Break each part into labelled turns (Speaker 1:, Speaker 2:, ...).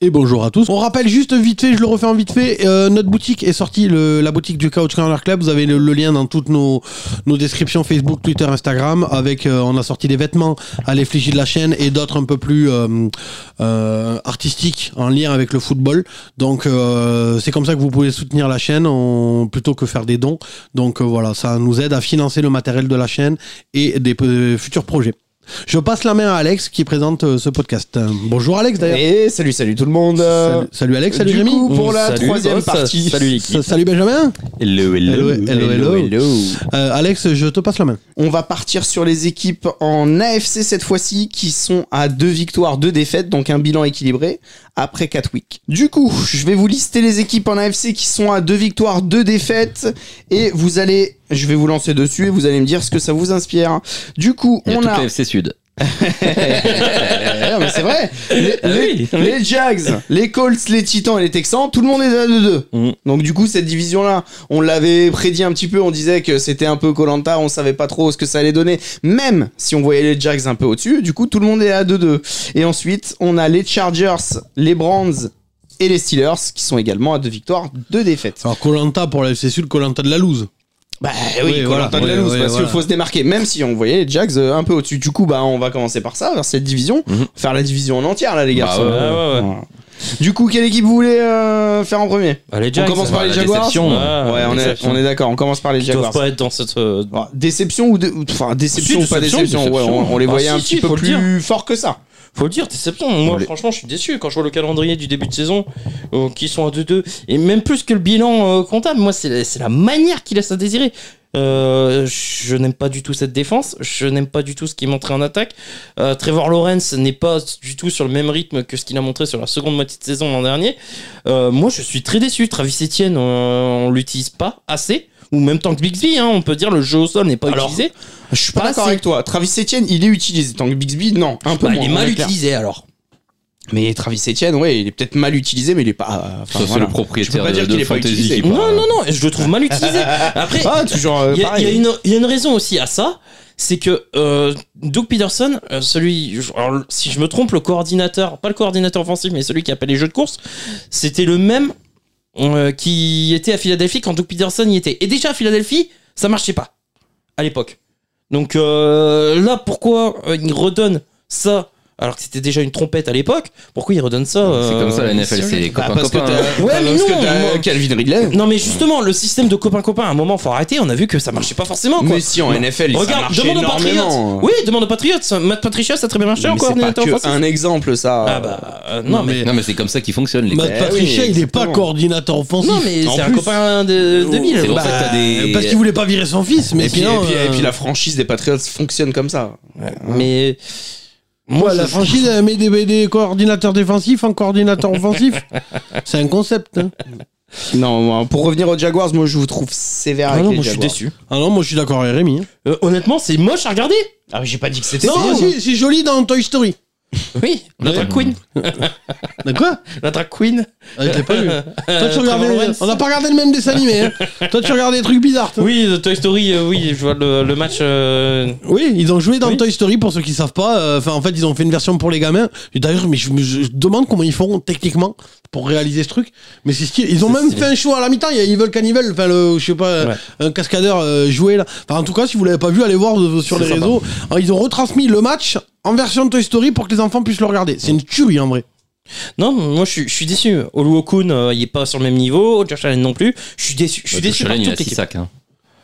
Speaker 1: Et bonjour à tous. On rappelle juste vite fait, je le refais en vite fait, euh, notre boutique est sortie, le- la boutique du Couch Corner Club. Vous avez le, le lien dans toutes nos, nos descriptions Facebook, Twitter, Instagram. Avec, euh, on a sorti des vêtements à l'effligie de la chaîne et d'autres un peu plus euh, euh, artistiques en lien avec le football. Donc euh, c'est comme ça que vous pouvez soutenir la chaîne on- plutôt que faire des dons. Donc euh, voilà, ça nous aide à financer le matériel de la chaîne et des euh, futurs projets. Je passe la main à Alex qui présente euh, ce podcast. Euh, Bonjour Alex d'ailleurs.
Speaker 2: Et salut, salut tout le monde.
Speaker 1: Salut, salut Alex, salut
Speaker 2: Euh, du
Speaker 1: Rémi.
Speaker 2: coup, pour la
Speaker 3: Salut,
Speaker 2: troisième
Speaker 3: boss.
Speaker 2: partie.
Speaker 3: Salut,
Speaker 1: Sa-
Speaker 3: l'équipe.
Speaker 1: Salut Benjamin.
Speaker 3: Hello,
Speaker 1: Hello, hello, hello. Euh, Alex, je te passe la main.
Speaker 2: On va partir sur les équipes en AFC cette fois-ci qui sont à deux victoires, deux défaites, donc un bilan équilibré après quatre weeks. Du coup, je vais vous lister les équipes en AFC qui sont à deux victoires, deux défaites et vous allez, je vais vous lancer dessus et vous allez me dire ce que ça vous inspire. Du coup,
Speaker 3: Il y a
Speaker 2: on
Speaker 3: toute
Speaker 2: a,
Speaker 3: la FC Sud.
Speaker 2: Eh, non, mais c'est vrai. Les,
Speaker 3: Ah
Speaker 2: les-
Speaker 3: oui.
Speaker 2: les Jags, les Colts, les Titans et les Texans, tout le monde est à 2-2.
Speaker 3: Mm.
Speaker 2: Donc du coup, cette division-là, on l'avait prédit un petit peu, on disait que c'était un peu Colanta, on savait pas trop ce que ça allait donner, même si on voyait les Jags un peu au-dessus, du coup, tout le monde est à 2-2. Et ensuite, on a les Chargers, les Brands et les Steelers qui sont également à deux victoires, deux défaites.
Speaker 1: Alors Colanta pour la FC Sud, Colanta de la loose.
Speaker 2: Bah oui,
Speaker 1: Oui, voilà.
Speaker 2: Koh-Lanta de la
Speaker 1: Oui,
Speaker 2: loose,
Speaker 1: oui,
Speaker 2: parce
Speaker 1: voilà.
Speaker 2: qu'il faut se démarquer, même si on voyait les Jags euh, un peu au-dessus. Du coup, bah on va commencer par ça, vers cette division,
Speaker 3: Mhm.
Speaker 2: faire la division en entière là, les gars.
Speaker 3: Bah
Speaker 2: Ça,
Speaker 3: ouais,
Speaker 2: euh,
Speaker 3: ouais, ouais,
Speaker 2: voilà. Du coup, quelle équipe vous voulez euh, faire en premier
Speaker 4: Ah, les
Speaker 2: On
Speaker 4: Jags.
Speaker 2: commence par
Speaker 3: Ah,
Speaker 2: les
Speaker 3: la
Speaker 2: Jaguars.
Speaker 3: déception.
Speaker 4: Ah,
Speaker 2: ouais, on est,
Speaker 4: déception.
Speaker 2: on est d'accord. On commence par les
Speaker 4: Ils doivent
Speaker 2: Jaguars.
Speaker 4: pas être dans cette. euh,
Speaker 2: Voilà. Déception ou, dé- ou- enfin déception
Speaker 4: Si,
Speaker 2: ou pas
Speaker 4: déception,
Speaker 2: déception, ouais,
Speaker 4: déception.
Speaker 2: on, on les
Speaker 4: Ah,
Speaker 2: voyait
Speaker 4: si,
Speaker 2: un
Speaker 4: si,
Speaker 2: petit peu
Speaker 4: faut le dire.
Speaker 2: plus fort que ça.
Speaker 4: Faut le dire, déception. Moi,
Speaker 2: Allez.
Speaker 4: franchement, je suis déçu quand je vois le calendrier du début de saison, euh, qui sont à 2-2, et même plus que le bilan euh, comptable. Moi, c'est la, c'est la manière qui laisse à désirer. Euh, je n'aime pas du tout cette défense. Je n'aime pas du tout ce qui est montré en attaque. Euh, Trevor Lawrence n'est pas du tout sur le même rythme que ce qu'il a montré sur la seconde moitié de saison l'an dernier. Euh, moi, je suis très déçu. Travis Etienne, euh, on l'utilise pas assez. Ou même tant que Bixby, hein, on peut dire le jeu au sol n'est pas
Speaker 2: Alors,
Speaker 4: utilisé.
Speaker 2: Je suis pas
Speaker 4: Pas
Speaker 2: d'accord
Speaker 4: assez.
Speaker 2: avec toi. Travis Etienne, il est utilisé. Tant que Bixby, non, un peu
Speaker 4: Bah,
Speaker 2: moins,
Speaker 4: il est
Speaker 2: on
Speaker 4: mal
Speaker 2: clair.
Speaker 4: utilisé alors.
Speaker 2: Mais Travis Etienne, ouais, il est peut-être mal utilisé, mais il est pas. euh,
Speaker 3: Ça, c'est le
Speaker 2: Je peux
Speaker 3: propriétaire
Speaker 2: pas
Speaker 3: de,
Speaker 2: dire qu'il
Speaker 3: de
Speaker 2: est pas
Speaker 3: Fantasy
Speaker 2: utilisé.
Speaker 3: qui
Speaker 4: Non,
Speaker 3: parle.
Speaker 4: non, non, je le trouve mal utilisé. Après,
Speaker 2: Ah, toujours euh,
Speaker 4: Il y, a-
Speaker 2: pareil.
Speaker 4: il y a une- il y a une raison aussi à ça, c'est que euh, Doug Peterson, euh, celui, je- alors, si je me trompe, le coordinateur, pas le coordinateur offensif, mais celui qui appelle les jeux de course, c'était le même euh, qui était à Philadelphie quand Doug Peterson y était. Et déjà à Philadelphie, ça marchait pas à l'époque. Donc euh, là, pourquoi euh, il redonne ça alors que c'était déjà une trompette à l'époque Pourquoi il redonne ça
Speaker 3: C'est
Speaker 4: euh,
Speaker 3: comme ça la NFL,
Speaker 4: sérieux
Speaker 3: c'est les
Speaker 2: Bah,
Speaker 3: copains
Speaker 2: parce que
Speaker 3: copains. hein.
Speaker 2: t'as
Speaker 4: Ouais, mais
Speaker 2: parce que
Speaker 4: non,
Speaker 2: t'as
Speaker 4: moi-
Speaker 2: Calvin Ridley.
Speaker 4: Non mais justement, le système de copain-copain, à un moment, faut arrêter. On a vu que ça marchait pas forcément. Quoi.
Speaker 2: Mais si en
Speaker 4: Non.
Speaker 2: NFL, ça
Speaker 4: Regarde,
Speaker 2: marche
Speaker 4: demande aux
Speaker 2: énormément.
Speaker 4: Patriots. Oui, demande aux Patriots. Matt Patricia, ça a très bien marché
Speaker 2: Non,
Speaker 4: en
Speaker 2: mais c'est pas
Speaker 4: coordinateur
Speaker 2: que
Speaker 4: offensif.
Speaker 2: un exemple ça.
Speaker 4: Ah bah euh, non, mais
Speaker 3: Non, mais c'est comme ça qu'ils fonctionnent, les
Speaker 1: Matt
Speaker 2: Eh
Speaker 1: Patricia, il
Speaker 2: oui,
Speaker 1: est pas
Speaker 2: exactement.
Speaker 1: coordinateur offensif.
Speaker 4: non mais
Speaker 2: En
Speaker 4: c'est un
Speaker 2: plus, Oh,
Speaker 4: copain de, de Bill.
Speaker 3: C'est pour
Speaker 4: Bah,
Speaker 3: ça que t'as des.
Speaker 1: Parce qu'il voulait pas virer son fils, mais
Speaker 2: et, puis,
Speaker 1: sinon,
Speaker 2: et puis- et
Speaker 1: euh,
Speaker 2: puis la franchise des Patriots fonctionne comme ça.
Speaker 4: mais
Speaker 1: ouais,
Speaker 4: moi
Speaker 1: la
Speaker 4: la
Speaker 1: franchise elle met des, des coordinateurs défensifs en coordinateur offensif. C'est un concept. hein.
Speaker 2: Non, moi, pour revenir aux Jaguars, moi je vous trouve sévère avec
Speaker 4: non,
Speaker 2: les
Speaker 4: moi je suis
Speaker 2: Jaguars.
Speaker 4: déçu.
Speaker 1: Ah non, moi je suis d'accord avec Rémi. hein.
Speaker 4: Euh, honnêtement, c'est moche à regarder.
Speaker 2: Ah, mais j'ai pas dit que c'était
Speaker 1: Non,
Speaker 2: sévère.
Speaker 1: c'est c'est joli dans Toy Story.
Speaker 4: Oui, la
Speaker 1: Ouais.
Speaker 4: drag queen,
Speaker 1: De quoi
Speaker 4: la drag queen. Euh,
Speaker 1: Ah, je l'ai pas vu.
Speaker 2: Euh,
Speaker 1: Toi, tu
Speaker 4: Trevor
Speaker 1: regardais-
Speaker 4: Lawrence.
Speaker 1: On n'a pas regardé le même dessin animé. hein. Toi, tu regardais des trucs bizarres. toi.
Speaker 4: Oui, The Toy Story. euh, oui, je vois le, le match. euh,
Speaker 1: Oui, ils ont joué dans
Speaker 4: Oui.
Speaker 1: Toy Story pour ceux qui savent pas. Euh, Enfin, en fait, ils ont fait une version pour les gamins. Et D'ailleurs, mais je me je- je demande comment ils font techniquement pour réaliser ce truc. Mais c'est stylé. Ils ont
Speaker 4: C'est
Speaker 1: même
Speaker 4: stylé.
Speaker 1: fait un show à la mi-temps. Il y a Evil Cannibal, enfin, le, je sais pas,
Speaker 4: Ouais.
Speaker 1: un cascadeur euh, joué là. Enfin, en tout cas, si vous l'avez pas vu, allez voir euh, sur
Speaker 4: C'est
Speaker 1: les
Speaker 4: sympa.
Speaker 1: réseaux. Alors, ils ont retransmis le match en version de Toy Story pour que les enfants puissent le regarder. C'est une tuerie en vrai.
Speaker 4: Non, moi je suis, je suis déçu. Oluokun, euh, il est pas sur le même niveau. Josh Allen non plus. Je suis déçu. Je suis
Speaker 3: Bah,
Speaker 4: déçu par
Speaker 3: Chalane, il a
Speaker 4: toute
Speaker 3: 6
Speaker 4: l'équipe.
Speaker 3: sacs. hein.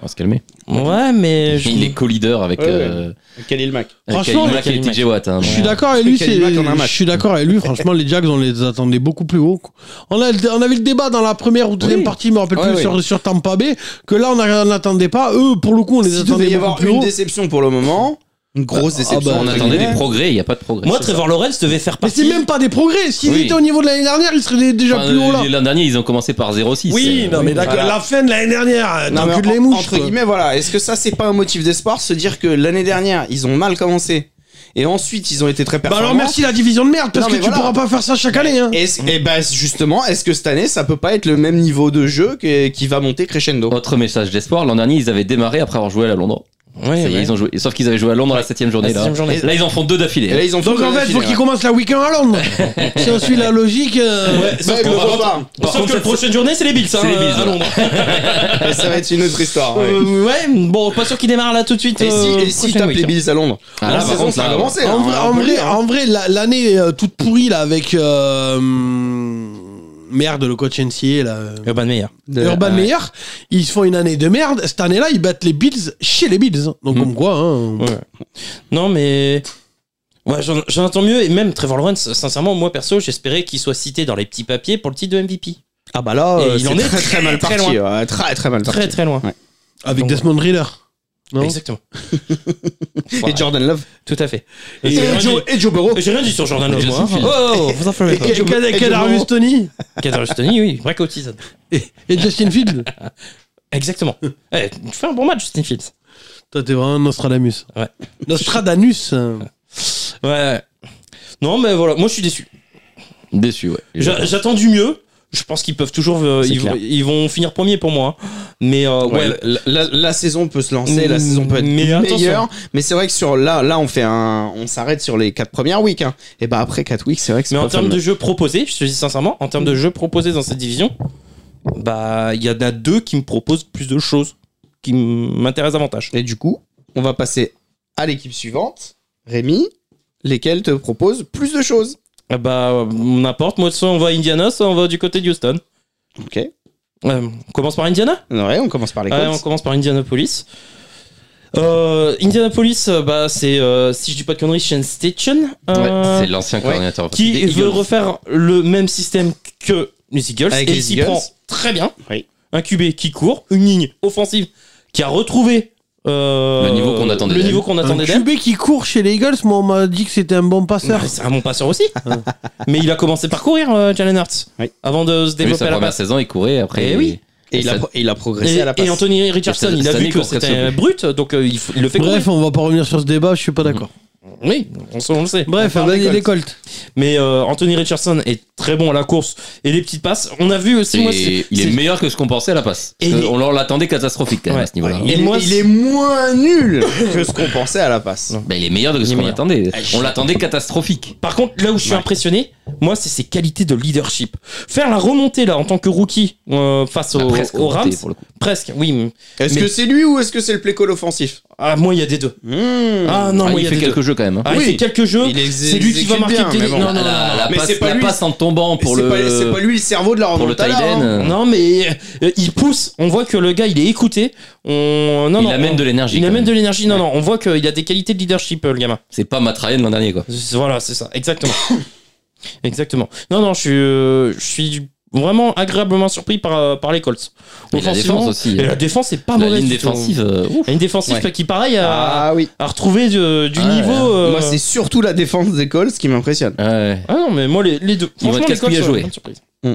Speaker 3: On va se calmer.
Speaker 4: Ouais, mais je-
Speaker 3: Il est co-leader avec.
Speaker 2: Ouais, ouais.
Speaker 3: euh,
Speaker 2: Khalil Mack.
Speaker 3: avec
Speaker 1: Franchement,
Speaker 3: Khalil Mack et
Speaker 4: Khalil Mack.
Speaker 3: TJ Watt. hein.
Speaker 1: Je suis d'accord avec
Speaker 2: Je
Speaker 1: lui.
Speaker 2: fais Khalil
Speaker 1: c'est-
Speaker 2: Mack en un
Speaker 1: Je
Speaker 2: match.
Speaker 1: suis d'accord avec lui. Franchement, les Jags, on les attendait beaucoup plus haut. quoi. On, a, on avait le débat dans la première ou deuxième
Speaker 2: Oui.
Speaker 1: partie, je me rappelle
Speaker 2: Ouais,
Speaker 1: plus,
Speaker 2: oui.
Speaker 1: sur, sur Tampa Bay, que là, on a- on n'attendait pas. Eux, pour le coup, on les
Speaker 2: S'il
Speaker 1: attendait
Speaker 2: devait y
Speaker 1: beaucoup
Speaker 2: avoir
Speaker 1: plus
Speaker 2: une
Speaker 1: haut.
Speaker 2: déception pour le moment, une grosse
Speaker 1: Ah,
Speaker 2: déception.
Speaker 1: bah,
Speaker 3: On
Speaker 2: entre
Speaker 3: attendait
Speaker 2: guillemets.
Speaker 3: des progrès, il n'y a pas de progrès.
Speaker 4: moi
Speaker 3: c'est ça.
Speaker 4: Trevor Lawrence devait faire
Speaker 1: Mais
Speaker 4: partie.
Speaker 1: c'est même pas des progrès. S'ils
Speaker 3: Oui.
Speaker 1: étaient au niveau de l'année dernière, ils seraient déjà
Speaker 3: Enfin,
Speaker 1: plus haut là.
Speaker 3: L'an dernier, ils ont commencé par 0-6.
Speaker 1: Oui,
Speaker 3: euh,
Speaker 1: non, mais
Speaker 3: voilà.
Speaker 1: d'accord, la fin de l'année dernière,
Speaker 2: Non, mais
Speaker 1: t'encules les
Speaker 2: en-
Speaker 1: mouches.
Speaker 2: entre
Speaker 1: quoi.
Speaker 2: guillemets, voilà. Est-ce que ça, c'est pas un motif d'espoir Se dire que l'année dernière, ils ont mal commencé et ensuite, ils ont été très
Speaker 1: Bah
Speaker 2: performants.
Speaker 1: alors merci la division de merde parce
Speaker 2: Non,
Speaker 1: que
Speaker 2: mais
Speaker 1: tu
Speaker 2: voilà.
Speaker 1: pourras pas faire ça chaque année. hein.
Speaker 2: Est-ce- Et bah justement, est-ce que cette année, ça peut pas être le même niveau de jeu que- qui va monter crescendo
Speaker 3: Autre message d'espoir, l'an dernier, ils avaient démarré après avoir joué à la Londres.
Speaker 4: Ouais,
Speaker 3: Ça y est,
Speaker 4: ouais.
Speaker 3: ils ont joué. Sauf qu'ils avaient joué à Londres la septième journée.
Speaker 4: La
Speaker 3: là.
Speaker 4: septième journée.
Speaker 3: Là, ils en font deux
Speaker 2: Et là,
Speaker 3: d'affilée.
Speaker 2: ils ont
Speaker 1: Donc en fait, faut
Speaker 2: hein.
Speaker 1: qu'il commence la week-end à Londres. si on suit la logique. euh,
Speaker 2: Ouais, mais bon, bah,
Speaker 3: Par
Speaker 4: Sauf
Speaker 3: contre,
Speaker 4: que la
Speaker 3: ça-
Speaker 4: prochaine journée, c'est les Bills. hein,
Speaker 3: C'est les Bills,
Speaker 4: à
Speaker 3: voilà.
Speaker 4: Londres.
Speaker 2: ça va être une autre histoire. ouais.
Speaker 4: Euh, ouais, bon, pas sûr qu'ils démarrent là tout de suite.
Speaker 2: Et si,
Speaker 4: euh,
Speaker 2: et si
Speaker 4: prochaine
Speaker 2: tapent
Speaker 4: week,
Speaker 2: les
Speaker 4: hein.
Speaker 2: Bills à Londres
Speaker 3: Ah,
Speaker 2: La
Speaker 3: là, par
Speaker 2: saison,
Speaker 3: contre,
Speaker 2: ça a
Speaker 3: là,
Speaker 2: commencé.
Speaker 1: En
Speaker 2: hein,
Speaker 1: vrai,
Speaker 2: on
Speaker 1: en
Speaker 2: peut le
Speaker 1: vrai,
Speaker 2: dire.
Speaker 1: en vrai, la- l'année euh, toute pourrie là avec euh, hum, merde le coach NCA là. euh,
Speaker 4: Urban Meyer.
Speaker 1: Urban
Speaker 3: ouais.
Speaker 2: ah
Speaker 1: Meyer, ils se font une année de merde. Cette année-là, ils battent les Bills chez les Bills. hein. Donc, comme quoi, hein,
Speaker 4: Ouais. Non, mais. Ouais, j'en j'en entends mieux. Et même Trevor Lawrence, sincèrement, moi perso, j'espérais qu'il soit cité dans les petits papiers pour le titre de MVP.
Speaker 2: Ah bah là,
Speaker 4: Et
Speaker 2: euh,
Speaker 4: il en
Speaker 2: c'est
Speaker 4: est
Speaker 2: très très mal
Speaker 4: très
Speaker 2: parti. ouais, Très très mal
Speaker 4: Très
Speaker 2: parti.
Speaker 4: très loin.
Speaker 1: avec
Speaker 4: Donc,
Speaker 1: Desmond Ridder. Non
Speaker 4: Exactement.
Speaker 2: Et Jordan Love.
Speaker 4: Tout à fait.
Speaker 2: Et,
Speaker 4: J'ai rien
Speaker 2: Joe,
Speaker 4: dit-
Speaker 2: et Joe Burrow.
Speaker 4: J'ai rien dit sur Jordan Love,
Speaker 3: Je
Speaker 4: moi.
Speaker 3: sais,
Speaker 4: hein.
Speaker 3: Phil.
Speaker 4: Oh, oh, oh, vous en faites pas.
Speaker 2: Et- Joe-
Speaker 1: Quel- Quel
Speaker 2: Joe
Speaker 1: Armstrong, Tony
Speaker 4: Kadarius Toney, oui, Black Autism.
Speaker 1: et, et Justin Fields
Speaker 4: Exactement. Eh, tu fais un bon match, Justin Fields.
Speaker 1: Toi, t'es vraiment Nostradamus.
Speaker 4: Ouais.
Speaker 1: Nostradamus. euh.
Speaker 4: Ouais, Ouais. Non, mais voilà, moi je suis déçu.
Speaker 3: Déçu, ouais.
Speaker 4: J'a- J'attends du mieux. Je pense qu'ils peuvent toujours. euh,
Speaker 3: C'est
Speaker 4: ils, vont-
Speaker 3: clair.
Speaker 4: ils vont finir premier pour moi. hein. Mais euh, ouais,
Speaker 2: Ouais, la, la- la saison peut se lancer, la
Speaker 4: Mm,
Speaker 2: saison peut être
Speaker 4: mais attention.
Speaker 2: meilleure, mais c'est vrai que sur là, là on fait un, on s'arrête sur les quatre premières weeks. Hein. Et bah après quatre weeks, c'est vrai que c'est
Speaker 4: Mais
Speaker 2: pas
Speaker 4: en termes
Speaker 2: fameux.
Speaker 4: de jeux proposés, je te dis sincèrement, en termes de jeux proposés dans cette division, bah il y en a deux qui me proposent plus de choses, qui m'intéressent davantage.
Speaker 2: Et du coup, on va passer à l'équipe suivante, Rémi, lesquels te proposent plus de choses.
Speaker 4: Ah Bah euh, n'importe, moi soit on va à Indiana, soit on va du côté de Houston.
Speaker 2: Ok.
Speaker 4: Euh, on commence par Indiana
Speaker 2: Ouais, on commence par les
Speaker 4: Ouais, on
Speaker 2: Colts.
Speaker 4: commence par Indianapolis. Euh, Indianapolis, euh, bah c'est euh, si je dis pas de conneries, Shane Station.
Speaker 3: Ouais, c'est l'ancien
Speaker 2: ouais.
Speaker 3: coordinateur. offensif
Speaker 4: qui
Speaker 3: des
Speaker 4: veut
Speaker 3: Eagles.
Speaker 4: refaire le même système que les Eagles
Speaker 2: Avec
Speaker 4: et
Speaker 2: les
Speaker 4: il s'y
Speaker 2: Eagles.
Speaker 4: prend très bien.
Speaker 2: Oui.
Speaker 4: Un QB qui court, une ligne offensive qui a retrouvé euh,
Speaker 3: Le niveau qu'on attendait
Speaker 4: le
Speaker 3: d'elle.
Speaker 4: niveau qu'on
Speaker 1: Un
Speaker 4: attendait d'elle.
Speaker 1: QB qui court chez les Eagles, moi, on m'a dit que c'était un bon passeur. Ah.
Speaker 4: Ouais, C'est un bon passeur aussi. Mais il a commencé par courir, euh, Jalen Hurts,
Speaker 2: Oui.
Speaker 4: avant de se
Speaker 3: Lui,
Speaker 4: développer
Speaker 3: sa
Speaker 4: à la
Speaker 3: première
Speaker 4: passe.
Speaker 3: saison, il courait après.
Speaker 4: Eh oui.
Speaker 2: Et il a,
Speaker 3: Ça-
Speaker 2: pro- et il a progressé
Speaker 4: Et,
Speaker 2: à la passe.
Speaker 4: et Anthony Richardson,
Speaker 3: Et
Speaker 4: il a
Speaker 3: cette
Speaker 4: vu
Speaker 3: année,
Speaker 4: que
Speaker 3: qu'on serait
Speaker 4: c'était
Speaker 3: surpris.
Speaker 4: brut, donc euh, il, f- il le fait
Speaker 1: Bref, on va pas revenir sur ce débat, je suis pas d'accord.
Speaker 4: courir. Oui, on, s- on le sait.
Speaker 1: Bref,
Speaker 2: parle
Speaker 1: l'année
Speaker 2: des
Speaker 1: des Colts.
Speaker 4: Mais euh, Anthony Richardson est très bon à la course et les petites passes. On a vu aussi, moi,
Speaker 3: Et
Speaker 4: c'est-
Speaker 3: il est
Speaker 4: c'est-
Speaker 3: meilleur que ce qu'on pensait à la passe.
Speaker 4: Et
Speaker 3: Parce
Speaker 4: il
Speaker 3: que
Speaker 4: est-
Speaker 3: On leur l'attendait catastrophique quand même
Speaker 4: Ouais.
Speaker 3: à ce niveau-là.
Speaker 2: Il,
Speaker 4: Et
Speaker 2: est,
Speaker 4: moi,
Speaker 2: il est moins nul que ce qu'on pensait à la passe.
Speaker 3: Bah, il est meilleur que
Speaker 4: Il
Speaker 3: ce
Speaker 4: est
Speaker 3: qu'on
Speaker 4: meilleur.
Speaker 3: attendait. On l'attendait catastrophique.
Speaker 4: Par contre, là où je suis
Speaker 2: Ouais.
Speaker 4: impressionné, moi, c'est ses qualités de leadership. Faire la remontée là en tant que rookie euh, face
Speaker 3: Bah,
Speaker 4: au-
Speaker 3: presque
Speaker 4: aux Rams,
Speaker 3: remonté, pour le coup.
Speaker 4: presque. Oui, mais-
Speaker 2: Est-ce
Speaker 4: Mais-
Speaker 2: que c'est lui ou est-ce que c'est le play call offensif
Speaker 4: ah moi, il y a des deux.
Speaker 2: Hmm.
Speaker 4: Ah non,
Speaker 3: Ah,
Speaker 4: moi, il
Speaker 3: il
Speaker 4: y a
Speaker 3: fait
Speaker 4: des
Speaker 3: quelques
Speaker 4: deux.
Speaker 3: jeux quand même. hein.
Speaker 4: Ah, il
Speaker 2: Oui.
Speaker 4: fait quelques jeux.
Speaker 2: Il exé-
Speaker 4: C'est lui qui va
Speaker 2: exécute
Speaker 4: marquer.
Speaker 2: bien,
Speaker 4: tes-
Speaker 2: mais bon.
Speaker 4: Non, non, non,
Speaker 3: La, la
Speaker 2: Mais
Speaker 3: passe,
Speaker 2: c'est pas
Speaker 3: la
Speaker 2: lui.
Speaker 3: passe en tombant pour
Speaker 2: C'est
Speaker 3: le,
Speaker 2: pas, c'est pas lui le cerveau de la
Speaker 3: pour le
Speaker 2: remontada.
Speaker 3: tight
Speaker 2: hein.
Speaker 3: end.
Speaker 4: non. Non, mais euh, il pousse. On voit que le gars, il est écouté. On... Non,
Speaker 3: il
Speaker 4: non,
Speaker 3: amène
Speaker 4: on-
Speaker 3: de l'énergie.
Speaker 4: Il
Speaker 3: quand
Speaker 4: amène
Speaker 3: même.
Speaker 4: de l'énergie. Non, non, on voit qu'il a des qualités de leadership, euh, le gamin.
Speaker 3: C'est pas Matt Ryan l'an dernier quoi.
Speaker 4: Voilà, c'est ça, exactement. exactement. Non, non, je suis, euh, je suis vraiment agréablement surpris par, euh, par les Colts.
Speaker 3: Et la
Speaker 4: Offensivement,
Speaker 3: défense aussi. euh,
Speaker 4: Et la défense est pas
Speaker 3: La
Speaker 4: mauvaise.
Speaker 3: ligne
Speaker 4: du tout.
Speaker 3: défensive. euh, ouf.
Speaker 4: Et Une défensive
Speaker 2: Ouais.
Speaker 4: qui, pareil, a,
Speaker 2: Ah oui.
Speaker 4: a retrouvé du, du
Speaker 3: Ah,
Speaker 4: niveau. euh,
Speaker 2: Moi, c'est surtout la défense des Colts qui m'impressionne.
Speaker 3: Ouais.
Speaker 4: Ah non, mais moi, les, les deux.
Speaker 3: Ils vont
Speaker 4: Franchement,
Speaker 3: être
Speaker 4: les Colts,
Speaker 3: casse-couilles à
Speaker 4: ouais,
Speaker 3: jouer.
Speaker 4: Bonne surprise.
Speaker 2: Mm.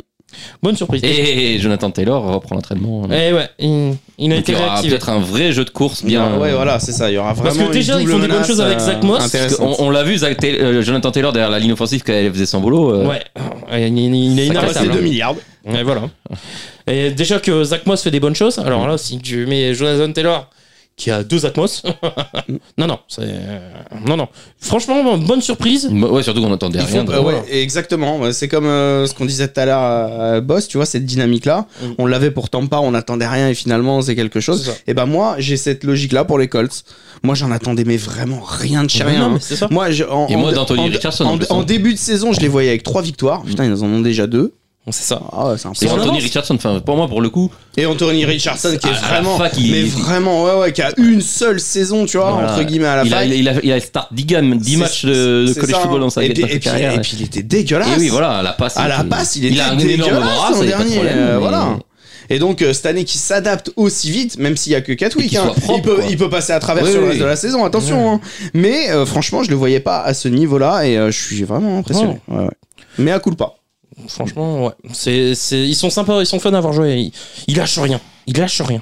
Speaker 4: Bonne surprise.
Speaker 3: Et Jonathan Taylor reprend l'entraînement.
Speaker 4: Eh ouais, il, il a
Speaker 3: Donc,
Speaker 4: été
Speaker 3: il y aura
Speaker 4: réactivé.
Speaker 3: peut-être un vrai jeu de course bien.
Speaker 2: Ouais, voilà, c'est ça. Il y aura vraiment.
Speaker 4: Parce que déjà,
Speaker 2: une
Speaker 4: ils
Speaker 2: double
Speaker 4: font des bonnes
Speaker 2: menace,
Speaker 4: choses avec
Speaker 2: euh,
Speaker 4: Zach Moss.
Speaker 3: Parce que
Speaker 2: intéressante.
Speaker 3: on on l'a vu, Zach Taylor- euh, Jonathan Taylor derrière la ligne offensive quand elle faisait son boulot. euh,
Speaker 4: Ouais, il, il- il est
Speaker 3: Ça
Speaker 2: On a passé
Speaker 3: casse
Speaker 4: inarrêtable.
Speaker 3: la
Speaker 2: 2 milliards.
Speaker 4: Et voilà. Et déjà que Zach Moss fait des bonnes choses, alors
Speaker 2: Mm.
Speaker 4: là, si tu mets Jonathan Taylor qui a deux Atmos,
Speaker 2: Mm.
Speaker 4: non, non, c'est. euh, Non, non. Franchement, bonne surprise.
Speaker 3: Bah Ouais, surtout qu'on n'entendait
Speaker 2: Ils
Speaker 3: rien.
Speaker 2: font-
Speaker 3: de-
Speaker 2: euh, ouais, exactement. Ouais, C'est comme euh, ce qu'on disait tout à l'heure à- à Boss, tu vois, cette dynamique-là.
Speaker 4: Mm.
Speaker 2: On l'avait pourtant pas, on n'attendait rien et finalement, c'est quelque chose.
Speaker 4: C'est ça.
Speaker 2: Et ben moi, j'ai cette logique-là pour les Colts. Moi, j'en attendais, mais vraiment rien de chez rien.
Speaker 4: Non,
Speaker 2: hein.
Speaker 4: mais c'est ça.
Speaker 2: Moi, je- en,
Speaker 3: Et
Speaker 2: en-
Speaker 3: moi, d'Anthony
Speaker 2: en-
Speaker 3: Richardson, en
Speaker 2: En,
Speaker 3: plus,
Speaker 2: en
Speaker 3: hein. Mm.
Speaker 2: début de saison, je les voyais avec trois victoires. Putain, ils en ont déjà deux.
Speaker 4: C'est ça.
Speaker 2: Ah, ouais, c'est
Speaker 3: Et
Speaker 4: Ils sont en
Speaker 2: impressionnant.
Speaker 3: Anthony
Speaker 4: avance.
Speaker 3: Richardson, enfin, pour moi, pour le coup,
Speaker 2: Et Anthony Richardson qui
Speaker 3: À-
Speaker 2: est
Speaker 3: à Ah, la
Speaker 2: vraiment,
Speaker 3: fac, il-
Speaker 2: mais
Speaker 3: il-
Speaker 2: vraiment, ouais, ouais, qui a une seule saison, tu vois,
Speaker 3: Voilà.
Speaker 2: entre guillemets à la
Speaker 3: il a,
Speaker 2: fac.
Speaker 3: il, a, il a start 10, games, 10
Speaker 2: C'est-
Speaker 3: matchs de, de
Speaker 2: c'est
Speaker 3: college
Speaker 2: ça, hein.
Speaker 3: football dans sa
Speaker 2: et puis,
Speaker 3: dans sa
Speaker 2: et, puis,
Speaker 3: carrière. hein.
Speaker 2: et puis il était dégueulasse.
Speaker 3: Et oui, voilà, à la passe.
Speaker 2: À Ah, la
Speaker 3: était-
Speaker 2: passe, il,
Speaker 3: a un
Speaker 2: était
Speaker 3: énorme
Speaker 2: dégueulasse
Speaker 3: bras,
Speaker 2: l'an
Speaker 3: ça y a pas de
Speaker 2: dernier.
Speaker 3: problème,
Speaker 2: euh,
Speaker 3: mais-
Speaker 2: Voilà. Et donc euh, cette année qui s'adapte aussi vite, même s'il y a que 4
Speaker 3: Et
Speaker 2: weeks,
Speaker 3: qu'il
Speaker 2: hein,
Speaker 3: soit propre,
Speaker 2: il, peut,
Speaker 3: quoi.
Speaker 2: il peut passer à travers
Speaker 3: Oui,
Speaker 2: sur le
Speaker 3: oui.
Speaker 2: reste de la saison, attention. hein. Mais euh, franchement, je le voyais pas à ce niveau-là et euh, je suis vraiment impressionné. Ouais, ouais. Mais à coup pas.
Speaker 4: Franchement, ouais. C'est, c'est- ils sont sympas, ils sont fun à avoir joué. Ils, ils lâchent rien. Ils lâchent rien.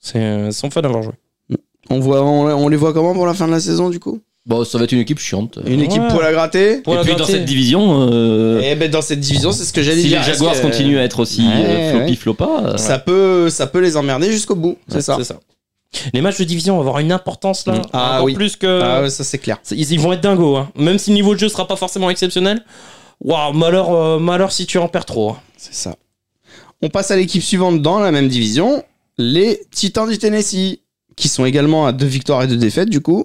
Speaker 4: C'est, euh, ils sont fun à avoir joué.
Speaker 2: On, voit, on, on les voit comment pour la fin de la saison du coup
Speaker 3: Bon, ça va être une équipe chiante.
Speaker 2: Une équipe
Speaker 4: Ouais.
Speaker 2: pour la gratter
Speaker 4: Pour
Speaker 3: et
Speaker 4: la
Speaker 3: puis dans
Speaker 4: gratter.
Speaker 3: cette division, euh,
Speaker 2: Et ben dans cette division, c'est ce que j'allais
Speaker 3: si
Speaker 2: dire.
Speaker 3: les
Speaker 2: Est-ce
Speaker 3: Jaguars
Speaker 2: que-
Speaker 3: continuent à être aussi
Speaker 2: Ouais,
Speaker 3: euh,
Speaker 2: ouais.
Speaker 3: floppy floppa, euh,
Speaker 2: ça peut, ça peut les emmerder jusqu'au bout, c'est
Speaker 4: Ouais,
Speaker 2: ça.
Speaker 4: C'est ça. Les matchs de division vont avoir une importance là,
Speaker 2: Ah
Speaker 4: encore
Speaker 2: oui.
Speaker 4: plus que.
Speaker 2: Ah ouais, ça c'est clair.
Speaker 4: C'est- Ils, ils vont être dingos, hein. même si le niveau de jeu sera pas forcément exceptionnel. Waouh, malheur, euh, malheur si tu en perds trop. hein.
Speaker 2: C'est ça. On passe à l'équipe suivante dans la même division, les Titans du Tennessee, qui sont également à deux victoires et deux défaites du coup,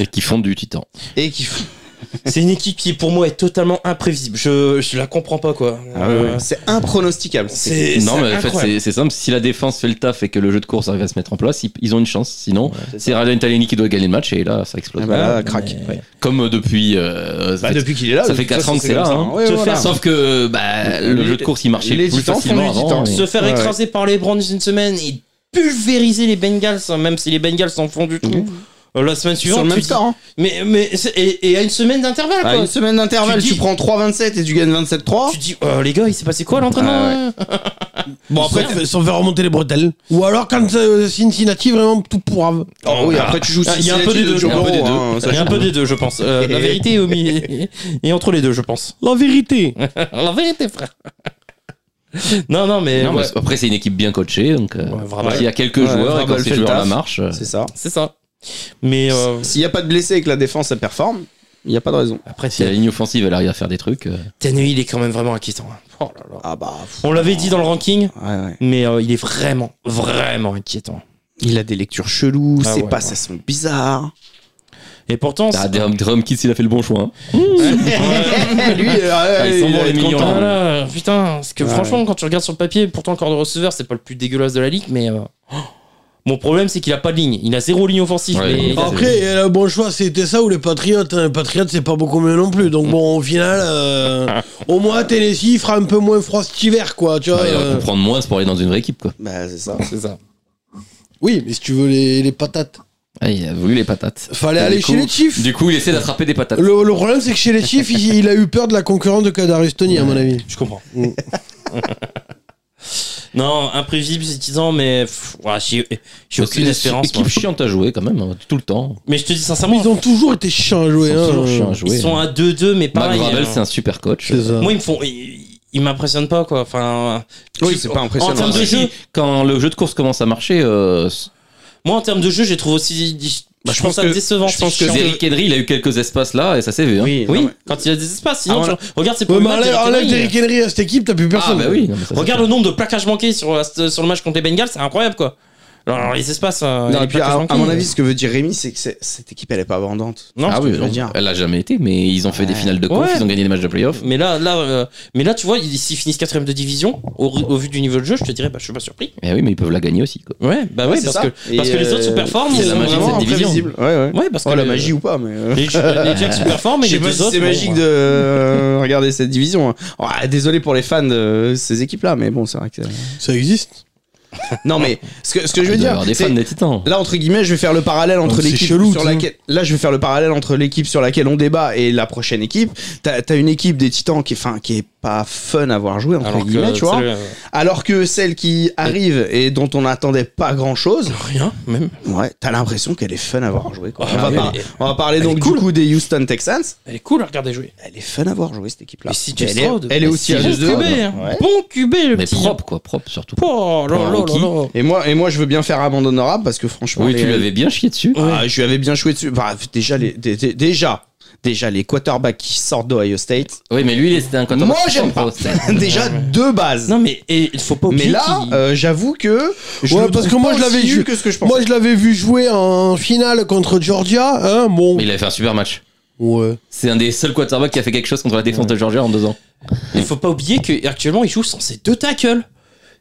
Speaker 3: Et qui font du titan.
Speaker 2: et qui font-
Speaker 4: C'est une équipe qui pour moi est totalement imprévisible. Je, je la comprends pas quoi.
Speaker 3: Ah
Speaker 2: Ah
Speaker 4: Euh,
Speaker 2: c'est impronosticable.
Speaker 4: C'est
Speaker 3: non,
Speaker 4: c'est
Speaker 3: mais en fait,
Speaker 4: incroyable.
Speaker 3: c'est- c'est simple. Si la défense fait le taf et que le jeu de course arrive à se mettre en place, ils, ils ont une chance. Sinon, c'est Radian Italiani qui doit gagner le match et là, ça explose.
Speaker 2: Ah bah là,
Speaker 4: Ouais,
Speaker 2: craque.
Speaker 4: mais-
Speaker 3: Comme depuis.
Speaker 4: Bah,
Speaker 3: euh, ça fait-
Speaker 2: Bah, qu'il est là,
Speaker 3: ça fait quatre ans que c'est là, hein.
Speaker 2: Ouais,
Speaker 4: Te
Speaker 2: voilà.
Speaker 4: faire-
Speaker 3: Sauf que bah, le
Speaker 2: Les-
Speaker 3: jeu de course il marchait
Speaker 2: les
Speaker 3: plus
Speaker 2: Titans font
Speaker 3: facilement
Speaker 2: du titan.
Speaker 3: avant, et-
Speaker 4: Se faire
Speaker 2: Ouais,
Speaker 4: écraser par les Browns une semaine et pulvériser les Bengals, hein, même si les Bengals s'en font du trou. euh, La semaine
Speaker 2: Sur le
Speaker 4: suivante, tu
Speaker 2: même
Speaker 4: dis-
Speaker 2: score. hein.
Speaker 4: mais, mais c'est- et, et à une semaine d'intervalle,
Speaker 2: À
Speaker 4: quoi.
Speaker 2: une semaine d'intervalle,
Speaker 4: Tu
Speaker 2: tu
Speaker 4: dis-
Speaker 2: prends 3-27 et tu gagnes 27-3.
Speaker 4: Tu dis, oh, les gars, il s'est passé quoi à l'entraînement hein
Speaker 1: Bon, après, sans faire remonter les bretelles. Ou alors quand euh, Cincinnati, vraiment tout pourrave.
Speaker 2: Oh oui, après tu joues
Speaker 4: Ah, il y a un peu
Speaker 2: Cincinnati
Speaker 4: des
Speaker 2: de
Speaker 4: deux,
Speaker 2: Joe
Speaker 4: il y a un peu
Speaker 2: Burrow,
Speaker 3: des deux.
Speaker 2: hein, ça
Speaker 4: Il y a un peu des deux, je pense. Euh, la vérité est, au mi- est- est entre les deux, je pense.
Speaker 1: La vérité.
Speaker 4: la vérité, frère. non, non, mais,
Speaker 3: Non, mais
Speaker 4: ouais,
Speaker 3: après c'est une équipe bien coachée, donc euh,
Speaker 4: Ouais, vraiment.
Speaker 3: s'il y a quelques
Speaker 2: Ouais,
Speaker 3: joueurs et
Speaker 2: Vrabel
Speaker 3: quand
Speaker 2: fait
Speaker 3: ces euh,
Speaker 2: le
Speaker 3: joueurs
Speaker 2: taf.
Speaker 3: la marche,
Speaker 2: c'est ça.
Speaker 4: c'est ça. Mais euh,
Speaker 2: S'il n'y a pas de blessés et que la défense elle performe, il n'y a pas de raison.
Speaker 4: après,
Speaker 3: si la
Speaker 4: Ten-
Speaker 3: ligne offensive elle arrive à faire des trucs, euh,
Speaker 4: Tannehill il est quand même vraiment inquiétant. hein. Oh là là.
Speaker 2: Ah bah. pff,
Speaker 4: On l'avait dit dans le ranking,
Speaker 2: Ouais, ouais.
Speaker 4: mais euh, il est vraiment, vraiment inquiétant.
Speaker 2: Il a des lectures cheloues,
Speaker 4: Ah
Speaker 2: ses
Speaker 4: ouais,
Speaker 2: passes
Speaker 4: ouais.
Speaker 2: elles sont bizarres.
Speaker 4: Et pourtant,
Speaker 3: ah,
Speaker 4: c'est-
Speaker 3: Drum, Drum Kids il a fait le bon choix. hein.
Speaker 2: Lui, euh,
Speaker 3: ils sont
Speaker 2: il
Speaker 3: bons,
Speaker 2: va
Speaker 3: les
Speaker 2: être
Speaker 3: millions,
Speaker 2: content.
Speaker 4: Ah là, putain, parce que
Speaker 2: Ouais.
Speaker 4: franchement, quand tu regardes sur le papier, pourtant le corps de receveur, c'est pas le plus dégueulasse de la ligue, mais euh, oh, mon problème, c'est qu'il a pas de ligne. Il a zéro ligne offensive.
Speaker 3: Ouais,
Speaker 4: mais-
Speaker 3: il a-
Speaker 1: Après, euh, le bon choix, c'était ça ou les Patriotes. hein. Les Patriotes, c'est pas beaucoup mieux non plus. Donc bon, au final, euh, au moins Tennessee il fera un peu moins froid cet hiver, quoi. Tu vois.
Speaker 3: Ouais, Bah, il aurait
Speaker 1: euh.
Speaker 3: pu prendre moins pour aller dans une vraie équipe quoi.
Speaker 2: Bah, c'est ça.
Speaker 4: C'est ça.
Speaker 1: Oui, mais si tu veux les, les patates,
Speaker 3: Ah, il a voulu les patates.
Speaker 1: fallait
Speaker 3: Et
Speaker 1: aller
Speaker 3: du
Speaker 1: chez
Speaker 3: coup-
Speaker 1: les Chiefs.
Speaker 3: Du coup il essaie d'attraper des patates.
Speaker 1: Le, le problème, c'est que chez les Chiefs, il, il a eu peur de la concurrence de Kadarius Tony, à mon avis.
Speaker 4: Je comprends.
Speaker 1: Mm.
Speaker 4: non, imprévisible, c'est disant, mais pff, ouais, j'ai j'ai
Speaker 3: C'est
Speaker 4: aucune
Speaker 3: une
Speaker 4: espérance.
Speaker 3: Équipe
Speaker 4: moi.
Speaker 3: chiante à jouer quand même, hein, tout le temps.
Speaker 4: Mais je te dis sincèrement,
Speaker 1: Ils ont toujours été chiants à jouer.
Speaker 3: Ils sont
Speaker 1: hein.
Speaker 3: toujours chiants à jouer.
Speaker 4: ils sont à 2-2, mais
Speaker 3: Matt
Speaker 4: pareil.
Speaker 3: Gravel
Speaker 2: hein.
Speaker 4: euh,
Speaker 3: c'est un super coach.
Speaker 1: C'est ça.
Speaker 4: Moi, ils me font. Ils, ils m'impressionnent pas, quoi. Enfin,
Speaker 2: Oui,
Speaker 4: tu-
Speaker 2: c'est pas
Speaker 4: En termes
Speaker 2: impressionnant.
Speaker 4: de
Speaker 3: Si,
Speaker 4: jeu,
Speaker 3: Quand le jeu de course commence à marcher, euh,
Speaker 4: moi, en termes de jeu, j'ai trouvé aussi.
Speaker 2: Bah,
Speaker 4: je, pense ça
Speaker 2: que-
Speaker 4: décevant.
Speaker 2: je pense
Speaker 4: c'est
Speaker 2: que
Speaker 4: chiant.
Speaker 2: Zé-
Speaker 3: Derrick Henry il a eu quelques espaces là et ça s'est vu. hein.
Speaker 2: Oui,
Speaker 4: Oui,
Speaker 2: non, mais-
Speaker 4: quand il y a des espaces. Sinon,
Speaker 2: Ah,
Speaker 4: tu- regarde, c'est
Speaker 1: Ouais,
Speaker 4: pour
Speaker 1: mais enlève, enlève Derrick Henry à cette équipe, t'as plus
Speaker 3: Ah
Speaker 1: personne.
Speaker 3: bah oui. non, mais ça, c'est-
Speaker 4: Regarde le nombre de plaquages manqués sur, la- sur le match contre les Bengals, c'est incroyable quoi. Alors, alors, les espaces. euh,
Speaker 2: Non,
Speaker 4: les
Speaker 2: et puis, à,
Speaker 4: plaquages
Speaker 2: à
Speaker 4: manqués,
Speaker 2: mon
Speaker 4: euh,
Speaker 2: avis, ce que veut dire Rémi, c'est que c'est- cette équipe, elle est pas abondante.
Speaker 4: Non,
Speaker 3: ah
Speaker 2: je
Speaker 3: oui,
Speaker 2: veux
Speaker 3: non,
Speaker 2: dire.
Speaker 3: elle l'a jamais été, mais ils ont fait des
Speaker 2: Ouais.
Speaker 3: finales de conf,
Speaker 4: Ouais.
Speaker 3: ils ont gagné des matchs de playoff.
Speaker 4: mais là, là, euh, mais là, tu vois, ils- s'ils finissent quatrième de division, au, au vu du niveau de jeu, je te dirais, bah, je suis pas surpris.
Speaker 3: Eh oui, mais ils peuvent la gagner aussi. Quoi.
Speaker 4: Ouais, bah
Speaker 2: Ouais,
Speaker 4: ouais,
Speaker 2: c'est
Speaker 4: parce
Speaker 2: ça.
Speaker 4: que, parce
Speaker 2: Et,
Speaker 4: que les
Speaker 2: euh,
Speaker 4: autres se performent.
Speaker 3: c'est
Speaker 4: ils
Speaker 3: la
Speaker 4: sont
Speaker 3: magie de
Speaker 4: vraiment
Speaker 3: cette division.
Speaker 2: imprévisible. Ouais, ouais.
Speaker 4: Ouais, parce que
Speaker 2: Oh, la
Speaker 4: les-
Speaker 2: magie ou pas, mais. euh,
Speaker 4: Les, les Jacks se performent, mais
Speaker 2: Je sais
Speaker 4: les
Speaker 2: pas
Speaker 4: deux
Speaker 2: si
Speaker 4: autres.
Speaker 2: c'est
Speaker 4: bon,
Speaker 2: magique
Speaker 4: ouais.
Speaker 2: de euh, regarder cette division. Oh, ah, désolé pour les fans de ces équipes-là, mais bon, c'est vrai que.
Speaker 1: Ça existe.
Speaker 2: Non, mais ce que, ce que je veux
Speaker 3: Il doit y
Speaker 2: dire,
Speaker 3: avoir des
Speaker 2: c'est-
Speaker 3: fans des Titans.
Speaker 2: Là, entre guillemets, je vais faire le parallèle entre
Speaker 1: Donc, c'est
Speaker 2: l'équipe
Speaker 1: chelou,
Speaker 2: sur
Speaker 1: tu sais.
Speaker 2: laquelle. Là, je vais faire le parallèle entre l'équipe sur laquelle on débat et la prochaine équipe. T'as as une équipe des Titans qui est, enfin, qui est pas fun à voir jouer entre
Speaker 4: Alors
Speaker 2: guillemets,
Speaker 4: que,
Speaker 2: tu vois.
Speaker 4: c'est euh, le-
Speaker 2: Alors que celle qui arrive et dont on n'attendait pas grand chose,
Speaker 4: Rien, même.
Speaker 2: ouais, t'as l'impression qu'elle est fun à voir jouer. Quoi.
Speaker 4: Ah,
Speaker 2: on, va
Speaker 4: oui,
Speaker 2: par-
Speaker 4: elle est-
Speaker 2: on va parler
Speaker 4: elle
Speaker 2: donc
Speaker 4: est cool.
Speaker 2: du coup des Houston Texans.
Speaker 4: Elle est cool à regarder jouer.
Speaker 2: Elle est fun à voir jouer cette équipe-là.
Speaker 4: Et si tu
Speaker 2: elle, est,
Speaker 4: Stroud.
Speaker 2: elle est
Speaker 3: Et
Speaker 2: aussi
Speaker 3: si
Speaker 2: à
Speaker 3: tu
Speaker 4: Bon
Speaker 2: deux.
Speaker 3: Stroud.
Speaker 4: cubé, hein.
Speaker 2: Ouais.
Speaker 4: bon cubé, le
Speaker 3: Mais
Speaker 4: petit.
Speaker 3: propre, quoi, propre surtout.
Speaker 4: Oh là là là
Speaker 3: Rookie.
Speaker 4: là.
Speaker 2: Et moi, et moi, je veux bien faire amende honorable parce que franchement,
Speaker 3: Oui,
Speaker 2: les-
Speaker 3: tu l'avais bien chié dessus.
Speaker 2: Ah, je lui avais bien joué dessus. Bah, déjà, les, dé- dé- déjà, déjà, les quarterbacks qui sortent d'Ohio State.
Speaker 3: Oui, mais lui, il- c'était un quarterback
Speaker 2: Moi, j'aime
Speaker 3: pro,
Speaker 2: pas.
Speaker 3: c'est-
Speaker 2: déjà, deux bases.
Speaker 4: Non, mais et il faut pas oublier.
Speaker 2: mais là,
Speaker 4: qu'il-
Speaker 2: euh, j'avoue que. Je
Speaker 1: Ouais,
Speaker 2: le
Speaker 1: parce
Speaker 2: trouve
Speaker 1: que moi,
Speaker 2: pas
Speaker 1: je l'avais
Speaker 2: aussi nul
Speaker 1: vu.
Speaker 2: que ce que je pensais.
Speaker 1: Moi, je l'avais vu jouer en finale contre Georgia. Hein, bon.
Speaker 3: Mais il avait fait un super match.
Speaker 1: Ouais.
Speaker 3: C'est un des seuls quarterbacks qui a fait quelque chose contre la défense de Georgia en deux ans.
Speaker 4: Il faut pas oublier qu'actuellement, il joue sans ses deux tackles.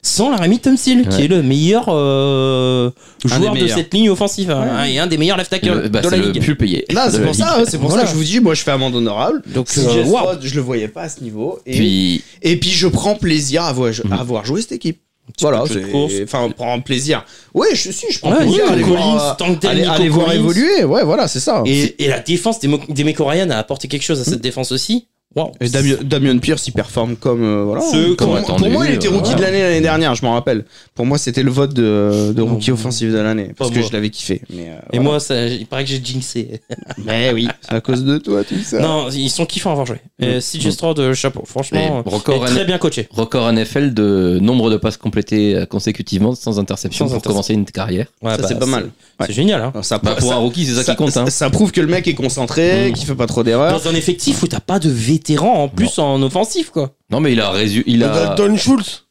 Speaker 4: Sans Laramie Thompson, qui
Speaker 3: Ouais.
Speaker 4: est le meilleur euh,
Speaker 2: des
Speaker 4: joueur de
Speaker 2: meilleurs.
Speaker 4: cette ligne offensive hein, et un des meilleurs left tackles
Speaker 3: Le- bah,
Speaker 4: de la
Speaker 3: c'est le
Speaker 4: ligue.
Speaker 3: plus payé.
Speaker 2: Là, c'est
Speaker 3: de la
Speaker 2: pour
Speaker 3: ligue.
Speaker 2: ça, hein, c'est pour
Speaker 4: Voilà.
Speaker 2: ça que je vous dis, moi, je fais amende honorable.
Speaker 4: Donc,
Speaker 2: Si
Speaker 4: euh,
Speaker 2: Jeff
Speaker 4: waouh.
Speaker 2: Rhodes, je le voyais pas à ce niveau. Et puis,
Speaker 3: Puis,
Speaker 2: et puis je prends plaisir à voir, à voir jouer cette équipe. Voilà,
Speaker 4: Mm. peu de jeu de
Speaker 2: c'est-
Speaker 4: course.
Speaker 2: enfin, prends plaisir. Ouais, je suis, je prends
Speaker 4: Ouais,
Speaker 2: plaisir à
Speaker 4: Nico
Speaker 2: les
Speaker 4: Collins,
Speaker 2: voir,
Speaker 4: tant que tel
Speaker 2: à les- à
Speaker 4: Nico
Speaker 2: les voir
Speaker 4: Collins.
Speaker 2: évoluer. Ouais, voilà, c'est ça. Mm.
Speaker 4: Et, et la défense des, Mo- des Mécoréennes a apporté quelque chose à cette défense aussi. Waouh.
Speaker 2: Et Damien, Damien Pierce, il performe comme. euh, voilà.
Speaker 4: Ce
Speaker 2: Comme-
Speaker 4: qu'on
Speaker 2: pour,
Speaker 3: attendait,
Speaker 2: moi, il était
Speaker 3: euh,
Speaker 2: rookie
Speaker 3: voilà.
Speaker 2: de l'année l'année dernière, je m'en rappelle. Pour moi, c'était le vote de, de
Speaker 4: Non,
Speaker 2: rookie offensif de l'année. Parce
Speaker 4: pas
Speaker 2: que
Speaker 4: moi.
Speaker 2: je l'avais kiffé. Mais, euh,
Speaker 4: Et
Speaker 2: voilà.
Speaker 4: moi, ça, il paraît que j'ai jinxé.
Speaker 2: Mais oui, c'est à cause de toi, tout ça.
Speaker 4: Non, ils sont kiffants à avoir joué.
Speaker 2: Mm.
Speaker 4: Et CJ Stroud, euh, chapeau. Franchement,
Speaker 3: Mais record
Speaker 4: euh, et
Speaker 3: année-
Speaker 4: très bien coaché.
Speaker 3: Record NFL de nombre de passes complétées euh, consécutivement sans interception
Speaker 4: Sans
Speaker 3: pour
Speaker 4: interception.
Speaker 3: commencer une carrière.
Speaker 4: Ouais,
Speaker 2: ça,
Speaker 4: bah,
Speaker 2: c'est pas mal.
Speaker 4: C'est
Speaker 2: Ouais.
Speaker 4: génial. Hein.
Speaker 2: Alors, ça,
Speaker 3: Bah, pour
Speaker 2: ça-
Speaker 3: un rookie, c'est ça, qui compte. Hein.
Speaker 2: ça- ça prouve que le mec est concentré,
Speaker 4: Mm.
Speaker 2: qu'il fait pas trop d'erreurs.
Speaker 4: Dans un effectif où t'as pas de vétérans en plus en offensif, quoi.
Speaker 3: Non, mais il a résu... il a.
Speaker 1: Dalton Schultz.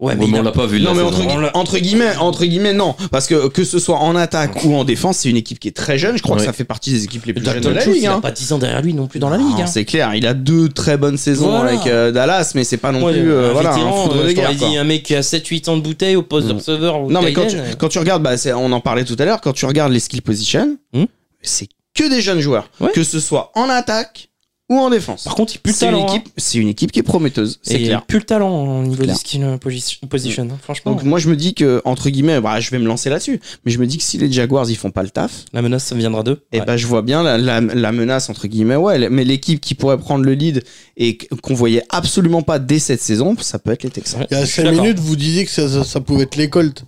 Speaker 4: Ouais,
Speaker 3: Ouais, mais on l'a pas vu.
Speaker 2: Non,
Speaker 3: la
Speaker 2: mais
Speaker 3: saison.
Speaker 2: entre, gui-
Speaker 4: on l'a-
Speaker 2: entre guillemets, entre guillemets, non. Parce que que ce soit en attaque ou en défense, c'est une équipe qui est très jeune. Je crois
Speaker 3: Ouais.
Speaker 2: que ça fait partie des équipes les plus jeunes de
Speaker 4: Dalton
Speaker 2: la
Speaker 4: Schultz,
Speaker 2: ligue.
Speaker 4: il a
Speaker 2: hein.
Speaker 4: pas 10 ans derrière lui non plus dans la ligue.
Speaker 2: Non,
Speaker 4: hein.
Speaker 2: C'est clair, il a deux très bonnes saisons
Speaker 4: Voilà.
Speaker 2: avec euh, Dallas, mais c'est pas non
Speaker 4: Moi,
Speaker 2: plus euh,
Speaker 4: un
Speaker 2: voilà, un
Speaker 4: vétéran,
Speaker 2: foudre
Speaker 4: euh,
Speaker 2: de
Speaker 4: je
Speaker 2: guerre.
Speaker 4: t'aurais
Speaker 2: quoi.
Speaker 4: dit un mec qui a 7-8 ans de bouteille au poste de
Speaker 2: Mm.
Speaker 4: receveur ou euh.
Speaker 2: Non, mais quand tu,
Speaker 4: tight end.
Speaker 2: quand tu regardes, bah, c'est- on en parlait tout à l'heure, quand tu regardes les skill position,
Speaker 4: Hmm.
Speaker 2: c'est que des jeunes joueurs,
Speaker 4: Ouais.
Speaker 2: que ce soit en attaque ou en défense.
Speaker 4: Par contre, il pue le
Speaker 2: C'est une,
Speaker 4: talent. hein.
Speaker 2: équipe- c'est une équipe qui est prometteuse, c'est
Speaker 4: Et
Speaker 2: clair.
Speaker 4: Il pue le talent au niveau
Speaker 2: clair. Mm.
Speaker 4: du skill euh, posi- position, hein, franchement.
Speaker 2: Donc moi je me dis que entre guillemets, bah, je vais me lancer là-dessus, mais je me dis que si les Jaguars ils font pas le taf,
Speaker 4: la menace, ça viendra d'eux.
Speaker 2: et
Speaker 4: Ouais.
Speaker 2: bah, je vois bien la, la- la menace entre guillemets, ouais, mais l'équipe qui pourrait prendre le lead et qu'on voyait absolument pas dès cette saison, ça peut être les Texans.
Speaker 4: Ouais,
Speaker 1: Il y
Speaker 4: je
Speaker 1: a
Speaker 4: suis
Speaker 1: 5
Speaker 4: d'accord.
Speaker 1: minutes, vous disiez que ça, ça- ça pouvait être les Colts.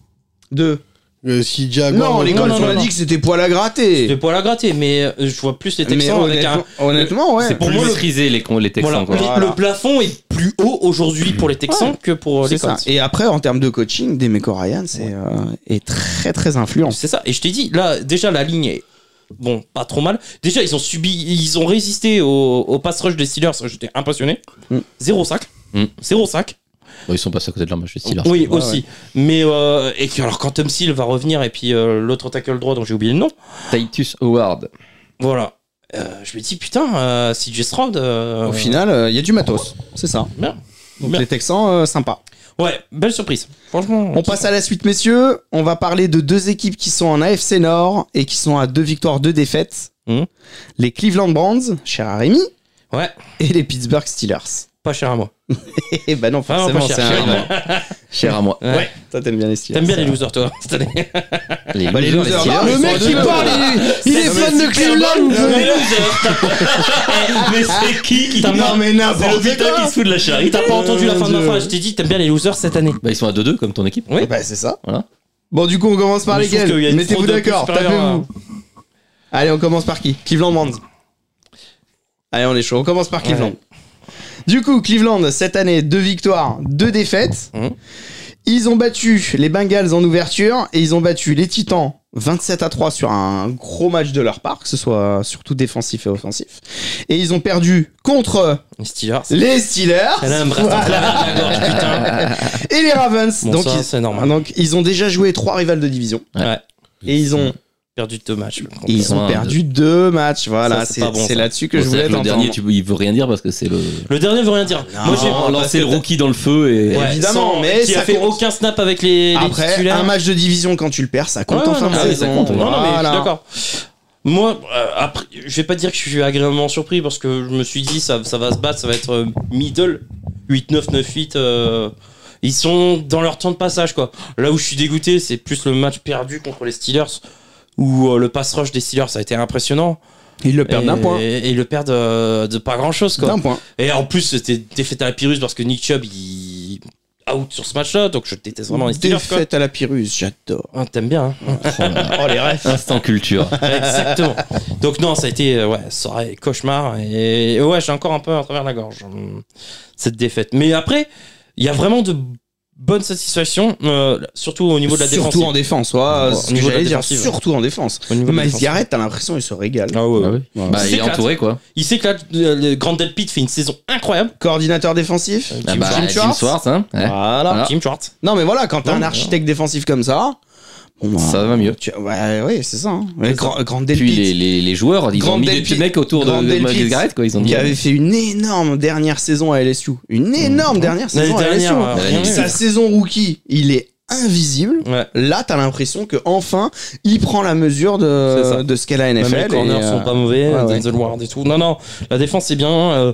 Speaker 2: Deux.
Speaker 1: Euh, si Jaguar.
Speaker 2: Non, les Colts,
Speaker 4: non,
Speaker 2: on a
Speaker 4: non.
Speaker 2: dit que c'était poil à gratter.
Speaker 4: C'était poil à gratter, mais euh, je vois plus les
Speaker 2: Mais
Speaker 4: Texans avec un.
Speaker 2: honnêtement, honnêtement, ouais.
Speaker 4: C'est pour
Speaker 3: Plus
Speaker 4: moi, le-
Speaker 3: maîtriser les, con- les Texans.
Speaker 4: Voilà,
Speaker 3: quoi.
Speaker 4: le-
Speaker 2: Voilà.
Speaker 4: le plafond est plus haut aujourd'hui pour les Texans que pour
Speaker 2: C'est
Speaker 4: les
Speaker 2: ça.
Speaker 4: Colts.
Speaker 2: Et après, en termes de coaching, Demeco Ryan c'est, euh, est très très influent.
Speaker 4: C'est ça. Et je t'ai dit, là, déjà, la ligne est. Bon, pas trop mal. Déjà, ils ont subi, ils ont résisté au, au pass rush des Steelers. J'étais impressionné.
Speaker 2: Mm.
Speaker 4: Zéro sac.
Speaker 3: Mm.
Speaker 4: Zéro sac.
Speaker 3: Bon, ils sont passés à côté de leur match, les Steelers.
Speaker 4: Oui,
Speaker 2: Ouais,
Speaker 4: aussi. Mais, euh, et que, alors, quand Tom Seal va revenir, et puis euh, l'autre tackle droit dont j'ai oublié le nom,
Speaker 3: Titus Howard.
Speaker 4: voilà. Euh, je me dis, putain, euh, CJ Stroud. euh,
Speaker 2: Au final, il y a du matos. C'est ça.
Speaker 4: Bien.
Speaker 2: Donc
Speaker 4: Bien.
Speaker 2: les Texans, euh, sympa.
Speaker 4: Ouais, belle surprise. Franchement.
Speaker 2: On passe à la suite, messieurs. On va parler de deux équipes qui sont en AFC Nord et qui sont à deux victoires, deux défaites.
Speaker 4: Mhm.
Speaker 2: Les Cleveland Browns, cher à Rémi,
Speaker 4: Ouais,
Speaker 2: et les Pittsburgh Steelers.
Speaker 4: pas cher à moi.
Speaker 2: Eh ben non,
Speaker 4: Vraiment
Speaker 2: forcément,
Speaker 4: pas cher.
Speaker 2: c'est
Speaker 3: Cher à
Speaker 2: un...
Speaker 3: moi. Cher à moi.
Speaker 4: Ouais.
Speaker 2: Toi, t'aimes bien les Steelers.
Speaker 4: T'aimes bien
Speaker 2: ça.
Speaker 4: les losers, toi, cette année.
Speaker 3: Les,
Speaker 2: Bah, les
Speaker 3: losers,
Speaker 2: losers,
Speaker 3: les
Speaker 1: Le
Speaker 2: non,
Speaker 3: Steelers,
Speaker 1: mec
Speaker 3: ils sont
Speaker 1: qui
Speaker 3: deux.
Speaker 1: parle, il, il est fan de
Speaker 4: Les
Speaker 1: Cleveland.
Speaker 4: losers. mais c'est qui qui t'a
Speaker 2: Non, mais n'importe quoi.
Speaker 4: se fout de la charité. T'as pas entendu la fin de ma phrase. Je t'ai dit, t'aimes bien les losers cette année.
Speaker 3: Bah, ils sont à 2-2 comme ton équipe.
Speaker 4: Oui.
Speaker 2: Bah, c'est ça.
Speaker 3: Voilà.
Speaker 2: Bon, du coup, on commence par
Speaker 4: Je trouve qu'il y
Speaker 2: lesquels
Speaker 4: a une
Speaker 2: Mettez-vous
Speaker 4: fraude
Speaker 2: d'accord,
Speaker 4: supérieure à-
Speaker 2: tapez-vous. Allez, on commence par qui Cleveland Browns. Allez, on est chaud, on commence par Cleveland. Du coup, Cleveland, cette année, deux victoires, deux défaites.
Speaker 4: Mhm.
Speaker 2: Ils ont battu les Bengals en ouverture et ils ont battu les Titans 27 à 3 sur un gros match de leur part, que ce soit surtout défensif et offensif. Et ils ont perdu contre
Speaker 4: Les Steelers.
Speaker 2: les Steelers
Speaker 4: Elle a un bras
Speaker 2: Ah,
Speaker 4: en clair de la gorge, putain.
Speaker 2: et les Ravens.
Speaker 4: Bon,
Speaker 2: donc, Ah
Speaker 4: ça,
Speaker 2: ils-
Speaker 4: c'est normal.
Speaker 2: donc, ils ont déjà joué trois rivales de division
Speaker 4: Ouais.
Speaker 2: et ils ont
Speaker 4: Perdu deux matchs.
Speaker 2: Et ils ont
Speaker 3: Ouais,
Speaker 2: perdu deux matchs, voilà.
Speaker 4: Ça, c'est
Speaker 2: C'est
Speaker 4: pas bon,
Speaker 2: c'est
Speaker 4: ça.
Speaker 2: là-dessus que
Speaker 3: Bon,
Speaker 2: je
Speaker 3: c'est-à-dire
Speaker 2: voulais
Speaker 3: que le
Speaker 2: t'entendre.
Speaker 3: dernier, tu, il veut rien dire parce que c'est le.
Speaker 4: Le dernier veut rien dire. Moi, j'ai.
Speaker 2: Non, parce
Speaker 3: lancé le
Speaker 2: que t'as-
Speaker 3: rookie dans le feu et.
Speaker 4: Ah, bah, Ouais,
Speaker 2: évidemment,
Speaker 4: sans-
Speaker 2: mais
Speaker 4: qui
Speaker 2: ça
Speaker 4: a fait
Speaker 2: compte.
Speaker 4: aucun snap avec les, les
Speaker 2: Après,
Speaker 4: titulaires.
Speaker 2: un match de division, quand tu le perds, ça compte
Speaker 4: Ouais,
Speaker 2: en
Speaker 4: ouais,
Speaker 2: fin de
Speaker 4: non, mais
Speaker 2: saison.
Speaker 3: ça compte, ouais.
Speaker 4: Non, non, mais je suis
Speaker 2: Voilà.
Speaker 4: d'accord. Moi, euh, après, je vais pas dire que je suis agréablement surpris parce que je me suis dit ça, ça va se battre, ça va être euh, middle 8-9, 9-8. euh, ils sont dans leur temps de passage quoi. Là où je suis dégoûté, c'est plus le match perdu contre les Steelers où euh, le pass rush des Steelers ça a été impressionnant.
Speaker 2: Ils le
Speaker 4: et,
Speaker 2: perdent d'un point.
Speaker 4: Et, ils le perdent euh, de pas grand chose quoi.
Speaker 2: D'un point.
Speaker 4: Et en plus c'était défaite à la Pyrrhus parce que Nick Chubb il out sur ce match-là, donc je déteste vraiment les Steelers. quoi.
Speaker 2: Défaite à la Pyrrhus, j'adore.
Speaker 4: Ah, T'aimes bien. hein
Speaker 3: Oh là là.
Speaker 2: Oh les refs.
Speaker 3: Instant culture.
Speaker 4: Ah Exactement. Donc non, ça a été euh, ouais, soirée cauchemar et et ouais, j'ai encore un peu à travers la gorge hum, cette défaite. Mais après, il y a vraiment de bonnes satisfactions, euh, surtout au niveau de la défense.
Speaker 2: Surtout en défense, ouais,
Speaker 4: Au
Speaker 2: ce que
Speaker 4: niveau de la
Speaker 2: j'allais dire.
Speaker 4: défensive.
Speaker 2: Surtout en défense.
Speaker 4: Au niveau de la
Speaker 2: Miles
Speaker 4: défense.
Speaker 2: Garrett, t'as l'impression, il se régale.
Speaker 4: Ah ouais, ouais.
Speaker 3: Bah, il est
Speaker 4: S'éclate.
Speaker 3: entouré quoi.
Speaker 4: Il s'éclate. euh, Le Grand Delpit fait une saison incroyable.
Speaker 2: Coordinateur défensif
Speaker 4: Euh,
Speaker 3: Ah bah,
Speaker 4: Jim
Speaker 3: Jim
Speaker 4: Schwartz.
Speaker 3: Schwartz, hein. Ouais.
Speaker 2: Voilà.
Speaker 3: Ah.
Speaker 4: Jim Schwartz.
Speaker 2: Non, mais voilà, quand t'as
Speaker 4: Non,
Speaker 2: un
Speaker 4: mais
Speaker 2: architecte défensif comme ça, bon, bah,
Speaker 3: Ça va mieux.
Speaker 2: tu- ouais, ouais, c'est ça. hein.
Speaker 4: C'est
Speaker 2: Grand, grand
Speaker 3: Puis
Speaker 2: Delpit.
Speaker 3: les, les, les joueurs, ils
Speaker 2: Grand
Speaker 3: ont mis des
Speaker 2: Delpit.
Speaker 3: petits mecs autour de,
Speaker 2: Grand
Speaker 3: de Miles
Speaker 2: Delpit.
Speaker 3: Garrett quoi. Ils ont dit. euh,
Speaker 2: qui avait fait une énorme dernière saison à LSU.
Speaker 4: Mmh.
Speaker 2: Une énorme dernière
Speaker 4: L'année
Speaker 2: saison à LSU.
Speaker 4: dernière. euh,
Speaker 3: L'année
Speaker 4: rien
Speaker 2: Sa
Speaker 4: eu.
Speaker 2: saison rookie, il est invisible.
Speaker 4: Ouais.
Speaker 2: Là, t'as l'impression que enfin, il prend la mesure
Speaker 4: C'est ça.
Speaker 2: de, de ce qu'est la
Speaker 4: Même
Speaker 2: NFL.
Speaker 4: les corners
Speaker 2: et, euh,
Speaker 4: sont pas mauvais,
Speaker 2: ouais, ouais.
Speaker 4: Denzel Ward et tout. Non, non, la défense c'est bien. euh,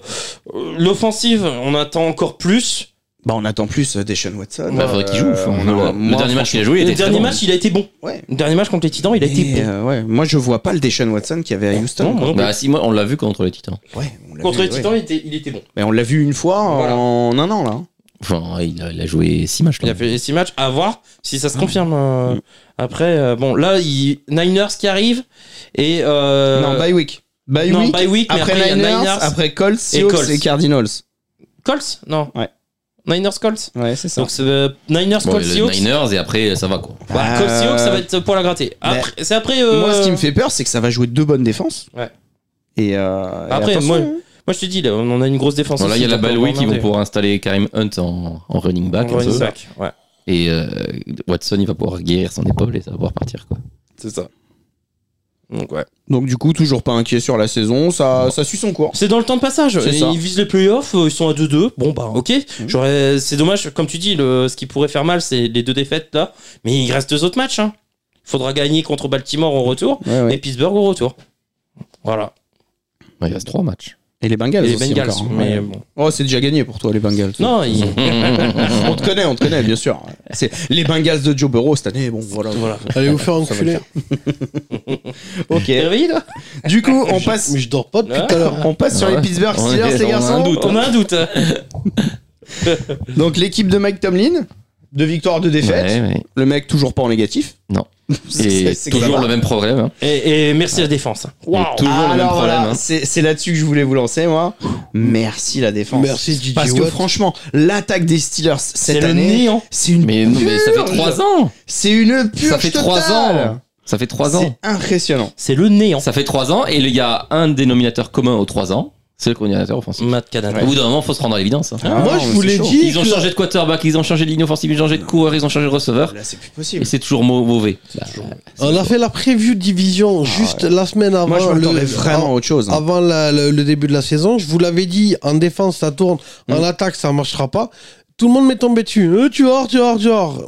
Speaker 4: euh, L'offensive, on attend encore plus.
Speaker 2: Bah, on attend plus euh, Deshaun Watson.
Speaker 3: Bah, faudrait qu'il joue.
Speaker 2: Euh,
Speaker 3: faut-
Speaker 2: on a-
Speaker 3: le
Speaker 2: moi,
Speaker 3: dernier match qu'il a joué, il
Speaker 4: Le
Speaker 3: était
Speaker 4: dernier
Speaker 3: excellent.
Speaker 4: match, il a été bon.
Speaker 2: Ouais.
Speaker 4: Le dernier match contre les Titans, il a été
Speaker 2: Et,
Speaker 4: bon.
Speaker 2: euh, ouais, moi je vois pas le Deshaun Watson qu'il y avait à Houston.
Speaker 4: Non, moi non plus.
Speaker 3: Bah, si, moi, on l'a vu contre les Titans.
Speaker 2: Ouais, on l'a
Speaker 4: Contre
Speaker 2: vu,
Speaker 4: les
Speaker 2: ouais.
Speaker 4: Titans, il était, il était bon.
Speaker 2: Mais on l'a vu une fois
Speaker 4: Voilà.
Speaker 2: en un an là. hein.
Speaker 3: Enfin, il a, il a joué 6 matchs.
Speaker 4: Il
Speaker 3: Là.
Speaker 4: a fait 6 matchs. À voir si ça se confirme. euh,
Speaker 2: Mm.
Speaker 4: Après, euh, bon, là, il... Niners qui arrive. Et. euh,
Speaker 2: non, bye week. Bye
Speaker 4: non,
Speaker 2: week.
Speaker 4: bye week, mais
Speaker 2: Après,
Speaker 4: après, il y
Speaker 2: Niners,
Speaker 4: a Niners.
Speaker 2: après Colts, Seahawks
Speaker 4: Colts.
Speaker 2: et Cardinals.
Speaker 4: Colts Non.
Speaker 2: Ouais.
Speaker 4: Niners Colts.
Speaker 2: Ouais, c'est ça.
Speaker 4: Donc, c'est, euh, Niners
Speaker 3: Bon,
Speaker 4: Colts
Speaker 3: les
Speaker 4: Seahawks.
Speaker 3: Niners, et après, ça va quoi.
Speaker 4: Voilà,
Speaker 2: Euh,
Speaker 4: bah, Colts Seahawks, ça va être pour la gratter. Après- C'est après. euh,
Speaker 2: Moi, ce qui me fait peur, c'est que ça va jouer deux bonnes défenses.
Speaker 4: Ouais.
Speaker 2: Et, euh, et
Speaker 4: Après,
Speaker 2: attention,
Speaker 4: moi-
Speaker 2: hein.
Speaker 4: Moi, je te dis, là, on a une grosse défense.
Speaker 3: Bon, là, il
Speaker 4: aussi,
Speaker 3: y a la
Speaker 4: donc on
Speaker 3: bye
Speaker 4: va
Speaker 3: week, ils vont
Speaker 4: emmerder.
Speaker 3: pouvoir installer Karim Hunt en, en running back.
Speaker 4: On va
Speaker 3: un peu.
Speaker 4: une sac, ouais.
Speaker 3: Et euh, Watson, il va pouvoir guérir son épaule et ça va pouvoir partir. Quoi.
Speaker 4: C'est ça. Donc ouais.
Speaker 2: Donc, du coup, toujours pas inquiet sur la saison. Ça, ça suit son cours.
Speaker 4: C'est dans le temps de passage.
Speaker 2: C'est
Speaker 4: Et
Speaker 2: ça.
Speaker 4: Ils visent les playoffs, euh, ils sont à 2-2. Bon bah ok. J'aurais. C'est dommage, comme tu dis, le... ce qui pourrait faire mal, c'est les deux défaites là. Mais il reste deux autres matchs. Hein. Faudra gagner contre Baltimore au retour
Speaker 2: Ouais, ouais.
Speaker 4: et Pittsburgh au retour. Voilà.
Speaker 3: Ouais, il reste 3 matchs.
Speaker 2: Et les Bengals.
Speaker 4: Et les
Speaker 2: aussi
Speaker 4: Bengals.
Speaker 2: encore, hein.
Speaker 4: mais
Speaker 2: Ouais.
Speaker 4: bon.
Speaker 2: Oh, c'est déjà gagné pour toi, les Bengals.
Speaker 4: Non, ils-
Speaker 2: on te connaît, on te connaît, bien sûr. C'est les Bengals de Joe Burrow cette année. Bon, voilà.
Speaker 4: voilà.
Speaker 1: Allez vous faire
Speaker 2: Ça va le
Speaker 1: enculer.
Speaker 2: Ok.
Speaker 4: T'es réveillé là
Speaker 2: Du coup, on passe,
Speaker 1: Mais je dors pas depuis tout à l'heure.
Speaker 2: on passe sur
Speaker 3: Ouais.
Speaker 2: les Pittsburgh
Speaker 3: On
Speaker 2: Steelers,
Speaker 3: est-
Speaker 2: les
Speaker 3: on a un
Speaker 2: garçons.
Speaker 3: doute.
Speaker 4: On a un doute.
Speaker 2: Donc l'équipe de Mike Tomlin, de victoire, de défaite.
Speaker 3: Ouais, ouais.
Speaker 2: Le mec toujours pas en négatif.
Speaker 3: Non.
Speaker 2: C'est-
Speaker 3: Et
Speaker 2: c'est- c'est
Speaker 3: toujours
Speaker 2: grave.
Speaker 3: le même problème. hein.
Speaker 4: Et, et merci à la défense.
Speaker 3: Et toujours
Speaker 2: Ah,
Speaker 3: le même
Speaker 2: alors
Speaker 3: problème.
Speaker 2: voilà,
Speaker 3: hein.
Speaker 2: c'est c'est là-dessus que je voulais vous lancer, moi. Merci la défense.
Speaker 1: Merci Gigi
Speaker 2: Parce que
Speaker 1: Watt.
Speaker 2: franchement, l'attaque des Steelers
Speaker 4: C'est
Speaker 2: cette
Speaker 4: le
Speaker 2: année,
Speaker 4: néant.
Speaker 2: c'est une
Speaker 3: Mais, non, mais ça fait
Speaker 2: purge.
Speaker 3: 3 ans
Speaker 2: C'est une purge
Speaker 3: Ça fait 3
Speaker 2: totale.
Speaker 3: ans Ça fait 3 ans
Speaker 2: C'est impressionnant.
Speaker 4: C'est le néant.
Speaker 3: Ça fait 3 ans et il y a un dénominateur commun aux 3 ans, c'est le coordinateur offensif.
Speaker 4: Matt Canada.
Speaker 3: Au bout d'un moment, faut se rendre à l'évidence. hein.
Speaker 2: Ah,
Speaker 1: Moi,
Speaker 2: non,
Speaker 1: je
Speaker 2: mais
Speaker 1: vous
Speaker 2: c'est
Speaker 1: l'ai
Speaker 2: chaud.
Speaker 1: dit.
Speaker 3: Ils ont
Speaker 1: que-
Speaker 3: changé de quarterback, ils ont changé de ligne offensive, ils ont changé de coureur, ils ont changé de receveur.
Speaker 2: Là, c'est plus
Speaker 3: Et
Speaker 2: possible.
Speaker 3: c'est toujours mau- mauvais. Bah,
Speaker 1: On a fait la preview division juste la semaine avant
Speaker 2: Ah Moi, je
Speaker 1: le
Speaker 2: m'attendais vraiment à autre chose. hein.
Speaker 1: avant la- le, le début de la saison. Je vous l'avais dit, en défense ça tourne, en attaque ça marchera pas. Tout le monde m'est tombé dessus. Euh, tu hors, tu hors, tu hors.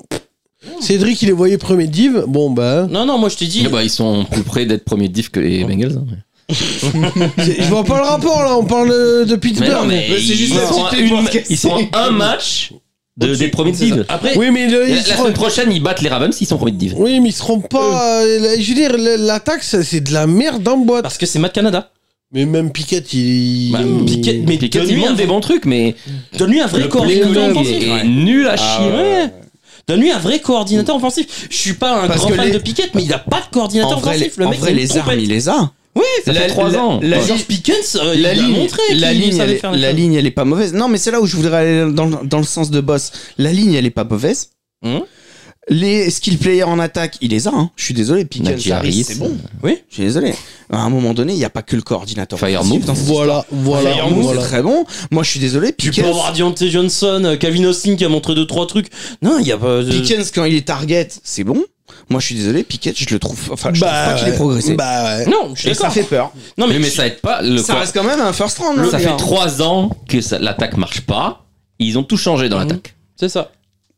Speaker 1: Cédric, il les voyait premier div. Bon ben,
Speaker 4: Non, non, moi je t'ai dit.
Speaker 3: eh bah, ils sont plus près d'être premier de diff que les Bengals. hein.
Speaker 1: c'est- je vois pas le rapport là. On parle euh, de Pittsburgh.
Speaker 3: Mais non, mais
Speaker 2: c'est juste
Speaker 3: ils,
Speaker 2: la
Speaker 3: sont
Speaker 2: petite
Speaker 3: à
Speaker 2: ligne
Speaker 3: une-
Speaker 2: cassée.
Speaker 3: ils sont à un match de, des premiers de div.
Speaker 4: Après,
Speaker 1: Oui, mais le-
Speaker 3: Et La,
Speaker 1: ils
Speaker 3: la
Speaker 1: seront-
Speaker 3: semaine prochaine, ils Oh. battent les Ravens, ils sont premiers de div.
Speaker 1: oui, mais ils seront pas. euh, la- je veux dire, le- l'attaque ça, c'est de la merde en boîte.
Speaker 4: parce que c'est Matt Canada.
Speaker 1: Mais même Piquet, il.
Speaker 4: Bah,
Speaker 1: il-
Speaker 4: Pickett- mais
Speaker 3: Pickett, il
Speaker 4: donne-lui un
Speaker 3: montre des
Speaker 4: vrai-
Speaker 3: bons trucs, mais
Speaker 4: Donne-lui un vrai
Speaker 3: le
Speaker 4: coordinateur
Speaker 3: play-calling
Speaker 4: offensif.
Speaker 3: est
Speaker 4: Ouais.
Speaker 3: nul à
Speaker 2: Ah,
Speaker 3: chier.
Speaker 2: ouais.
Speaker 4: Donne-lui un vrai coordinateur offensif. Je suis pas un
Speaker 2: Parce
Speaker 4: grand
Speaker 2: que
Speaker 4: fan
Speaker 2: les-
Speaker 4: de Pickett, mais il a pas de coordinateur
Speaker 2: En vrai,
Speaker 4: offensif.
Speaker 2: les,
Speaker 4: le
Speaker 2: en
Speaker 4: mec,
Speaker 2: vrai,
Speaker 4: il est
Speaker 2: les
Speaker 4: trompette.
Speaker 2: armes, il les a.
Speaker 4: Oui,
Speaker 3: Ça fait 3 ans.
Speaker 2: La,
Speaker 4: la
Speaker 2: la-
Speaker 4: George Pickens, euh,
Speaker 2: la
Speaker 4: il a
Speaker 2: ligne,
Speaker 4: montré qu'il
Speaker 2: la ligne, elle
Speaker 4: savait
Speaker 2: est-
Speaker 4: faire des
Speaker 2: la
Speaker 4: choses.
Speaker 2: ligne, elle est pas mauvaise. Non, mais c'est là où je voudrais aller dans, le- dans le sens de boss. La ligne, elle est pas mauvaise.
Speaker 4: Mhm.
Speaker 2: Les skill players en attaque, il les a. hein. Je suis désolé, Pickens,
Speaker 3: Najee
Speaker 2: Harris,
Speaker 3: Harris,
Speaker 2: c'est bon.
Speaker 4: Oui.
Speaker 2: Je suis désolé. À un moment donné, il n'y a pas que le coordinateur.
Speaker 3: Fire
Speaker 2: offensif
Speaker 3: move.
Speaker 2: dans cette
Speaker 1: Voilà, voilà,
Speaker 2: histoire.
Speaker 4: Fire
Speaker 2: Fire move,
Speaker 1: voilà.
Speaker 2: c'est très bon. Moi, je suis désolé.
Speaker 4: Tu peux
Speaker 2: Pickens,
Speaker 4: avoir Deontay Johnson, euh, Calvin Austin qui a montré deux trois trucs. Non, il y a pas. de-
Speaker 2: Pickens, quand il est target, c'est bon. Moi, je suis désolé. Pickett, je le trouve. Enfin, je
Speaker 1: Bah,
Speaker 2: trouve pas qu'il
Speaker 1: ouais.
Speaker 2: ait progressé.
Speaker 1: Bah ouais.
Speaker 4: Non, je suis
Speaker 2: Et ça
Speaker 4: d'accord.
Speaker 2: fait peur.
Speaker 4: Non
Speaker 3: Mais,
Speaker 4: mais,
Speaker 3: mais ça aide pas. Le
Speaker 2: Ça
Speaker 3: cor-
Speaker 2: reste quand même un first round. hein,
Speaker 3: ça
Speaker 2: les
Speaker 3: fait
Speaker 2: gars.
Speaker 3: 3 ans que ça- l'attaque marche pas. Ils ont tout changé dans
Speaker 4: Mhm.
Speaker 3: l'attaque.
Speaker 4: c'est ça.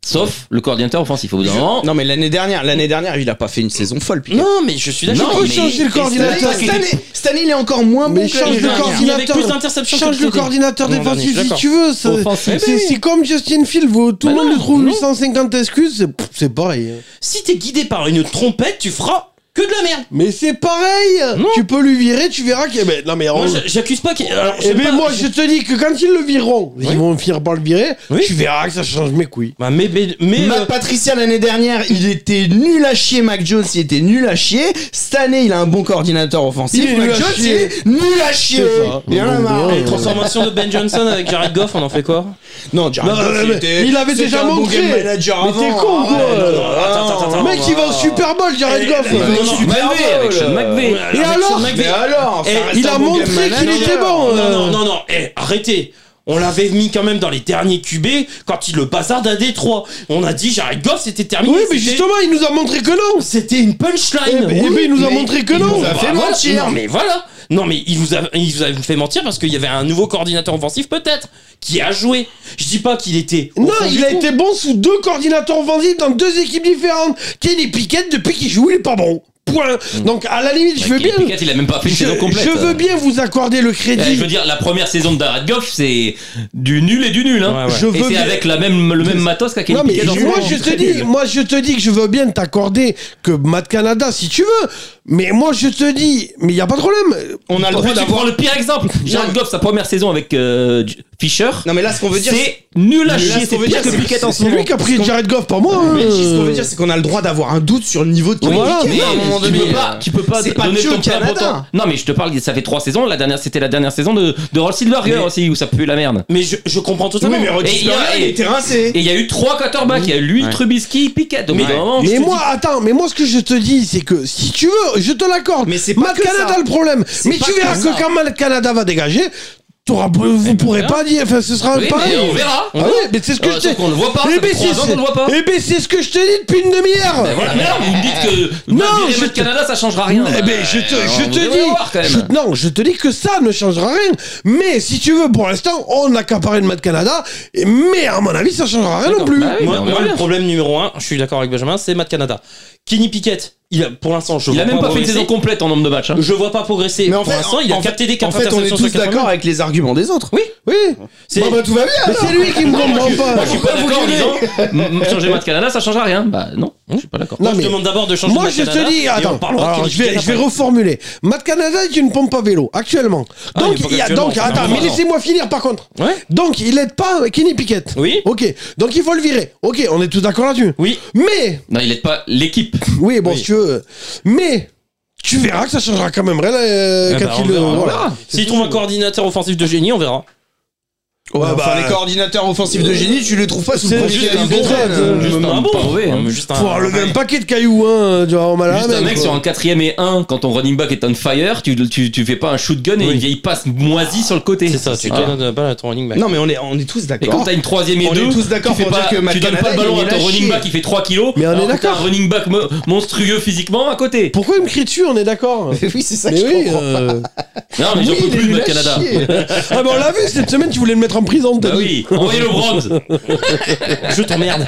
Speaker 3: Sauf le coordinateur offensif. Au bout d'un moment,
Speaker 2: Non mais l'année dernière, l'année dernière, il a pas fait une saison folle. Pickett.
Speaker 4: Non, mais je suis d'accord.
Speaker 3: Non,
Speaker 1: Faut
Speaker 3: mais-
Speaker 1: changer le
Speaker 4: et c'est
Speaker 1: coordinateur.
Speaker 4: vrai
Speaker 2: Cette année, cette année, il est encore moins bon
Speaker 1: Mais
Speaker 2: que l'année
Speaker 1: change le
Speaker 2: dernière.
Speaker 4: coordinateur. Il y
Speaker 1: coordinateur.
Speaker 4: avait plus d'interceptions que
Speaker 1: Change
Speaker 4: le
Speaker 1: le
Speaker 4: TD.
Speaker 1: coordinateur
Speaker 4: Non, dernier,
Speaker 1: défensif si
Speaker 4: d'accord.
Speaker 1: tu veux. ça-
Speaker 4: Eh
Speaker 3: offensif.
Speaker 1: C'est c'est comme Justin Field, vous- tout le
Speaker 4: Bah
Speaker 1: monde
Speaker 4: ben non,
Speaker 1: lui trouve
Speaker 4: non.
Speaker 1: 850 excuses, c'est- pff, c'est pareil. hein.
Speaker 4: Si t'es guidé par une trompette, tu feras que de la merde.
Speaker 1: Mais c'est pareil
Speaker 4: Non.
Speaker 1: Tu peux lui virer, tu verras que... ben, non mais...
Speaker 4: Moi,
Speaker 1: on-
Speaker 2: Oh.
Speaker 4: je- j'accuse pas. qu'il- alors,
Speaker 1: eh
Speaker 4: j'aime
Speaker 1: ben
Speaker 4: pas-
Speaker 1: moi, je te dis que quand ils le vireront,
Speaker 4: Oui.
Speaker 1: ils vont finir par le virer,
Speaker 4: Oui.
Speaker 1: tu verras que ça change mes couilles.
Speaker 4: Bah, mais mais, mais,
Speaker 2: Matt
Speaker 4: euh,
Speaker 2: Patricia l'année dernière, il était nul à chier. Mac Jones, il était nul à chier. Cette année, il a un bon coordinateur offensif.
Speaker 1: Il est
Speaker 2: Mac
Speaker 1: nul à
Speaker 2: Jones, il
Speaker 1: chier.
Speaker 2: est nul à chier.
Speaker 1: C'est ça.
Speaker 2: Il y en a
Speaker 1: Donc,
Speaker 2: marre.
Speaker 1: ouais.
Speaker 4: les transformations de Ben Johnson avec Jared Goff, on en fait quoi
Speaker 2: Non, Jared
Speaker 1: Non,
Speaker 2: Goff,
Speaker 1: mais-
Speaker 2: il, était-
Speaker 1: il avait
Speaker 2: c'était
Speaker 1: déjà
Speaker 2: un bon
Speaker 1: montré.
Speaker 2: game manager
Speaker 1: Mais
Speaker 2: avant.
Speaker 1: t'es con,
Speaker 2: Ah,
Speaker 1: quoi.
Speaker 2: ouais, non, non,
Speaker 4: Attends, attends,
Speaker 2: non,
Speaker 4: attends,
Speaker 2: non,
Speaker 4: attends.
Speaker 1: Mec, il va au Super Bowl, Jared
Speaker 4: Eh,
Speaker 1: Goff
Speaker 4: eh,
Speaker 1: euh,
Speaker 4: non, non,
Speaker 1: Super
Speaker 4: mais
Speaker 1: Bowl,
Speaker 3: McVay, avec Sean
Speaker 1: euh,
Speaker 3: McVay.
Speaker 4: Ouais,
Speaker 1: Et
Speaker 4: mais
Speaker 1: alors
Speaker 4: Sean
Speaker 2: Mais
Speaker 4: McVay-
Speaker 2: alors, ça
Speaker 4: Eh,
Speaker 2: reste
Speaker 1: Il
Speaker 2: un
Speaker 1: a
Speaker 2: bon
Speaker 1: montré
Speaker 2: game
Speaker 1: qu'il
Speaker 2: manager.
Speaker 1: était bon.
Speaker 4: Non,
Speaker 1: euh.
Speaker 4: non, non, non, eh, arrêtez on l'avait mis quand même dans les derniers QB quand il le bazarde à Détroit. On a dit Jared Goff c'était terminé.
Speaker 1: Oui, mais
Speaker 4: c'était-
Speaker 1: justement, il nous a montré que non
Speaker 4: c'était une punchline.
Speaker 1: Eh ben, eh ben, il nous a
Speaker 2: mais
Speaker 1: montré que
Speaker 2: il
Speaker 1: non
Speaker 2: nous a
Speaker 4: Bah,
Speaker 2: fait
Speaker 4: voilà.
Speaker 2: mentir.
Speaker 4: Non mais voilà. Non mais il vous a, il vous a fait mentir parce qu'il y avait un nouveau coordinateur offensif peut-être qui a joué. Je dis pas qu'il était. au
Speaker 1: Non,
Speaker 4: fond
Speaker 1: il
Speaker 4: du
Speaker 1: a
Speaker 4: trou.
Speaker 1: été bon sous deux coordinateurs offensifs dans deux équipes différentes. Kenny Pickett, depuis qu'il joue, il est pas bon. points.
Speaker 4: Mm.
Speaker 1: Donc, à la limite, je
Speaker 4: Bah,
Speaker 1: veux bien.
Speaker 3: Piquet, il a même pas fait une
Speaker 1: Je,
Speaker 3: saison complète.
Speaker 1: je veux bien vous accorder le
Speaker 3: Eh,
Speaker 1: crédit.
Speaker 3: je veux dire, la première saison de Darren Goff, c'est du nul et du nul. Hein.
Speaker 4: Ouais, ouais.
Speaker 1: Je
Speaker 3: Et
Speaker 1: veux
Speaker 3: c'est
Speaker 1: bien-
Speaker 3: avec la même, le même matos qu'à Kenny
Speaker 1: Non mais
Speaker 3: Pickett en ce
Speaker 1: moi
Speaker 3: moment.
Speaker 1: je te dis, moi je te dis que je veux bien t'accorder que Matt Canada si tu veux, mais moi je te dis, mais il y a pas de problème.
Speaker 2: On a le
Speaker 3: En
Speaker 2: droit
Speaker 3: plus, tu
Speaker 2: d'avoir.
Speaker 3: prends le pire exemple. Jared Goff, sa première saison avec euh, J- Fisher,
Speaker 2: Non, mais là, ce qu'on veut dire, c'est.
Speaker 3: c'est nul à
Speaker 2: Mais là,
Speaker 3: chier.
Speaker 2: ce
Speaker 3: C'est
Speaker 2: qu'on veut dire,
Speaker 3: pire que
Speaker 2: c'est-
Speaker 3: Pickett en ce
Speaker 1: C'est
Speaker 3: moment.
Speaker 1: lui qui a pris Jared Goff pour moi. hein.
Speaker 2: Mais ce qu'on veut dire, c'est qu'on a le droit d'avoir un doute sur le niveau de
Speaker 3: Oui,
Speaker 2: ton équipe.
Speaker 3: mais
Speaker 2: à un moment
Speaker 3: tu
Speaker 2: donné.
Speaker 3: peux
Speaker 1: euh,
Speaker 3: pas, tu peux pas
Speaker 2: c'est pas
Speaker 3: donner
Speaker 2: que
Speaker 3: ton
Speaker 2: au
Speaker 3: plein
Speaker 2: Canada.
Speaker 3: potentiel. Non, mais je te parle, ça fait trois saisons. La dernière, c'était la dernière saison de, de Roll Silverger
Speaker 4: Mais-
Speaker 3: aussi, où ça pue la merde.
Speaker 4: Mais je, je comprends totalement.
Speaker 2: Oui, mais
Speaker 3: Et
Speaker 2: Rodgers,
Speaker 3: il y a-
Speaker 2: il était rincé.
Speaker 3: Et il y a eu trois quarterbacks. Il y a eu lui,
Speaker 2: Ouais.
Speaker 3: Trubisky, Pickett. Donc,
Speaker 4: Mais-
Speaker 3: au bout d'un moment,
Speaker 1: Mais moi, attends, mais moi, ce que je te dis, c'est que si tu veux, je te l'accorde.
Speaker 2: Mais c'est pas
Speaker 1: Matt
Speaker 2: que
Speaker 1: Canada
Speaker 2: ça.
Speaker 1: le problème. Mais
Speaker 2: pas
Speaker 1: tu
Speaker 2: que
Speaker 1: verras
Speaker 2: ça.
Speaker 1: que quand Matt Canada va dégager, t'auras, vous pourrez
Speaker 3: voilà.
Speaker 1: pas dire. Enfin, ce sera
Speaker 3: Oui,
Speaker 1: pareil.
Speaker 3: mais on Eh, verra.
Speaker 1: Ah ouais, mais c'est ce que
Speaker 3: Euh,
Speaker 1: je
Speaker 3: sauf
Speaker 1: te
Speaker 3: qu'on ne voit pas,
Speaker 1: Eh
Speaker 3: ça fait
Speaker 1: ben,
Speaker 3: trois
Speaker 1: c'est-
Speaker 3: ans qu'on ne voit pas.
Speaker 1: Eh ben, c'est ce que je te dis depuis une demi-heure.
Speaker 3: Ben voilà, mais là, vous me dites que
Speaker 1: Non,
Speaker 3: malgré
Speaker 1: je
Speaker 3: Matt
Speaker 1: te-
Speaker 3: Canada, ça changera rien.
Speaker 1: Eh ben, je te,
Speaker 3: Euh,
Speaker 1: je
Speaker 3: on
Speaker 1: te
Speaker 3: devrait voir, quand
Speaker 1: dis,
Speaker 3: même.
Speaker 1: je- non, je te dis que ça ne changera rien. Mais si tu veux, pour l'instant, on a qu'à parler de Matt Canada. et- Mais à mon avis, ça changera rien non
Speaker 3: D'accord,
Speaker 1: plus.
Speaker 3: bah oui, mais
Speaker 4: Moi,
Speaker 3: on
Speaker 4: moi,
Speaker 3: verra
Speaker 4: le
Speaker 3: bien.
Speaker 4: problème numéro un, je suis d'accord avec Benjamin, c'est Matt Canada. Kenny Pickett, il a, pour l'instant, je
Speaker 3: Il
Speaker 4: vois
Speaker 3: a même pas fait une
Speaker 4: progresser.
Speaker 3: saison complète en nombre de matchs. hein.
Speaker 4: Je vois pas progresser.
Speaker 2: Mais en
Speaker 4: pour
Speaker 2: fait,
Speaker 4: l'instant, il a
Speaker 2: en
Speaker 4: capté des
Speaker 2: En
Speaker 4: cartes
Speaker 2: fait, on est tous d'accord avec les arguments des autres. Oui.
Speaker 1: Oui.
Speaker 4: C'est
Speaker 2: Bah, bah, tout va bien.
Speaker 1: Mais c'est lui qui me comprend pas.
Speaker 3: Moi, je suis pas
Speaker 2: Pourquoi
Speaker 3: d'accord en
Speaker 2: vous
Speaker 3: disant m- m- changer Matt Canada, ça changera rien. Bah non, je suis pas d'accord.
Speaker 1: Non,
Speaker 4: Moi, je
Speaker 1: mais-
Speaker 4: demande d'abord de changer
Speaker 1: Moi,
Speaker 4: Matt
Speaker 1: je te
Speaker 4: Canada,
Speaker 1: dis,
Speaker 4: et on
Speaker 1: attends,
Speaker 4: parlera de
Speaker 1: alors,
Speaker 4: Kenny
Speaker 1: je, vais,
Speaker 4: Pickett
Speaker 1: je vais
Speaker 4: après.
Speaker 1: reformuler. Matt Canada est une pompe à vélo, actuellement.
Speaker 4: Ah,
Speaker 1: Donc,
Speaker 4: il est pas
Speaker 1: il y a-
Speaker 4: actuellement,
Speaker 1: donc
Speaker 4: c'est
Speaker 1: attends,
Speaker 4: normal.
Speaker 1: mais laissez-moi finir par contre.
Speaker 4: Ouais.
Speaker 1: Donc, il aide pas Kenny Pickett.
Speaker 4: Oui.
Speaker 1: Ok, donc il faut le virer. Ok, on est tous d'accord là-dessus.
Speaker 4: Oui.
Speaker 1: Mais,
Speaker 3: Non, il aide pas l'équipe.
Speaker 1: oui, bon,
Speaker 4: Oui.
Speaker 1: si tu veux. Mais, tu verras que ça changera quand même rien euh,
Speaker 4: Ah
Speaker 1: quand
Speaker 4: bah, on
Speaker 1: il.
Speaker 4: verra,
Speaker 1: euh,
Speaker 4: on
Speaker 1: voilà.
Speaker 4: verra. S'il trouve un coordinateur offensif de génie, on verra.
Speaker 2: Ouais,
Speaker 1: Ouais,
Speaker 2: enfin,
Speaker 1: bah,
Speaker 2: les coordinateurs offensifs de génie, tu les trouves pas sous le
Speaker 1: c'est
Speaker 2: profil
Speaker 1: juste
Speaker 2: de la
Speaker 1: un
Speaker 2: Ligue des
Speaker 1: bon
Speaker 2: Trônes,
Speaker 1: rêve,
Speaker 2: euh.
Speaker 3: Juste
Speaker 4: Juste
Speaker 3: un
Speaker 4: un bon.
Speaker 3: pas mauvais, hein.
Speaker 4: Juste
Speaker 1: Faut
Speaker 4: un.
Speaker 1: relever un paquet de cailloux, hein, tu vois,
Speaker 2: Ah,
Speaker 1: malade.
Speaker 3: Juste un mec sur un quatrième et un, quand ton running back est on fire, tu, tu, tu fais pas un shotgun et
Speaker 4: Oui.
Speaker 3: une vieille passe moisie sur le côté.
Speaker 4: C'est ça, tu
Speaker 3: Ah.
Speaker 4: donnes euh, la balle à ton running back.
Speaker 2: Non, mais on est, on est tous
Speaker 3: Et quand
Speaker 2: d'accord.
Speaker 3: t'as une troisième et
Speaker 2: On est
Speaker 3: deux,
Speaker 2: tous d'accord
Speaker 3: tu, fais
Speaker 2: pour dire
Speaker 3: pas-
Speaker 2: que
Speaker 3: tu
Speaker 2: Matt
Speaker 3: donnes pas
Speaker 2: Canada,
Speaker 3: le ballon
Speaker 2: il
Speaker 3: à
Speaker 2: est
Speaker 3: ton
Speaker 2: lâché.
Speaker 3: running back qui fait 3 kilos.
Speaker 1: Mais on est
Speaker 3: alors que t'as
Speaker 1: d'accord.
Speaker 3: un running back mo- monstrueux physiquement à côté.
Speaker 1: Pourquoi il me crie dessus On est d'accord.
Speaker 2: Mais oui, c'est ça que
Speaker 1: Mais
Speaker 2: je
Speaker 1: oui.
Speaker 2: comprends.
Speaker 1: euh,
Speaker 3: Non, mais j'en
Speaker 2: Oui, il
Speaker 3: peux
Speaker 2: est
Speaker 3: plus de
Speaker 2: nul
Speaker 3: Matt
Speaker 2: à
Speaker 3: Canada.
Speaker 2: chier.
Speaker 1: Ah, bah, on l'a vu cette semaine, tu voulais le mettre en prison, t'as
Speaker 3: Bah
Speaker 1: dit.
Speaker 3: oui, envoyez le bronze.
Speaker 4: Je t'emmerde.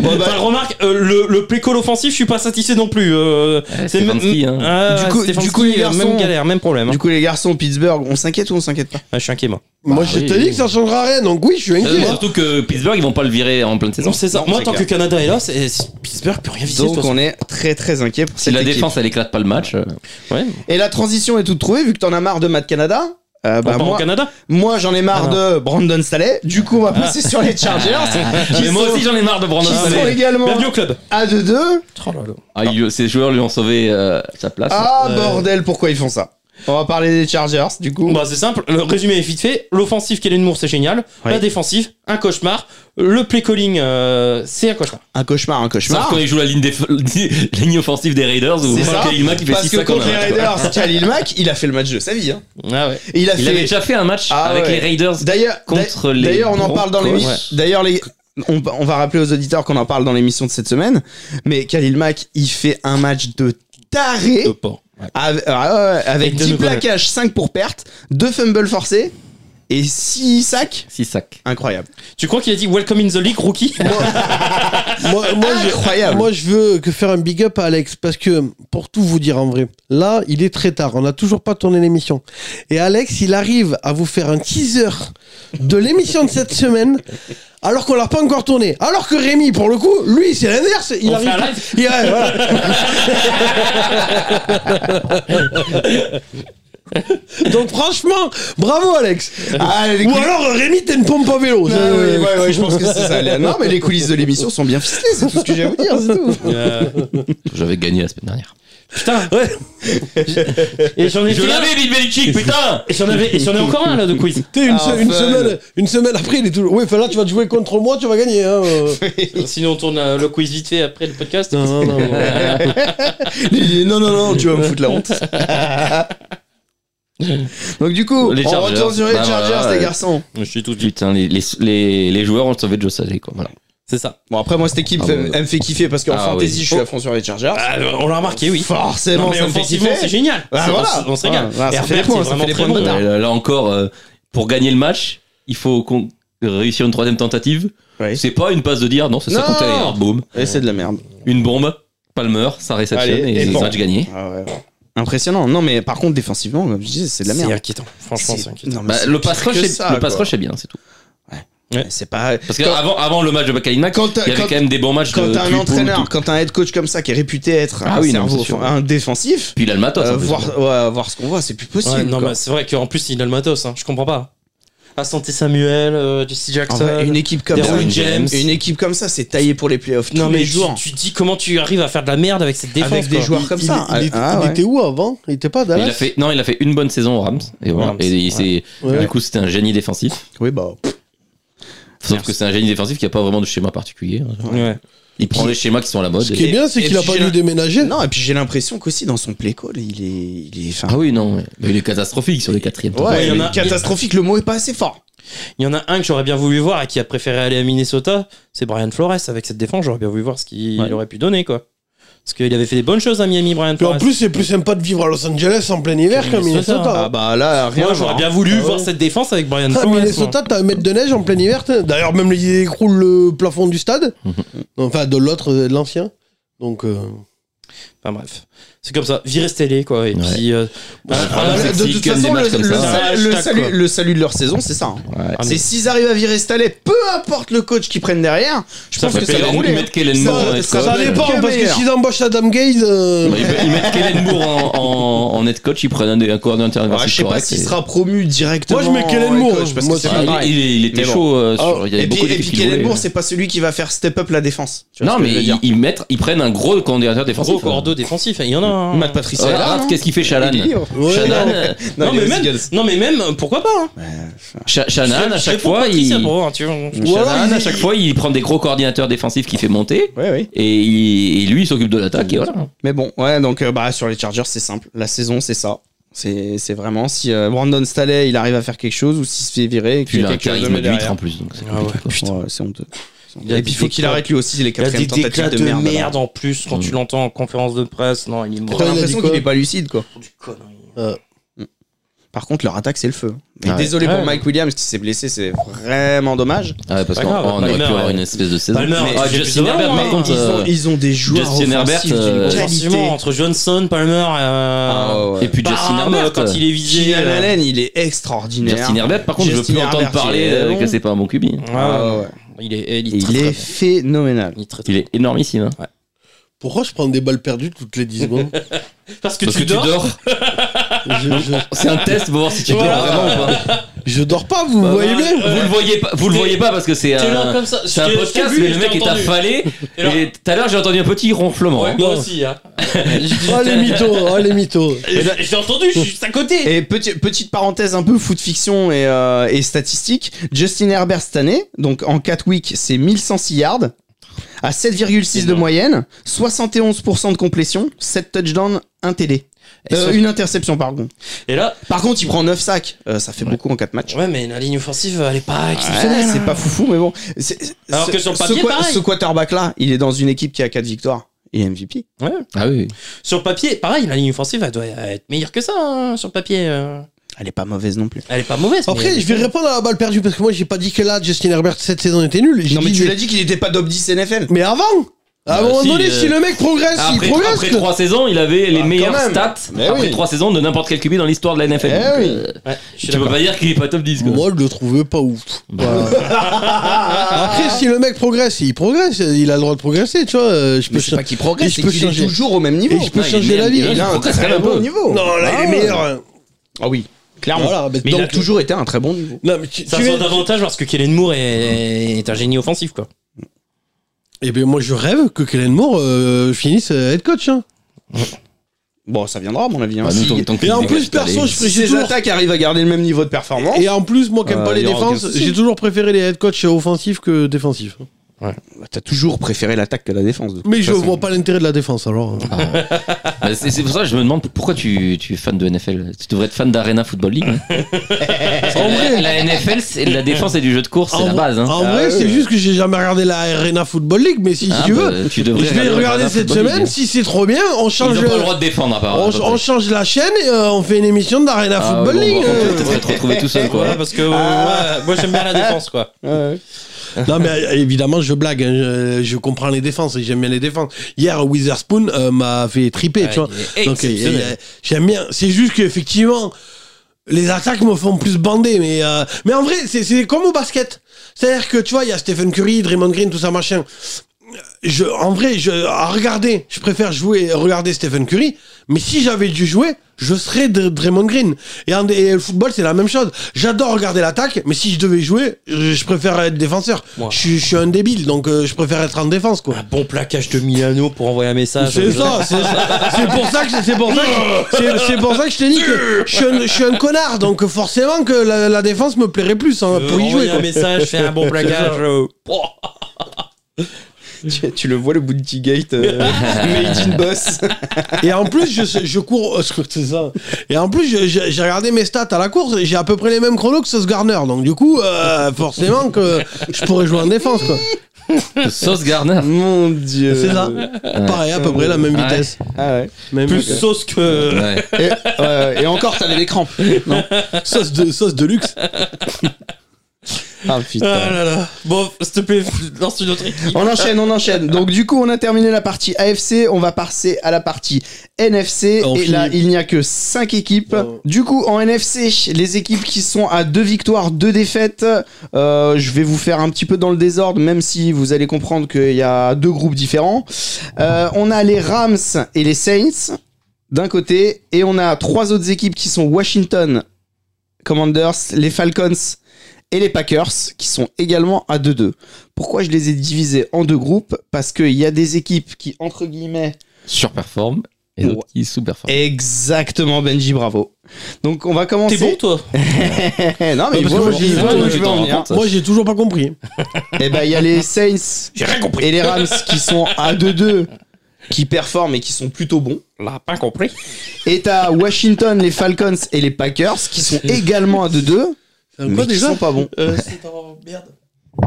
Speaker 4: Bon, bah, remarque, euh, le, le play call offensif, je suis pas satisfait non plus. euh,
Speaker 3: Stefanski, hein.
Speaker 4: Ah,
Speaker 2: Du coup-
Speaker 4: Stefanski,
Speaker 2: du coup, les
Speaker 4: euh, même
Speaker 2: garçons-
Speaker 4: galère, même problème. hein.
Speaker 2: Du coup, les garçons, Pittsburgh, on s'inquiète ou on s'inquiète pas
Speaker 4: Ah, je suis inquiet, moi.
Speaker 1: Moi,
Speaker 3: Bah
Speaker 1: je
Speaker 3: oui,
Speaker 1: te
Speaker 3: oui.
Speaker 1: dis que ça changera rien, donc oui, je suis
Speaker 3: Euh,
Speaker 1: inquiet.
Speaker 3: Surtout que Pittsburgh, ils vont pas le virer en pleine saison.
Speaker 4: Non, c'est ça.
Speaker 2: non,
Speaker 4: Moi,
Speaker 2: c'est
Speaker 4: tant que
Speaker 2: clair.
Speaker 4: Canada est là, c'est c'est- Pittsburgh peut rien viser. de
Speaker 2: Donc,
Speaker 4: toute
Speaker 2: on est très très inquiet pour
Speaker 3: Si
Speaker 2: cette
Speaker 3: la
Speaker 2: équipe.
Speaker 3: défense, elle éclate pas le match. euh,
Speaker 4: façon. Ouais.
Speaker 2: Et la transition est toute trouvée, vu que t'en as marre de Matt Canada. Euh,
Speaker 4: On
Speaker 2: bah,
Speaker 4: part au
Speaker 2: moi,
Speaker 4: Canada.
Speaker 2: moi j'en ai marre
Speaker 4: Ah
Speaker 2: de Brandon Staley. Du coup, on va passer sur les Chargers. qui
Speaker 3: Ah, Mais moi
Speaker 2: sont-
Speaker 3: aussi, j'en ai marre de Brandon
Speaker 2: qui
Speaker 3: Staley.
Speaker 2: sont également
Speaker 4: Bienvenue au club.
Speaker 2: à 2-2.
Speaker 3: Ah, il- ces joueurs lui ont sauvé euh, sa place.
Speaker 2: Ah,
Speaker 4: Ouais.
Speaker 2: bordel, pourquoi ils font ça On va parler des Chargers, du coup.
Speaker 4: Bah, c'est simple, le résumé est vite fait. L'offensive, Kellen Moore, c'est génial.
Speaker 2: Oui.
Speaker 4: La défensive, un cauchemar. Le play calling, euh, c'est un cauchemar.
Speaker 2: Un cauchemar, un
Speaker 3: Sauf
Speaker 2: cauchemar.
Speaker 3: quand il joue la ligne, déf- ligne offensive des Raiders où
Speaker 2: ah. C'est ça.
Speaker 3: Khalil Mack il fait
Speaker 2: Parce
Speaker 3: 6
Speaker 2: que
Speaker 3: sacs en
Speaker 2: contre les
Speaker 3: un.
Speaker 2: Raiders, Khalil Mack, il a fait le match de sa vie. hein.
Speaker 4: Ah ouais.
Speaker 2: Et il a
Speaker 3: Il
Speaker 2: fait.
Speaker 3: avait déjà fait un match
Speaker 2: Ah
Speaker 3: avec
Speaker 2: ouais.
Speaker 3: les Raiders.
Speaker 2: D'ailleurs,
Speaker 3: contre
Speaker 2: d'a-
Speaker 3: les
Speaker 2: D'ailleurs, on en parle dans
Speaker 3: Broncos.
Speaker 2: l'émission. D'ailleurs, les. On, on va rappeler aux auditeurs qu'on en parle dans l'émission de cette semaine, mais Khalil Mack, il fait un match de taré
Speaker 4: De porc.
Speaker 2: avec, ah ouais, avec
Speaker 4: Avec
Speaker 2: 10
Speaker 4: Donovan.
Speaker 2: plaquages, 5 pour perte, 2 fumbles forcés et 6 sacs.
Speaker 3: 6 sacs.
Speaker 2: Incroyable.
Speaker 4: Tu crois qu'il a dit Welcome in the League, rookie
Speaker 1: Moi, moi, je-
Speaker 2: Incroyable.
Speaker 1: moi, je veux que faire un big up à Alex parce que pour tout vous dire en vrai, là, il est très tard. On n'a toujours pas tourné l'émission. Et Alex, il arrive à vous faire un teaser de l'émission de cette semaine. Alors qu'on l'a pas encore tourné. Alors que Rémi, pour le coup, lui, c'est l'inverse. Il
Speaker 4: On
Speaker 1: arrive.
Speaker 4: fait un live
Speaker 1: Il- ouais, voilà. Donc franchement, bravo Alex.
Speaker 2: Ah, les
Speaker 1: Ou
Speaker 2: coulisses-
Speaker 1: alors Rémi, t'es une pompe à vélo.
Speaker 2: Ah,
Speaker 1: Ça,
Speaker 2: ouais,
Speaker 1: euh,
Speaker 2: ouais, ouais, je pense que c'est ça. les- Non, mais les coulisses de l'émission sont bien ficelées, c'est tout ce que j'ai à vous dire, c'est tout.
Speaker 4: Euh,
Speaker 3: J'avais gagné la semaine dernière.
Speaker 4: Putain
Speaker 1: Ouais.
Speaker 4: Et j'en ai
Speaker 3: Je
Speaker 4: fait un.
Speaker 3: l'avais, Bill Belichick, putain
Speaker 4: Et j'en avais- et j'en ai encore un là de quiz.
Speaker 1: T'es une,
Speaker 2: Ah,
Speaker 1: se- une
Speaker 2: fun.
Speaker 1: semaine, une semaine après, il est toujours. Oui, enfin là, tu vas te jouer contre moi, tu vas gagner. Hein. euh.
Speaker 4: Sinon, on tourne euh, le quiz vite fait après le podcast.
Speaker 1: Non, non, non, non.
Speaker 2: non, non, non, tu vas me foutre la honte. Donc, du coup,
Speaker 3: Les
Speaker 2: on
Speaker 3: Chargers.
Speaker 2: retourne sur les
Speaker 3: Bah,
Speaker 2: Chargers,
Speaker 3: voilà,
Speaker 2: les
Speaker 3: ouais.
Speaker 2: garçons.
Speaker 4: Je suis tout dit.
Speaker 3: Putain, les, les, les, les joueurs ont sauvé Joe Saleh, quoi. Voilà.
Speaker 4: C'est ça.
Speaker 2: Bon, après, moi, cette équipe,
Speaker 3: Ah,
Speaker 2: elle,
Speaker 3: ouais.
Speaker 2: elle me fait kiffer parce qu'en
Speaker 3: Ah,
Speaker 2: fantasy,
Speaker 3: oui. Ah,
Speaker 2: je suis à fond sur les Chargers.
Speaker 4: Ah, on l'a remarqué, oui.
Speaker 2: Forcément,
Speaker 4: Non, mais
Speaker 2: ça me fait
Speaker 4: offensivement, c'est
Speaker 2: kiffer.
Speaker 4: génial.
Speaker 2: Bah,
Speaker 4: C'est-
Speaker 2: voilà.
Speaker 4: on, se- on se régale.
Speaker 2: Voilà, ça
Speaker 4: Et
Speaker 2: fait des
Speaker 4: Herbert,
Speaker 2: points, ça fait
Speaker 4: c'est vraiment
Speaker 2: des
Speaker 4: très
Speaker 2: points de
Speaker 4: bon.
Speaker 2: bâtard.
Speaker 3: Ouais, là, là encore, euh, pour gagner le match, il faut qu'on réussir une troisième tentative.
Speaker 2: Ouais.
Speaker 3: C'est pas une passe de dire non, c'est ça
Speaker 2: Non.
Speaker 3: compte à l'air. Boum.
Speaker 2: Et c'est de la merde.
Speaker 3: Une bombe. Palmer, ça réceptionne
Speaker 2: Allez,
Speaker 3: et,
Speaker 2: et
Speaker 3: c'est
Speaker 2: bon.
Speaker 3: un match gagné.
Speaker 2: Ah ouais, ouais. Impressionnant. Non, mais par contre, défensivement, comme je disais, c'est de la
Speaker 4: C'est
Speaker 2: merde.
Speaker 4: inquiétant. Franchement, c'est inquiétant.
Speaker 2: non, mais
Speaker 3: Bah,
Speaker 2: c'est
Speaker 3: le
Speaker 2: pire
Speaker 3: pass rush,
Speaker 2: que
Speaker 3: est-
Speaker 2: ça,
Speaker 3: le pass
Speaker 2: quoi.
Speaker 3: rush est bien, c'est tout.
Speaker 2: Ouais, C'est pas.
Speaker 3: Parce qu'avant avant le match de Bakaline
Speaker 2: Quand
Speaker 3: il y
Speaker 2: t'as-
Speaker 3: avait
Speaker 2: quand-
Speaker 3: quand même des bons matchs
Speaker 2: Quand
Speaker 3: de
Speaker 2: t'as un
Speaker 3: Claypool,
Speaker 2: entraîneur,
Speaker 3: tout-
Speaker 2: quand t'as un head coach comme ça qui est réputé être
Speaker 3: Ah
Speaker 2: un,
Speaker 3: oui, non,
Speaker 2: cerveau-
Speaker 3: c'est sûr.
Speaker 2: un défensif,
Speaker 3: Puis il a le matos. en
Speaker 2: euh,
Speaker 3: plus.
Speaker 2: voir, ouais, voir ce qu'on voit, c'est plus possible.
Speaker 4: Ouais, non,
Speaker 2: quoi.
Speaker 4: mais c'est vrai qu'en plus, il a le matos. hein. Je comprends pas. Asante Samuel, euh, Jesse
Speaker 2: En
Speaker 4: Jackson.
Speaker 2: vrai, une équipe comme ça,
Speaker 4: Derwin James.
Speaker 2: une équipe comme ça, c'est taillé pour les playoffs tous
Speaker 4: non,
Speaker 2: les
Speaker 4: mais
Speaker 2: jours.
Speaker 4: tu, tu dis comment tu arrives à faire de la merde avec cette défense.
Speaker 2: Avec des
Speaker 4: quoi.
Speaker 2: joueurs comme ça.
Speaker 1: Il, était-
Speaker 2: Ah,
Speaker 1: il
Speaker 2: ouais.
Speaker 1: était où avant Il était pas à
Speaker 3: Mais
Speaker 1: Dallas
Speaker 3: il a fait, non, il a fait une bonne saison aux Rams. Et, voilà.
Speaker 4: Rams,
Speaker 3: Et il s'est-
Speaker 1: Ouais.
Speaker 3: du coup, c'était un génie défensif.
Speaker 2: Oui, bah.
Speaker 3: Sauf que c'est un génie défensif qui a pas vraiment de schéma particulier. hein.
Speaker 4: Ouais.
Speaker 3: Il prend les schémas qui sont à la mode.
Speaker 1: Ce qui est
Speaker 3: et-
Speaker 1: bien, c'est
Speaker 2: et
Speaker 1: qu'il a
Speaker 2: puis
Speaker 1: pas
Speaker 2: j'ai
Speaker 1: dû
Speaker 2: la-
Speaker 1: déménager.
Speaker 2: Non, et puis j'ai l'impression qu'aussi dans son play call, il est. Il est enfin,
Speaker 3: Ah oui, non, ouais. mais il est catastrophique sur les quatrièmes.
Speaker 2: ouais,
Speaker 4: ouais, il y
Speaker 2: mais
Speaker 4: en a-
Speaker 2: catastrophique, le mot est pas assez fort.
Speaker 4: Il y en a un que j'aurais bien voulu voir et qui a préféré aller à Minnesota, c'est Brian Flores. Avec cette défense, j'aurais bien voulu voir ce qu'il
Speaker 3: Ouais.
Speaker 4: aurait pu donner, quoi. Parce qu'il avait fait des bonnes choses à Miami, Brian
Speaker 1: Puis
Speaker 4: Flores.
Speaker 1: en plus, c'est plus sympa de vivre à Los Angeles en plein hiver qu'à
Speaker 4: Minnesota.
Speaker 1: Minnesota.
Speaker 2: Ah bah là, rien.
Speaker 4: moi,
Speaker 2: à
Speaker 4: j'aurais
Speaker 2: voir.
Speaker 4: bien voulu
Speaker 1: Ah ouais.
Speaker 4: voir cette défense avec Brian
Speaker 1: Ah,
Speaker 4: Flores. moi.
Speaker 1: Minnesota, t'as un mètre de neige en plein hiver. t'es- D'ailleurs, même ils écroulent le plafond du stade. Enfin, de l'autre, euh, de l'ancien. Donc, euh,
Speaker 4: Enfin bref, c'est comme ça. Virez Stélé, quoi. Et
Speaker 3: Ouais.
Speaker 4: puis, euh,
Speaker 3: Bon,
Speaker 4: un-
Speaker 3: le problème,
Speaker 4: un-
Speaker 2: Ah,
Speaker 3: Bah, c'est que
Speaker 2: de
Speaker 3: s'ils
Speaker 2: toute
Speaker 3: gagnent des
Speaker 2: façon, le,
Speaker 3: matchs comme
Speaker 2: le-
Speaker 4: ça,
Speaker 2: le
Speaker 4: hashtag,
Speaker 2: salut,
Speaker 4: quoi.
Speaker 2: le salut de leur saison, c'est ça. hein.
Speaker 3: Ouais.
Speaker 4: Ah, mais-
Speaker 2: c'est s'ils arrivent à virer Staley, peu importe le coach qu'ils prennent derrière, je
Speaker 3: Ça
Speaker 2: pense que
Speaker 3: fait
Speaker 2: ça va
Speaker 3: Kellen-
Speaker 2: rouler. hein.
Speaker 3: ils mettent Kellen
Speaker 2: Ça-
Speaker 3: Moore en head
Speaker 2: ça
Speaker 3: coach.
Speaker 1: ça
Speaker 2: va aller
Speaker 1: dépend,
Speaker 2: que
Speaker 1: parce que
Speaker 2: meilleur.
Speaker 1: s'ils embauchent Adam Gaze. euh,
Speaker 3: Ils ils mettent Kellen Moore en, en, en head coach, ils prennent un, des- un coordinateur
Speaker 2: Ouais, je
Speaker 3: offensif
Speaker 2: sais pas
Speaker 3: correct,
Speaker 2: s'il
Speaker 3: et-
Speaker 2: sera promu directement.
Speaker 1: Moi, je mets Kellen
Speaker 2: head
Speaker 1: Moore,
Speaker 2: coach, parce que
Speaker 1: moi,
Speaker 2: c'est
Speaker 1: c'est
Speaker 2: pas
Speaker 3: il-
Speaker 2: pareil.
Speaker 3: il, il était
Speaker 2: Mais bon.
Speaker 3: chaud. euh, sur- il y avait
Speaker 2: Oh, Et puis,
Speaker 3: beaucoup
Speaker 2: et
Speaker 3: d'équipes
Speaker 2: puis
Speaker 3: qui
Speaker 2: Kellen
Speaker 3: voulaient-
Speaker 2: Moore, c'est pas celui qui va faire step up la défense. Tu vois
Speaker 3: Non,
Speaker 2: ce que
Speaker 3: mais
Speaker 2: je veux
Speaker 3: ils,
Speaker 2: dire
Speaker 3: ils mettent, ils prennent un gros coordinateur défensif.
Speaker 4: gros cordeau défensif. hein. Il y en a un.
Speaker 2: Matt Patricia,
Speaker 3: Ouais,
Speaker 2: est là,
Speaker 3: regarde
Speaker 2: non
Speaker 3: Euh, Qu'est-ce qu'il fait, Shannon
Speaker 2: Il est libre.
Speaker 1: ouais,
Speaker 3: Shannon,
Speaker 1: non.
Speaker 3: euh,
Speaker 4: Non,
Speaker 2: il est
Speaker 4: mais
Speaker 2: aux
Speaker 4: même,
Speaker 2: Eagles.
Speaker 4: non, mais même, euh, pourquoi pas hein.
Speaker 3: Sha- Shannon, à
Speaker 4: Je- je
Speaker 3: chaque
Speaker 4: réponds
Speaker 3: fois,
Speaker 4: pas qui
Speaker 3: il,
Speaker 4: c'est, bro, hein, tu vois.
Speaker 1: Ou alors,
Speaker 3: Shanahan,
Speaker 1: il-
Speaker 3: à chaque fois, il prend des gros coordinateurs défensifs qui fait monter.
Speaker 2: Ouais, ouais.
Speaker 3: Et, il- et lui, il s'occupe de l'attaque. Et voilà.
Speaker 2: Mais bon, ouais, donc euh, bah, sur les Chargers, c'est simple. La saison, c'est ça. C'est c'est vraiment si euh, Brandon Staley il arrive à faire quelque chose ou s'il se fait virer et
Speaker 3: Puis
Speaker 2: qu'il y
Speaker 3: il
Speaker 2: a
Speaker 3: a un
Speaker 2: quelque chose de
Speaker 3: charisme
Speaker 2: mal
Speaker 3: de huître
Speaker 2: derrière.
Speaker 3: en plus. Donc c'est
Speaker 4: Ah ouais,
Speaker 3: compliqué, quoi.
Speaker 4: putain.
Speaker 2: Ouais, c'est honteux. C'est honteux.
Speaker 4: Il a
Speaker 2: Et puis il faut
Speaker 4: des
Speaker 2: qu'il
Speaker 4: déclats-
Speaker 2: arrête lui aussi les
Speaker 4: Il y a des
Speaker 2: quatrièmes
Speaker 4: déclats
Speaker 2: tentatives
Speaker 4: de,
Speaker 2: de merde. alors.
Speaker 4: merde en plus quand
Speaker 3: Mm.
Speaker 4: tu l'entends en conférence de presse. Non, il est mort.
Speaker 2: T'as
Speaker 1: Il a dit
Speaker 2: l'impression
Speaker 1: quoi
Speaker 2: qu'il est pas lucide quoi.
Speaker 4: pour du connerie.
Speaker 2: Par contre, leur attaque, c'est le feu. Et
Speaker 3: Ouais.
Speaker 2: désolé pour
Speaker 4: Ouais.
Speaker 2: Mike Williams qui s'est blessé, c'est vraiment dommage.
Speaker 3: Ah ouais, parce
Speaker 4: Pas
Speaker 3: qu'on
Speaker 4: grave,
Speaker 3: on aurait pu
Speaker 4: Palmer,
Speaker 3: avoir
Speaker 4: ouais.
Speaker 3: une espèce de saison.
Speaker 4: Palmer,
Speaker 3: Ah,
Speaker 4: c'est plus
Speaker 3: Justin
Speaker 4: devant,
Speaker 3: Herbert,
Speaker 4: hein.
Speaker 3: par contre.
Speaker 2: Ils
Speaker 3: euh,
Speaker 2: ont, ils ont des joueurs
Speaker 3: Justin Herbert,
Speaker 2: offensifs d'une
Speaker 3: euh,
Speaker 2: qualité.
Speaker 4: Offensivement, entre Johnson, Palmer, euh,
Speaker 2: Ah ouais, ouais.
Speaker 3: Et puis Justin
Speaker 4: Parham,
Speaker 3: Herbert.
Speaker 4: quand il est visé.
Speaker 2: Jalen
Speaker 4: euh,
Speaker 2: Allen, il est extraordinaire.
Speaker 3: Justin Herbert, par contre, je veux
Speaker 2: Justin
Speaker 3: plus entendre
Speaker 2: Herbert,
Speaker 3: parler
Speaker 2: il est
Speaker 3: euh,
Speaker 2: bon.
Speaker 3: que c'est pas un bon QB.
Speaker 4: ouais,
Speaker 2: Ah ouais.
Speaker 4: Il est, il est, très,
Speaker 2: Il
Speaker 4: très
Speaker 2: est
Speaker 4: bon.
Speaker 2: phénoménal.
Speaker 4: Il est très, très
Speaker 3: Il est énormissime. hein.
Speaker 1: Pourquoi je prends des balles perdues toutes les 10 secondes
Speaker 4: bon. Parce que
Speaker 3: Parce
Speaker 4: tu dors.
Speaker 1: je, je-
Speaker 3: C'est un test pour voir si tu dors
Speaker 4: Voilà.
Speaker 3: vraiment ou pas.
Speaker 1: je dors pas, vous
Speaker 3: Bah,
Speaker 1: voyez
Speaker 4: bah,
Speaker 1: bien
Speaker 3: Vous le voyez pas, vous le
Speaker 4: T'es-
Speaker 3: voyez pas parce que c'est
Speaker 4: T'es là
Speaker 3: un,
Speaker 4: comme ça.
Speaker 3: c'est un
Speaker 4: Je t'ai- je t'ai
Speaker 3: podcast,
Speaker 4: vu,
Speaker 3: mais
Speaker 4: je
Speaker 3: le mec
Speaker 4: t'ai
Speaker 3: est
Speaker 4: entendu.
Speaker 3: affalé.
Speaker 4: Et alors-
Speaker 3: Et tout à l'heure, j'ai entendu un petit ronflement.
Speaker 4: Ouais,
Speaker 3: hein.
Speaker 4: moi aussi, hein.
Speaker 1: Oh les mythos, oh les mythos
Speaker 4: J'ai j'ai entendu, je suis juste à côté.
Speaker 2: Et petit- petite parenthèse un peu foot fiction et, euh, et statistique, Justin Herbert cette année, donc en 4 weeks, c'est 1106 yards, à 7,6 de
Speaker 4: Énorme.
Speaker 2: moyenne, 71% de complétion, 7 touchdowns, 1 TD. Euh,
Speaker 4: sauf-
Speaker 2: une interception, pardon.
Speaker 4: Et là,
Speaker 2: Par contre, il prend 9 sacs, Euh, ça fait beaucoup en 4 matchs.
Speaker 4: ouais, mais la ligne offensive, elle est pas
Speaker 2: Ouais,
Speaker 4: exceptionnelle. hein.
Speaker 2: c'est pas foufou, mais bon. C'est-
Speaker 4: Alors
Speaker 2: ce-
Speaker 4: que sur le
Speaker 2: ce
Speaker 4: papier,
Speaker 2: qua-
Speaker 4: pareil.
Speaker 2: Ce quarterback-là, il est dans une équipe qui a 4 victoires et MVP.
Speaker 3: Ah oui.
Speaker 4: Sur papier, pareil, la ligne offensive, elle doit être meilleure que ça, hein, sur papier. euh.
Speaker 2: Elle est pas mauvaise non plus.
Speaker 4: Elle est pas mauvaise.
Speaker 1: Après,
Speaker 4: mais-
Speaker 1: je vais répondre à la balle perdue parce que moi, j'ai pas dit que là, Justin Herbert cette saison était nulle. J'ai
Speaker 2: Non, mais
Speaker 1: dit
Speaker 2: tu
Speaker 1: des-
Speaker 2: l'as dit qu'il était pas top 10 NFL.
Speaker 1: Mais avant À un
Speaker 3: Bah,
Speaker 1: moment
Speaker 3: si,
Speaker 1: donné,
Speaker 3: euh,
Speaker 1: si le mec progresse,
Speaker 3: Après,
Speaker 1: il progresse
Speaker 3: après trois saisons, il avait les
Speaker 2: quand
Speaker 3: meilleures
Speaker 2: même.
Speaker 3: stats
Speaker 2: Mais
Speaker 3: après
Speaker 2: oui.
Speaker 3: trois saisons de n'importe quel QB dans l'histoire de la
Speaker 2: Eh
Speaker 3: NFL. Donc,
Speaker 2: oui.
Speaker 3: euh,
Speaker 4: Ouais, je suis
Speaker 3: tu peux
Speaker 4: d'accord.
Speaker 3: pas dire qu'il est pas top 10. quoi.
Speaker 1: Moi, je le trouvais pas ouf.
Speaker 3: Bah.
Speaker 1: Voilà. Après, si le mec progresse, il progresse, il a le droit de progresser, tu vois. euh, Je peux
Speaker 2: Mais c'est
Speaker 1: cha-
Speaker 2: pas qu'il progresse,
Speaker 1: Et je
Speaker 2: c'est
Speaker 1: peux
Speaker 2: qu'il est
Speaker 1: changer.
Speaker 2: toujours au même niveau.
Speaker 1: Et je peux
Speaker 3: Non, il est
Speaker 1: changer
Speaker 3: même-
Speaker 1: la vie.
Speaker 3: il est
Speaker 2: Il a un
Speaker 3: progresse quand
Speaker 2: très
Speaker 3: même un
Speaker 2: bon
Speaker 3: peu.
Speaker 2: niveau.
Speaker 1: Non, là,
Speaker 2: Ah
Speaker 1: il est
Speaker 2: ouais.
Speaker 1: meilleur.
Speaker 2: Ah oui, clairement.
Speaker 1: Voilà, mais
Speaker 2: mais il a
Speaker 1: donc-
Speaker 2: toujours été un très bon niveau.
Speaker 1: Non, mais tu,
Speaker 4: Ça
Speaker 1: tu
Speaker 4: sort
Speaker 1: es-
Speaker 4: davantage parce que Kellen Moore est, est un génie offensif, quoi.
Speaker 1: Eh bien, moi, je rêve que Kellen Moore euh, finisse euh, head coach. hein.
Speaker 2: Bon, ça viendra à mon avis. hein.
Speaker 3: Bah, nous,
Speaker 2: Si-
Speaker 3: tant- tant qu'il
Speaker 1: Et en plus,
Speaker 3: dégage pas les-
Speaker 1: perso, je
Speaker 2: si
Speaker 1: j'ai
Speaker 2: ces
Speaker 1: toujours.
Speaker 2: attaques arrivent à garder le même niveau de performance,
Speaker 1: Et en plus, moi qui aime
Speaker 2: Ah Euh,
Speaker 1: pas les
Speaker 2: il y aura aucun
Speaker 1: défenses,
Speaker 2: souci.
Speaker 1: j'ai toujours préféré les head coachs offensifs que défensifs.
Speaker 2: bah, t'as toujours préféré l'attaque que la défense. de toute
Speaker 1: Mais je
Speaker 2: façon.
Speaker 1: vois pas l'intérêt de la défense alors. hein.
Speaker 3: Ah. Bah, c'est c'est pour ça que je me demande pourquoi tu, tu es fan de NFL. Tu devrais être fan d'Arena Football League. hein. Parce que la, la NFL, c'est de la défense et du jeu de course, c'est
Speaker 1: En
Speaker 3: la
Speaker 1: vrai-
Speaker 3: base. hein.
Speaker 1: En
Speaker 2: Ah
Speaker 1: vrai,
Speaker 2: ouais,
Speaker 1: c'est
Speaker 2: ouais.
Speaker 1: juste que j'ai jamais regardé la Arena Football League, mais si
Speaker 3: Ah,
Speaker 1: tu
Speaker 3: bah,
Speaker 1: veux,
Speaker 3: tu
Speaker 1: je
Speaker 3: devrais
Speaker 1: vais regarder
Speaker 3: Arena
Speaker 1: cette
Speaker 3: Football
Speaker 1: semaine.
Speaker 3: League.
Speaker 1: Si c'est trop bien, on
Speaker 3: Ils n'ont
Speaker 1: change,
Speaker 3: pas le droit de défendre à part.
Speaker 1: on, on change la chaîne et euh, on fait une émission
Speaker 3: Ah,
Speaker 1: d'Arena Football League.
Speaker 3: Tu
Speaker 1: euh.
Speaker 3: te retrouver tout seul, quoi.
Speaker 4: Ah. Ouais, parce que euh, ouais, moi j'aime bien la défense, quoi.
Speaker 2: Ouais, ouais.
Speaker 1: Non, mais euh, évidemment, je blague. hein, je, je comprends les défenses et j'aime bien les défenses. Hier, Witherspoon euh, m'a fait triper, tu vois.
Speaker 4: il est
Speaker 1: Donc, euh,
Speaker 4: exceptionnel.
Speaker 1: euh, j'aime bien. C'est juste qu'effectivement, les attaques me font plus bander. Mais, euh, mais en vrai, c'est- c'est comme au basket. C'est-à-dire que, tu vois, il y a Stephen Curry, Draymond Green, tout ça, machin. Je, en vrai, je, à regarder, je préfère jouer, regarder Stephen Curry. Mais si j'avais dû jouer, je serais Dr- Draymond Green. Et, en- et le football, c'est la même chose. J'adore regarder l'attaque, mais si je devais jouer, je, je préfère être défenseur.
Speaker 4: Moi.
Speaker 1: Je, suis- je suis un débile, donc euh, je préfère être en défense, quoi.
Speaker 4: Un bon plaquage de Milano pour envoyer un message.
Speaker 1: C'est ça, c'est ça. C'est pour ça que c'est pour ça que c'est- c'est pour ça que je t'ai dit que je suis, un, je suis un connard, donc forcément que la, la défense me plairait plus hein,
Speaker 4: Euh,
Speaker 1: pour y jouer.
Speaker 4: envoyer
Speaker 1: quoi.
Speaker 4: un message, faire un bon plaquage. euh, oh.
Speaker 2: Tu, tu le vois le Bounty Gate euh, made in boss.
Speaker 1: Et en plus, je, je cours, euh, c'est ça. Et en plus, je- je- j'ai regardé mes stats à la course, et j'ai à peu près les mêmes chronos que Sauce Garner, donc du coup, euh, forcément que je pourrais jouer en défense, quoi.
Speaker 3: Sauce Garner.
Speaker 2: Mon dieu.
Speaker 1: C'est ça. Pareil, à peu près la même
Speaker 3: Ouais.
Speaker 1: vitesse.
Speaker 2: Ah ouais.
Speaker 1: Même
Speaker 4: Plus sauce que. euh,
Speaker 3: Ouais.
Speaker 2: Et, ouais, ouais. Et encore, t'avais les crampes. Non.
Speaker 1: sauce de sauce de luxe.
Speaker 2: Ah
Speaker 4: Ah
Speaker 2: putain.
Speaker 4: là là. Bon, s'il te plaît, lance une autre équipe.
Speaker 2: On enchaîne, on enchaîne. Donc du coup, on a terminé la partie AFC, on va passer à la partie NFC.
Speaker 1: On
Speaker 2: et
Speaker 1: finit.
Speaker 2: là, il n'y a que 5 équipes.
Speaker 1: Oh.
Speaker 2: Du coup, en NFC, les équipes qui sont à 2 victoires, 2 défaites, euh, je vais vous faire un petit peu dans le désordre, même si vous allez comprendre qu'il y a deux groupes différents. Euh, on a les Rams et les Saints d'un côté, et on a trois autres équipes qui sont Washington, Commanders, les Falcons et les Packers, qui sont également à 2-2. Pourquoi je les ai divisés en deux groupes Parce qu'il y a des équipes qui, entre guillemets,
Speaker 3: Surperforme et d'autres qui sous-performent.
Speaker 2: exactement Benji Bravo. Donc on va
Speaker 4: T'es
Speaker 2: commencer.
Speaker 4: bon, toi
Speaker 2: non mais
Speaker 1: parce que
Speaker 2: bon,
Speaker 1: moi,
Speaker 2: je
Speaker 1: j'ai- moi,
Speaker 2: vois où
Speaker 1: je
Speaker 2: je veux
Speaker 3: t'en
Speaker 2: en
Speaker 3: rends
Speaker 2: venir.
Speaker 3: compte.
Speaker 1: Moi, j'ai toujours pas compris.
Speaker 2: Eh ben, il y a les Saints et les Rams qui sont à 2-2, qui performent et qui sont plutôt bons.
Speaker 4: L'a pas compris.
Speaker 2: Et t'as Washington, les Falcons et les Packers qui sont également à 2-2,
Speaker 1: C'est
Speaker 2: mais qui sont pas bons.
Speaker 4: Euh, c'est en merde.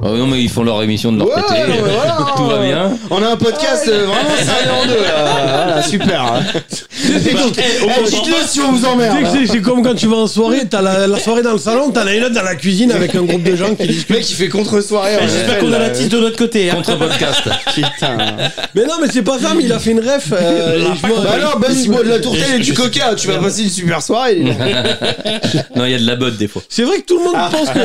Speaker 3: Oh non, mais ils font leur émission de leur
Speaker 2: Ouais,
Speaker 3: côté.
Speaker 2: non, mais voilà.
Speaker 3: Tout va bien.
Speaker 2: On a un podcast euh, vraiment sérieux en deux. là. Voilà, super. hein. Eh, Dites-le si on vous
Speaker 1: Tu sais que
Speaker 2: emmerde.
Speaker 1: c'est- c'est comme quand tu vas en soirée, t'as la, la soirée dans le salon, t'en as une autre dans la cuisine avec un groupe de gens qui disent.
Speaker 2: Le mec, il fait contre-soirée. en
Speaker 4: J'espère
Speaker 2: NFL,
Speaker 4: qu'on
Speaker 2: là.
Speaker 4: a la tisse de notre côté. hein.
Speaker 3: Contre podcast.
Speaker 2: Putain.
Speaker 1: Mais non, mais c'est pas ça, mais il a fait une ref. euh, et je vois-
Speaker 2: Bah alors, Ben, il boit de la tourtelle et du coca. Tu vas passer une super soirée.
Speaker 3: Non, il y a de la botte des fois.
Speaker 1: C'est vrai que tout le monde pense que.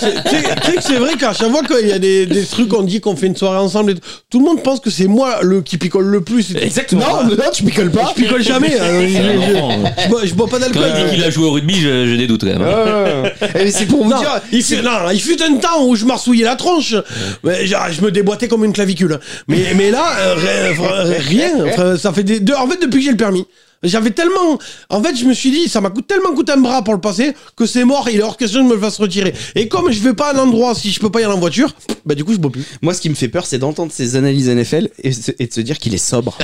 Speaker 1: c'est- Tu sais- tu sais que c'est vrai qu'à chaque fois qu'il y a des, des trucs, on dit qu'on fait une soirée ensemble, et tout, tout le monde pense que c'est moi le qui picole le plus. et tout.
Speaker 4: Exactement.
Speaker 2: Non, non, tu picoles pas.
Speaker 1: Je picole jamais. euh, je,
Speaker 3: C'est Euh, un enfant, ouais.
Speaker 1: je- je bois, je bois pas
Speaker 3: Quand
Speaker 1: d'alcool.
Speaker 3: il dit qu'il a joué au rugby, je, je dédoute quand même. hein.
Speaker 2: Euh, et c'est pour vous
Speaker 1: Non,
Speaker 2: dire.
Speaker 1: il fut, non, il fut un temps où je marsouillais la tronche. Mais je, je me déboîtais comme une clavicule. Mais, mais là, euh, ré- fr- rien. Enfin, ça fait des, deux- en fait, depuis que j'ai le permis. J'avais tellement. En fait, je me suis dit, ça m'a coûté tellement coûté un bras pour le passer que c'est mort. Il est hors question que je me le fasse retirer. Et comme je vais pas à un endroit, si je peux pas y aller en voiture, bah du coup, je bois plus.
Speaker 2: Moi, ce qui me fait peur, c'est d'entendre ses analyses NFL et, se- et de se dire qu'il est sobre.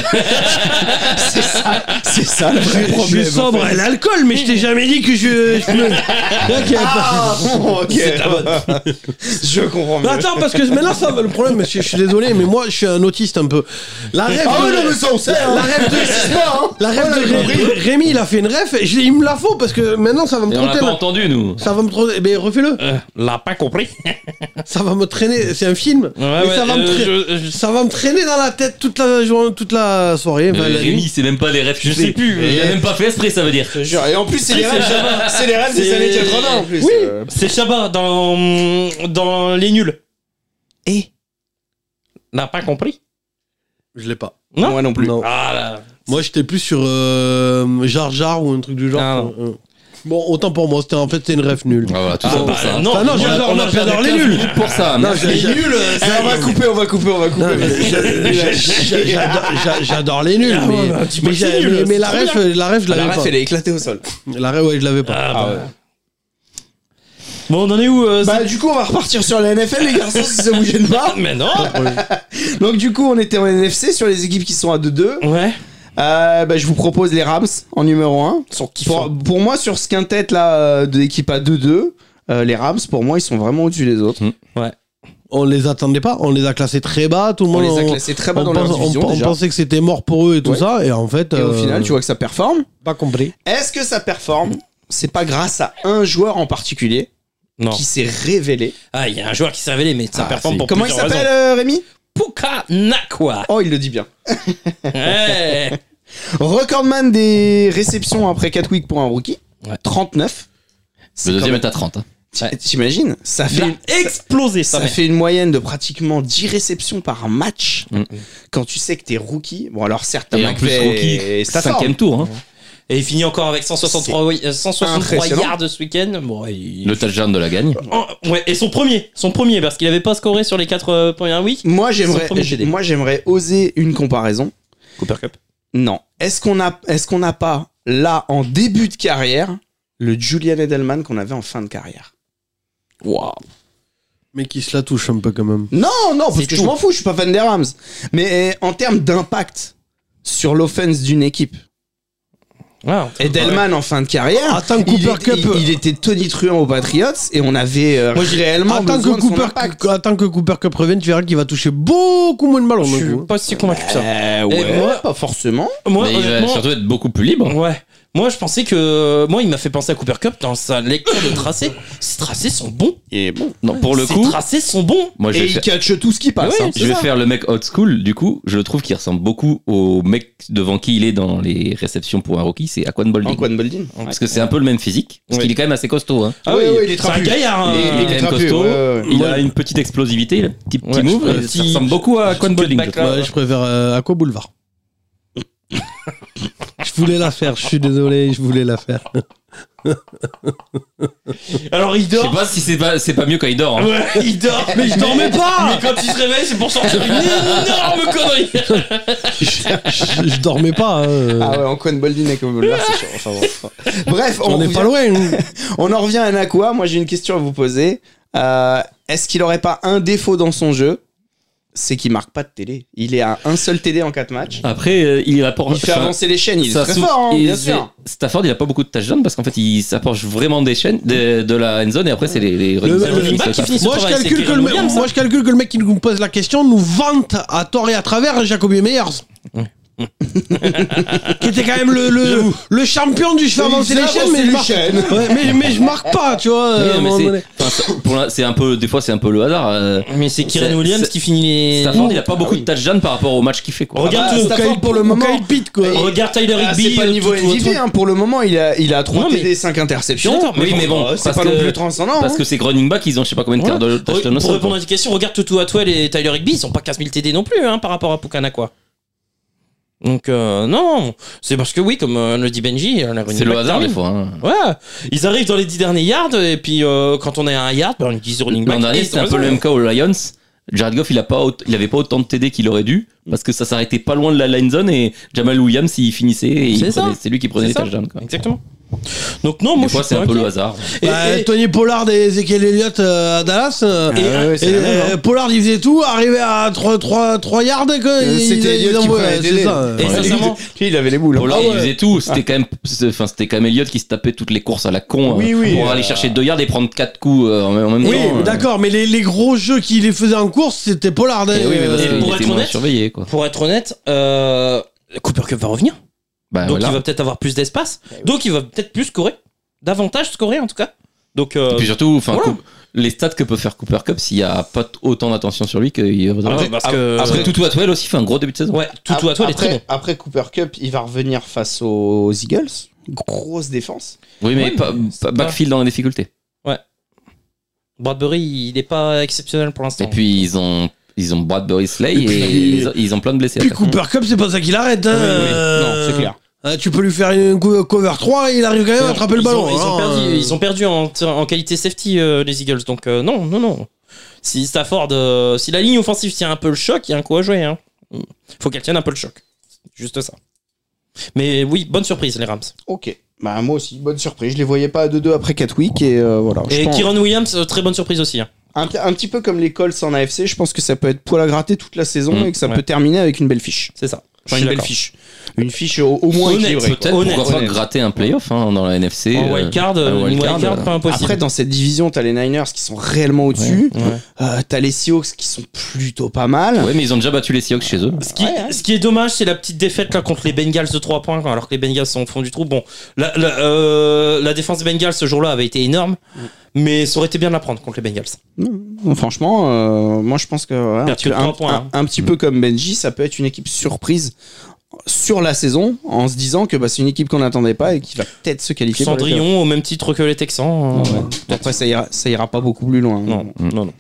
Speaker 2: c'est ça, c'est ça le vrai
Speaker 1: Je
Speaker 2: problème.
Speaker 1: suis sobre à l'alcool, mais je t'ai jamais dit que je. je me- Là, qu'il y a pas-
Speaker 2: Ah, bon, ok. Je comprends mieux.
Speaker 1: Mais attends, parce que maintenant, ça, le problème, mais je, je suis désolé, mais moi, je suis un autiste un peu. La rêve.
Speaker 2: Ah ouais,
Speaker 1: de-
Speaker 2: non, mais ça, on sait, hein.
Speaker 1: La rêve de.
Speaker 2: C'est pas, hein.
Speaker 1: La ref
Speaker 2: Voilà,
Speaker 1: de
Speaker 2: j'ai compris.
Speaker 1: Ré- Ré- Rémi, il a fait une ref, et je l'ai- il me la faut parce que maintenant ça va me
Speaker 3: Et on l'a
Speaker 1: trotter.
Speaker 3: pas
Speaker 1: là.
Speaker 3: entendu, nous.
Speaker 1: Ça va me trotter. Eh ben, refais-le.
Speaker 4: Euh, L'a pas compris.
Speaker 1: Ça va me traîner. C'est un film.
Speaker 4: Ouais,
Speaker 1: Mais
Speaker 4: ouais,
Speaker 1: ça, va me
Speaker 4: euh,
Speaker 1: tra-
Speaker 4: je- je-
Speaker 1: ça va me traîner dans la tête toute la journée, toute la soirée. enfin,
Speaker 3: Euh,
Speaker 1: Eh ben, la
Speaker 3: Rémi,
Speaker 1: nuit.
Speaker 3: c'est même pas les rêves.
Speaker 4: Je sais plus,
Speaker 3: Il a
Speaker 4: mais-
Speaker 3: même pas fait esprit, ça veut dire.
Speaker 2: Je te jure. Et en plus, c'est les rêves, c'est les rêves des
Speaker 4: C'est-
Speaker 2: années 80 en plus.
Speaker 4: Oui.
Speaker 2: Euh,
Speaker 4: C'est Chabat dans, dans Les Nuls. Et N'a pas compris
Speaker 1: Je l'ai pas.
Speaker 4: Non
Speaker 2: Moi non plus.
Speaker 1: Non.
Speaker 4: Ah là.
Speaker 1: Moi, j'étais plus sur euh, Jar Jar ou un truc du genre.
Speaker 4: Ah, non.
Speaker 1: Euh, Bon, autant pour moi. C'était en fait c'était une ref nulle.
Speaker 3: Ah, voilà, tout
Speaker 4: Ah,
Speaker 3: ça
Speaker 4: bah,
Speaker 2: Oh,
Speaker 3: pour ça.
Speaker 4: non,
Speaker 1: Ah non,
Speaker 4: on a-
Speaker 1: j'adore,
Speaker 4: on a
Speaker 1: non,
Speaker 4: perdu
Speaker 1: j'adore les
Speaker 4: 15
Speaker 1: nuls.
Speaker 4: minutes.
Speaker 3: Pour ça, merci.
Speaker 2: C'est nul. euh, ça, On va couper, on va couper, on va couper.
Speaker 1: Non, mais
Speaker 2: vas-y.
Speaker 1: j'a- j'a- j'a- J'adore j'a- j'adore les nuls,
Speaker 4: Ah ouais,
Speaker 1: mais,
Speaker 4: bah, dis-moi
Speaker 1: mais
Speaker 4: que c'est
Speaker 1: j'a-
Speaker 4: nul,
Speaker 1: mais- mais
Speaker 4: c'est
Speaker 1: la
Speaker 4: trop
Speaker 1: ref, la ref, je
Speaker 2: Ah, La
Speaker 1: l'avais
Speaker 2: ref,
Speaker 1: pas.
Speaker 2: elle est éclatée au sol.
Speaker 1: La ref, ouais, je l'avais pas.
Speaker 4: Ah, bah. Bon, on en est où euh,
Speaker 2: Bah, du coup, on va repartir sur la NFL, les garçons, si ça vous gêne pas.
Speaker 4: c'est- Mais non
Speaker 2: Donc, du coup, on était en NFC sur les équipes qui sont à 2-2.
Speaker 4: Ouais.
Speaker 2: Euh, bah, je vous propose les Rams en numéro 1.
Speaker 4: Ils sont kiffants.
Speaker 2: Pour, pour moi, sur ce quintet là, euh, de l'équipe à 2-2, euh, les Rams, pour moi, ils sont vraiment au-dessus des autres.
Speaker 1: On les attendait pas. On les a classés très bas. Tout le
Speaker 2: On
Speaker 1: monde.
Speaker 2: les a
Speaker 1: on-
Speaker 2: classés très bas
Speaker 1: Oh. on
Speaker 2: Ah bah dans
Speaker 1: pense-
Speaker 2: leur
Speaker 1: on-
Speaker 2: division
Speaker 1: on
Speaker 2: déjà.
Speaker 1: pensait que c'était mort pour eux et tout
Speaker 2: Ouais.
Speaker 1: ça, et en fait.
Speaker 2: Et au
Speaker 1: euh,
Speaker 2: final, tu vois que ça performe.
Speaker 1: Pas compris.
Speaker 2: Est-ce que ça performe C'est pas grâce à un joueur en particulier.
Speaker 4: Non.
Speaker 2: qui s'est révélé.
Speaker 4: Ah, il y a un joueur qui s'est révélé, mais ça
Speaker 3: Ah,
Speaker 4: performe
Speaker 3: si.
Speaker 4: pour
Speaker 2: Comment il
Speaker 4: plusieurs
Speaker 2: s'appelle,
Speaker 4: raisons.
Speaker 2: euh, Rémi
Speaker 4: Puka Nakwa.
Speaker 2: Oh, il le dit bien.
Speaker 4: Ouais.
Speaker 2: Recordman des réceptions après 4 weeks pour un rookie.
Speaker 4: Ouais.
Speaker 2: 39. C'est
Speaker 3: Le deuxième
Speaker 2: quand
Speaker 3: est à 30. hein.
Speaker 2: même- T'imagines Ça
Speaker 4: Il
Speaker 2: fait...
Speaker 4: a explosé
Speaker 2: Ça
Speaker 4: ça.
Speaker 2: fait une moyenne de pratiquement 10 réceptions par match
Speaker 3: Mm.
Speaker 2: quand tu sais que t'es rookie. Bon, alors certes, t'as
Speaker 3: Et en plus,
Speaker 2: McVay et
Speaker 3: rookie,
Speaker 2: Stafford.
Speaker 3: cinquième tour. hein.
Speaker 4: Et il finit encore avec 163, euh, 163
Speaker 2: impressionnant.
Speaker 4: yards ce week-end. Bon, il-
Speaker 3: Le touchdown de la gagne.
Speaker 4: Oh, ouais, et son premier, son premier, parce qu'il avait pas scoré sur les euh, 4 premières weeks.
Speaker 2: Moi, j'aimerais,
Speaker 4: Son premier GD.
Speaker 2: moi, j'aimerais oser une comparaison.
Speaker 4: Cooper Cup.
Speaker 2: Non. Est-ce qu'on a, est-ce qu'on n'a pas là en début de carrière le Julian Edelman qu'on avait en fin de carrière
Speaker 4: Waouh.
Speaker 1: Mais qui se la touche un peu quand même.
Speaker 2: Non, non, parce
Speaker 4: C'est
Speaker 2: que
Speaker 4: tout.
Speaker 2: je m'en fous, je suis pas fan des Rams. Mais eh, en termes d'impact sur l'offense d'une équipe, Edelman en fin de carrière.
Speaker 1: Attends,
Speaker 2: Ah, il,
Speaker 1: Ah, Cooper
Speaker 2: était,
Speaker 1: Cup.
Speaker 2: il, il était tonitruant aux Patriots et on avait euh,
Speaker 1: Moi,
Speaker 2: réellement
Speaker 1: Attends
Speaker 2: besoin
Speaker 1: que,
Speaker 2: de son
Speaker 1: Cooper,
Speaker 2: impact.
Speaker 1: attends que Cooper Cup revienne, tu verras qu'il va toucher beaucoup moins de ballons.
Speaker 4: Je
Speaker 1: d'un
Speaker 4: suis
Speaker 1: coup.
Speaker 4: pas si convaincu que ça.
Speaker 2: Euh,
Speaker 4: Et
Speaker 2: ouais,
Speaker 4: moi-
Speaker 2: pas forcément.
Speaker 4: Moi,
Speaker 3: Mais il va
Speaker 4: honnêtement,
Speaker 3: surtout être beaucoup plus libre.
Speaker 4: ouais. Moi, je pensais que. Moi, il m'a fait penser à Cooper Cup dans sa lecture de tracé. Ses tracés sont bons.
Speaker 2: Et bon.
Speaker 3: Non, pour le
Speaker 4: Ses
Speaker 3: coup,
Speaker 4: tracés sont bons.
Speaker 3: moi je
Speaker 2: Et
Speaker 3: vais,
Speaker 2: il
Speaker 3: faire,
Speaker 2: catch tout ce qui passe.
Speaker 4: Ouais,
Speaker 2: hein.
Speaker 4: c'est
Speaker 3: je vais
Speaker 4: ça.
Speaker 3: faire le mec old school. Du coup, je trouve qu'il ressemble beaucoup au mec devant qui il est dans les réceptions pour un rookie. C'est Aquan Bolding.
Speaker 2: Anquan Boldin.
Speaker 3: Parce que c'est un peu le même physique. Parce
Speaker 4: Ouais.
Speaker 3: qu'il est quand même assez costaud. hein.
Speaker 2: Ah oui, oui, il est
Speaker 4: c'est un
Speaker 2: trapu.
Speaker 4: gaillard. hein.
Speaker 3: Il est- il est quand même
Speaker 2: trapu,
Speaker 3: costaud.
Speaker 2: ouais, ouais, ouais.
Speaker 3: Il
Speaker 4: Moi,
Speaker 3: a une petite explosivité, il a un petit, petit
Speaker 4: Ouais,
Speaker 3: move.
Speaker 4: je-
Speaker 3: euh,
Speaker 4: je-
Speaker 3: ça ressemble beaucoup à Quan
Speaker 4: je-
Speaker 3: Bolding.
Speaker 4: je-
Speaker 3: je trouve.
Speaker 4: là,
Speaker 1: Ouais, je préfère euh, Aqua Boulevard. je voulais la faire, je suis désolé, je voulais la faire.
Speaker 4: Alors, il
Speaker 3: Je sais
Speaker 4: dort.
Speaker 3: pas si c'est pas, c'est pas mieux quand il dort. hein.
Speaker 4: Ouais, il dort. Mais je dormais pas. Mais quand il se réveille, c'est pour sortir une énorme connerie.
Speaker 1: je, je- je dormais pas. hein, euh.
Speaker 2: Ah ouais, Anquan Boldin avec Anquan Boldin, c'est chaud. Enfin, bon. Bref, on,
Speaker 1: On est
Speaker 2: revient,
Speaker 1: pas loin. hein.
Speaker 2: on en revient à Nakua. Moi, j'ai une question à vous poser. Euh, Est-ce qu'il aurait pas un défaut dans son jeu C'est qu'il marque pas de télé. Il est à un seul télé en 4 matchs.
Speaker 3: Après, euh, il apporte.
Speaker 2: Il fait
Speaker 3: enfin,
Speaker 2: avancer les chaînes. Il est
Speaker 3: ça
Speaker 2: très
Speaker 3: sou-
Speaker 2: fort, hein,
Speaker 3: et
Speaker 2: bien
Speaker 3: c'est-
Speaker 2: sûr.
Speaker 3: Stafford, il a pas beaucoup de touchdowns parce qu'en fait, il s'approche vraiment des chaînes, de, de la end zone et après, c'est les, les running
Speaker 1: Le-
Speaker 3: backs
Speaker 1: le-
Speaker 3: qui
Speaker 1: le-
Speaker 4: back,
Speaker 3: se
Speaker 4: il finit
Speaker 3: tapent.
Speaker 1: Moi
Speaker 4: sur
Speaker 1: je,
Speaker 4: pareil,
Speaker 1: calcule que
Speaker 4: c'est
Speaker 1: le mec,
Speaker 4: Kyrian Williams,
Speaker 1: moi, je calcule que le mec qui nous pose la question nous vante à tort et à travers Jacobi Meyers. qui était quand même le, le, le champion du je fais
Speaker 2: Oui, il
Speaker 1: avancer
Speaker 2: faisait
Speaker 1: les chaînes,
Speaker 2: avancer
Speaker 1: mais, je
Speaker 2: les
Speaker 1: marque-
Speaker 2: chaînes.
Speaker 1: Ouais, mais, mais je marque pas, tu vois.
Speaker 3: Oui,
Speaker 1: euh, à un
Speaker 3: non, mais
Speaker 1: moment
Speaker 3: c'est-
Speaker 1: donné.
Speaker 3: enfin, ça- pour la- c'est un peu, des fois, c'est un peu le hasard. euh,
Speaker 4: Mais c'est Kyren
Speaker 3: C'est-
Speaker 4: Williams
Speaker 3: c'est-
Speaker 4: qui finit les.
Speaker 3: Stafford, il a pas beaucoup
Speaker 2: oui.
Speaker 3: de touchdowns par rapport au match qu'il fait. Quoi.
Speaker 4: ah Regarde
Speaker 2: Ah bah,
Speaker 4: tout.
Speaker 2: Stafford,
Speaker 1: Kyle-
Speaker 2: pour le moment,
Speaker 1: Kyle Pitt, quoi.
Speaker 4: Regarde Tyler
Speaker 2: Ah,
Speaker 4: Higby. euh,
Speaker 2: c'est pas le niveau
Speaker 4: tout- tout-
Speaker 2: MVP, hein, pour le moment, il a, il a 3
Speaker 4: Non, mais-
Speaker 2: TD, 5
Speaker 4: Je
Speaker 2: interceptions.
Speaker 4: suis d'accord, mais
Speaker 3: oui, mais bon,
Speaker 2: Oh, c'est
Speaker 3: parce
Speaker 2: pas non
Speaker 3: que-
Speaker 2: plus transcendant.
Speaker 3: Parce
Speaker 2: hein.
Speaker 3: que ces running backs, ils ont je sais pas combien de
Speaker 4: Voilà.
Speaker 3: touchdowns
Speaker 4: Re-
Speaker 3: touchdowns au
Speaker 4: pour
Speaker 3: sol,
Speaker 4: répondre
Speaker 3: quoi.
Speaker 4: à ta question, regarde Toto Atwell et Tyler Rigby, ils ont pas 15 000 TD non plus hein, par rapport à Pukana quoi. Donc euh, non, c'est parce que oui, comme euh, le dit Benji, euh, la running
Speaker 3: C'est le
Speaker 4: back
Speaker 3: hasard, des
Speaker 4: arrive.
Speaker 3: fois. hein.
Speaker 4: Ouais, ils arrivent dans les 10 derniers yards et puis euh, quand on est à un yard, bah, on utilise running back.
Speaker 3: L'an
Speaker 4: et
Speaker 3: dernier,
Speaker 4: ils
Speaker 3: c'était un
Speaker 4: ont
Speaker 3: peu le
Speaker 4: raison.
Speaker 3: même cas aux Lions. Jared Goff, il, a pas, aut- il avait pas autant de TD qu'il aurait dû parce que ça s'arrêtait pas loin de la line zone et Jamal Williams, il finissait et il
Speaker 4: C'est ça.
Speaker 3: prenait- c'est lui qui prenait les
Speaker 4: C'est ça.
Speaker 3: touchdowns. quoi.
Speaker 4: Exactement. Donc non, moi
Speaker 3: Des
Speaker 4: je
Speaker 3: fois,
Speaker 4: suis
Speaker 3: c'est
Speaker 4: pas
Speaker 3: un peu
Speaker 4: inquiet.
Speaker 3: le hasard.
Speaker 4: Et-
Speaker 1: Bah,
Speaker 4: et-
Speaker 1: Tony Pollard et Ezekiel Elliott euh, à Dallas. euh,
Speaker 2: Ah ouais, ouais,
Speaker 1: et,
Speaker 2: c'est la même, hein.
Speaker 1: euh, Pollard, il faisait tout, arrivé à 3, yards. quoi, il- il-
Speaker 2: Euh, C'était
Speaker 1: il
Speaker 2: Elliott qui
Speaker 1: envoie-
Speaker 2: prenait les
Speaker 1: c'est
Speaker 2: TD.
Speaker 1: ça.
Speaker 4: Et
Speaker 3: Ouais.
Speaker 4: sincèrement,
Speaker 2: Lui, il avait les boules. hein.
Speaker 3: Pollard,
Speaker 2: Ah
Speaker 3: il
Speaker 2: ouais.
Speaker 3: faisait tout. C'était quand même, c'est- enfin, c'était quand même Elliott qui se tapait toutes les courses à la con
Speaker 2: Oui,
Speaker 3: euh,
Speaker 2: oui,
Speaker 3: pour
Speaker 2: euh,
Speaker 3: aller chercher deux yards et prendre quatre coups euh, en même en même
Speaker 1: Oui,
Speaker 3: temps. euh.
Speaker 1: d'accord, mais les, les gros jeux qui les faisaient en course, c'était Pollard. hein,
Speaker 3: Et oui, mais parce
Speaker 1: euh,
Speaker 3: qu'il
Speaker 4: pour
Speaker 3: était
Speaker 4: être
Speaker 3: moins
Speaker 4: honnête-
Speaker 3: surveillé, quoi.
Speaker 4: pour être honnête, euh, Cooper Cup va revenir.
Speaker 3: Bah,
Speaker 4: Donc
Speaker 3: voilà.
Speaker 4: il va peut-être avoir plus d'espace. Donc il va peut-être plus scorer. Davantage scorer en tout cas. Donc euh,
Speaker 3: Et puis surtout, enfin,
Speaker 4: voilà.
Speaker 3: Coop- les stats que peut faire Cooper Cup s'il n'y a pas t- autant d'attention sur lui qu'il
Speaker 4: Ah,
Speaker 3: faudrait.
Speaker 4: parce que
Speaker 3: bah, Après, Toutou Atwell aussi fait un gros début de saison.
Speaker 4: ouais, tout à toi, il est très bon.
Speaker 2: après, après Cooper Cup, il va revenir face aux Eagles. Grosse défense.
Speaker 3: Oui, mais
Speaker 4: Ouais,
Speaker 3: pas,
Speaker 4: mais
Speaker 3: pas-
Speaker 4: c'est pas-
Speaker 3: backfield dans la difficulté.
Speaker 4: Bradbury, il est pas exceptionnel pour
Speaker 3: Et
Speaker 4: l'instant.
Speaker 3: puis, ils ont, ils ont Bradbury Slay
Speaker 1: Et
Speaker 3: et,
Speaker 1: puis-
Speaker 3: ils ont- ils ont plein de blessés.
Speaker 1: Puis
Speaker 3: après.
Speaker 1: Cooper Cup, c'est pas ça qui l'arrête. hein,
Speaker 4: Oui, oui, oui.
Speaker 1: euh,
Speaker 2: Non, c'est clair.
Speaker 1: euh, tu peux lui faire une co- cover 3 et il arrive quand même à attraper Eh, le
Speaker 4: Ils
Speaker 1: ballon.
Speaker 4: ont- Ils ont,
Speaker 1: hein,
Speaker 4: perdu,
Speaker 1: euh.
Speaker 4: ils ont perdu en, en qualité safety euh, les Eagles. Donc euh, non, non, non. Si Stafford, euh, si la ligne offensive tient un peu le choc, il y a un coup à jouer. Hein. Faut qu'elle tienne un peu le choc. Juste ça. Mais oui, bonne surprise les Rams.
Speaker 2: Ok. Bah, moi aussi, bonne surprise. Je les voyais pas à 2-2 après 4 weeks et euh, voilà. Je
Speaker 4: Et
Speaker 2: pense-
Speaker 4: Kyron Williams, euh, très bonne surprise aussi. hein.
Speaker 2: un, un petit peu comme les Colts en AFC, je pense que ça peut être poil à gratter toute la saison
Speaker 3: Mmh,
Speaker 2: et que ça
Speaker 4: ouais.
Speaker 2: peut terminer avec une belle fiche.
Speaker 4: C'est ça.
Speaker 2: Enfin,
Speaker 4: Je suis
Speaker 2: une belle
Speaker 4: d'accord.
Speaker 2: fiche. Une fiche au, au moins
Speaker 4: Honnête,
Speaker 2: équilibrée. quoi.
Speaker 3: Peut-être
Speaker 4: honnête,
Speaker 3: pourquoi pas
Speaker 2: honnête.
Speaker 3: gratter un playoff hein, dans la NFC.
Speaker 4: En
Speaker 3: euh,
Speaker 4: wildcard,
Speaker 3: un
Speaker 4: euh, une
Speaker 3: wildcard,
Speaker 4: wildcard,
Speaker 3: euh,
Speaker 4: pas impossible.
Speaker 2: Après, dans cette division, t'as les Niners qui sont réellement au-dessus.
Speaker 4: Ouais.
Speaker 2: Euh, t'as les Seahawks qui sont plutôt pas mal.
Speaker 3: Ouais, mais ils ont déjà battu les Seahawks chez eux.
Speaker 4: Ce qui, ce qui est dommage, c'est la petite défaite là contre les Bengals de 3 points,
Speaker 3: Mm.
Speaker 4: alors que les Bengals sont au fond du trou. Bon, la, la, euh, la défense des Bengals ce jour-là avait été énorme, mais ça aurait été bien de la prendre contre les Bengals.
Speaker 2: Non, Mmh. franchement, euh, moi je pense que ouais, un,
Speaker 4: Perdu de
Speaker 2: un-
Speaker 4: trois points,
Speaker 2: un-
Speaker 4: hein.
Speaker 2: un petit peu comme Benji, ça peut être une équipe surprise sur la saison en se disant que bah, c'est une équipe qu'on n'attendait pas et qui va peut-être se qualifier. pour les playoffs.
Speaker 4: Cendrillon au même titre que les Texans. euh,
Speaker 2: Après, ça ira, ça ira pas beaucoup plus loin.
Speaker 4: Non,
Speaker 3: Mm.
Speaker 4: non, non.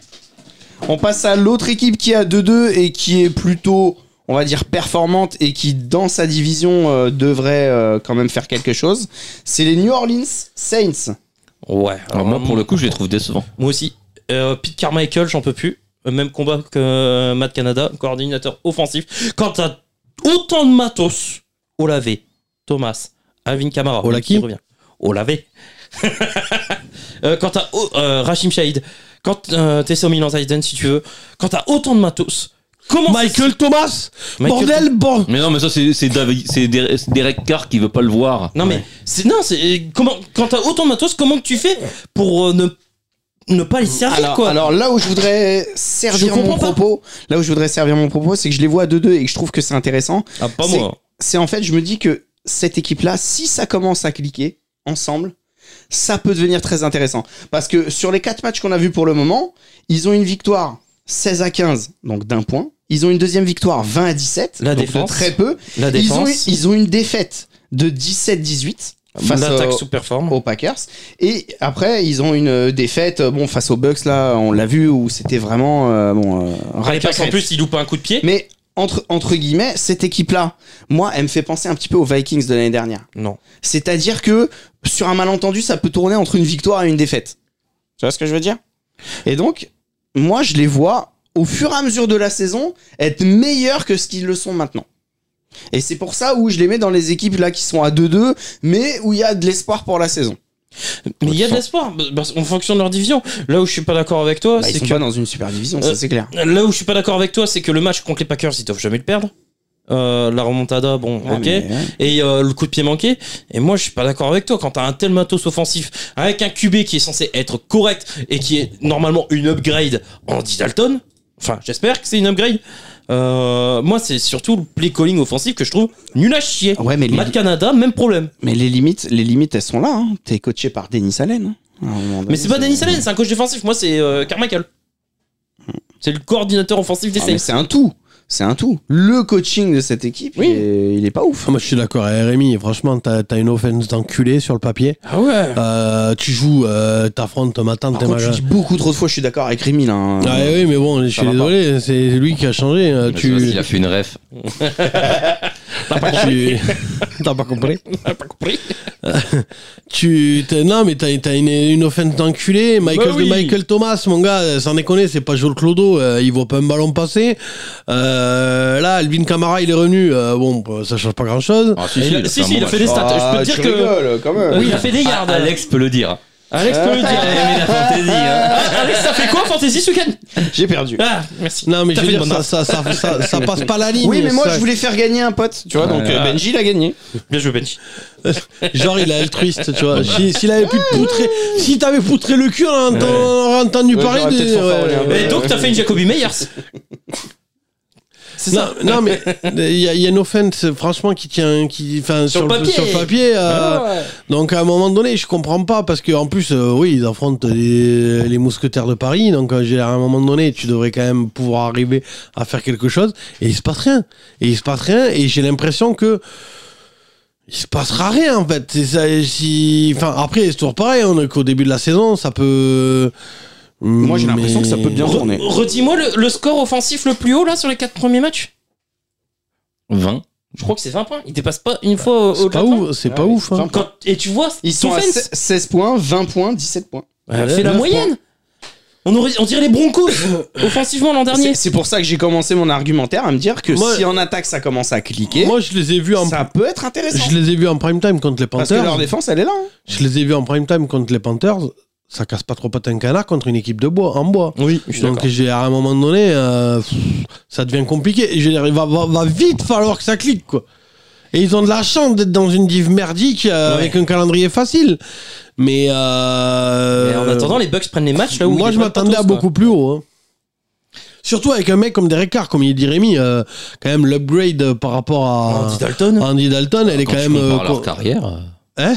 Speaker 2: On passe à l'autre équipe qui a 2-2 et qui est plutôt, on va dire, performante et qui, dans sa division, euh, devrait euh, quand même faire quelque chose. C'est les New Orleans Saints.
Speaker 4: Ouais.
Speaker 3: Alors moi, pour le coup, je les trouve décevants.
Speaker 4: Moi aussi. Euh, Pete Carmichael, j'en peux plus. Euh, Même combat que euh, Matt Canada, coordinateur offensif. Quand t'as autant de matos, Olave, Thomas, Alvin Kamara,
Speaker 1: Ola qui
Speaker 4: revient. Olave. Euh, quand t'as au- euh, Rashim Shahid, quand euh, t'es sur Milan Zayden, si tu veux, quand t'as autant de matos, comment
Speaker 1: Michael Thomas
Speaker 4: Michael-
Speaker 1: Bordel, bon
Speaker 3: Mais non, mais ça, c'est c'est Davi- c'est Der- c'est Derek Carr qui veut pas le voir.
Speaker 4: Non mais c'est non c'est comment quand t'as autant de matos comment tu fais pour euh, ne ne pas les servir
Speaker 2: Alors,
Speaker 4: quoi
Speaker 2: alors là où je voudrais
Speaker 4: Je
Speaker 2: servir
Speaker 4: comprends
Speaker 2: mon
Speaker 4: pas.
Speaker 2: propos, là où je voudrais servir mon propos, c'est que je les vois à 2-2 et que je trouve que c'est intéressant.
Speaker 4: ah, pas
Speaker 2: c'est-
Speaker 4: moi
Speaker 2: C'est en fait, je me dis que cette équipe-là, si ça commence à cliquer ensemble, ça peut devenir très intéressant. Parce que sur les quatre matchs qu'on a vus pour le moment, ils ont une victoire 16 à 15, donc d'un point. Ils ont une deuxième victoire 20 à 17,
Speaker 4: La
Speaker 2: donc de
Speaker 4: défense.
Speaker 2: très peu.
Speaker 4: la
Speaker 2: Ils ont,
Speaker 4: défense
Speaker 2: ils ont une défaite de 17-18 face
Speaker 4: l'attaque
Speaker 2: au-
Speaker 4: sous-performe
Speaker 2: aux Packers. Et après, ils ont une euh, défaite, euh, bon, face aux Bucks, là, on l'a vu, où c'était vraiment, euh, bon, euh,
Speaker 4: Ah, les
Speaker 2: raquette.
Speaker 4: Packers, en plus ils loupent un coup de pied
Speaker 2: Mais entre, entre guillemets, cette équipe-là, moi, elle me fait penser un petit peu aux Vikings de l'année dernière.
Speaker 4: non
Speaker 2: C'est-à-dire que, sur un malentendu, ça peut tourner entre une victoire et une défaite. Tu vois ce que je veux dire? Et donc, moi, je les vois, au fur et à mesure de la saison, être meilleurs que ce qu'ils le sont maintenant. Et c'est pour ça où je les mets dans les équipes là qui sont à 2-2, mais où il y a de l'espoir pour la saison.
Speaker 4: mais il y a de l'espoir Bah, parce- en fonction de leur division là où je suis pas d'accord avec toi
Speaker 2: Bah, ils
Speaker 4: c'est
Speaker 2: sont
Speaker 4: que
Speaker 2: pas dans une super division,
Speaker 4: Euh,
Speaker 2: ça c'est clair.
Speaker 4: là où je suis pas d'accord avec toi c'est que le match contre les Packers ils doivent jamais le perdre Euh, la remontada bon
Speaker 2: Ouais,
Speaker 4: ok
Speaker 2: Ah, mais, ouais.
Speaker 4: et euh, le coup de pied manqué. Et moi, je suis pas d'accord avec toi. Quand t'as un tel matos offensif avec un QB qui est censé être correct et qui est normalement une upgrade en Dalton, enfin, j'espère que c'est une upgrade. Euh, moi, c'est surtout le play calling offensif que je trouve nul à chier.
Speaker 2: Ah Ouais, mais, les,
Speaker 4: Matt Canada, même problème.
Speaker 2: mais les limites, les limites, elles sont là. Hein. T'es coaché par Denis Allen. hein, à un moment donné,
Speaker 4: Mais c'est pas Denis Allen, c'est un coach défensif. Moi, c'est euh, Carmichael. C'est le coordinateur offensif des
Speaker 2: Ah, mais c'est
Speaker 4: Saints.
Speaker 2: un tout. C'est un tout. Le coaching de cette équipe,
Speaker 4: Oui.
Speaker 2: il, est, il est pas ouf.
Speaker 1: Ah, Moi, je suis d'accord avec Rémi. Franchement, t'as t'as une offense d'enculé sur le papier.
Speaker 4: Ah ouais.
Speaker 1: Euh, tu joues, euh, t'affrontes maintenant
Speaker 2: Par
Speaker 1: tes
Speaker 2: contre,
Speaker 1: matchs.
Speaker 2: tu dis beaucoup trop de fois, je suis d'accord avec Rémi là. hein.
Speaker 1: Ah oui, mais bon, je suis
Speaker 2: Ça va pas.
Speaker 1: désolé, c'est lui qui a changé. euh,
Speaker 3: Bah, c'est
Speaker 1: tu
Speaker 3: parce qu'il a fait une ref.
Speaker 1: tu- t'as pas compris
Speaker 4: T'as pas compris
Speaker 1: Tu t'as- non mais t'as t'as une, une offense d'enculé, Michael
Speaker 4: Bah oui.
Speaker 1: de Michael Thomas, mon gars, euh, sans déconner, c'est pas Joel Clodo, euh, il voit pas un ballon passer. Euh, là, Alvin Kamara, il est revenu, euh, bon, bah, ça change pas grand chose.
Speaker 3: Ah,
Speaker 4: Et il a- Si, si, il a fait des
Speaker 2: Ah,
Speaker 4: stats. Je peux te dire
Speaker 2: tu
Speaker 4: que.
Speaker 2: rigoles, quand même.
Speaker 4: Oui, il a fait des yards.
Speaker 3: Ah, Alex peut le dire.
Speaker 4: Alex peut le dire. Ah, Alex, ça fait quoi Fantasy ce week-end
Speaker 2: J'ai perdu.
Speaker 4: Ah, merci.
Speaker 1: Non mais je
Speaker 4: T'as
Speaker 1: veux
Speaker 4: fait
Speaker 1: dire,
Speaker 4: une
Speaker 1: ça,
Speaker 4: bonne
Speaker 1: ça, ça, ça, ça passe pas la ligne.
Speaker 2: Oui, mais moi
Speaker 1: ça-
Speaker 2: je voulais faire gagner un pote, tu vois. Donc
Speaker 3: Ouais.
Speaker 2: euh,
Speaker 4: Ah.
Speaker 2: Benji l'a gagné.
Speaker 4: Bien joué, Benji.
Speaker 1: Genre il est altruiste, tu vois. Si- S'il avait pu te poutrer, si t'avais poutré le cul, on aurait entendu- on aurait entendu
Speaker 2: Ouais,
Speaker 1: parler
Speaker 2: j'aurais
Speaker 1: de...
Speaker 2: peut-être fanfaronné un peu.
Speaker 4: Et donc, t'as fait une Jacoby Meyers. C'est
Speaker 1: Non,
Speaker 4: ça.
Speaker 1: non, mais il y, a- il y a une offense franchement qui tient, qui, enfin sur,
Speaker 4: Sur le
Speaker 1: le-
Speaker 4: papier. Ah
Speaker 1: sur le papier. euh,
Speaker 2: Ah,
Speaker 1: Donc à un moment donné, je comprends pas parce que en plus, euh, oui, ils affrontent les, les mousquetaires de Paris. Donc euh, j'ai- à un moment donné, tu devrais quand même pouvoir arriver à faire quelque chose. Et il se passe rien. Et il se passe rien. Et j'ai l'impression que il se passera rien en fait. C'est ça. et Si, enfin après, c'est toujours pareil. hein, On est qu'au début de la saison, ça peut.
Speaker 2: Moi, j'ai l'impression que ça peut bien-
Speaker 4: Re-
Speaker 2: Tourné.
Speaker 4: Redis-moi le, le score offensif le plus haut là sur les 4 premiers matchs.
Speaker 3: 20.
Speaker 4: Je crois que c'est 20 points. Il dépasse pas une fois au
Speaker 1: C'est pas ouf. C'est pas
Speaker 2: Ouais,
Speaker 1: ouf. hein.
Speaker 2: c'est
Speaker 4: Quand, et tu vois,
Speaker 2: Ils sont à
Speaker 4: offense,
Speaker 2: 16 points, 20 points, 17 points.
Speaker 4: c'est la
Speaker 1: Neuf
Speaker 4: moyenne. On, aurait, on dirait les Broncos offensivement l'an dernier.
Speaker 2: C'est- C'est pour ça que j'ai commencé mon argumentaire à me dire que
Speaker 1: Moi-
Speaker 2: si en attaque ça commence à cliquer,
Speaker 1: Moi, je les ai vus en.
Speaker 2: ça peut être intéressant.
Speaker 1: Je les ai vus en prime time contre les
Speaker 2: Parce que leur
Speaker 1: Panthers.
Speaker 2: défense, elle est là. hein.
Speaker 1: Je les ai vus en prime time contre les Panthers. Ça casse pas trop pas un canard contre une équipe de bois en bois.
Speaker 4: Oui,
Speaker 1: Donc j'ai à un moment donné, euh, pff, ça devient compliqué. Et Je veux dire, il va, va, va vite falloir que ça clique quoi. Et ils ont de la chance d'être dans une div merdique euh,
Speaker 4: Ouais.
Speaker 1: avec un calendrier facile. Mais, euh,
Speaker 4: Et en attendant, les Bucks prennent les matchs là où
Speaker 1: moi
Speaker 4: ils
Speaker 1: je
Speaker 4: prennent
Speaker 1: m'attendais
Speaker 4: pas
Speaker 1: à
Speaker 4: tous, quoi.
Speaker 1: beaucoup plus haut. hein. Surtout avec un mec comme Derek Carr, comme il dit Rémi, euh, quand même l'upgrade euh, par rapport à
Speaker 4: Andy Dalton.
Speaker 1: Andy Dalton, elle est
Speaker 3: Ah, Quand
Speaker 1: quand
Speaker 3: tu
Speaker 1: même.
Speaker 3: compares
Speaker 1: euh,
Speaker 3: leur
Speaker 1: co-
Speaker 3: carrière. euh,
Speaker 1: Hein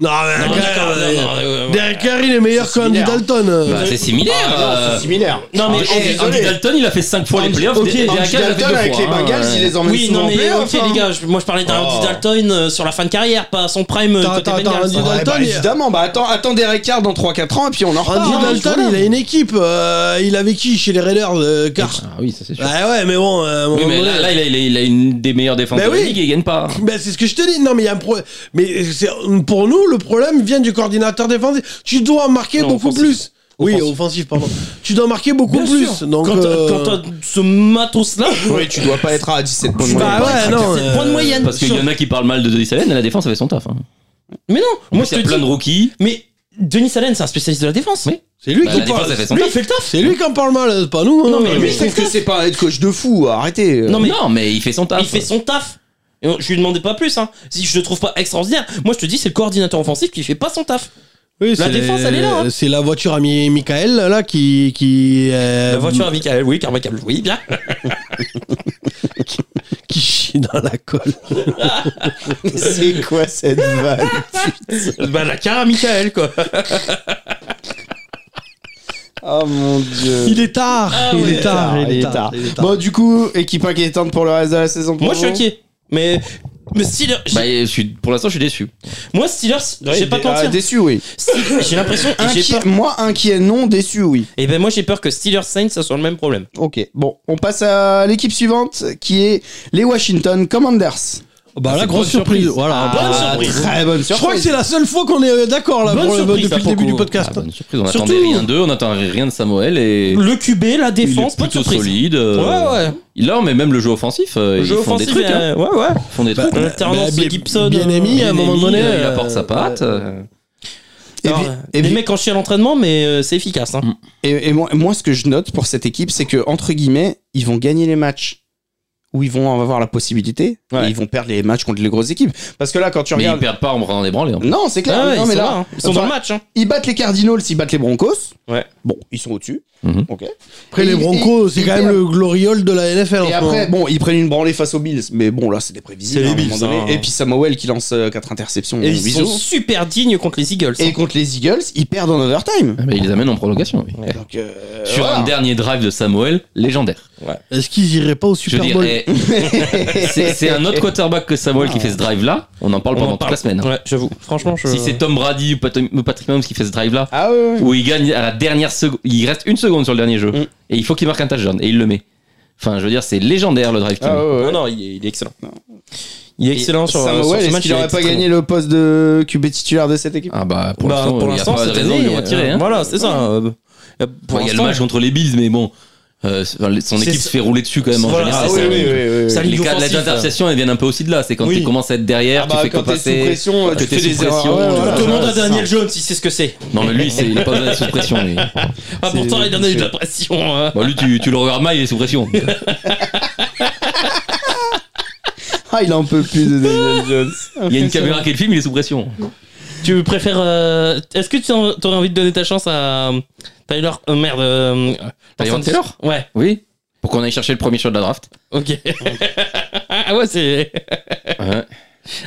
Speaker 1: Non, mais quand
Speaker 4: Non, d'accord,
Speaker 1: même, euh,
Speaker 4: non, non, ouais, ouais.
Speaker 1: Derek Carr, il est meilleur
Speaker 2: C'est
Speaker 1: qu'Andy
Speaker 2: similaire.
Speaker 1: Dalton. euh.
Speaker 3: Bah, c'est similaire.
Speaker 2: Ah, non,
Speaker 3: euh,
Speaker 2: c'est similaire.
Speaker 4: Non, mais eh,
Speaker 3: Andy-
Speaker 4: je suis
Speaker 3: Andy
Speaker 4: désolé.
Speaker 3: Dalton, il a fait 5 fois les playoffs.
Speaker 4: ok,
Speaker 3: Derek
Speaker 4: Andy
Speaker 2: Andy
Speaker 3: Carr, il a fait
Speaker 2: Dalton
Speaker 3: deux
Speaker 2: avec
Speaker 3: fois,
Speaker 2: les
Speaker 3: hein,
Speaker 2: Bengals,
Speaker 3: ouais.
Speaker 2: il les emmène
Speaker 4: Oui,
Speaker 2: souvent
Speaker 4: non,
Speaker 2: en
Speaker 4: mais
Speaker 2: playoff,
Speaker 4: ok,
Speaker 2: hein.
Speaker 4: les gars, je- moi je parlais d'un
Speaker 2: Oh.
Speaker 4: Andy Dalton euh, sur la fin de carrière, pas à son prime euh,
Speaker 1: Attends,
Speaker 4: côté
Speaker 1: attends,
Speaker 4: Bengals.
Speaker 1: attends, Andy
Speaker 2: Ouais, bah,
Speaker 1: Dalton, il-
Speaker 2: évidemment, bah attends, attends Derek Carr dans 3-4 ans et puis on en reparle.
Speaker 1: Andy
Speaker 2: hein.
Speaker 1: Dalton, il a une équipe. euh, il avait qui chez les Raiders, euh, Carr
Speaker 3: Ah oui, ça c'est sûr.
Speaker 1: Bah ouais, mais bon. euh, à un
Speaker 3: Oui,
Speaker 1: moment
Speaker 3: mais
Speaker 1: donné-
Speaker 3: là, là, il, a, il a- il a une des meilleures défenses
Speaker 1: Bah
Speaker 3: de la
Speaker 1: oui.
Speaker 3: ligue et il gagne pas.
Speaker 1: Ben, c'est ce que je te dis. Non, mais il y a un pro- Mais c'est- pour nous, le problème vient du coordinateur défensif. Tu dois marquer
Speaker 4: Non,
Speaker 1: beaucoup
Speaker 4: offensif.
Speaker 1: plus. Oui,
Speaker 4: Offensif.
Speaker 1: offensif, pardon. tu dois marquer beaucoup
Speaker 4: Bien
Speaker 1: plus.
Speaker 4: sûr.
Speaker 1: Donc,
Speaker 4: quand t'as-
Speaker 1: euh,
Speaker 4: quand t'as ce matos-là,
Speaker 2: Oui, tu dois pas être à 17 points de
Speaker 1: Bah
Speaker 2: moyenne.
Speaker 1: ouais, non,
Speaker 4: c'est point de
Speaker 1: euh,
Speaker 4: moyenne.
Speaker 3: Parce qu'il
Speaker 4: sur-
Speaker 3: y en a qui parlent mal de Denis Allen, la défense avait son taf. hein.
Speaker 4: Mais non,
Speaker 3: En
Speaker 4: moi
Speaker 3: plus, il
Speaker 4: je
Speaker 3: y
Speaker 4: te
Speaker 3: a plein de
Speaker 4: dis.
Speaker 3: rookies.
Speaker 4: Mais Denis Allen, c'est un spécialiste de la défense.
Speaker 3: Oui.
Speaker 1: c'est lui
Speaker 3: Bah,
Speaker 1: qui
Speaker 3: la défense,
Speaker 1: parle.
Speaker 3: elle fait son
Speaker 4: Lui,
Speaker 3: taf.
Speaker 4: il fait le taf.
Speaker 1: C'est lui qui en parle mal, c'est pas nous. hein.
Speaker 4: Non, mais
Speaker 2: Mais
Speaker 4: lui,
Speaker 2: je trouve que
Speaker 4: taf.
Speaker 2: c'est pas un head coach de fou, arrêtez.
Speaker 4: Non, mais-
Speaker 3: Non, mais il fait son taf.
Speaker 4: Il fait son taf. Et Je lui demandais pas plus, hein. Si je le trouve pas extraordinaire, moi je te dis, c'est le coordinateur offensif qui fait pas son taf.
Speaker 1: Oui,
Speaker 4: La
Speaker 1: c'est-
Speaker 4: défense, elle est là, hein.
Speaker 1: C'est la voiture à Mi- Michael, là, qui. qui euh,
Speaker 4: La voiture à Michael, oui, car Michael, oui, bien.
Speaker 1: Qui chie dans la colle.
Speaker 2: Mais c'est quoi cette vanne
Speaker 4: bah, la car à Michael, quoi.
Speaker 2: Oh mon dieu.
Speaker 1: Il est tard. il,
Speaker 2: Ah ouais,
Speaker 1: est tard il, est tard. il est tard.
Speaker 2: Bon, du coup, équipe inquiétante pour le reste de la saison. pour
Speaker 4: Moi je suis
Speaker 2: vous
Speaker 4: inquiet. Mais, mais Steelers, j'ai-
Speaker 3: Bah, je suis- pour l'instant, je suis déçu.
Speaker 4: moi Steelers, j'ai pas
Speaker 2: Dé-
Speaker 4: te
Speaker 2: ah,
Speaker 4: mentir.
Speaker 2: déçu, oui.
Speaker 4: Ste- J'ai l'impression, et j'ai
Speaker 2: Inquiet,
Speaker 4: peur.
Speaker 2: moi, inquiet, non, déçu, oui.
Speaker 4: Et ben moi j'ai peur que Steelers Saints ça soit le même problème.
Speaker 2: Ok, bon, on passe à l'équipe suivante qui est les Washington Commanders.
Speaker 1: Bah,
Speaker 3: c'est
Speaker 1: la grosse
Speaker 3: bonne
Speaker 1: surprise.
Speaker 3: surprise.
Speaker 1: Voilà.
Speaker 4: bonne surprise.
Speaker 2: Très bonne
Speaker 1: Je
Speaker 2: surprise.
Speaker 1: crois que c'est la seule fois qu'on est euh, d'accord là
Speaker 4: Bonne
Speaker 1: pour le-
Speaker 4: surprise,
Speaker 1: depuis
Speaker 4: ça,
Speaker 1: le bah, début
Speaker 4: Franco.
Speaker 1: du podcast.
Speaker 3: Ah, bonne surprise, on
Speaker 4: Surtout-
Speaker 3: attendait rien d'eux, on attendait rien de Samuel et.
Speaker 4: Le QB, la
Speaker 3: il est
Speaker 4: défense, pas de
Speaker 3: plutôt
Speaker 4: surprise.
Speaker 3: solide. euh,
Speaker 4: Ouais ouais.
Speaker 3: Là, mais même le jeu offensif, euh,
Speaker 4: Le
Speaker 3: ils
Speaker 4: jeu
Speaker 3: font des
Speaker 4: offensif,
Speaker 3: trucs. hein.
Speaker 4: euh, ouais ouais.
Speaker 3: Ils font des trucs.
Speaker 4: Alternance
Speaker 1: bah, bien-
Speaker 4: Gibson.
Speaker 1: bien
Speaker 4: euh,
Speaker 1: aimé, à un moment
Speaker 4: Bienemi,
Speaker 1: donné,
Speaker 4: euh,
Speaker 3: il apporte sa patte. euh,
Speaker 2: Et
Speaker 4: Alors,
Speaker 2: puis-
Speaker 4: euh,
Speaker 2: et
Speaker 4: les
Speaker 2: puis-
Speaker 4: mecs en chien à l'entraînement, mais euh, c'est efficace. Hein.
Speaker 2: Et, et moi, moi, ce que je note pour cette équipe, c'est que entre guillemets, ils vont gagner les matchs où ils vont avoir la possibilité,
Speaker 4: Ouais.
Speaker 2: et ils vont perdre les matchs contre les grosses équipes. Parce que là, quand tu
Speaker 3: mais ils
Speaker 2: regardes,
Speaker 3: perdent pas en prenant des branlés. hein.
Speaker 2: non, c'est clair.
Speaker 4: Ah ouais,
Speaker 2: non,
Speaker 4: ils
Speaker 2: mais
Speaker 4: sont
Speaker 2: là,
Speaker 4: là, hein. ils sont dans le match. Hein.
Speaker 2: ils battent les Cardinals, ils battent les Broncos.
Speaker 4: Ouais.
Speaker 2: Bon, ils sont au-dessus.
Speaker 3: Mhm.
Speaker 2: Ok.
Speaker 1: Après,
Speaker 2: Et-
Speaker 1: les
Speaker 2: et-
Speaker 1: Broncos, c'est
Speaker 2: et-
Speaker 1: quand même le gloriole de la NFL. en
Speaker 2: Et
Speaker 1: ce
Speaker 2: après,
Speaker 1: moment.
Speaker 2: bon, ils prennent une branlée face aux Bills, mais bon, là, c'est des prévisibles.
Speaker 4: C'est les
Speaker 2: à un
Speaker 4: Bills,
Speaker 2: moment donné.
Speaker 4: hein.
Speaker 2: Et puis Samuel qui lance 4 interceptions.
Speaker 4: Et
Speaker 2: en
Speaker 4: ils
Speaker 2: Mm, bisous.
Speaker 4: sont super dignes contre les Eagles. hein.
Speaker 2: Et contre les Eagles, ils perdent en overtime.
Speaker 3: Ah, Mais ils les amènent en prolongation. oui. Eh.
Speaker 2: Donc, euh,
Speaker 3: Sur
Speaker 2: voilà.
Speaker 3: un dernier drive de Samuel, légendaire.
Speaker 1: est-ce qu'ils iraient pas au
Speaker 3: Je
Speaker 1: Super
Speaker 3: veux dire,
Speaker 1: Bowl
Speaker 3: eh, c'est c'est un autre quarterback que Samuel qui fait ce drive-là. On en parle
Speaker 4: Ah. On en
Speaker 3: pendant toute
Speaker 4: parle.
Speaker 3: la semaine. hein.
Speaker 4: Ouais, Hmm. j'avoue. Franchement, je...
Speaker 3: Si c'est Tom Brady ou Pat- ou Patrick Mahomes qui fait ce drive-là,
Speaker 2: Ah ouais, ouais.
Speaker 3: où il gagne à la dernière seconde, il reste une seconde sur le dernier jeu,
Speaker 4: Hmm.
Speaker 2: Mm.
Speaker 3: et il faut qu'il marque un touchdown, et il le met. Enfin, je veux dire, c'est légendaire le drive.
Speaker 2: Ah ouais, ouais.
Speaker 4: Non, non, il est, il est excellent. Il est excellent sur,
Speaker 2: Samuel,
Speaker 4: sur ce
Speaker 2: est-ce
Speaker 4: match.
Speaker 2: qu'il
Speaker 4: il est
Speaker 2: n'aurait pas
Speaker 4: extrêmement-
Speaker 2: gagné le poste de QB titulaire de cette équipe
Speaker 3: Ah bah, pour
Speaker 4: Bah,
Speaker 3: l'instant,
Speaker 4: pour
Speaker 3: il n'y a
Speaker 4: l'instant,
Speaker 3: pas de
Speaker 4: cette
Speaker 3: raison de
Speaker 4: année,
Speaker 3: le retirer.
Speaker 4: euh,
Speaker 3: hein.
Speaker 4: Voilà, c'est ça. euh, euh, pour
Speaker 3: Enfin, il y a le
Speaker 4: l'instant,
Speaker 3: match contre les Bills, mais bon, euh, enfin, son
Speaker 4: C'est
Speaker 3: équipe
Speaker 4: ça.
Speaker 3: se fait rouler dessus quand même en
Speaker 4: Voilà,
Speaker 3: général.
Speaker 4: ah oui,
Speaker 3: C'est-
Speaker 4: oui, Ça
Speaker 3: Les
Speaker 4: ligne
Speaker 3: cas de
Speaker 4: offensive,
Speaker 3: la interception, elles viennent un peu aussi de là. C'est quand
Speaker 4: Oui.
Speaker 3: tu commences à être derrière,
Speaker 2: Ah bah,
Speaker 3: tu fais que
Speaker 2: quand t'es sous
Speaker 3: passer.
Speaker 2: pression,
Speaker 3: que
Speaker 2: tu
Speaker 3: t'es
Speaker 2: fais
Speaker 3: sous
Speaker 2: des
Speaker 3: pression,
Speaker 2: erreurs. Ouais,
Speaker 3: tu
Speaker 2: voilà.
Speaker 3: te
Speaker 4: Demande
Speaker 3: demandes
Speaker 4: à Daniel Jones si c'est ce que c'est.
Speaker 3: Non, mais lui, c'est- il n'a pas besoin d'être sous pression. lui.
Speaker 4: Ah, pourtant,
Speaker 2: C'est-
Speaker 4: il en a eu de la pression. hein.
Speaker 3: Bon, lui, tu, tu le regardes mal, il est sous pression.
Speaker 2: Ah, il en peut plus de Daniel
Speaker 4: Ah.
Speaker 2: Jones.
Speaker 3: Il y a une caméra qui le filme, il est sous pression.
Speaker 4: Tu préfères. euh, Est-ce que tu en- t'aurais envie de donner ta chance à euh, Tyler euh, Merde. euh, Tyson-
Speaker 3: Taylor
Speaker 4: Ouais,
Speaker 3: Oui. Pour qu'on aille chercher le premier shot de la draft.
Speaker 4: ok. ah ouais, c'est.
Speaker 3: Ouais.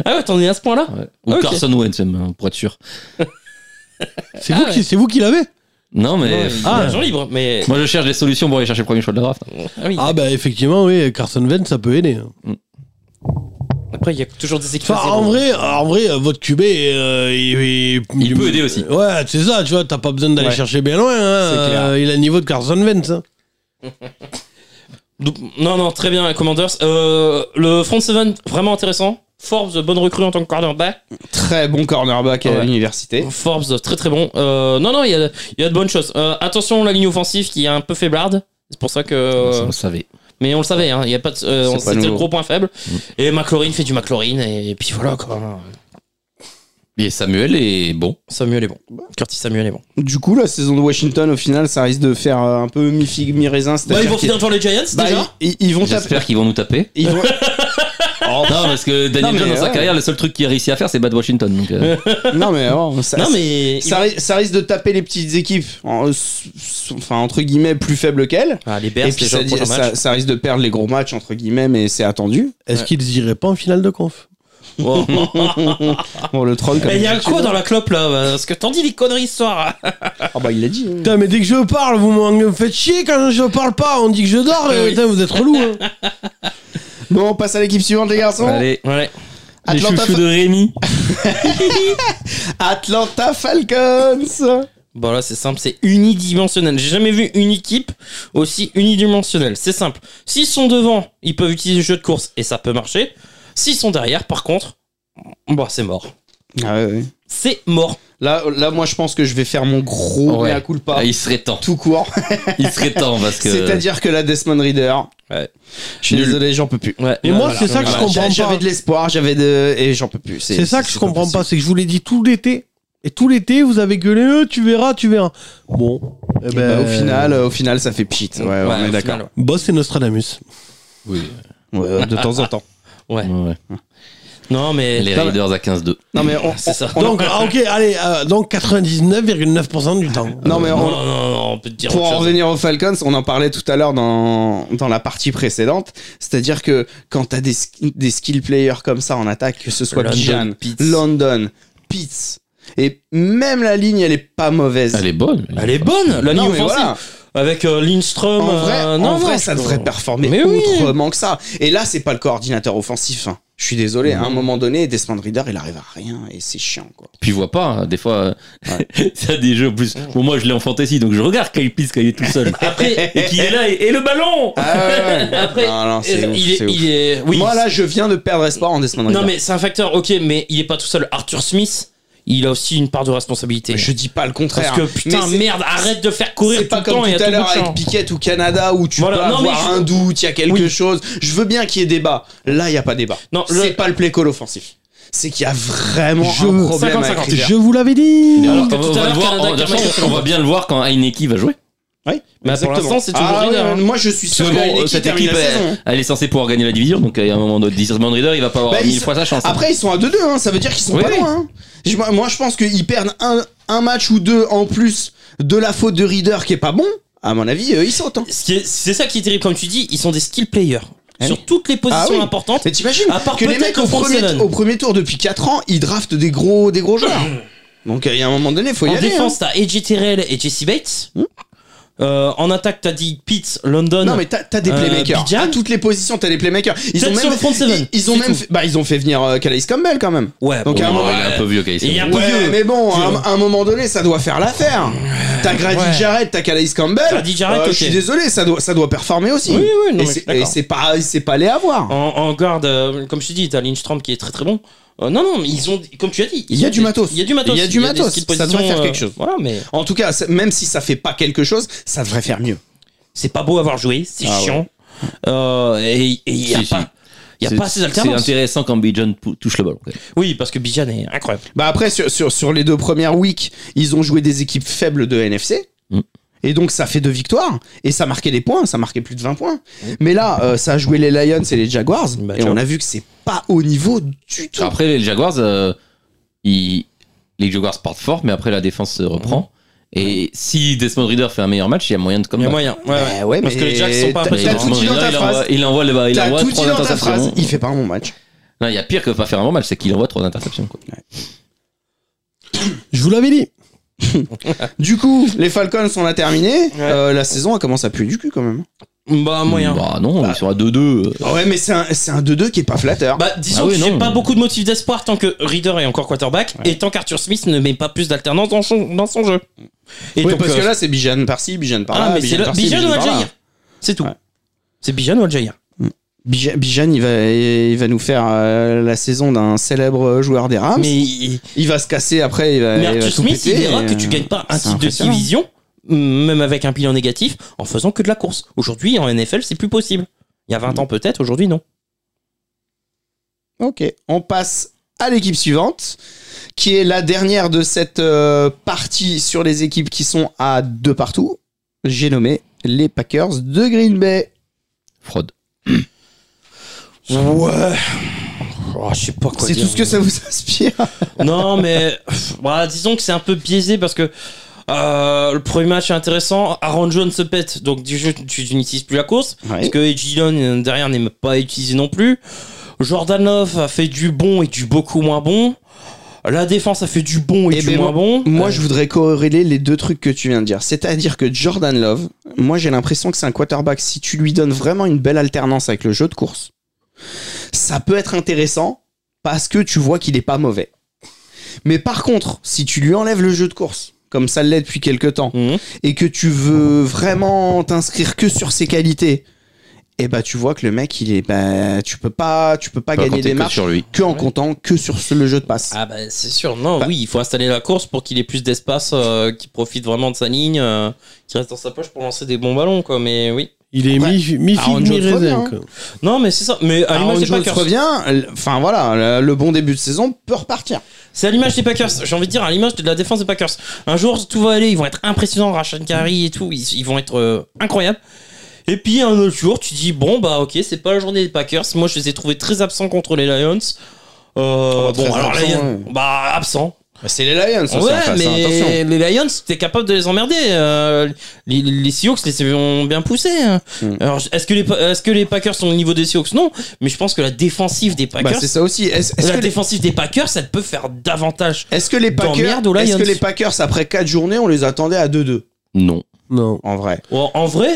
Speaker 4: Ah ouais, t'en es à ce point-là
Speaker 3: Ouais. Ou
Speaker 4: Ok.
Speaker 3: Carson Wentz, même, hein, pour être sûr.
Speaker 1: C'est
Speaker 4: Ah
Speaker 1: vous
Speaker 4: ouais.
Speaker 1: qui, c'est vous qui l'avez
Speaker 3: Non, mais.
Speaker 4: Ouais,
Speaker 1: Ah.
Speaker 4: Agent libre, mais.
Speaker 3: Moi, je cherche des solutions pour aller chercher le premier choix de la draft.
Speaker 4: Ah oui.
Speaker 1: Ah bah effectivement, oui, Carson Wentz, ça peut aider. hein.
Speaker 4: Après, il y a toujours des équipes.
Speaker 1: Enfin,
Speaker 4: à
Speaker 1: en
Speaker 4: zéro.
Speaker 1: vrai, en vrai, euh, votre QB, euh, il,
Speaker 3: Il peut aider aussi.
Speaker 1: Ouais, c'est ça, tu vois, t'as pas besoin d'aller
Speaker 2: Ouais.
Speaker 1: chercher bien loin. hein,
Speaker 2: C'est clair.
Speaker 1: euh, il a le niveau de Carson Wentz. hein.
Speaker 4: Donc, non, non, très bien, Commanders. Euh, le front seven, vraiment intéressant. Forbes, bonne recrue en tant que quarterback.
Speaker 2: Très bon cornerback à
Speaker 4: Ouais.
Speaker 2: l'université.
Speaker 4: Forbes, très très bon. Euh, non, non, il y a, il y a de bonnes choses. Euh, attention, la ligne offensive qui est un peu faiblarde. C'est pour ça que.
Speaker 2: Euh.
Speaker 3: Ça, on le savait.
Speaker 4: Mais on le savait, hein, il y a pas Mm. de- euh,
Speaker 2: C'est
Speaker 4: on-
Speaker 2: pas
Speaker 4: c'était le
Speaker 2: nouveau.
Speaker 4: gros point faible. Et McLaurin fait du McLaurin, et puis voilà quoi.
Speaker 3: Et Samuel est bon.
Speaker 4: Samuel est bon. Curtis Samuel est bon.
Speaker 2: Du coup, la saison de Washington, au final, ça risque de faire euh, un peu mi-figue, mi-raisin.
Speaker 4: Bah,
Speaker 2: c'est-à-dire
Speaker 4: ils vont
Speaker 2: qu'ils-
Speaker 4: finir devant les Giants
Speaker 2: Bah,
Speaker 4: déjà
Speaker 2: ils, ils- ils vont taper.
Speaker 3: J'espère qu'ils vont nous taper.
Speaker 2: Ils vont... Oh,
Speaker 3: non, parce que Daniel
Speaker 2: Non, mais
Speaker 3: Jones, dans sa
Speaker 2: ouais.
Speaker 3: carrière, le seul truc qu'il a réussi à faire, c'est battre Washington. Donc, euh,
Speaker 2: non, mais, oh, ça,
Speaker 4: Non mais.
Speaker 2: ça, ri- ça risque de taper les petites équipes, en- s- s- enfin, entre guillemets, plus faibles qu'elles.
Speaker 4: Ah, les Bears,
Speaker 2: Et
Speaker 4: les
Speaker 2: puis,
Speaker 4: gens
Speaker 2: ça,
Speaker 4: le prochain
Speaker 2: ça-
Speaker 4: match.
Speaker 2: ça risque de perdre les gros matchs, entre guillemets, mais c'est attendu. Mm.
Speaker 1: Est-ce qu'ils iraient pas en finale de conf
Speaker 4: Bon.
Speaker 2: Bon, le troll, quand
Speaker 4: Eh,
Speaker 2: même.
Speaker 4: y a quoi dans la clope là Parce que t'en dis des conneries ce soir.
Speaker 2: Ah, bah, il l'a dit. hein.
Speaker 1: Putain, mais dès que je parle, vous me faites chier quand je parle pas. On dit que je dors. et,
Speaker 4: Oui.
Speaker 1: putain, vous êtes relou. Hein.
Speaker 2: Bon, on passe à l'équipe suivante, les garçons.
Speaker 3: Allez,
Speaker 4: Ouais.
Speaker 3: les
Speaker 2: Atlanta,
Speaker 3: chouchous de Rémi.
Speaker 2: Atlanta Falcons.
Speaker 4: Bon là c'est simple, c'est unidimensionnel. J'ai jamais vu une équipe aussi unidimensionnelle. C'est simple. S'ils sont devant, ils peuvent utiliser le jeu de course et ça peut marcher. S'ils sont derrière, par contre, bah c'est mort.
Speaker 2: Ah, ouais, ouais.
Speaker 4: C'est mort.
Speaker 2: Là, là, moi, je pense que je vais faire mon gros
Speaker 3: Ouais.
Speaker 2: mea culpa.
Speaker 3: Ah, il serait temps.
Speaker 2: Tout court.
Speaker 3: Il serait temps parce que.
Speaker 2: C'est-à-dire que la Desmond Reader.
Speaker 4: Ouais.
Speaker 2: Je suis
Speaker 3: Nul.
Speaker 2: désolé, j'en peux plus.
Speaker 4: Ouais.
Speaker 1: Et moi, c'est ça que je
Speaker 2: Voilà,
Speaker 1: comprends
Speaker 2: j'a-
Speaker 1: pas.
Speaker 2: J'avais de l'espoir, j'avais de. Et j'en peux plus.
Speaker 1: C'est ça que je comprends
Speaker 2: possible.
Speaker 1: pas. C'est que je vous l'ai dit tout l'été. Et tout l'été, vous avez gueulé. euh, tu verras, tu verras. Bon. eh ben,
Speaker 2: Bah, au final, euh, au final, ça fait pchit. Ouais, ouais,
Speaker 4: Ouais,
Speaker 2: on est
Speaker 4: au
Speaker 2: d'accord.
Speaker 4: final,
Speaker 1: Bon, c'est Nostradamus.
Speaker 2: Ouais, Euh, de temps en temps.
Speaker 4: ouais. Ouais.
Speaker 3: Ouais.
Speaker 4: Non mais
Speaker 3: Les
Speaker 4: Non,
Speaker 3: Raiders à 15-2.
Speaker 2: Non mais on,
Speaker 4: C'est ça.
Speaker 2: on-
Speaker 1: Donc, ah, ok, allez, euh, donc 99,9% du temps.
Speaker 2: non mais
Speaker 4: non,
Speaker 2: on-
Speaker 4: non, non, non, on peut te dire
Speaker 2: pour
Speaker 4: autre
Speaker 2: en
Speaker 4: chose.
Speaker 2: revenir aux Falcons, on en parlait tout à l'heure dans dans la partie précédente, c'est-à-dire que quand t'as des sk- des skill players comme ça en attaque, que ce soit
Speaker 4: London,
Speaker 2: Bijan,
Speaker 4: Pitts.
Speaker 2: London, Pitts, et même la ligne, elle est pas mauvaise.
Speaker 3: Elle est bonne.
Speaker 4: Elle est bonne, la ligne
Speaker 2: non mais
Speaker 4: offensive.
Speaker 2: voilà.
Speaker 4: Avec euh, Lindstrom.
Speaker 2: En vrai,
Speaker 4: euh,
Speaker 2: en
Speaker 4: non, non,
Speaker 2: vrai,
Speaker 4: je
Speaker 2: ça
Speaker 4: peux-
Speaker 2: devrait performer
Speaker 4: Mais oui.
Speaker 2: autrement que ça. Et là, c'est pas le coordinateur offensif. hein. Je suis désolé, à un moment donné, Desmond Reader, il arrive à rien et c'est chiant quoi.
Speaker 3: Puis vois pas, hein, des fois, ça a des jeux en plus. Bon, moi je l'ai en fantasy, donc je regarde Kyle Pitts quand il est tout seul.
Speaker 4: Après,
Speaker 3: et qui est là, et, et le ballon
Speaker 2: Ah ouais, ouais.
Speaker 4: Après,
Speaker 2: non, non, c'est ouf,
Speaker 4: il est,
Speaker 2: c'est ouf.
Speaker 4: il est, oui.
Speaker 2: Moi là, je viens de perdre espoir en Desmond Reader.
Speaker 4: Non mais c'est un facteur, ok, mais il est pas tout seul. Arthur Smith, il a aussi une part de responsabilité.
Speaker 2: je dis pas le
Speaker 4: Parce
Speaker 2: contraire. hein.
Speaker 4: que putain
Speaker 2: mais c'est-
Speaker 4: merde, arrête de faire courir
Speaker 2: c'est
Speaker 4: tout
Speaker 2: pas
Speaker 4: le temps
Speaker 2: comme
Speaker 4: et
Speaker 2: tout
Speaker 4: à
Speaker 2: à
Speaker 4: tout bout
Speaker 2: l'heure
Speaker 4: de champ.
Speaker 2: avec Piquet ou Canada où tu
Speaker 4: Voilà,
Speaker 2: peux
Speaker 4: non, mais
Speaker 2: avoir
Speaker 4: je-
Speaker 2: un doute, il y a quelque
Speaker 4: Oui.
Speaker 2: chose. Je veux bien qu'il y ait débat. Là, il y a pas débat.
Speaker 4: Non, le-
Speaker 2: c'est pas le play call offensif. C'est qu'il y a vraiment
Speaker 1: Je-
Speaker 2: un problème avec
Speaker 4: 50-50.
Speaker 2: Reader.
Speaker 1: Je vous l'avais dit.
Speaker 3: Alors,
Speaker 4: que
Speaker 3: on, va-
Speaker 4: tout à
Speaker 3: on va
Speaker 4: l'heure,
Speaker 3: le voir, on-
Speaker 4: Canada qui a
Speaker 3: de toute façon,
Speaker 4: marqué
Speaker 3: on va bien le voir quand Heineke va jouer.
Speaker 2: Oui,
Speaker 4: Bah, pour
Speaker 2: exactement.
Speaker 4: l'instant, c'est toujours
Speaker 2: Ah,
Speaker 4: Reader,
Speaker 2: ouais,
Speaker 4: hein.
Speaker 2: Moi, je suis
Speaker 3: Parce
Speaker 2: sûr
Speaker 3: que
Speaker 2: que
Speaker 3: bon,
Speaker 2: Heineken
Speaker 3: cette
Speaker 2: termine
Speaker 3: équipe,
Speaker 2: la saison, hein.
Speaker 3: elle, elle est censée pouvoir gagner la division, donc euh, à un moment donné, Desmond Reader, il va pas avoir
Speaker 2: Bah, ils
Speaker 3: mille
Speaker 2: sont-
Speaker 3: fois sa chance. hein.
Speaker 2: Après, ils sont à 2-2, hein, ça veut dire qu'ils sont
Speaker 3: Oui,
Speaker 2: pas
Speaker 3: oui.
Speaker 2: loin. hein. Je- moi- Moi, je pense qu'ils perdent un, un match ou deux en plus de la faute de Reader qui est pas bon. À mon avis, euh, ils sautent. hein.
Speaker 4: Ce qui est- C'est ça qui est terrible, comme tu dis, ils sont des skill players.
Speaker 2: Eh
Speaker 4: Sur toutes les positions
Speaker 2: Ah oui.
Speaker 4: importantes.
Speaker 2: Mais t'imagines
Speaker 4: À part
Speaker 2: que les
Speaker 4: peut-être
Speaker 2: mecs au
Speaker 4: le front
Speaker 2: premier,
Speaker 4: seven.
Speaker 2: au premier tour depuis 4 ans, ils draftent des gros, des gros joueurs. Donc, euh, il y a un moment donné, faut y
Speaker 4: En
Speaker 2: aller. hein.
Speaker 4: défense, t'as AJ Terrell et Jesse Bates. Euh, en attaque, t'as dit Pitts, London.
Speaker 2: hein. Non mais t'as t'as des
Speaker 4: Euh,
Speaker 2: playmakers.
Speaker 4: Bijan
Speaker 2: à toutes les positions, t'as des playmakers. Ils
Speaker 4: Peut-être
Speaker 2: ont même,
Speaker 4: sur le front seven.
Speaker 2: ils, ils ont
Speaker 4: C'est
Speaker 2: même,
Speaker 4: tout.
Speaker 2: fait- bah ils ont fait venir euh, Calais Campbell quand même.
Speaker 4: Ouais,
Speaker 2: Donc,
Speaker 4: bon,
Speaker 2: à un
Speaker 3: Bon,
Speaker 2: moment-
Speaker 3: il est un peu vieux, Kyle.
Speaker 4: Il y a-
Speaker 3: Pitts.
Speaker 4: peu
Speaker 2: Ouais,
Speaker 4: vieux.
Speaker 2: mais bon, à un,
Speaker 4: Vieux.
Speaker 2: à un moment donné, ça doit faire l'affaire. T'as Grady
Speaker 4: Ouais.
Speaker 2: Jarrett, t'as Calais Campbell.
Speaker 4: Grady Jarrett,
Speaker 2: Euh,
Speaker 4: ok.
Speaker 2: Je suis désolé, ça doit, ça doit performer aussi.
Speaker 4: Oui, oui, non,
Speaker 2: et
Speaker 4: mais
Speaker 2: c'est- et
Speaker 4: d'accord.
Speaker 2: c'est pas, c'est pas les avoir.
Speaker 4: En, en garde, euh, comme je te dis, t'as Lindstrom qui est très très bon. Euh, non, non, mais ils ont, comme tu as dit, ils
Speaker 2: Il y a
Speaker 4: ont
Speaker 2: du
Speaker 4: des-
Speaker 2: matos.
Speaker 4: Il y a du matos.
Speaker 2: Il y a du
Speaker 4: des
Speaker 2: matos.
Speaker 4: skills
Speaker 2: Ça devrait
Speaker 4: positions,
Speaker 2: faire quelque
Speaker 4: euh,
Speaker 2: chose.
Speaker 4: Voilà, mais
Speaker 2: En tout cas, ça- même si ça fait pas quelque chose, ça devrait faire mieux.
Speaker 4: c'est pas beau à avoir joué, c'est
Speaker 2: Ah ouais.
Speaker 4: chiant. Euh, et il y a
Speaker 3: Si, si.
Speaker 4: pas, y a
Speaker 3: C'est-
Speaker 4: pas assez
Speaker 3: C'est
Speaker 4: d'alternance.
Speaker 3: intéressant quand Bijan pou- touche le ballon. quand même.
Speaker 4: Oui, parce que Bijan est incroyable.
Speaker 2: Bah après, sur, sur, sur les deux premières weeks, ils ont joué des équipes faibles de NFC.
Speaker 3: Mm.
Speaker 2: Et donc, ça fait deux victoires. Et ça marquait des points. Ça marquait plus de 20 points. Mais là, euh, ça a joué les Lions et les Jaguars.
Speaker 4: Bah,
Speaker 2: et
Speaker 4: ciao.
Speaker 2: on a vu que c'est pas au niveau du tout.
Speaker 3: Après, les Jaguars, euh, ils- les Jaguars partent fort, mais après la défense se reprend. Et si Desmond Reader fait un meilleur match, il y a moyen de
Speaker 4: Il y a
Speaker 3: combattre.
Speaker 4: moyen. Ouais, ouais.
Speaker 2: Bah ouais,
Speaker 4: Parce
Speaker 2: mais
Speaker 4: que les Jacks sont pas hein.
Speaker 2: t'as-
Speaker 3: Mais
Speaker 2: T'as
Speaker 4: impressionnants.
Speaker 2: tout
Speaker 3: Desmond
Speaker 2: dit dans
Speaker 3: Ridder,
Speaker 2: ta
Speaker 3: il envoie-
Speaker 2: phrase.
Speaker 3: Il envoie le- il
Speaker 2: T'as
Speaker 3: envoie
Speaker 2: tout
Speaker 3: trois
Speaker 2: dit dans ta
Speaker 3: interceptions.
Speaker 2: phrase. Il fait pas un bon match.
Speaker 3: Non, il y a pire que pas faire un bon match, c'est qu'il envoie trois interceptions. quoi.
Speaker 1: Je vous l'avais dit.
Speaker 2: Du coup, les Falcons, on a terminé. Euh, la saison, elle commence à puer du cul quand même.
Speaker 4: Bah, moyen.
Speaker 3: Bah non, ils sont à 2-2. euh.
Speaker 2: Ah ouais, mais c'est un c'est un 2-2 qui est pas flatteur.
Speaker 4: Bah, disons
Speaker 3: Ah oui,
Speaker 4: que j'ai
Speaker 3: non.
Speaker 4: pas beaucoup de motifs d'espoir tant que Reader est encore quarterback et tant qu'Arthur Smith ne met pas plus d'alternance dans son, dans son jeu. Et
Speaker 2: oui,
Speaker 4: donc,
Speaker 2: parce
Speaker 4: euh,
Speaker 2: que là, c'est Bijan par-ci, Bijan par-là.
Speaker 4: ah, mais c'est
Speaker 2: Bijan
Speaker 4: le-
Speaker 2: par-ci,
Speaker 4: Bijan ou
Speaker 2: Bijan par-là.
Speaker 4: Aljaïr. C'est tout.
Speaker 2: Ouais.
Speaker 4: C'est Bijan ou Aljaïr.
Speaker 2: Bija- Bijan, il va, il va nous faire euh, la saison d'un célèbre joueur des Rams.
Speaker 4: Mais il-
Speaker 2: Ah, Il va se casser après. Il va, il
Speaker 4: Mais
Speaker 2: va
Speaker 4: Arthur
Speaker 2: tout
Speaker 4: Smith, il
Speaker 2: péter,
Speaker 4: verra
Speaker 2: et, euh,
Speaker 4: que tu gagnes pas un
Speaker 2: c'est
Speaker 4: titre de
Speaker 2: impressionnant.
Speaker 4: division, mm, même avec un bilan négatif, en faisant que de la course. Aujourd'hui, en NFL, c'est plus possible. Il y a 20 ans peut-être, aujourd'hui non.
Speaker 2: Ok, on passe à l'équipe suivante, qui est la dernière de cette euh, partie sur les équipes qui sont à deux partout. J'ai nommé les Packers de Green Bay.
Speaker 3: Fraude.
Speaker 4: Ouais. je sais pas quoi
Speaker 2: C'est tout ce que ça vous inspire.
Speaker 4: Non, mais pff, bah, disons que c'est un peu biaisé parce que euh, le premier match est intéressant. Aaron Jones se pète, donc du jeu, tu, tu n'utilises plus la course. Parce que Edge Dillon, euh, derrière n'est pas utilisé non plus. Jordanov a fait du bon et du beaucoup moins bon. La défense a fait du bon et,
Speaker 2: Eh
Speaker 4: du
Speaker 2: ben,
Speaker 4: moins bon.
Speaker 2: Moi,
Speaker 4: Euh,
Speaker 2: je voudrais corréler les deux trucs que tu viens de dire. C'est-à-dire que Jordan Love, moi, j'ai l'impression que c'est un quarterback. Si tu lui donnes vraiment une belle alternance avec le jeu de course, ça peut être intéressant parce que tu vois qu'il est pas mauvais. Mais par contre, si tu lui enlèves le jeu de course, comme ça l'est depuis quelques temps,
Speaker 4: mhm.
Speaker 2: et que tu veux vraiment t'inscrire que sur ses qualités, et bah tu vois que le mec, il est, bah, tu peux pas, tu peux pas
Speaker 3: Pas
Speaker 2: gagner
Speaker 3: compter
Speaker 2: des
Speaker 3: que
Speaker 2: matchs
Speaker 3: sur lui.
Speaker 2: que en comptant que sur ce- le jeu de passe.
Speaker 4: Ah bah c'est sûr, non,
Speaker 2: Bah-
Speaker 4: oui, il faut installer la course pour qu'il ait plus d'espace, euh, qu'il profite vraiment de sa ligne, euh, qu'il reste dans sa poche pour lancer des bons ballons, quoi, mais oui.
Speaker 1: Il est
Speaker 2: Après,
Speaker 1: mi, mi
Speaker 2: Aaron
Speaker 1: figue, mi
Speaker 2: Jones revient,
Speaker 1: raisin.
Speaker 2: hein.
Speaker 1: quoi.
Speaker 4: Non mais c'est ça, mais à l'image
Speaker 2: Aaron
Speaker 4: des
Speaker 2: Jones
Speaker 4: Packers.
Speaker 2: revient, l- enfin voilà, le, le bon début de saison peut repartir.
Speaker 4: C'est à l'image des Packers, j'ai envie de dire à l'image de la défense des Packers. Un jour tout va aller, ils vont être impressionnants, Rashad Gary et tout, ils, ils vont être euh, incroyables. Et puis un autre jour, tu dis bon bah ok, c'est pas la journée des Packers. Moi je les ai trouvés très absents contre les Lions. Euh,
Speaker 2: bah, très
Speaker 4: bon alors
Speaker 2: absents,
Speaker 4: Lions- bah absents.
Speaker 2: C'est les Lions, aussi,
Speaker 4: Ouais,
Speaker 2: en face, hein, attention.
Speaker 4: mais les Lions, t'es capable de les emmerder. euh, les, les Seahawks les ont bien poussé.
Speaker 2: Mm.
Speaker 4: Alors, est-ce que, les, est que les Packers sont au niveau des Seahawks Non, mais je pense que la défensive des
Speaker 2: Bah,
Speaker 4: Packers,
Speaker 2: c'est ça aussi. Est-ce est-ce
Speaker 4: la
Speaker 2: que, les-
Speaker 4: défensive des Packers, ça peut faire davantage.
Speaker 2: est-ce que les
Speaker 4: Dans
Speaker 2: Packers,
Speaker 4: merde aux
Speaker 2: est-ce que
Speaker 4: Lions.
Speaker 2: les Packers après 4 journées, on les attendait à 2-2
Speaker 3: Non.
Speaker 1: Non.
Speaker 2: en vrai
Speaker 4: En, en vrai,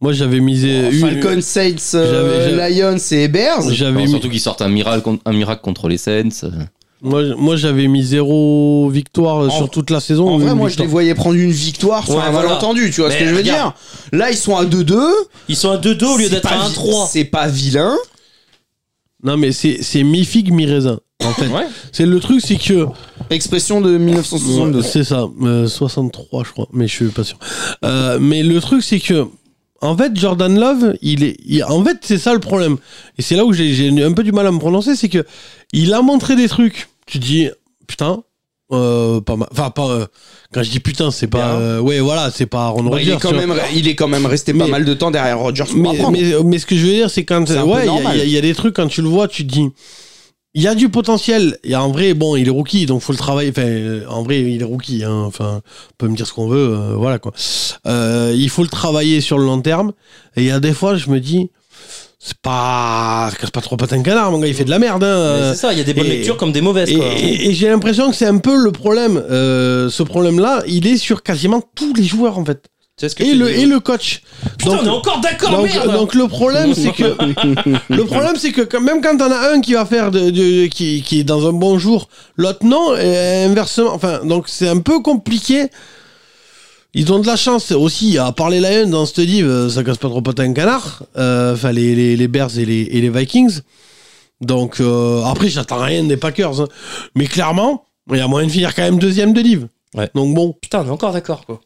Speaker 1: Moi, j'avais
Speaker 2: Oh,
Speaker 1: misé. Euh, une-
Speaker 2: Falcons, Saints, euh,
Speaker 1: J'avais-
Speaker 2: Lions et Bears.
Speaker 1: J'avais
Speaker 3: Non,
Speaker 1: mis-
Speaker 3: surtout qu'ils sortent un miracle, con- un miracle contre les Saints. euh.
Speaker 1: Moi, j- moi j'avais mis zéro victoire euh,
Speaker 4: En-
Speaker 1: sur toute la saison.
Speaker 2: En
Speaker 1: ou
Speaker 2: vrai,
Speaker 1: une
Speaker 2: moi je les
Speaker 1: victoire.
Speaker 2: voyais prendre une victoire sur
Speaker 4: Ouais,
Speaker 2: un
Speaker 4: voilà.
Speaker 2: malentendu, tu vois ce
Speaker 4: Mais
Speaker 2: que je veux
Speaker 4: regarde.
Speaker 2: dire Là, ils sont à 2-2.
Speaker 4: ils sont à 2-2 au lieu
Speaker 2: C'est
Speaker 4: d'être
Speaker 2: pas vi-
Speaker 4: à 1-3.
Speaker 2: C'est pas vilain.
Speaker 1: Non, mais c'est c'est mi figue, mi raisin. En fait,
Speaker 4: Ouais.
Speaker 1: c'est le truc, c'est que
Speaker 2: Expression de 1962.
Speaker 1: C'est ça, euh, 63 je crois, mais je suis pas sûr. Euh, mais le truc c'est que en fait Jordan Love, il est il- en fait c'est ça le problème. Et c'est là où j'ai j'ai un peu du mal à me prononcer, c'est que il a montré des trucs. Tu dis putain euh, pas mal. Enfin, pas. euh, quand je dis putain, c'est pas.
Speaker 2: Bien.
Speaker 1: euh, ouais, voilà, c'est pas Aaron
Speaker 2: Bah,
Speaker 1: Rodgers,
Speaker 2: il, est quand
Speaker 1: tu vois.
Speaker 2: même, il est quand même resté pas
Speaker 1: Mais-
Speaker 2: mal de temps derrière Rodgers. pour
Speaker 1: Mais,
Speaker 2: apprendre.
Speaker 1: mais, mais ce que je veux dire, c'est quand
Speaker 2: C'est un peu
Speaker 1: ouais, il y a-
Speaker 2: normal.
Speaker 1: il y, a- il y a des trucs quand tu le vois, tu te dis, il y a du potentiel. Et en vrai, bon, il est rookie, donc faut le travailler. Enfin, euh, en vrai, il est rookie. hein. Enfin, on peut me dire ce qu'on veut, euh, voilà quoi. Euh, il faut le travailler sur le long terme. Et il y a des fois, je me dis, c'est pas, c'est pas trop patin canard, mon gars, il fait de la merde. hein.
Speaker 4: Mais C'est ça, il y a des bonnes
Speaker 1: et-
Speaker 4: lectures comme des mauvaises.
Speaker 1: Et,
Speaker 4: Quoi.
Speaker 1: et- et j'ai l'impression que c'est un peu le problème. Euh, ce problème-là, il est sur quasiment tous les joueurs en fait.
Speaker 4: C'est ce que
Speaker 1: Et
Speaker 4: tu
Speaker 1: le,
Speaker 4: dis.
Speaker 1: et le coach.
Speaker 4: Putain,
Speaker 1: Donc-
Speaker 4: on est encore d'accord,
Speaker 1: donc,
Speaker 4: merde
Speaker 1: donc le problème c'est que le problème c'est que quand- même quand t'en as un qui va faire de, de- qui, qui est dans un bon jour, l'autre non et inversement. Enfin donc c'est un peu compliqué. Ils ont de la chance aussi à parler Lions dans cette div, euh, ça casse pas trop patin canard. Euh, Enfin les, les les Bears et les et les Vikings. Donc euh, après j'attends rien des Packers, hein. mais clairement il y a moyen de finir quand même deuxième de div.
Speaker 4: Ouais.
Speaker 1: Donc bon.
Speaker 4: Putain, on est encore d'accord, quoi.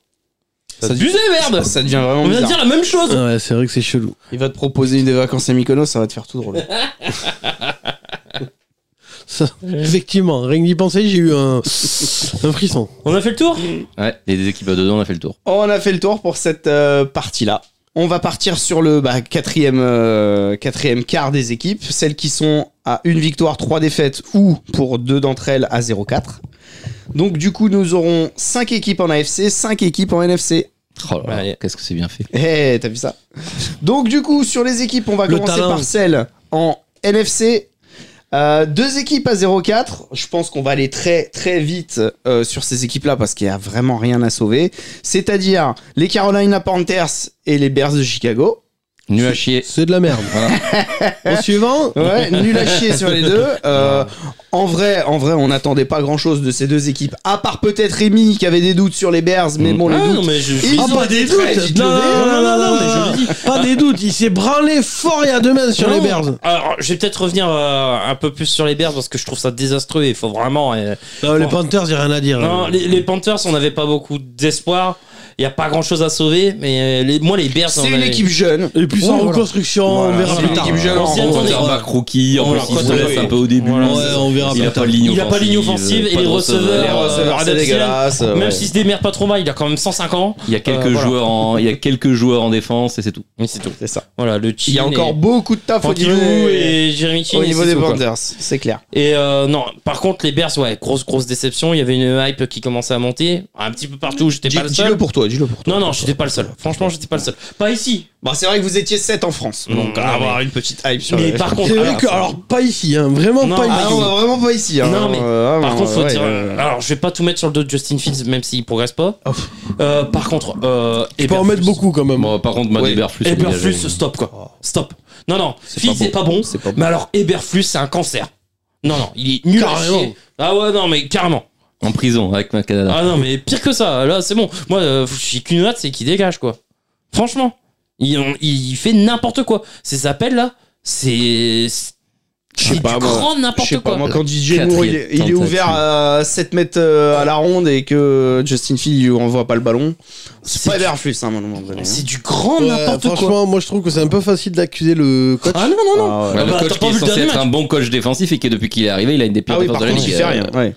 Speaker 2: Ça
Speaker 4: Ça abusé, merde
Speaker 2: Ça devient vraiment
Speaker 4: On vient de
Speaker 2: bizarre.
Speaker 4: dire la même chose
Speaker 1: Ouais, c'est vrai que c'est chelou.
Speaker 2: Il va te proposer des vacances à Mykonos, ça va te faire tout drôle.
Speaker 1: Ça, effectivement, rien que d'y penser, j'ai eu un, un frisson.
Speaker 4: On a fait le tour
Speaker 3: Ouais, les deux équipes dedans, on a fait le tour.
Speaker 2: On a fait le tour pour cette euh, partie-là. On va partir sur le bah, quatrième, euh, quatrième quart des équipes, celles qui sont à une victoire, trois défaites ou pour deux d'entre elles à 0-4. Donc du coup, nous aurons cinq équipes en AFC, cinq équipes en NFC.
Speaker 3: Oh là là,
Speaker 4: Allez.
Speaker 3: qu'est-ce que c'est bien fait.
Speaker 2: Eh, t'as vu ça Donc du coup, sur les équipes, on va
Speaker 1: Le
Speaker 2: commencer
Speaker 1: talent.
Speaker 2: par celle en NFC. Euh, deux équipes à 0-4. Je pense qu'on va aller très très vite euh, sur ces équipes-là parce qu'il y a vraiment rien à sauver. C'est-à-dire les Carolina Panthers et les Bears de Chicago.
Speaker 3: Nul à chier.
Speaker 1: C'est de la merde. Au suivant,
Speaker 2: Ouais, nul à chier sur les deux. Euh, en vrai, en vrai, on n'attendait pas grand-chose de ces deux équipes. À part peut-être Rémi qui avait des doutes sur les Bears, mais bon, les
Speaker 4: Ah,
Speaker 2: doutes.
Speaker 4: non, mais je,
Speaker 2: Ils
Speaker 4: ils
Speaker 1: Ah,
Speaker 4: ont
Speaker 1: pas
Speaker 4: été
Speaker 1: des
Speaker 4: très
Speaker 1: doutes.
Speaker 4: vite
Speaker 1: Non, non,
Speaker 4: levés.
Speaker 1: non, non, non,
Speaker 4: mais je le dis.
Speaker 1: pas des doutes. Il s'est branlé fort et à deux mains Ah, sur
Speaker 4: Non.
Speaker 1: les Bears.
Speaker 4: Alors, je vais peut-être revenir euh, un peu plus sur les Bears parce que je trouve ça désastreux et il faut vraiment. euh,
Speaker 1: Non, les
Speaker 4: Bon.
Speaker 1: Panthers, y a rien à dire.
Speaker 4: Non, les, les Panthers, on n'avait pas beaucoup d'espoir. Il n'y a pas grand chose à sauver, mais euh, les, moi, les Bears, on
Speaker 2: C'est une
Speaker 4: avait-
Speaker 2: équipe jeune.
Speaker 1: Et puis c'est en
Speaker 2: Voilà.
Speaker 1: reconstruction,
Speaker 2: Voilà,
Speaker 1: on verra
Speaker 2: c'est
Speaker 1: plus
Speaker 2: une
Speaker 1: tard.
Speaker 2: équipe
Speaker 1: Ouais,
Speaker 2: jeune,
Speaker 4: On s'y
Speaker 3: On
Speaker 4: attendait.
Speaker 1: verra-
Speaker 3: va rookie, en
Speaker 4: Voilà,
Speaker 3: plus il se
Speaker 4: quand on-
Speaker 3: laisse un peu au début.
Speaker 4: Voilà,
Speaker 1: Ouais, on verra
Speaker 3: Il
Speaker 1: plus
Speaker 3: a pas
Speaker 1: tard.
Speaker 3: de ligne
Speaker 4: Il
Speaker 3: offensive.
Speaker 4: a pas de ligne offensive et
Speaker 3: pas
Speaker 4: les
Speaker 3: de
Speaker 4: receveurs,
Speaker 2: Les
Speaker 3: receveur.
Speaker 2: receveurs, c'est
Speaker 4: Adeptian,
Speaker 2: dégueulasse.
Speaker 4: Même
Speaker 2: Euh, ouais.
Speaker 4: s'il se démerde pas trop mal, il a quand même 105 ans.
Speaker 3: Il y a quelques
Speaker 4: Euh, voilà.
Speaker 3: joueurs en, il y a quelques joueurs en défense et c'est tout.
Speaker 4: Mais c'est tout.
Speaker 2: C'est ça.
Speaker 4: Voilà, le Chin
Speaker 2: Il y a encore
Speaker 4: et
Speaker 2: beaucoup de taf au
Speaker 4: Frankie Lou
Speaker 2: niveau, des-
Speaker 4: et Jeremy Chin.
Speaker 2: au
Speaker 4: et
Speaker 2: niveau
Speaker 4: c'est
Speaker 2: des
Speaker 4: tout, quoi.
Speaker 2: Panthers, c'est clair.
Speaker 4: Et euh, non, par contre, les Bears, ouais, grosse, grosse déception. Il y avait une hype qui commençait à monter. Un petit peu partout, j'étais pas le
Speaker 2: Dis- Dis-le
Speaker 4: seul.
Speaker 2: pour toi, dis-le pour toi.
Speaker 4: Non, non, j'étais pas le seul. Franchement, j'étais pas le seul. Pas ici.
Speaker 2: Bon, c'est vrai que vous étiez 7 en France, donc
Speaker 4: Mmh,
Speaker 2: à
Speaker 4: non,
Speaker 2: avoir une petite hype sur
Speaker 4: Mais
Speaker 2: le-
Speaker 4: par contre,
Speaker 1: C'est vrai
Speaker 4: alors,
Speaker 1: que, alors, pas ici, hein, vraiment
Speaker 4: Non,
Speaker 1: pas ici.
Speaker 2: Ah, on va vraiment pas ici. hein.
Speaker 4: Non, mais
Speaker 2: Euh,
Speaker 4: Par
Speaker 2: ah,
Speaker 4: contre, faut
Speaker 2: ouais, Oh.
Speaker 4: dire.
Speaker 2: euh,
Speaker 4: Alors, je vais pas tout mettre sur le dos de Justin Fields, même s'il progresse pas. Euh, par contre, euh,
Speaker 1: Tu peux en mettre
Speaker 4: Eberflus.
Speaker 1: beaucoup quand même.
Speaker 3: Bon, par contre,
Speaker 2: Ouais.
Speaker 3: Manu Berflus. on
Speaker 4: Eberflus,
Speaker 3: dégage.
Speaker 4: stop quoi. Stop. Non, non,
Speaker 2: C'est
Speaker 4: Fields
Speaker 2: pas
Speaker 4: c'est pas bon.
Speaker 2: c'est pas bon.
Speaker 4: Mais alors, Eberflus, c'est un cancer. Non, non, il est nul à
Speaker 1: Carrément.
Speaker 4: chier. Ah ouais, non, mais carrément.
Speaker 3: En prison avec ma Canada.
Speaker 4: Ah non, mais pire que ça. Là, c'est bon. Moi, euh, j'ai qu'une hâte, c'est qu'il dégage quoi. Franchement, il, on- il fait n'importe quoi. Ces appels là, c'est.
Speaker 2: Je sais
Speaker 4: C'est
Speaker 2: pas,
Speaker 4: du
Speaker 2: moi.
Speaker 4: grand
Speaker 2: Je sais
Speaker 4: n'importe
Speaker 2: pas,
Speaker 4: quoi.
Speaker 2: moi, quand DJ
Speaker 3: Quatrième
Speaker 2: Moore, il, est- il est
Speaker 3: tentative.
Speaker 2: ouvert à 7 mètres euh, à la ronde et que Justin Field lui envoie pas le ballon, c'est
Speaker 4: C'est
Speaker 2: pas
Speaker 4: du-
Speaker 2: Everflux, hein, à un moment donné.
Speaker 4: C'est du grand
Speaker 1: Ouais,
Speaker 4: n'importe quoi.
Speaker 1: franchement, moi je trouve que c'est un peu facile d'accuser le coach.
Speaker 4: Ah non, non, non.
Speaker 2: Ah, ouais.
Speaker 3: Ouais,
Speaker 4: Ah
Speaker 3: le
Speaker 4: bah, t'as
Speaker 3: coach
Speaker 4: pas
Speaker 3: qui
Speaker 4: vu
Speaker 3: est
Speaker 4: le
Speaker 3: censé
Speaker 4: dernier
Speaker 3: être
Speaker 4: match
Speaker 3: un bon coach défensif et qui, depuis qu'il est arrivé, il a une des pires
Speaker 2: Ah oui,
Speaker 3: défenses
Speaker 2: par
Speaker 3: de la
Speaker 2: contre, il
Speaker 3: ligue.
Speaker 2: fait
Speaker 3: Euh,
Speaker 2: rien. ouais.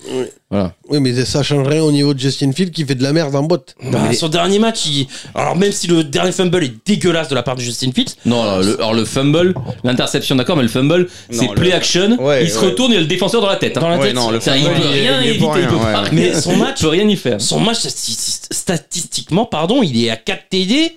Speaker 3: Voilà.
Speaker 1: Oui, mais ça change rien au niveau de Justin Field qui fait de la merde en botte.
Speaker 4: Bah, Son dernier match, il- alors même si le dernier fumble est dégueulasse de la part de Justin Fields,
Speaker 3: Non, alors le, alors le fumble, l'interception, d'accord, mais le fumble, c'est
Speaker 2: le-
Speaker 3: play action.
Speaker 2: Ouais,
Speaker 3: il se
Speaker 2: ouais.
Speaker 3: retourne et le défenseur dans la tête. hein.
Speaker 4: dans la
Speaker 2: Ouais,
Speaker 4: tête,
Speaker 2: non, le
Speaker 3: C'est-à-dire, il
Speaker 2: fumble,
Speaker 3: peut
Speaker 2: il est-
Speaker 3: rien
Speaker 2: il est
Speaker 3: éviter,
Speaker 2: pour
Speaker 3: il peut
Speaker 2: rien, ouais.
Speaker 3: pas
Speaker 4: Mais
Speaker 3: arrêter,
Speaker 4: son
Speaker 3: il
Speaker 4: match-
Speaker 3: peut rien y faire.
Speaker 4: son match stati- statistiquement, pardon, il est à 4 TD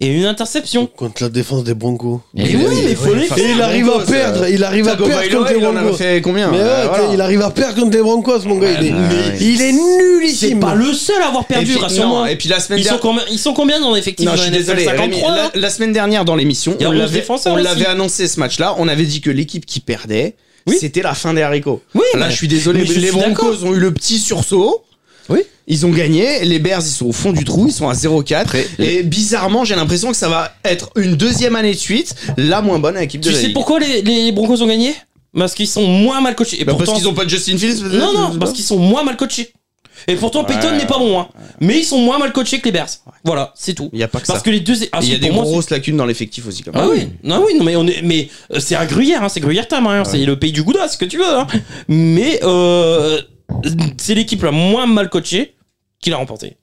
Speaker 4: et une interception.
Speaker 1: Contre la défense des Broncos.
Speaker 2: Eh
Speaker 4: Et oui, mais faut les
Speaker 1: Et
Speaker 4: faire.
Speaker 1: il arrive à perdre, il arrive à
Speaker 2: Tagovailoa,
Speaker 1: perdre contre les
Speaker 2: il en a
Speaker 1: Broncos.
Speaker 2: fait combien
Speaker 1: Mais ouais,
Speaker 2: euh,
Speaker 1: t'sais,
Speaker 2: voilà.
Speaker 1: il arrive à perdre contre les Broncos, mon gars. Il est,
Speaker 2: mais-
Speaker 1: il est nullissime.
Speaker 4: C'est pas le seul à avoir
Speaker 2: Et
Speaker 4: perdu,
Speaker 2: puis- non,
Speaker 4: rassure-moi.
Speaker 2: Et puis la semaine
Speaker 4: Ils sont
Speaker 2: dernière.
Speaker 4: combien, ils sont combien dans l'effectif
Speaker 2: Non,
Speaker 4: dans
Speaker 2: je suis
Speaker 4: la NFL?
Speaker 2: désolé. Rémi,
Speaker 4: 53
Speaker 2: la,
Speaker 4: là
Speaker 2: la semaine dernière dans l'émission,
Speaker 4: hein. Il y a
Speaker 2: on
Speaker 4: onze
Speaker 2: l'avait
Speaker 4: défenseurs
Speaker 2: on
Speaker 4: aussi.
Speaker 2: l'avait annoncé ce match-là. On avait dit que l'équipe qui perdait,
Speaker 4: Oui.
Speaker 2: c'était la fin des haricots.
Speaker 4: Oui,
Speaker 2: Là,
Speaker 4: mais-
Speaker 2: je suis désolé,
Speaker 4: mais je
Speaker 2: les
Speaker 4: suis
Speaker 2: Broncos ont eu le petit sursaut.
Speaker 4: Oui.
Speaker 2: Ils ont gagné. Les Bears, ils sont au fond du trou. Ils sont à 0-4. Et bizarrement, j'ai l'impression que ça va être une deuxième année de suite la moins bonne équipe de
Speaker 4: Tu
Speaker 2: la
Speaker 4: sais
Speaker 2: ligue.
Speaker 4: pourquoi les, les Broncos ont gagné Parce qu'ils sont moins mal coachés. Et
Speaker 2: Bah,
Speaker 4: pourtant,
Speaker 2: Parce qu'ils ont pas de Justin Fields. peut-être,
Speaker 4: Non,
Speaker 2: je
Speaker 4: non,
Speaker 2: sais
Speaker 4: parce
Speaker 2: pas.
Speaker 4: qu'ils sont moins mal coachés. Et pourtant, Peyton n'est pas bon, hein. Mais ils sont moins mal coachés que les Bears. Voilà, c'est tout.
Speaker 2: Il y a pas que
Speaker 4: Parce
Speaker 2: ça.
Speaker 4: que les deux. Ah,
Speaker 2: Et Il y a
Speaker 4: si,
Speaker 2: des
Speaker 4: pour moi,
Speaker 2: grosses lacunes dans l'effectif aussi. quand même.
Speaker 4: Ah oui, non, oui, non, mais on est, mais euh, c'est un gruyère, hein, c'est gruyère tam, hein, c'est le pays du gouda, ce que tu veux. Hein. Mais euh, c'est l'équipe la moins mal coachée qui l'a remporté.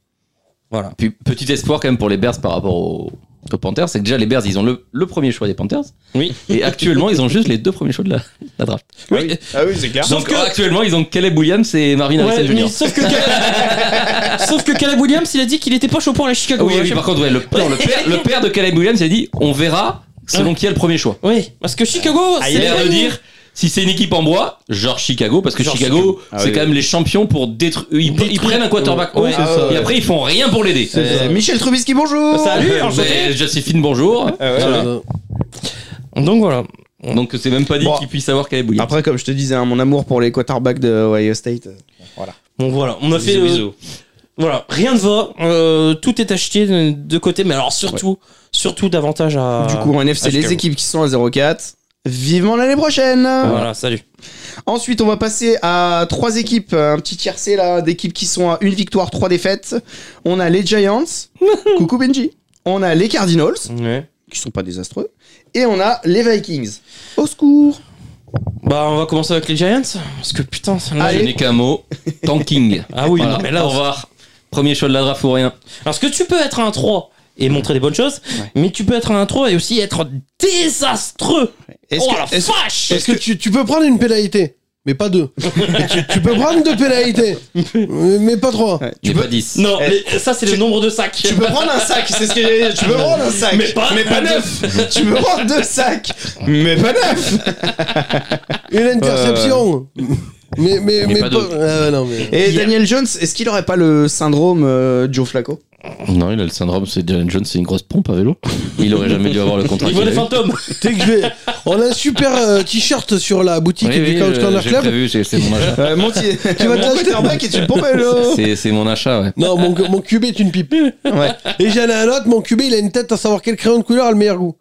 Speaker 4: Voilà.
Speaker 3: Puis petit espoir quand même pour les Bears par rapport aux, aux Panthers, c'est que déjà les Bears ils ont le, le premier choix des Panthers
Speaker 4: Oui.
Speaker 3: et actuellement ils ont juste les deux premiers choix de la, la draft.
Speaker 2: Ah oui, Ah oui, c'est clair.
Speaker 4: Sauf
Speaker 3: Donc
Speaker 4: que-
Speaker 3: actuellement ils ont Caleb Williams et Marvin
Speaker 4: Ouais,
Speaker 3: Harrison
Speaker 4: mais
Speaker 3: Jr.
Speaker 4: sauf que Caleb- sauf que Caleb Williams, il a dit qu'il était pas chaud pour la
Speaker 3: Ah
Speaker 4: Chicago.
Speaker 3: Oui,
Speaker 4: hein,
Speaker 3: oui,
Speaker 4: je sais
Speaker 3: par
Speaker 4: pas.
Speaker 3: contre ouais, le, non, le, père, le père de Caleb Williams il a dit on verra selon qui a le premier choix.
Speaker 4: Oui, parce que Chicago,
Speaker 3: Ah,
Speaker 4: c'est
Speaker 3: il a l'air
Speaker 4: pas
Speaker 3: de
Speaker 4: une-
Speaker 3: dire si c'est une équipe en bois, genre Chicago, parce que
Speaker 4: Genre
Speaker 3: Chicago,
Speaker 4: Chicago.
Speaker 2: Ah
Speaker 3: c'est
Speaker 2: oui.
Speaker 3: quand même les champions pour détruire. Ils, ils
Speaker 4: Détruire.
Speaker 3: prennent un quarterback
Speaker 4: Ouais,
Speaker 3: haut,
Speaker 4: ouais,
Speaker 2: c'est ça,
Speaker 3: et
Speaker 2: ouais.
Speaker 3: après ils font rien pour l'aider. Euh,
Speaker 2: Euh, Michel Trubisky, bonjour.
Speaker 4: Salut,
Speaker 3: Mais
Speaker 4: enchanté.
Speaker 3: Joséphine, bonjour.
Speaker 2: Ah ouais.
Speaker 3: Voilà.
Speaker 4: Donc voilà.
Speaker 3: Donc c'est même pas dit
Speaker 2: Bon.
Speaker 3: qu'ils puissent savoir Caleb Williams.
Speaker 2: Après, comme je te disais, hein, mon amour pour les quarterbacks de Ohio State. euh, Voilà.
Speaker 4: Bon voilà, on a fait
Speaker 2: Bisous,
Speaker 4: euh,
Speaker 2: bisous.
Speaker 4: voilà, rien ne va, euh, tout est acheté de- de côté, mais alors surtout, surtout davantage à.
Speaker 2: Du coup, en NFC,
Speaker 4: HKO.
Speaker 2: les équipes qui sont à 0-4. Vivement l'année prochaine
Speaker 4: Voilà, salut.
Speaker 2: Ensuite, on va passer à trois équipes, un petit tiercé là, d'équipes qui sont à une victoire, trois défaites. On a les Giants, coucou Benji. On a les Cardinals,
Speaker 4: Ouais.
Speaker 2: qui sont pas désastreux. Et on a les Vikings. Au secours
Speaker 4: Bah, on va commencer avec les Giants, parce que putain, celle-là,
Speaker 2: Allez.
Speaker 3: Je n'ai qu'un mot. Tanking.
Speaker 4: Ah oui,
Speaker 3: Voilà.
Speaker 4: non, mais là,
Speaker 3: au
Speaker 4: on va.
Speaker 3: revoir. Premier choix de la draft ou rien.
Speaker 4: Parce que tu peux être un 3 et montrer des bonnes choses, mais tu peux être un 3 et aussi être désastreux.
Speaker 2: Est-ce
Speaker 4: oh
Speaker 2: que-
Speaker 4: la
Speaker 2: est-ce-
Speaker 4: vache
Speaker 1: Est-ce que tu, tu peux prendre une pénalité Mais pas deux. tu, tu peux prendre deux pénalités, mais mais pas trois.
Speaker 2: Ouais.
Speaker 3: Tu pas 10.
Speaker 4: Non,
Speaker 2: Eh,
Speaker 4: les- ça c'est le nombre de sacs.
Speaker 2: Tu peux prendre un sac, c'est ce que j'ai dit. Tu peux prendre un sac,
Speaker 4: Mais pas-
Speaker 2: neuf. tu peux prendre deux sacs, mais pas neuf.
Speaker 1: Une interception. Mais, mais, mais,
Speaker 3: pas
Speaker 1: pas-
Speaker 3: deux.
Speaker 1: Ah ouais, non, mais-
Speaker 2: Et
Speaker 4: Il y a-
Speaker 2: Daniel Jones, est-ce qu'il aurait pas le syndrome euh, Joe Flacco
Speaker 3: Non, il a le syndrome, c'est Dylan Jones, c'est une grosse pompe à vélo. Il aurait jamais dû avoir le contrat.
Speaker 4: Il voit
Speaker 3: qu'il
Speaker 4: les
Speaker 3: a eu.
Speaker 4: fantômes.
Speaker 1: Tu sais que je vais- On a un super euh, t-shirt sur la boutique
Speaker 3: Oui,
Speaker 1: du
Speaker 3: oui,
Speaker 1: Couch
Speaker 3: euh,
Speaker 1: Corner
Speaker 3: j'ai
Speaker 1: Club.
Speaker 3: prévu, j'ai- c'est mon achat.
Speaker 2: euh, Mon petit- mon
Speaker 1: te l'acheter.
Speaker 2: quarterback est une pompe à vélo.
Speaker 3: C'est c'est mon achat, ouais.
Speaker 1: Non, mon, mon cubé est une pipe.
Speaker 2: Ouais.
Speaker 1: Et j'en ai un autre, mon cubé, il a une tête à savoir quel crayon de couleur a le meilleur goût.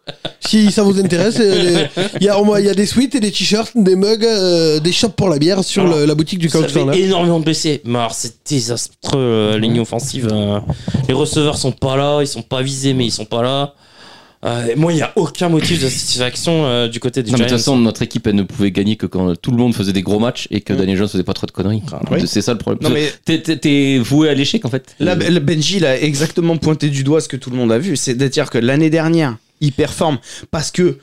Speaker 1: Si ça vous intéresse, euh, les- il y, a, au moins- il y a des suites et des t-shirts, des mugs, euh, des shops pour la bière sur
Speaker 4: Alors,
Speaker 1: le- la boutique du
Speaker 4: Ça
Speaker 1: Couch
Speaker 4: fait
Speaker 1: Corner.
Speaker 4: énormément de blessés. Mais alors, c'est désastreux, euh, ligne offensive. euh, les receveurs sont pas là, ils sont pas visés, mais ils sont pas là. Euh, et moi, il n'y a aucun motif de satisfaction euh, du côté des
Speaker 3: Non, mais de
Speaker 4: Giants.
Speaker 3: toute façon, notre équipe, elle ne pouvait gagner que quand tout le monde faisait des gros matchs et que Daniel Jones faisait pas trop de conneries.
Speaker 2: Oui.
Speaker 3: C'est ça le problème.
Speaker 2: Non mais
Speaker 3: T'es- T'es t'es voué à l'échec, en fait. Euh,
Speaker 2: là, le Benji il a exactement pointé du doigt ce que tout le monde a vu, c'est-à-dire que l'année dernière, il performe parce que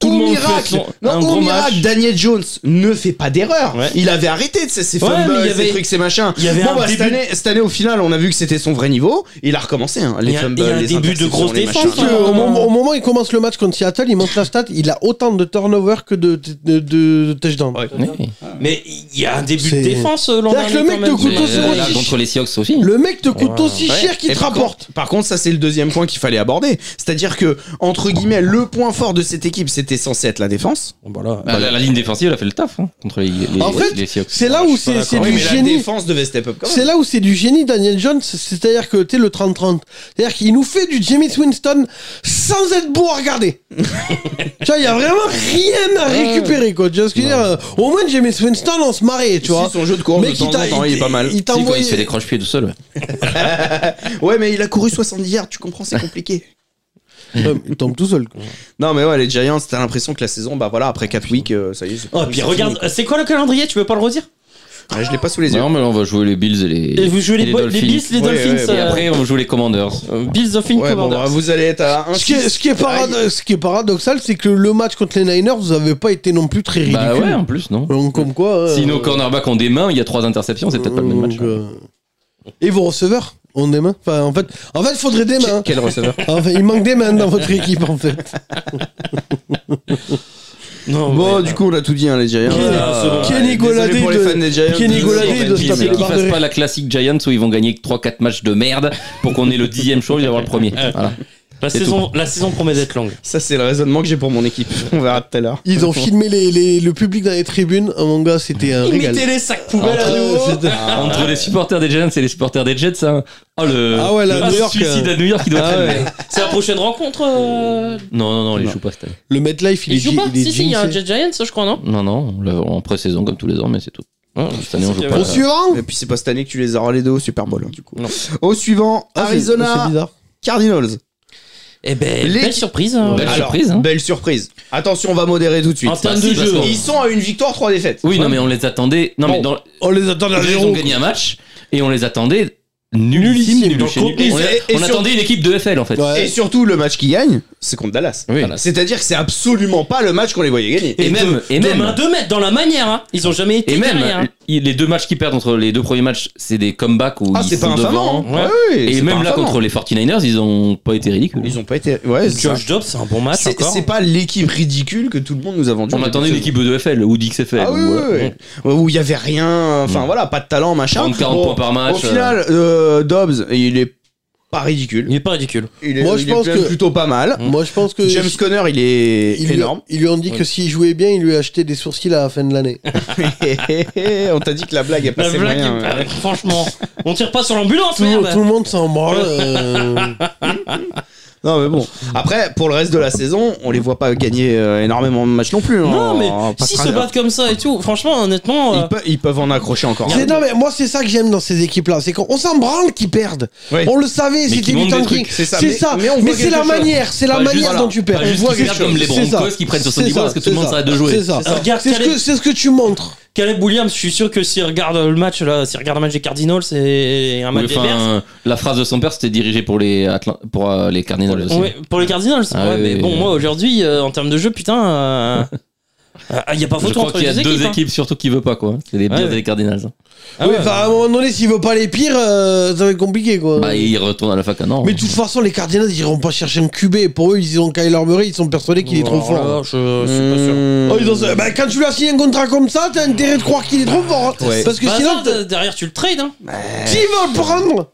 Speaker 4: Tout
Speaker 2: au
Speaker 4: le monde
Speaker 2: miracle,
Speaker 4: fait son-
Speaker 2: non,
Speaker 4: un
Speaker 2: au
Speaker 4: gros
Speaker 2: miracle,
Speaker 4: match.
Speaker 2: Daniel Jones ne fait pas d'erreur.
Speaker 4: Ouais.
Speaker 2: Il avait arrêté de ses, ses
Speaker 4: Ouais,
Speaker 2: fumbles,
Speaker 4: mais il y
Speaker 2: ses
Speaker 4: avait-
Speaker 2: trucs, ses machins.
Speaker 4: il y avait
Speaker 2: bon,
Speaker 4: un
Speaker 2: bah, cette,
Speaker 4: début-
Speaker 2: année, cette année, au final, on a vu que c'était son vrai niveau. Il a recommencé, hein, les
Speaker 4: Il y a-
Speaker 2: fumbles,
Speaker 4: il y a un
Speaker 2: les
Speaker 4: début de grosse
Speaker 2: interceptions, les
Speaker 4: défense,
Speaker 2: machins.
Speaker 4: hein.
Speaker 1: Au, moment, au moment où il commence le match contre Seattle, il monte la stat, il a autant de turnovers que de, de, de- de touchdowns.
Speaker 2: Ouais.
Speaker 3: Oui.
Speaker 4: Mais il y a un début
Speaker 1: C'est-
Speaker 4: de défense euh, l'an
Speaker 1: C'est-à-dire
Speaker 4: dernier.
Speaker 1: que le mec
Speaker 4: quand même.
Speaker 1: de couteau
Speaker 4: Mais,
Speaker 1: sur
Speaker 4: euh,
Speaker 1: le
Speaker 3: Là,
Speaker 1: chiche.
Speaker 3: contre les Seahawks aussi. hein.
Speaker 1: Le mec te coûte aussi
Speaker 4: Ouais.
Speaker 1: cher qu'il
Speaker 2: Et
Speaker 1: te
Speaker 2: par contre-
Speaker 1: rapporte.
Speaker 2: Par contre, ça c'est le deuxième point qu'il fallait aborder. C'est-à-dire que, entre guillemets, le point fort de cette équipe, c'était censé être la défense.
Speaker 4: Voilà.
Speaker 3: Bah, la, la ligne défensive, elle a fait le taf hein, contre les, les,
Speaker 1: En fait,
Speaker 3: les Seahawks.
Speaker 1: C'est là où c'est c'est
Speaker 2: Ah Oui,
Speaker 1: du
Speaker 2: mais la
Speaker 1: génie.
Speaker 2: défense devait step up quand même.
Speaker 1: C'est là où c'est du génie Daniel Jones, c'est-à-dire que t'es le 30-30. C'est-à-dire qu'il nous fait du James Winston sans être beau à regarder. tu vois, il y a vraiment rien à récupérer quoi. Tu vois ce que je veux dire Euh, Au moins James Winston on se marrait, tu vois.
Speaker 2: Si, son jeu de course
Speaker 1: Mec,
Speaker 2: de temps
Speaker 1: il t'a-
Speaker 2: en temps, il est pas mal.
Speaker 1: Il t'a
Speaker 3: Si, quand il
Speaker 1: envoyé
Speaker 3: se fait des croche-pieds tout seul. ouais.
Speaker 2: Ouais, mais il a couru 70 yards, tu comprends, c'est compliqué.
Speaker 1: Ouais, mais Il tombe tout seul. quoi.
Speaker 2: non, mais ouais, les Giants, t'as l'impression que la saison, bah voilà, après 4 weeks, euh, ça y est. c'est-
Speaker 4: Oh, puis regarde, c'est quoi le calendrier Tu veux pas le redire
Speaker 2: Ouais, je l'ai pas sous les yeux.
Speaker 3: Non, mais là, on va jouer les Bills et les,
Speaker 4: Et vous jouez les, Bo- les
Speaker 3: Dolphins.
Speaker 4: Bills, les
Speaker 2: Ouais,
Speaker 4: Dolphins.
Speaker 2: ouais,
Speaker 3: Et
Speaker 4: euh,
Speaker 3: après, on joue les Commanders.
Speaker 4: euh, Bills, Dolphins,
Speaker 2: Ouais, bon,
Speaker 4: Commanders.
Speaker 2: bah, vous allez être à un
Speaker 1: Ce qui, est,
Speaker 2: six.
Speaker 1: ce, qui est parado- ce qui est paradoxal, c'est que le match contre les Niners, vous avez pas été non plus très ridicule.
Speaker 3: Bah ouais, en plus, non
Speaker 1: Donc, comme quoi. euh,
Speaker 3: Si nos cornerbacks ont des mains, il y a trois interceptions, c'est peut-être pas le même match. hein.
Speaker 1: donc, euh, Et vos receveurs ont des mains Enfin, en fait, en fait, il faudrait des mains. hein.
Speaker 2: Quel receveur
Speaker 1: Enfin, il manque des mains dans votre équipe en fait.
Speaker 4: Non,
Speaker 2: Bon,
Speaker 4: ouais,
Speaker 2: du coup, on a tout dit, hein, les Giants.
Speaker 1: Kenny-
Speaker 2: Euh,
Speaker 1: Kenny
Speaker 2: désolé
Speaker 1: Golladay
Speaker 2: pour les
Speaker 1: de-
Speaker 2: fans des Giants.
Speaker 1: Kenny
Speaker 2: Désolé,
Speaker 1: Golladay
Speaker 2: fans
Speaker 1: de
Speaker 2: des
Speaker 3: Ils
Speaker 1: se taper
Speaker 2: Giants.
Speaker 1: les
Speaker 3: qu'ils
Speaker 1: barres
Speaker 3: fassent
Speaker 1: de
Speaker 3: pas la classique Giants où ils vont gagner 3-4 matchs de merde pour qu'on ait le dixième choix et avoir le premier. Voilà.
Speaker 4: La
Speaker 3: c'est
Speaker 4: saison, la saison promet d'être longue.
Speaker 2: Ça, c'est le raisonnement que j'ai pour mon équipe. On verra tout à l'heure.
Speaker 1: Ils ont filmé les, les- le public dans les tribunes. Oh, mon gars, c'était un régal.
Speaker 4: Imitez les sacs poubelles à
Speaker 1: Euh,
Speaker 4: nouveau.
Speaker 1: c'était-
Speaker 3: Entre les supporters des Giants et les supporters des Jets, ça. Oh, le,
Speaker 1: Ah ouais, là,
Speaker 3: le
Speaker 1: New York,
Speaker 3: suicide
Speaker 1: euh.
Speaker 3: à New York qui doit
Speaker 1: Ah
Speaker 3: être.
Speaker 1: ouais.
Speaker 4: C'est la prochaine rencontre. euh,
Speaker 3: Non, non, non, on les
Speaker 2: Non.
Speaker 3: joue pas cette année.
Speaker 1: Le MetLife, il,
Speaker 4: Ils
Speaker 1: est
Speaker 4: jouent
Speaker 1: gi-
Speaker 4: pas
Speaker 1: il est
Speaker 4: Si, si, il y a un
Speaker 1: gincé.
Speaker 4: Jet Giants, je crois, non
Speaker 3: Non, non, on l'a en pré-saison comme tous les ans, mais c'est tout. Hein, cette année, on joue
Speaker 4: c'est
Speaker 3: pas.
Speaker 1: Au suivant
Speaker 2: Et puis, c'est pas cette année que tu les auras les deux au Super Bowl, hein, du coup.
Speaker 4: Non.
Speaker 2: Au suivant,
Speaker 1: Ah, c'est- C'est
Speaker 2: Arizona
Speaker 1: bizarre.
Speaker 2: Cardinals.
Speaker 4: Eh ben,
Speaker 2: Les-
Speaker 4: belle surprise. hein.
Speaker 3: Belle
Speaker 2: Alors,
Speaker 3: surprise, hein.
Speaker 2: Belle surprise. Attention, on va modérer tout de suite.
Speaker 4: En termes
Speaker 3: Bah,
Speaker 4: de
Speaker 3: si, parce
Speaker 4: jeu.
Speaker 3: qu'on-
Speaker 2: Ils sont à une victoire, trois défaites.
Speaker 3: Oui, non, mais on les attendait. Non, mais
Speaker 4: Bon.
Speaker 3: dans,
Speaker 1: On les attend à
Speaker 3: ils ont
Speaker 1: zéro.
Speaker 3: gagné un match et on les attendait nullissime,
Speaker 1: Nullissime,
Speaker 3: nul
Speaker 1: dans
Speaker 3: chez
Speaker 1: le
Speaker 3: nul.
Speaker 2: contenu.
Speaker 3: On, les-
Speaker 2: Et- et
Speaker 3: on
Speaker 2: sur-
Speaker 3: attendait une équipe de FL en fait.
Speaker 1: Ouais.
Speaker 2: Et surtout, le match qui gagne, c'est contre Dallas.
Speaker 3: Oui.
Speaker 2: Voilà. C'est-à-dire que c'est absolument pas le match qu'on les voyait gagner.
Speaker 3: Et,
Speaker 4: Et
Speaker 3: même, et
Speaker 4: de main
Speaker 3: même,
Speaker 4: de mètre dans la manière, hein. Ils ont jamais été
Speaker 3: et même,
Speaker 4: derrière, hein.
Speaker 3: il- les deux matchs qui perdent entre les deux premiers matchs, c'est des comebacks où
Speaker 2: Ah,
Speaker 3: ils
Speaker 2: c'est
Speaker 3: sont
Speaker 2: pas infamant.
Speaker 3: devant.
Speaker 2: hein. Ouais, ouais,
Speaker 3: Et
Speaker 2: c'est
Speaker 3: même
Speaker 2: pas
Speaker 3: là
Speaker 2: infamant.
Speaker 3: contre les 49ers, ils ont pas été ridicules.
Speaker 2: Ils ont pas été. Ouais, c'est ça.
Speaker 4: Josh Dobbs, c'est un bon match
Speaker 2: C'est
Speaker 4: encore.
Speaker 2: c'est pas l'équipe ridicule que tout le monde nous a vendue.
Speaker 3: On
Speaker 2: en
Speaker 3: attendait une
Speaker 2: début de
Speaker 3: équipe de FL ou d'XFL.
Speaker 2: Ah oui,
Speaker 3: ou,
Speaker 2: oui, oui. Ouais, Où il y avait rien, enfin
Speaker 3: Mm.
Speaker 2: voilà, pas de talent, machin.
Speaker 3: 30-40
Speaker 2: Bon,
Speaker 3: points par match,
Speaker 2: Au final, euh, Dobbs, il est pas ridicule.
Speaker 4: Il est pas ridicule.
Speaker 2: Il est,
Speaker 1: Moi, je
Speaker 2: il est
Speaker 1: pense
Speaker 2: même
Speaker 1: que-
Speaker 2: plutôt pas mal.
Speaker 1: Moi, je pense que.
Speaker 2: James Conner, il est
Speaker 1: ils lui-
Speaker 2: énorme.
Speaker 1: Ils lui ont dit que s'il jouait bien, il lui achetait des sourcils à la fin de l'année.
Speaker 4: Ah,
Speaker 2: On t'a dit que la blague est
Speaker 3: Bah,
Speaker 4: La
Speaker 2: passée
Speaker 4: blague,
Speaker 2: moyen.
Speaker 4: est-
Speaker 2: ouais.
Speaker 4: euh, franchement, on tire pas sur l'ambulance,
Speaker 1: tout,
Speaker 4: merde.
Speaker 1: tout le monde s'en branle. euh,
Speaker 2: Non mais bon. Après, pour le reste de la saison, on les voit pas gagner euh, énormément de matchs non plus.
Speaker 4: Non,
Speaker 2: hein.
Speaker 4: mais
Speaker 2: On
Speaker 4: s'ils
Speaker 2: passera-
Speaker 4: se battent comme ça et tout, franchement, honnêtement, euh,
Speaker 2: ils, pe- ils peuvent en accrocher encore.
Speaker 1: C'est- non, mais moi, c'est ça que j'aime dans ces équipes-là. C'est qu'on on s'en branle qu'ils perdent.
Speaker 2: Ouais.
Speaker 1: On le savait,
Speaker 3: Mais
Speaker 1: c'était
Speaker 3: qu'ils
Speaker 1: du
Speaker 3: montrent des
Speaker 1: tanking.
Speaker 3: trucs,
Speaker 1: C'est
Speaker 2: c'est ça.
Speaker 1: ça.
Speaker 2: Mais- mais on
Speaker 1: Mais,
Speaker 2: voit
Speaker 1: c'est
Speaker 2: quelque
Speaker 1: la
Speaker 2: chose.
Speaker 1: manière. C'est la
Speaker 3: Pas juste-
Speaker 1: manière
Speaker 3: voilà.
Speaker 1: dont tu perds.
Speaker 3: Pas
Speaker 1: On
Speaker 3: juste
Speaker 1: voit
Speaker 3: qu'ils
Speaker 1: quelque
Speaker 3: perdent comme
Speaker 1: chose.
Speaker 3: les
Speaker 1: C'est ça.
Speaker 3: Broncos qui prennent
Speaker 1: C'est
Speaker 3: 70
Speaker 1: ça.
Speaker 3: parce que tout le
Speaker 1: C'est
Speaker 3: monde
Speaker 1: ça.
Speaker 3: s'arrête de jouer.
Speaker 1: C'est ça.
Speaker 4: C'est ça. euh, Regarde,
Speaker 1: C'est ce
Speaker 4: Caleb.
Speaker 1: que- c'est ce que tu montres.
Speaker 4: Caleb Williams, je suis sûr que s'il regarde le match là, s'il regarde un match des Cardinals c'est un match
Speaker 3: Oui,
Speaker 4: des Bears,
Speaker 3: enfin, la phrase de son père, c'était dirigé pour les, Atla- pour, euh, les Cardinals aussi.
Speaker 4: ouais, pour les Cardinals.
Speaker 3: Ah
Speaker 4: ouais,
Speaker 3: oui,
Speaker 4: mais
Speaker 3: oui,
Speaker 4: bon,
Speaker 3: oui.
Speaker 4: moi aujourd'hui, euh, en termes de jeu, putain, euh, euh, il y a pas
Speaker 3: Je
Speaker 4: photo
Speaker 3: crois
Speaker 4: entre
Speaker 3: qu'il y
Speaker 4: les
Speaker 3: a
Speaker 4: deux
Speaker 3: deux
Speaker 4: équipes. hein.
Speaker 3: équipes surtout qui veut pas quoi. C'est les Bears
Speaker 4: Ouais,
Speaker 3: et les Cardinals.
Speaker 4: Ah
Speaker 1: oui,
Speaker 4: ouais.
Speaker 1: enfin, à un moment donné, s'il veut pas les pires, euh, ça va être compliqué, quoi.
Speaker 3: Bah ils retournent à la fac un an.
Speaker 1: mais de toute façon, les Cardinals, ils iront pas chercher un QB. Pour eux, ils ont Kyler Murray, ils sont persuadés qu'il est trop
Speaker 3: Oh
Speaker 4: Alors là,
Speaker 1: fort.
Speaker 2: Euh,
Speaker 4: je suis pas sûr.
Speaker 1: Oh, ils ont- bah, quand tu lui as signé un contrat comme ça, t'as intérêt de croire qu'il est trop fort. hein.
Speaker 2: Ouais.
Speaker 1: Parce que
Speaker 4: Bah,
Speaker 1: sinon,
Speaker 4: ça,
Speaker 3: euh,
Speaker 4: de- derrière, tu le trades. Hein.
Speaker 1: t'as- qui va le prendre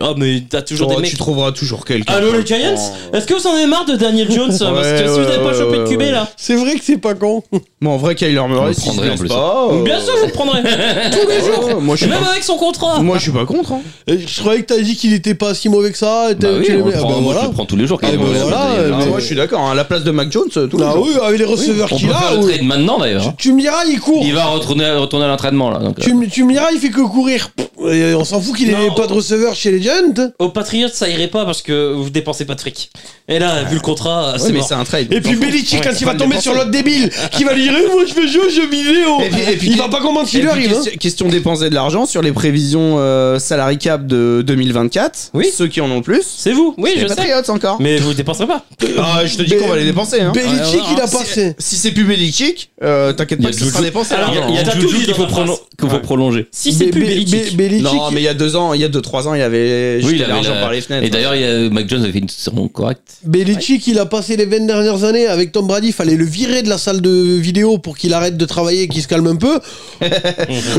Speaker 4: Ah, mais t'as toujours
Speaker 2: Oh,
Speaker 4: des
Speaker 2: Tu
Speaker 4: mecs.
Speaker 2: trouveras toujours quelqu'un.
Speaker 4: Allô,
Speaker 2: qui
Speaker 4: les
Speaker 2: le
Speaker 4: Giants
Speaker 2: prend.
Speaker 4: Est-ce que vous en avez marre de Daniel Jones euh, Parce
Speaker 2: Ouais,
Speaker 4: que si vous
Speaker 2: ouais,
Speaker 4: n'avez pas
Speaker 2: ouais,
Speaker 4: chopé de
Speaker 2: ouais,
Speaker 4: QB
Speaker 2: ouais.
Speaker 4: là,
Speaker 1: C'est vrai que c'est pas con.
Speaker 2: Bon, en vrai, Kyler
Speaker 3: On le
Speaker 2: Murray, s'il se
Speaker 3: prendrait, en
Speaker 2: blesse
Speaker 3: plus.
Speaker 2: pas. euh,
Speaker 4: bien sûr, je le prendrai. Tous les jours.
Speaker 2: ouais, Moi, je
Speaker 4: Et
Speaker 2: suis
Speaker 4: même
Speaker 2: pas-
Speaker 4: avec son contrat.
Speaker 2: moi, je suis pas contre. hein.
Speaker 1: Et Je croyais que t'as dit qu'il était pas si mauvais que ça. et t'as-
Speaker 3: Bah oui,
Speaker 1: tu l'as
Speaker 3: on le
Speaker 1: mis- ah,
Speaker 3: prend,
Speaker 1: bah,
Speaker 3: moi je
Speaker 1: voilà.
Speaker 3: le prends tous les jours. quand
Speaker 1: Ah,
Speaker 3: même.
Speaker 1: bah,
Speaker 3: Ouais,
Speaker 1: voilà,
Speaker 3: on
Speaker 1: euh,
Speaker 3: a
Speaker 2: Ah,
Speaker 1: mais-
Speaker 3: des-
Speaker 2: Moi, je suis d'accord. hein. À la place de Mac Jones, tout le
Speaker 1: Ah
Speaker 2: monde.
Speaker 1: oui, avec les receveurs
Speaker 3: On
Speaker 1: qu'il
Speaker 3: peut
Speaker 1: a.
Speaker 3: faire le
Speaker 1: ouais.
Speaker 3: trade
Speaker 2: hein.
Speaker 3: maintenant d'ailleurs. hein.
Speaker 1: Tu me diras, il court.
Speaker 3: Il va retourner, retourner à l'entraînement là. donc, euh,
Speaker 1: Tu, me- tu me diras, il fait que courir. Pff, Et on s'en fout qu'il
Speaker 4: Non.
Speaker 1: ait pas de receveur chez les Giants.
Speaker 4: Aux Patriots, ça irait pas parce que vous dépensez pas de fric. Et là, vu le contrat,
Speaker 2: Ouais,
Speaker 4: c'est
Speaker 2: mais
Speaker 4: mort.
Speaker 2: Ah, c'est un trade.
Speaker 1: Et puis
Speaker 2: donc,
Speaker 1: Belichick,
Speaker 2: ouais,
Speaker 1: quand
Speaker 2: c'est
Speaker 1: il va
Speaker 2: pas le
Speaker 1: tomber
Speaker 2: défenseur.
Speaker 1: sur l'autre débile, qui va lui dire Eh, Moi je vais jouer aux jeux vidéo
Speaker 2: Et puis- et puis-
Speaker 1: Il va pas comprendre
Speaker 2: Et
Speaker 1: qu'il leur
Speaker 2: puis,
Speaker 1: arrive. hein.
Speaker 2: question, question dépenser de l'argent sur les prévisions euh, salary cap de 2024.
Speaker 4: Oui.
Speaker 2: Ceux qui en ont le plus.
Speaker 4: C'est vous, oui,
Speaker 2: les
Speaker 4: je sais.
Speaker 2: Patriots encore.
Speaker 4: Mais vous dépenserez pas.
Speaker 2: Ah, je te dis qu'on va les dépenser. Hein.
Speaker 1: Belichick,
Speaker 2: Ouais,
Speaker 1: il a
Speaker 2: si-
Speaker 1: passé.
Speaker 2: Si c'est plus Belichick, euh, t'inquiète
Speaker 3: Il y
Speaker 2: pas
Speaker 3: a
Speaker 2: que ça sera
Speaker 3: Juju.
Speaker 2: dépensé.
Speaker 4: Alors,
Speaker 2: hein.
Speaker 4: il y a- il y a
Speaker 3: Juju
Speaker 4: Juju
Speaker 3: qu'il
Speaker 4: dans
Speaker 3: faut,
Speaker 4: la phrase.
Speaker 3: prolo- qu'il faut
Speaker 4: Ouais.
Speaker 3: prolonger.
Speaker 4: Si c'est
Speaker 1: Be-
Speaker 4: plus
Speaker 1: Be-
Speaker 4: Belichick.
Speaker 1: Be- Belichick,
Speaker 2: Non, mais il y a deux ans, il y a deux trois ans, il avait jeté
Speaker 3: il avait
Speaker 2: l'argent
Speaker 3: la-
Speaker 2: par les fenêtres.
Speaker 3: Et d'ailleurs, il y a- Mike Jones avait fait une saison correcte.
Speaker 1: Belichick, il a passé les 20 dernières années avec Tom Brady, fallait le virer de la salle de vidéo pour qu'il arrête de travailler et qu'il se calme un peu. Là,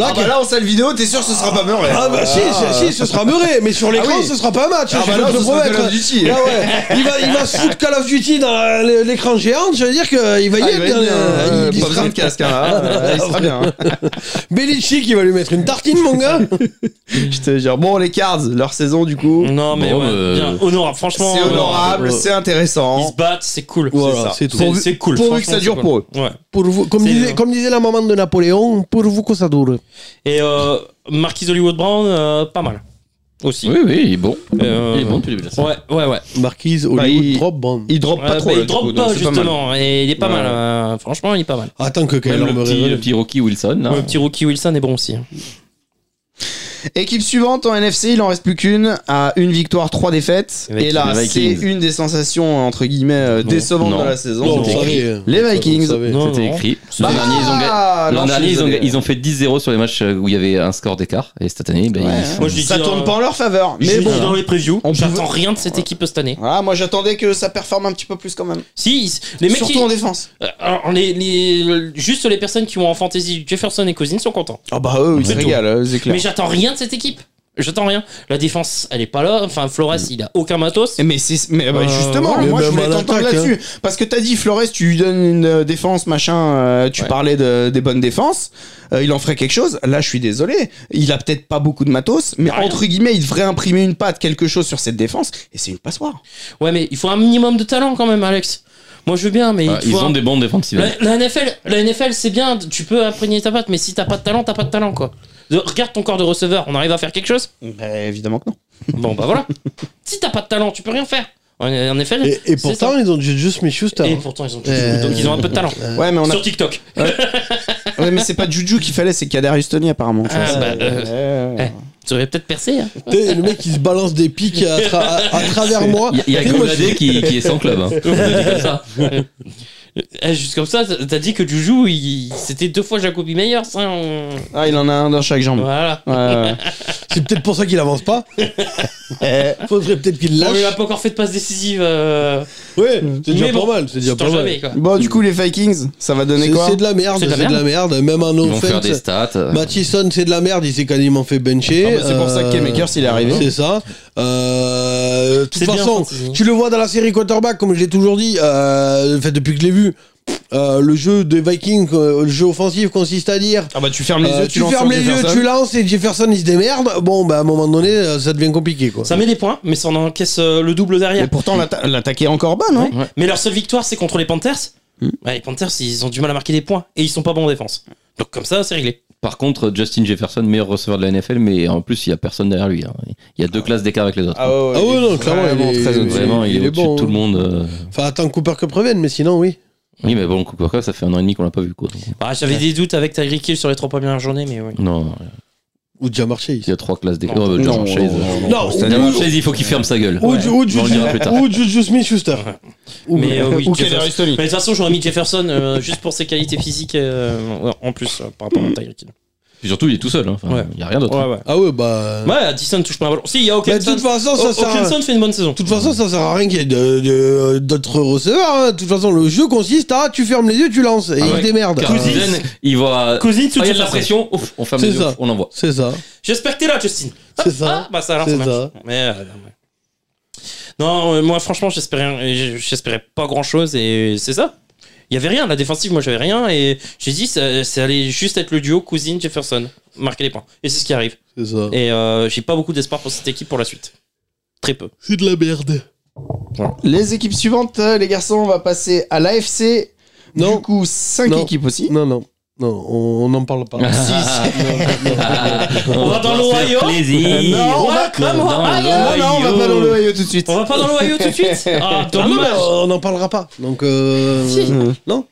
Speaker 2: ah bah là, en salle vidéo, t'es sûr que ce sera pas Murray
Speaker 1: Ah bah si, si, si, ce sera Murray, mais sur l'écran
Speaker 2: Ah oui.
Speaker 1: ce sera pas un match,
Speaker 2: Ah
Speaker 1: je
Speaker 2: bah
Speaker 1: peux
Speaker 2: là,
Speaker 1: te le
Speaker 2: ce sera
Speaker 1: promettre.
Speaker 2: Call of Duty.
Speaker 1: Ah ouais. il, va, il va se foutre Call of Duty dans la- l'écran géant, je veux dire qu'il va y
Speaker 2: Ah, il
Speaker 1: être.
Speaker 2: va être
Speaker 1: dans
Speaker 2: bien,
Speaker 1: le-
Speaker 2: euh,
Speaker 1: il
Speaker 2: pas besoin
Speaker 1: sera-
Speaker 2: de casque, hein. Ah, euh, il sera bien. hein.
Speaker 1: Belichick, il va lui mettre une tartine, mon gars.
Speaker 2: Je te jure. Bon, les Cards, leur saison, du coup,
Speaker 4: Non, mais
Speaker 3: Bon,
Speaker 4: ouais,
Speaker 3: euh,
Speaker 4: bien, honorable, Mm. franchement.
Speaker 2: c'est honorable,
Speaker 4: euh,
Speaker 2: c'est
Speaker 4: Ils se
Speaker 2: intéressant.
Speaker 4: battent, c'est cool.
Speaker 1: Voilà,
Speaker 2: c'est
Speaker 1: c'est
Speaker 4: C'est-
Speaker 1: tout.
Speaker 2: Pourvu-
Speaker 4: C'est cool.
Speaker 2: pourvu que
Speaker 4: franchement,
Speaker 2: ça
Speaker 4: c'est
Speaker 2: dure
Speaker 4: cool.
Speaker 2: pour eux.
Speaker 4: Ouais.
Speaker 1: Pour vous, comme,
Speaker 4: C'est-
Speaker 1: disait, comme disait la maman de Napoléon, pour vous que ça dure.
Speaker 4: Et euh, Marquis Hollywood Brown, euh, pas mal. Aussi.
Speaker 3: Oui, oui, il est bon.
Speaker 4: Euh,
Speaker 3: Il est bon depuis le début de la saison.
Speaker 4: Ouais, ouais, ouais.
Speaker 1: Marquise,
Speaker 2: Bah,
Speaker 1: Hollywood,
Speaker 2: il-
Speaker 1: drop, bon.
Speaker 2: Il drop Oh, pas
Speaker 4: Euh,
Speaker 2: trop.
Speaker 4: bah,
Speaker 2: là,
Speaker 4: il
Speaker 2: du
Speaker 4: drop
Speaker 2: coup, donc
Speaker 4: pas
Speaker 2: c'est mal.
Speaker 4: justement et il est pas
Speaker 2: Ouais.
Speaker 4: mal euh, franchement il est pas mal
Speaker 1: Attends que Kyle
Speaker 3: Même le
Speaker 1: Murray
Speaker 3: petit, le
Speaker 1: revienne.
Speaker 3: petit Rocky Wilson. là.
Speaker 4: le petit rookie Wilson est bon aussi hein.
Speaker 2: Équipe suivante en NFC, il en reste plus qu'une, à une victoire, trois défaites.
Speaker 4: Les Vikings.
Speaker 2: Et là,
Speaker 3: Les
Speaker 2: c'est
Speaker 3: Vikings.
Speaker 2: une des sensations entre guillemets euh,
Speaker 4: Non.
Speaker 2: décevantes
Speaker 3: Non.
Speaker 2: de la saison.
Speaker 1: Non, on
Speaker 3: C'était
Speaker 1: savait,
Speaker 3: écrit.
Speaker 1: euh,
Speaker 2: Les
Speaker 1: on
Speaker 2: Vikings.
Speaker 1: savait.
Speaker 4: Non,
Speaker 3: C'était
Speaker 4: non.
Speaker 3: écrit.
Speaker 4: Bah,
Speaker 3: L'an dernier, ils ont gagné.
Speaker 2: Ah,
Speaker 3: L'an
Speaker 2: non, je
Speaker 3: dernier,
Speaker 2: suis
Speaker 3: ils ont,
Speaker 2: désolé.
Speaker 3: ils ont fait 10-0 sur les matchs euh, où il y avait un score d'écart. Et cette année, ben,
Speaker 2: Ouais,
Speaker 3: ils
Speaker 2: ouais.
Speaker 3: font-
Speaker 4: moi je dis
Speaker 2: Ça
Speaker 4: euh,
Speaker 2: tourne pas en leur faveur,
Speaker 4: je
Speaker 2: mais
Speaker 4: dis
Speaker 2: bon.
Speaker 4: dans les previews
Speaker 2: On
Speaker 4: j'attends
Speaker 2: pouvait-
Speaker 4: rien de cette équipe cette année
Speaker 2: Voilà, moi j'attendais que ça performe un petit peu plus quand même.
Speaker 4: si ils- les mecs
Speaker 2: Surtout
Speaker 4: qui-
Speaker 2: en défense.
Speaker 4: euh, alors, les, les- juste les personnes qui ont en fantasy Jefferson et Cousins sont contents
Speaker 2: Ah bah eux, ils se
Speaker 4: Plutôt.
Speaker 2: régalent, eux, c'est clair.
Speaker 4: mais j'attends rien de cette équipe j'attends rien la défense elle est pas là enfin Flores il a aucun matos
Speaker 2: Et Mais, c'est- mais bah,
Speaker 4: Euh,
Speaker 2: justement,
Speaker 1: ouais,
Speaker 2: moi
Speaker 1: mais
Speaker 2: je voulais
Speaker 1: même à
Speaker 2: t'entendre
Speaker 1: l'attaque,
Speaker 2: là-dessus. Parce que t'as dit Flores, tu lui donnes une euh, défense, machin, euh, tu
Speaker 3: Ouais.
Speaker 2: parlais de- des bonnes défenses, euh, il en ferait quelque chose. Là je suis désolé, il a peut-être pas beaucoup de matos, mais
Speaker 4: Rien.
Speaker 2: entre guillemets, il devrait imprimer une patte, quelque chose sur cette défense, et c'est une passoire.
Speaker 4: ouais mais il faut un minimum de talent quand même Alex moi je veux bien mais
Speaker 3: Ah,
Speaker 4: il
Speaker 3: ils
Speaker 4: faut un-
Speaker 3: ont des bandes défensives.
Speaker 4: La, la NFL, la NFL c'est bien, tu peux imprégner ta patte, mais si t'as pas de talent, t'as pas de talent quoi. De- regarde ton corps de receveur, on arrive à faire quelque chose
Speaker 2: Bah, évidemment que non.
Speaker 4: Bon bah voilà. si t'as pas de talent, tu peux rien faire. En, en NFL,
Speaker 1: Et, et
Speaker 4: c'est
Speaker 1: pourtant, ils ont juste mes
Speaker 4: ça.
Speaker 1: Schuster.
Speaker 4: et pourtant ils ont tout,
Speaker 1: Euh,
Speaker 4: donc ils ont un peu de talent.
Speaker 2: Ouais, mais, on a...
Speaker 4: Sur TikTok.
Speaker 2: ouais, mais c'est pas Juju qu'il fallait, c'est Kader Houstoni apparemment. tu vois,
Speaker 4: Ah,
Speaker 2: c'est-
Speaker 4: bah, euh,
Speaker 2: Ouais.
Speaker 4: eh. Tu aurais peut-être percé. hein.
Speaker 1: T'sais, Le mec, il se balance des pics à, tra- à- à travers moi.
Speaker 3: Il y a- il y a
Speaker 1: T'sais, moi, je-
Speaker 3: Golade qui, qui est sans club. hein. On le dit comme ça.
Speaker 4: Eh, juste comme ça, t'as dit que Juju, il... c'était deux fois Jacoby Meyers. hein, on-
Speaker 2: Ah, il en a un dans chaque
Speaker 1: Mm.
Speaker 2: jambe.
Speaker 4: Voilà.
Speaker 2: Ouais, ouais.
Speaker 1: C'est peut-être pour ça qu'il avance pas. Faudrait peut-être qu'il
Speaker 4: Bon, il a
Speaker 1: lâche.
Speaker 4: pas encore fait de passe décisive. euh,
Speaker 1: Ouais, c'est déjà
Speaker 4: Mais
Speaker 1: pas
Speaker 4: bon,
Speaker 1: mal. C'est déjà
Speaker 4: je t'en
Speaker 1: pas mal.
Speaker 4: jamais, quoi.
Speaker 2: Bon, du coup, les Vikings, ça va donner
Speaker 1: C'est
Speaker 2: quoi
Speaker 1: c'est de la merde. C'est
Speaker 4: C'est de la
Speaker 1: de la merde. Même en bah-
Speaker 3: Ils vont faire des
Speaker 1: offense.
Speaker 3: stats.
Speaker 1: Mathison, c'est de la merde. Il s'est quasiment fait
Speaker 2: Ah
Speaker 1: bencher.
Speaker 2: bah, c'est pour ça que
Speaker 1: Euh,
Speaker 2: K-Makers, il est arrivé.
Speaker 1: C'est ça. Euh, De toute
Speaker 4: C'est bien,
Speaker 1: façon,
Speaker 4: Francis.
Speaker 1: tu le vois dans la série quarterback, comme je l'ai toujours dit. euh, en fait, depuis que je l'ai vu. euh, le jeu des Vikings, euh, le jeu offensif consiste à dire
Speaker 2: Ah bah tu fermes les
Speaker 1: Euh,
Speaker 2: yeux,
Speaker 1: tu,
Speaker 2: lances
Speaker 1: fermes
Speaker 2: sur
Speaker 1: les yeux,
Speaker 2: Jefferson.
Speaker 1: tu lances et Jefferson il se démerde. Bon, bah à un moment donné, euh, ça devient compliqué quoi.
Speaker 4: Ça met des points, mais ça en encaisse euh, le double derrière.
Speaker 2: Et pourtant l'atta- l'attaque est encore hein. bas, non
Speaker 3: Ouais.
Speaker 4: Mais leur seule victoire, c'est contre les Panthers.
Speaker 1: Mm.
Speaker 4: Ouais, les Panthers, ils ont du mal à marquer des points et ils sont pas bons en défense. Donc comme ça, c'est réglé.
Speaker 3: Par contre, Justin Jefferson, meilleur receveur de la NFL, mais en plus, il n'y a personne derrière lui. hein. Il y a deux classes d'écart avec les autres.
Speaker 2: ouais,
Speaker 1: Ah ouais, non, clairement,
Speaker 2: vraiment
Speaker 1: il est-
Speaker 2: très
Speaker 1: il est-
Speaker 2: au-dessus.
Speaker 3: Vraiment, il, est, au-dessus
Speaker 1: bon,
Speaker 3: de tout le monde. euh.
Speaker 1: Enfin, attends que Cooper que prévienne, mais sinon, oui.
Speaker 3: Oui, mais bon, Cooper Cup, ça fait un an et demi qu'on l'a pas vu. Quoi. Donc,
Speaker 4: Ah, J'avais des doutes avec Tyreek Hill sur les trois premières journées, mais oui.
Speaker 3: Non,
Speaker 1: Ou déjà marché
Speaker 3: il y a trois classes d'écart.
Speaker 4: Non,
Speaker 3: Oh, bah, Jamar Chase.
Speaker 2: euh,
Speaker 1: Non,
Speaker 2: c'est-à-dire-
Speaker 3: Jamar Chase, il faut qu'il ferme sa gueule.
Speaker 1: Ou Ju- ou
Speaker 3: On le dira
Speaker 1: Juju-
Speaker 3: plus tard.
Speaker 1: ou Juju Smith-Schuster. Ou-
Speaker 4: Mais euh, oui,
Speaker 2: Ou
Speaker 4: Jefferson-
Speaker 2: Kadarius Toney.
Speaker 4: Mais de toute façon, j'aurais mis Jefferson euh, juste pour ses qualités physiques euh, ouais, en plus euh, par rapport à Tyreek Hill.
Speaker 3: Puis surtout, il est tout seul. hein. Enfin,
Speaker 4: Ouais.
Speaker 3: Il n'y a rien d'autre.
Speaker 4: Ouais, ouais.
Speaker 1: Ah ouais, bah.
Speaker 4: Ouais, Addison touche pas un ballon. Si, il y a
Speaker 1: Bah, de
Speaker 4: Hawkinson.
Speaker 1: toute façon, ça sert. à-
Speaker 4: Hawkinson fait une bonne saison.
Speaker 1: De toute façon, ça sert à rien qu'il y ait de- de- d'autres receveurs. hein. De toute façon, le jeu consiste à tu fermes les yeux, tu lances et
Speaker 3: Ah
Speaker 1: il
Speaker 3: ouais.
Speaker 1: se démerde.
Speaker 3: Car
Speaker 1: Euh,
Speaker 3: Cousins, il va.
Speaker 4: Cousins,
Speaker 3: Ah, il y a de la
Speaker 4: façon.
Speaker 3: pression. Ouf, on ferme
Speaker 1: C'est
Speaker 3: les yeux,
Speaker 1: ça.
Speaker 3: on envoie.
Speaker 1: C'est ça.
Speaker 4: J'espère que t'es là, Justin. Hop,
Speaker 1: C'est ça.
Speaker 4: Ah, bah ça, alors
Speaker 1: C'est
Speaker 4: ça marche.
Speaker 1: ça.
Speaker 4: Mais, euh, non, ouais. Non, euh, moi, franchement, j'espérais, j'espérais pas grand chose et c'est ça. Il y avait rien, la défensive, moi j'avais rien et j'ai dit, ça, ça allait juste être le duo Cousine Jefferson, marquer les points. Et c'est ce qui arrive.
Speaker 1: C'est ça.
Speaker 4: Et euh, j'ai pas beaucoup d'espoir pour cette équipe pour la suite. Très peu.
Speaker 1: C'est de la merde.
Speaker 2: Les équipes suivantes, euh, les garçons, on va passer à l'AFC.
Speaker 1: Non.
Speaker 2: Du coup, 5
Speaker 1: Non.
Speaker 2: équipes aussi.
Speaker 1: Non, non. Non, on n'en parle
Speaker 4: Ah,
Speaker 1: pas.
Speaker 2: Si, si.
Speaker 4: On va dans l'Ohio
Speaker 3: Plaisir.
Speaker 2: Non, on va
Speaker 4: pas dans
Speaker 2: Non, non, on va pas dans l'Ohio tout de suite.
Speaker 4: On va pas dans l'Ohio tout de suite Ah,
Speaker 1: Non, mais
Speaker 4: dommage
Speaker 1: on n'en parlera pas. Donc, euh,
Speaker 4: Si.
Speaker 1: non,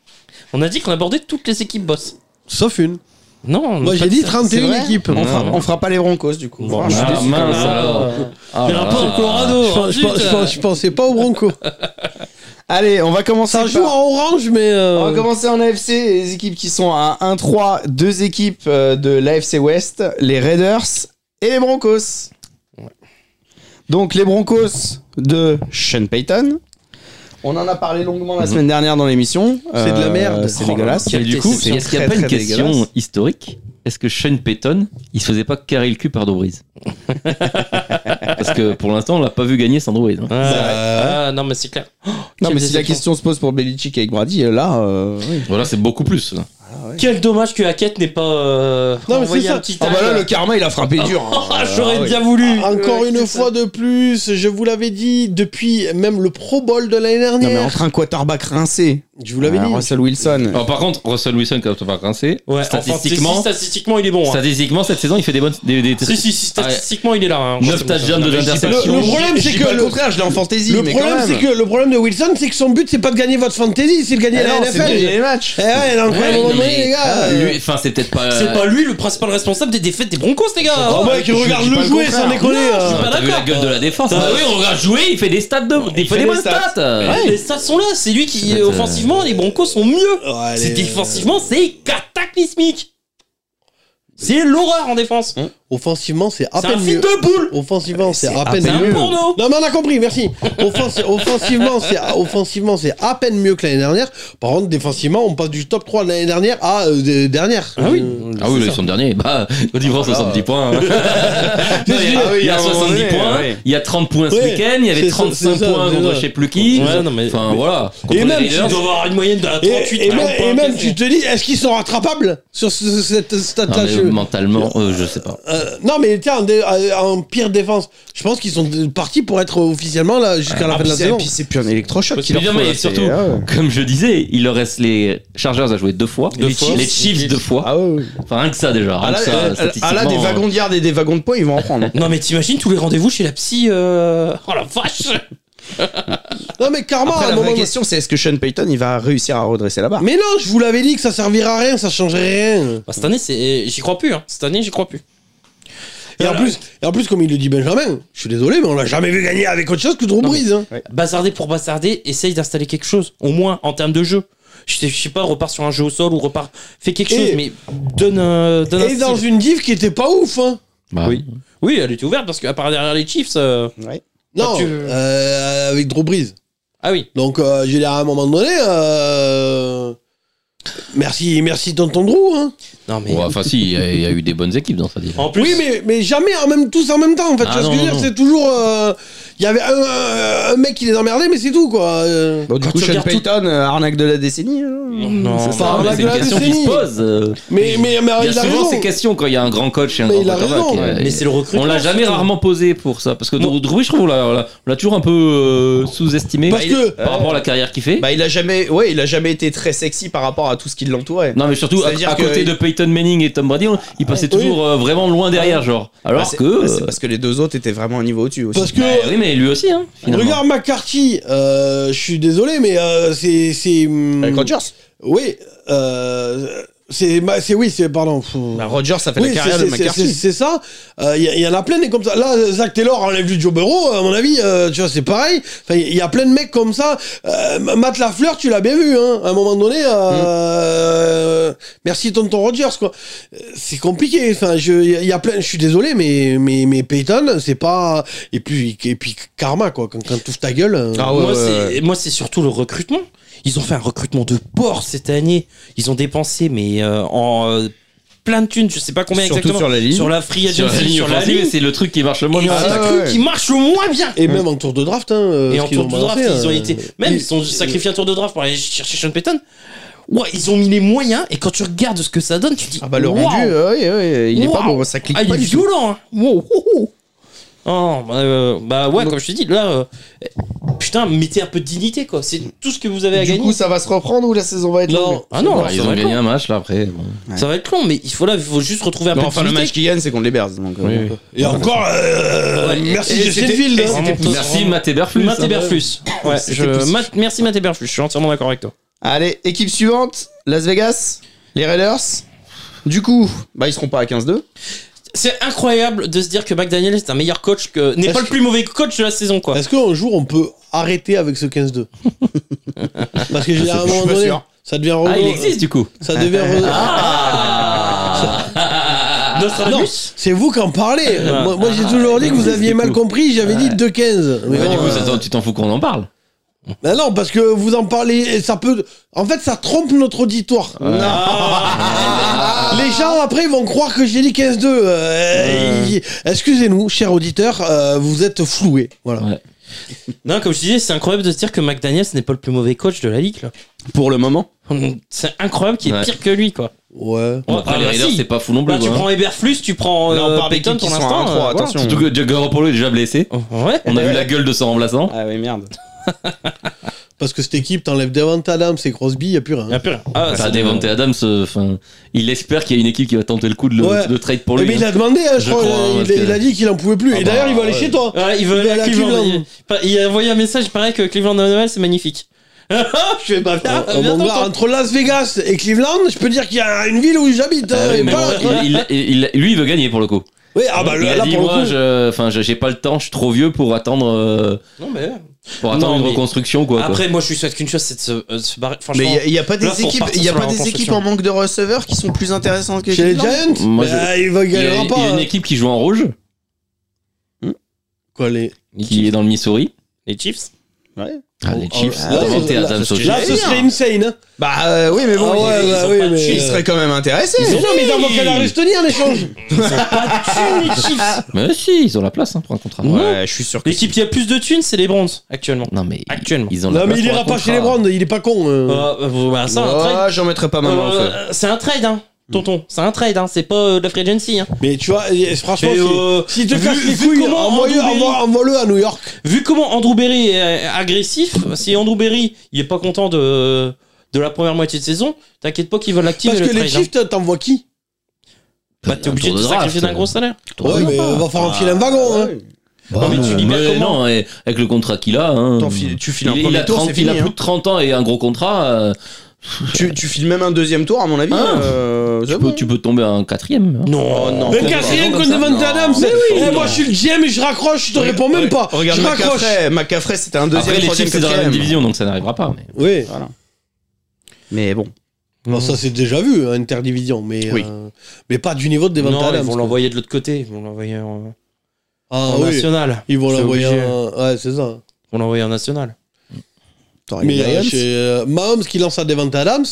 Speaker 4: On a dit qu'on abordait toutes les équipes boss.
Speaker 1: sauf une.
Speaker 4: Non, on
Speaker 1: Moi,
Speaker 4: a
Speaker 1: j'ai
Speaker 4: pas
Speaker 1: dit
Speaker 4: dit ça.
Speaker 2: C'est
Speaker 1: 31
Speaker 2: vrai
Speaker 1: équipes.
Speaker 2: On
Speaker 3: Non,
Speaker 2: fera,
Speaker 3: non.
Speaker 2: on fera pas les Broncos du coup.
Speaker 4: Bon,
Speaker 2: Ah, je suis
Speaker 3: ah,
Speaker 2: déçu.
Speaker 3: mince.
Speaker 2: Ah.
Speaker 4: Ah,
Speaker 3: Ah,
Speaker 4: Il y en a pas au Colorado
Speaker 1: Je, pense- je pense- je pense- je pensais pas aux Broncos.
Speaker 2: Allez, on va commencer.
Speaker 1: Ça
Speaker 2: par-
Speaker 1: joue en orange, mais. euh,
Speaker 2: On va commencer en AFC, les équipes qui sont à 1-3, deux équipes euh, de l'AFC West, les Raiders et les Broncos. Donc les Broncos de Sean Payton. On en a parlé longuement la semaine dernière dans l'émission.
Speaker 1: Mhm.
Speaker 2: Euh,
Speaker 1: C'est de la merde.
Speaker 2: C'est
Speaker 1: Oh là
Speaker 2: dégueulasse.
Speaker 3: Et du coup,
Speaker 2: C'est
Speaker 3: est-ce qu'il n'y a
Speaker 2: très,
Speaker 3: pas une
Speaker 2: très dégueulasse.
Speaker 3: question historique Est-ce que Sean Payton, il se faisait pas carrer le cul par Dobrise Parce que pour l'instant, on l'a pas vu gagner sans Dobrise. hein.
Speaker 4: Ouais. Ah, non, mais c'est clair.
Speaker 2: Non, mais
Speaker 4: Quelle
Speaker 2: si la
Speaker 4: déception.
Speaker 2: question se pose pour Belichick avec Brady, euh, là, euh, oui.
Speaker 3: Voilà, c'est beaucoup plus.
Speaker 4: Quel dommage que Hackett n'ait pas euh,
Speaker 1: Non, mais
Speaker 4: envoyé
Speaker 1: c'est ça.
Speaker 4: un petit
Speaker 2: Ah bah là,
Speaker 4: tacle.
Speaker 2: le karma, il a frappé dur. hein.
Speaker 4: Ah,
Speaker 2: Ah
Speaker 4: J'aurais
Speaker 2: oui.
Speaker 4: bien voulu
Speaker 1: Encore
Speaker 4: Ouais,
Speaker 1: une
Speaker 4: c'est
Speaker 1: fois de plus, je vous l'avais dit depuis même le Pro Bowl de l'année
Speaker 2: Non, mais
Speaker 1: dernière.
Speaker 2: entre un quarterback rincé,
Speaker 1: Je vous l'avais
Speaker 4: Ah,
Speaker 2: euh,
Speaker 1: dit.
Speaker 2: Russell Wilson.
Speaker 3: Alors, par contre, Russell Wilson, quand on va rincer,
Speaker 4: ça. Ouais, enfin, si, si,
Speaker 3: statistiquement,
Speaker 4: statistiquement, il est bon. hein.
Speaker 3: statistiquement, cette saison, il fait des bonnes. Des, des-
Speaker 4: Si, si, si,
Speaker 3: Ah,
Speaker 4: statistiquement, il est là. hein.
Speaker 3: 9 touchdowns de
Speaker 1: Le
Speaker 3: l'interception.
Speaker 1: problème, c'est que
Speaker 2: Pas le
Speaker 1: le,
Speaker 2: contraire, je l'ai en fantasy.
Speaker 1: le
Speaker 2: mais quand
Speaker 1: problème,
Speaker 2: même.
Speaker 1: c'est que le problème de Wilson, c'est que son but, c'est pas de gagner votre fantasy, c'est de gagner
Speaker 2: Ah
Speaker 1: la
Speaker 2: non, c'est
Speaker 1: NFL.
Speaker 2: de gagner
Speaker 1: Eh
Speaker 2: les matchs.
Speaker 1: ouais, donc, à un moment donné, les gars. euh,
Speaker 3: ah, lui, enfin, c'est peut-être pas.
Speaker 4: C'est pas lui le principal responsable des défaites des Broncos, les gars.
Speaker 1: Oh, mec,
Speaker 2: je
Speaker 1: regarde
Speaker 2: dis
Speaker 1: le
Speaker 2: pas le
Speaker 1: jouer,
Speaker 2: contraire.
Speaker 1: sans déconner.
Speaker 4: Non,
Speaker 1: euh.
Speaker 4: je suis pas
Speaker 3: T'as vu la
Speaker 4: d'accord.
Speaker 3: gueule de la défense
Speaker 4: T'as-
Speaker 3: Bah oui, on regarde jouer, il fait des stats de. Il,
Speaker 2: fait
Speaker 3: fait des
Speaker 2: des
Speaker 3: bonnes
Speaker 2: stats.
Speaker 3: stats euh.
Speaker 4: Ouais, Les stats sont là, c'est lui qui,
Speaker 3: Ça doit être,
Speaker 4: offensivement, les Broncos sont mieux.
Speaker 1: Ouais,
Speaker 4: C'est
Speaker 1: les-
Speaker 4: défensivement, c'est cataclysmique. C'est l'horreur en défense.
Speaker 1: Offensivement, c'est à
Speaker 4: C'est un
Speaker 1: peine
Speaker 4: film
Speaker 1: mieux.
Speaker 4: de boule.
Speaker 1: Offensivement, c'est à
Speaker 4: C'est
Speaker 1: peine
Speaker 4: un
Speaker 1: mieux.
Speaker 4: porno.
Speaker 1: Non mais on a compris, merci. Offensi- offensivement, c'est offensivement c'est à peine mieux que l'année dernière. Par contre, défensivement, on passe du top 3 de l'année dernière à euh, de- dernière. Euh,
Speaker 4: Ah oui.
Speaker 3: Ah oui, là, ils sont derniers. Bah, au niveau 70 points. hein. Non, il y a,
Speaker 2: Ah oui,
Speaker 3: il y a
Speaker 2: à un moment
Speaker 3: 70
Speaker 2: donné,
Speaker 3: points,
Speaker 2: ouais.
Speaker 3: il y a 30 points ce
Speaker 1: Ouais,
Speaker 3: week-end, il y
Speaker 1: c'est
Speaker 3: avait
Speaker 1: ça,
Speaker 3: 35
Speaker 1: c'est ça,
Speaker 3: points
Speaker 1: c'est
Speaker 3: contre
Speaker 1: ça.
Speaker 3: je sais plus qui.
Speaker 4: Ouais, non, mais-
Speaker 3: Enfin voilà.
Speaker 1: Et
Speaker 3: Contre
Speaker 1: même
Speaker 3: les
Speaker 1: si-
Speaker 4: Il
Speaker 3: Raiders,
Speaker 4: doit avoir une moyenne de
Speaker 1: Et,
Speaker 4: 38
Speaker 1: et même, et même, tu
Speaker 4: tu
Speaker 1: te dis, est-ce qu'ils sont rattrapables sur ce- cette
Speaker 3: non,
Speaker 1: stat-là
Speaker 3: mais
Speaker 1: je-
Speaker 3: mentalement, euh, je sais pas.
Speaker 1: Euh, Non mais tiens, en, dé- euh, en pire défense, je pense qu'ils sont de- partis pour être officiellement là jusqu'à la fin de la saison.
Speaker 2: Ah, puis c'est plus un électrochoc.
Speaker 3: qu'il leur faut, là, c'est- ah Comme je disais, il leur reste les Chargers à jouer deux fois,
Speaker 4: Deux
Speaker 3: les,
Speaker 4: fois.
Speaker 3: Chiefs, les Chiefs deux fois.
Speaker 2: Ah ouais.
Speaker 3: Enfin, rien que ça déjà. Rien
Speaker 2: Ah là,
Speaker 3: que ça,
Speaker 2: euh, ah là,
Speaker 3: statistiquement,
Speaker 2: des
Speaker 3: euh,
Speaker 2: wagons de yards et des wagons de poids, ils vont en prendre.
Speaker 4: Non mais t'imagines tous les rendez-vous chez la psy euh... Oh la vache
Speaker 1: Non mais karma,
Speaker 2: Après,
Speaker 1: à un
Speaker 2: la
Speaker 1: moment.
Speaker 2: vraie question, c'est est-ce que Sean Payton il va réussir à redresser la barre
Speaker 1: Mais non, je vous l'avais dit que ça servirait à rien, ça changerait rien.
Speaker 4: bah, Cette année c'est... J'y crois plus hein. Cette année j'y crois plus.
Speaker 1: Et
Speaker 2: Euh,
Speaker 1: en
Speaker 4: Voilà.
Speaker 1: plus, et en plus, comme il le dit Benjamin, je suis désolé, mais on l'a jamais vu gagner avec autre chose que Drew
Speaker 2: Non, mais-
Speaker 1: Brees. Hein.
Speaker 4: Bazarder pour bazarder, essaye d'installer quelque chose. Au moins en termes de jeu. Je sais, je sais pas, repars sur un jeu au sol ou repart... Fais quelque
Speaker 1: Et-
Speaker 4: chose mais donne, euh, donne un
Speaker 1: Et dans
Speaker 4: style.
Speaker 1: une div qui était pas ouf. Hein.
Speaker 3: bah,
Speaker 2: Oui.
Speaker 4: Oui elle était ouverte parce qu'à part derrière les Chiefs... euh,
Speaker 2: Ouais.
Speaker 1: Non,
Speaker 4: Ah, tu-
Speaker 1: euh, avec Drew Brees.
Speaker 4: Ah oui.
Speaker 1: Donc, euh, j'ai à un moment donné. euh, Merci, merci tonton Drew. Hein.
Speaker 4: Non mais...
Speaker 3: Ouais, enfin, si, il y, a- il y a eu des bonnes équipes dans sa division.
Speaker 4: En plus...
Speaker 1: Oui, mais, mais jamais en même, tous en même temps. En fait,
Speaker 3: Ah,
Speaker 1: tu vois ce
Speaker 3: non,
Speaker 1: que je veux
Speaker 3: non,
Speaker 1: dire,
Speaker 3: non.
Speaker 1: c'est toujours. euh, Il y avait un, euh, un mec qui les emmerdait, mais c'est tout quoi. euh.
Speaker 3: Bah,
Speaker 2: Bon, du
Speaker 4: Quand
Speaker 2: coup,
Speaker 4: tu
Speaker 2: Sean
Speaker 4: regardes tout-
Speaker 2: Payton, euh, arnaque de la décennie. euh.
Speaker 4: Non,
Speaker 1: C'est
Speaker 4: non,
Speaker 1: ça.
Speaker 3: mais
Speaker 1: la
Speaker 3: c'est une
Speaker 1: gueule
Speaker 3: question
Speaker 1: décennie.
Speaker 3: qui se pose. euh,
Speaker 1: Mais, mais, mais
Speaker 3: Il y
Speaker 1: il
Speaker 3: a
Speaker 1: a
Speaker 3: souvent
Speaker 1: raison.
Speaker 3: ces questions quand il y a un grand coach et un
Speaker 1: Mais il
Speaker 3: grand
Speaker 1: a
Speaker 3: quarterback.
Speaker 1: raison.
Speaker 3: euh,
Speaker 4: Mais c'est le recrutement.
Speaker 3: On l'a jamais
Speaker 4: surtout.
Speaker 3: rarement posé pour ça, parce que
Speaker 4: Non.
Speaker 3: Drew Drew, je trouve, on l'a- on l'a on l'a toujours un peu euh, sous-estimé
Speaker 1: Parce que-
Speaker 3: par rapport à la carrière qu'il fait.
Speaker 2: Bah, il a jamais, ouais, il a jamais été très sexy par rapport à tout ce qui l'entourait.
Speaker 3: non mais surtout à,
Speaker 2: c'est-à-dire
Speaker 3: à
Speaker 2: que-
Speaker 3: côté de Peyton Manning et Tom Brady, on- ils passaient
Speaker 1: Oui.
Speaker 3: toujours euh, vraiment loin derrière, genre. Alors
Speaker 2: Bah, c'est-
Speaker 3: que,
Speaker 2: bah, c'est
Speaker 3: euh,
Speaker 2: parce que les deux autres étaient vraiment un niveau au-dessus aussi.
Speaker 1: Parce que.
Speaker 3: bah oui, mais lui aussi, hein. finalement.
Speaker 1: Regarde McCarthy, euh, je suis désolé, mais euh, c'est. c'est, hum,
Speaker 2: Avec Bah, Rodgers.
Speaker 1: Oui, euh, c'est, ma- c'est oui, c'est pardon. pff.
Speaker 2: Bah, Rodgers, ça fait
Speaker 1: Oui,
Speaker 2: la
Speaker 1: c'est-
Speaker 2: carrière de
Speaker 1: c'est- c'est-
Speaker 2: McCarthy.
Speaker 1: C'est ça. Il y, a- y en a plein des comme ça. Là, Zach Taylor enlève du Joe Burrow, à mon avis, euh, tu vois, c'est pareil. Enfin, il y a plein de mecs comme ça. Euh, Matt Lafleur, tu l'as bien vu, hein. À un moment donné, euh,
Speaker 4: Hmm.
Speaker 1: merci Tonton Rogers, quoi. Euh, C'est compliqué. Enfin, je, il y a plein. Je suis désolé, mais mais mais Peyton, c'est pas. Et puis et puis karma, quoi. Quand, quand touche ta gueule. euh,
Speaker 2: Ah ouais,
Speaker 4: moi,
Speaker 2: ouais,
Speaker 4: c'est, moi, c'est surtout le recrutement. Ils ont fait un recrutement de porc cette année. Ils ont dépensé, mais euh, en euh, plein de thunes, je sais pas combien
Speaker 2: Surtout
Speaker 4: exactement.
Speaker 2: sur la ligne.
Speaker 4: Sur la free
Speaker 3: sur la
Speaker 4: agency,
Speaker 3: ligne
Speaker 4: sur la
Speaker 3: offensive,
Speaker 4: ligne.
Speaker 3: c'est le truc qui marche le
Speaker 4: Et
Speaker 3: moins
Speaker 4: c'est
Speaker 3: bien.
Speaker 2: Ah
Speaker 4: un
Speaker 2: ouais,
Speaker 4: truc
Speaker 2: ouais.
Speaker 4: qui marche le moins bien.
Speaker 1: Et même en tour de draft, hein. euh,
Speaker 4: Hmm. Et
Speaker 1: ce
Speaker 4: en
Speaker 1: qu'ils
Speaker 4: tour
Speaker 1: ont
Speaker 4: de draft,
Speaker 1: balancé,
Speaker 4: ils ont
Speaker 1: euh,
Speaker 4: été. Même ils ont sacrifié un tour de draft pour aller chercher Sean Payton. Ouais, ils ont mis les moyens. Et quand tu regardes ce que ça donne, tu te dis.
Speaker 2: Ah bah le
Speaker 4: waouh,
Speaker 2: rendu, euh, ouais, ouais, il est pas
Speaker 4: Waouh.
Speaker 2: bon, ça clique
Speaker 4: Ah, il
Speaker 2: pas
Speaker 4: est
Speaker 2: du tout.
Speaker 4: violent. hein. Wow, wow, wow. Oh, bah, euh, bah ouais, comme je te dis, là, euh, putain, mettez un peu de dignité, quoi. C'est tout ce que vous avez à
Speaker 2: Du
Speaker 4: gagner.
Speaker 2: coup, ça va se reprendre ou la saison va être
Speaker 4: Non.
Speaker 2: longue
Speaker 4: Ah non,
Speaker 3: Bah,
Speaker 4: alors,
Speaker 3: ils
Speaker 4: ça,
Speaker 3: ont
Speaker 4: va être
Speaker 3: gagné
Speaker 4: long.
Speaker 3: un match là après. bon.
Speaker 4: ça va être long, mais il faut là, il faut juste retrouver un peu
Speaker 2: Mais
Speaker 4: de
Speaker 2: enfin, le match
Speaker 4: dignité.
Speaker 2: qui gagne, c'est contre les Bears. Donc, euh,
Speaker 3: Oui, oui.
Speaker 1: Et encore, euh,
Speaker 4: Ouais, et-
Speaker 1: merci hein.
Speaker 4: et
Speaker 1: de
Speaker 4: c'était-
Speaker 1: cette ville.
Speaker 4: et c'était plus-
Speaker 3: Merci Matt Eberflus.
Speaker 4: Matt
Speaker 3: hein.
Speaker 4: Eberflus. Ouais,
Speaker 2: C'était
Speaker 4: je-
Speaker 2: positif.
Speaker 4: Matt- merci Matt Eberflus, je suis entièrement d'accord avec toi.
Speaker 2: Allez, équipe suivante Las Vegas, les Raiders. Du coup, bah, ils seront pas à 15-2.
Speaker 4: C'est incroyable de se dire que McDaniel est un meilleur coach que n'est
Speaker 2: Est-ce
Speaker 4: pas le plus mauvais coach de la saison quoi.
Speaker 1: Est-ce qu'un jour on peut arrêter avec ce 15-2 Parce que j'ai à un
Speaker 2: je suis
Speaker 1: moment
Speaker 2: pas
Speaker 1: donné,
Speaker 2: sûr.
Speaker 1: ça devient
Speaker 3: Ah, il
Speaker 1: relou.
Speaker 3: existe Ah. du coup.
Speaker 1: ça devient relou.
Speaker 4: Nostradamus.
Speaker 1: non, c'est vous qui en parlez.
Speaker 3: Ah.
Speaker 1: moi, moi, j'ai toujours dit que vous
Speaker 3: existe,
Speaker 1: aviez
Speaker 3: du
Speaker 1: mal
Speaker 3: coup.
Speaker 1: compris. J'avais dit 2-15. Mais
Speaker 3: Bah,
Speaker 1: bon,
Speaker 3: Ah. du coup,
Speaker 1: euh,
Speaker 3: ça, tu t'en fous qu'on en parle.
Speaker 1: bah non, parce que vous en parlez et ça peut. En fait, ça trompe notre auditoire.
Speaker 3: Ah.
Speaker 4: Ah.
Speaker 1: Les gens après vont croire que j'ai dit 15-2. Euh, y- Excusez-nous, chers auditeurs, euh, vous êtes floués. Voilà.
Speaker 3: Ouais.
Speaker 4: Non, comme je disais, c'est incroyable de se dire que McDaniel n'est pas le plus mauvais coach de la ligue là.
Speaker 2: Pour le moment.
Speaker 4: C'est incroyable qu'il est
Speaker 3: Ouais.
Speaker 4: pire que lui quoi.
Speaker 1: Ouais.
Speaker 3: Bon,
Speaker 4: Ah,
Speaker 3: après, les
Speaker 4: bah,
Speaker 3: Raiders,
Speaker 4: si.
Speaker 3: c'est pas fou non plus.
Speaker 4: Bah, tu
Speaker 3: quoi, hein.
Speaker 4: prends Eberflus, tu prends
Speaker 2: Là, on
Speaker 4: euh,
Speaker 2: parle
Speaker 4: Payton
Speaker 2: d'équipes qui
Speaker 4: pour
Speaker 2: sont à
Speaker 4: l'instant.
Speaker 2: 1-3,
Speaker 4: euh, voilà. Oh,
Speaker 2: attention.
Speaker 3: Surtout que Jack Garoppolo est déjà blessé.
Speaker 4: Ouais.
Speaker 3: On a vu la gueule de son remplaçant.
Speaker 2: Ah oui, merde.
Speaker 1: Parce que cette équipe t'enlève Devant Adams et Crosby, y a plus rien.
Speaker 4: Y a plus rien. Ah,
Speaker 3: Enfin,
Speaker 4: c'est-
Speaker 3: Devante Adams, euh, enfin, il espère qu'il y a une équipe qui va tenter le coup de, le-
Speaker 1: Ouais.
Speaker 3: de trade pour
Speaker 1: Eh
Speaker 3: lui.
Speaker 1: ben, il
Speaker 3: hein.
Speaker 1: a demandé, hein, je
Speaker 3: Je
Speaker 1: crois,
Speaker 3: crois,
Speaker 1: il,
Speaker 3: parce
Speaker 1: il a-
Speaker 3: que-
Speaker 1: il a dit qu'il en pouvait plus.
Speaker 3: Ah
Speaker 1: et
Speaker 3: bah,
Speaker 1: d'ailleurs, il va aller
Speaker 3: ouais.
Speaker 1: chez toi.
Speaker 4: Ouais, il veut
Speaker 1: Il
Speaker 4: aller
Speaker 1: est
Speaker 4: à
Speaker 1: à
Speaker 4: Cleveland.
Speaker 1: Cleveland.
Speaker 4: Il- il a envoyé un message, il paraît que Cleveland Noël, c'est magnifique. je vais pas bien.
Speaker 1: Euh, mon gars, entre Las Vegas et Cleveland, je peux dire qu'il y a une ville où j'habite. hein,
Speaker 3: Ah oui,
Speaker 1: et
Speaker 3: mais
Speaker 1: pas
Speaker 3: bon,
Speaker 1: l'autre, hein.
Speaker 3: il- il- il- lui, il veut gagner pour le coup.
Speaker 1: Oui, ah bah
Speaker 3: il
Speaker 1: là,
Speaker 3: a
Speaker 1: là,
Speaker 3: dit,
Speaker 1: pour le
Speaker 3: moi,
Speaker 1: coup.
Speaker 3: je- enfin, je- j'ai pas le temps, je suis trop vieux pour attendre, euh,
Speaker 4: Non, mais.
Speaker 3: pour attendre
Speaker 4: Non,
Speaker 3: une
Speaker 4: mais-
Speaker 3: reconstruction, quoi. quoi.
Speaker 4: Après, moi, je suis souhaite qu'une chose, c'est de se, euh, de se barrer. Franchement.
Speaker 2: Mais il n'y a, pas
Speaker 4: Là,
Speaker 2: des
Speaker 4: faut
Speaker 2: équipes,
Speaker 4: repartir
Speaker 2: il y a
Speaker 4: sur la
Speaker 2: pas des équipes
Speaker 4: reconstruction.
Speaker 2: en manque de receveurs qui sont plus intéressantes que
Speaker 1: Chez les
Speaker 2: Cleveland.
Speaker 1: Giants,
Speaker 3: Moi, je-
Speaker 1: bah, il va
Speaker 3: il y a,
Speaker 1: gagnera
Speaker 3: il y a
Speaker 1: pas.
Speaker 3: une
Speaker 1: hein.
Speaker 3: équipe qui joue en rouge,
Speaker 1: Quoi, les-
Speaker 4: Les
Speaker 3: qui est
Speaker 4: Chiefs.
Speaker 3: dans le Missouri.
Speaker 4: Les Chiefs.
Speaker 3: Ah, les
Speaker 1: Oh,
Speaker 3: Chiefs.
Speaker 1: ah, ouais,
Speaker 3: Devante
Speaker 1: là,
Speaker 3: Adams
Speaker 1: là,
Speaker 3: au
Speaker 2: c'est-
Speaker 3: Chiefs.
Speaker 1: Là, ce serait insane. hein.
Speaker 2: Bah euh, oui, mais bon,
Speaker 1: Ah ouais,
Speaker 2: ils,
Speaker 1: bah
Speaker 2: ils ont
Speaker 1: oui,
Speaker 2: pas de
Speaker 1: mais,
Speaker 2: chiffres, ils
Speaker 1: euh,
Speaker 2: seraient quand même intéressés.
Speaker 1: Ils ont non, mais ils envoient qu'à la Estonie en échange.
Speaker 3: Mais si, ils ont la place hein, pour un contrat.
Speaker 2: Ouais, je suis sûr que
Speaker 4: L'équipe qui a plus de thunes, c'est les Browns, actuellement.
Speaker 3: Non, mais
Speaker 4: Actuellement.
Speaker 3: ils ont la
Speaker 1: Non, mais
Speaker 3: place
Speaker 1: il
Speaker 3: pour un
Speaker 1: ira pas
Speaker 3: contrat.
Speaker 1: chez les Browns, il est pas con. euh.
Speaker 4: Euh, euh, bah, ça, un trade.
Speaker 2: Ouais, j'en mettrais pas ma main en
Speaker 4: Euh,
Speaker 2: feu.
Speaker 4: c'est un trade, hein, tonton. C'est un trade, hein. C'est pas euh, de la free agency, hein.
Speaker 1: Mais tu vois, et- et franchement,
Speaker 4: Et,
Speaker 1: si-
Speaker 4: euh,
Speaker 1: si, te
Speaker 4: vu-
Speaker 1: casse les
Speaker 4: vu
Speaker 1: couilles,
Speaker 4: comment
Speaker 1: envoie-le
Speaker 4: Andrew Berry-
Speaker 1: envoie- envoie-le à New York.
Speaker 4: Vu comment Andrew Berry est agressif, si Andrew Berry, il est pas content de, de la première moitié de saison, t'inquiète pas qu'ils veulent l'activer
Speaker 1: Parce
Speaker 4: le
Speaker 1: que les
Speaker 4: trade. hein.
Speaker 1: Chiefs, t'envoies qui
Speaker 4: Bah, t'es obligé
Speaker 3: Un
Speaker 4: de
Speaker 3: tour
Speaker 4: te
Speaker 3: draft,
Speaker 4: sacrifier d'un gros salaire.
Speaker 3: tour de
Speaker 1: Ouais, mais euh, va falloir enfiler un wagon. hein.
Speaker 3: Bah,
Speaker 4: mais tu
Speaker 3: non,
Speaker 4: libères
Speaker 3: mais
Speaker 4: comment
Speaker 3: non, et avec le contrat qu'il a, hein,
Speaker 2: T'en files- tu files
Speaker 3: il,
Speaker 2: un
Speaker 3: il a,
Speaker 2: premier tour,
Speaker 3: 30
Speaker 2: c'est
Speaker 3: il a
Speaker 2: fini.
Speaker 3: plus de 30 ans et un gros contrat, euh,
Speaker 2: hein. Tu, tu files même un deuxième tour, à mon avis.
Speaker 3: Ah.
Speaker 2: euh,
Speaker 3: tu,
Speaker 2: c'est
Speaker 3: peux,
Speaker 2: bon.
Speaker 3: tu peux tomber à un quatrième. hein.
Speaker 2: Oh, non.
Speaker 1: Mais
Speaker 2: Comme
Speaker 1: quatrième
Speaker 3: ça,
Speaker 1: contre
Speaker 3: non.
Speaker 1: Devante Adams.
Speaker 3: Mais oui.
Speaker 1: Eh, moi, je suis le GM et je raccroche, je te réponds même pas.
Speaker 2: Regarde
Speaker 1: Je raccroche.
Speaker 2: McCaffrey. McCaffrey, c'était un deuxième,
Speaker 3: Après, les
Speaker 2: troisième,
Speaker 3: Chiefs, c'est dans la
Speaker 2: quatrième.
Speaker 3: même division, donc ça n'arrivera pas. mais-
Speaker 1: Oui.
Speaker 2: Voilà. Mais bon.
Speaker 1: Bon, ça c'est déjà vu, hein, interdivision, mais
Speaker 2: Oui.
Speaker 1: euh, mais pas du niveau de Devante
Speaker 4: Non, ils
Speaker 1: Adams.
Speaker 4: vont
Speaker 1: quoi.
Speaker 4: l'envoyer de l'autre côté. Ils vont l'envoyer en,
Speaker 1: Ah
Speaker 4: en
Speaker 1: oui,
Speaker 4: national.
Speaker 1: ils vont
Speaker 4: C'est
Speaker 1: l'envoyer.
Speaker 4: obligé.
Speaker 1: en- Ouais, c'est ça.
Speaker 4: Ils vont l'envoyer en national.
Speaker 2: T'aurais
Speaker 1: Mais
Speaker 2: les
Speaker 1: euh,
Speaker 2: Lions.
Speaker 1: chez euh, Mahomes qui lance à Devante Adams.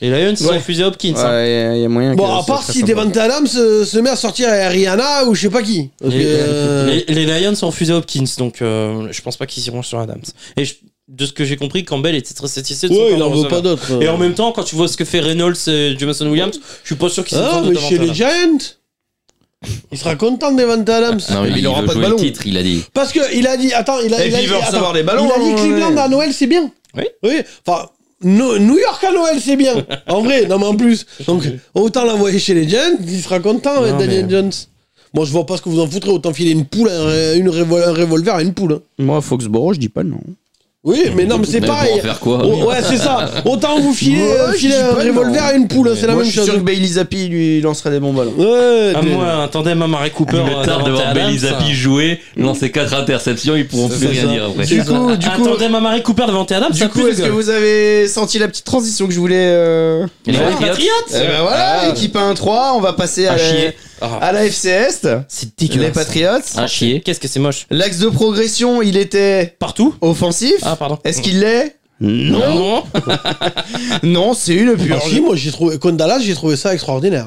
Speaker 4: Les Lions, ils ont
Speaker 2: Ouais.
Speaker 4: refusé Hopkins. hein.
Speaker 2: Ouais, il y a moyen
Speaker 1: Bon,
Speaker 2: que
Speaker 1: à
Speaker 2: ça
Speaker 1: part
Speaker 2: serait
Speaker 1: si
Speaker 2: sympa.
Speaker 1: Devante Adams euh, se met à sortir à Rihanna ou je sais pas qui. Parce
Speaker 4: Les,
Speaker 1: que, euh,
Speaker 4: les- les Lions ont refusé Hopkins, donc euh, je pense pas qu'ils iront sur Adams. Et je- de ce que j'ai compris, Campbell était très satisfait de son
Speaker 1: Ouais, il
Speaker 4: corps
Speaker 1: en veut
Speaker 4: receveur.
Speaker 1: pas d'autres. euh.
Speaker 4: Et en même temps, quand tu vois ce que fait Reynolds et Jameson Williams, je suis pas sûr qu'ils
Speaker 1: Ah,
Speaker 4: s'attendent
Speaker 1: mais
Speaker 4: autant
Speaker 1: chez
Speaker 4: à
Speaker 1: les
Speaker 4: ça.
Speaker 1: Giants, il sera content de Devante Adams.
Speaker 3: Non, mais
Speaker 2: il
Speaker 3: il
Speaker 2: aura
Speaker 3: veut
Speaker 2: pas de
Speaker 3: jouer
Speaker 2: ballon.
Speaker 3: le titre, il a dit.
Speaker 1: Parce que il a dit, attends, il a,
Speaker 2: Et
Speaker 1: il a dit,
Speaker 2: puis, il veut
Speaker 1: attends,
Speaker 2: recevoir les ballons,
Speaker 1: Il a dit
Speaker 2: hein,
Speaker 1: Cleveland
Speaker 2: ouais.
Speaker 1: à Noël, c'est bien.
Speaker 4: Oui.
Speaker 1: Oui. Enfin, No- New York à Noël, c'est bien. En vrai, non, mais en plus. Donc, autant l'envoyer chez les Giants, il sera content,
Speaker 4: Non,
Speaker 1: ouais, Daniel
Speaker 4: mais-
Speaker 1: Jones. Moi, je vois pas ce que vous en foutrez. Autant filer une poule, à- une révol- un revolver à une poule. hein.
Speaker 2: Moi, Foxborough, je dis pas non.
Speaker 1: Oui, mais non, mais c'est
Speaker 3: Mais pour en
Speaker 1: pareil.
Speaker 3: faire quoi
Speaker 1: Oh, ouais, c'est ça. Autant vous filer,
Speaker 2: Moi,
Speaker 1: euh,
Speaker 2: je
Speaker 1: filer
Speaker 2: dis
Speaker 1: un
Speaker 2: pas
Speaker 1: revolver
Speaker 2: non.
Speaker 1: à une poule, hein, c'est la
Speaker 2: Moi,
Speaker 1: même
Speaker 2: Je suis
Speaker 1: chose.
Speaker 2: sûr que Bailey Zappi lui lancerait des bons ballons.
Speaker 1: Ouais,
Speaker 4: Ah,
Speaker 1: mais-
Speaker 4: moi, un tandem à Marais Cooper.
Speaker 3: Le tard
Speaker 4: Davante
Speaker 3: de voir
Speaker 4: Adams,
Speaker 3: Belisapi
Speaker 4: hein.
Speaker 3: jouer, lancer 4 interceptions, ils pourront
Speaker 1: C'est
Speaker 3: plus
Speaker 1: ça.
Speaker 3: rien dire après.
Speaker 1: C'est
Speaker 2: Du
Speaker 1: ça.
Speaker 2: coup, du
Speaker 4: Un
Speaker 2: coup,
Speaker 4: tandem à Marais Cooper devant Adams,
Speaker 2: du
Speaker 4: ça
Speaker 2: coup,
Speaker 4: pue.
Speaker 2: est-ce que vous avez senti la petite transition que je voulais euh,
Speaker 3: Et les
Speaker 2: faire
Speaker 3: Patriots
Speaker 2: Eh ben voilà, équipe 1-3, on va passer à,
Speaker 3: À chier.
Speaker 4: Ah.
Speaker 2: la, à la FC Est,
Speaker 4: C'est
Speaker 2: les
Speaker 4: dégueulasse. Ah.
Speaker 2: Patriots.
Speaker 3: À chier.
Speaker 4: Qu'est-ce que c'est moche
Speaker 2: L'axe de progression, il était
Speaker 4: Partout
Speaker 2: offensif.
Speaker 4: Ah, pardon.
Speaker 2: Est-ce Oh! qu'il l'est Non,
Speaker 4: Non.
Speaker 2: non, c'est une purge.
Speaker 1: Ah si, moi j'ai trouvé Kondalas, j'ai trouvé ça extraordinaire.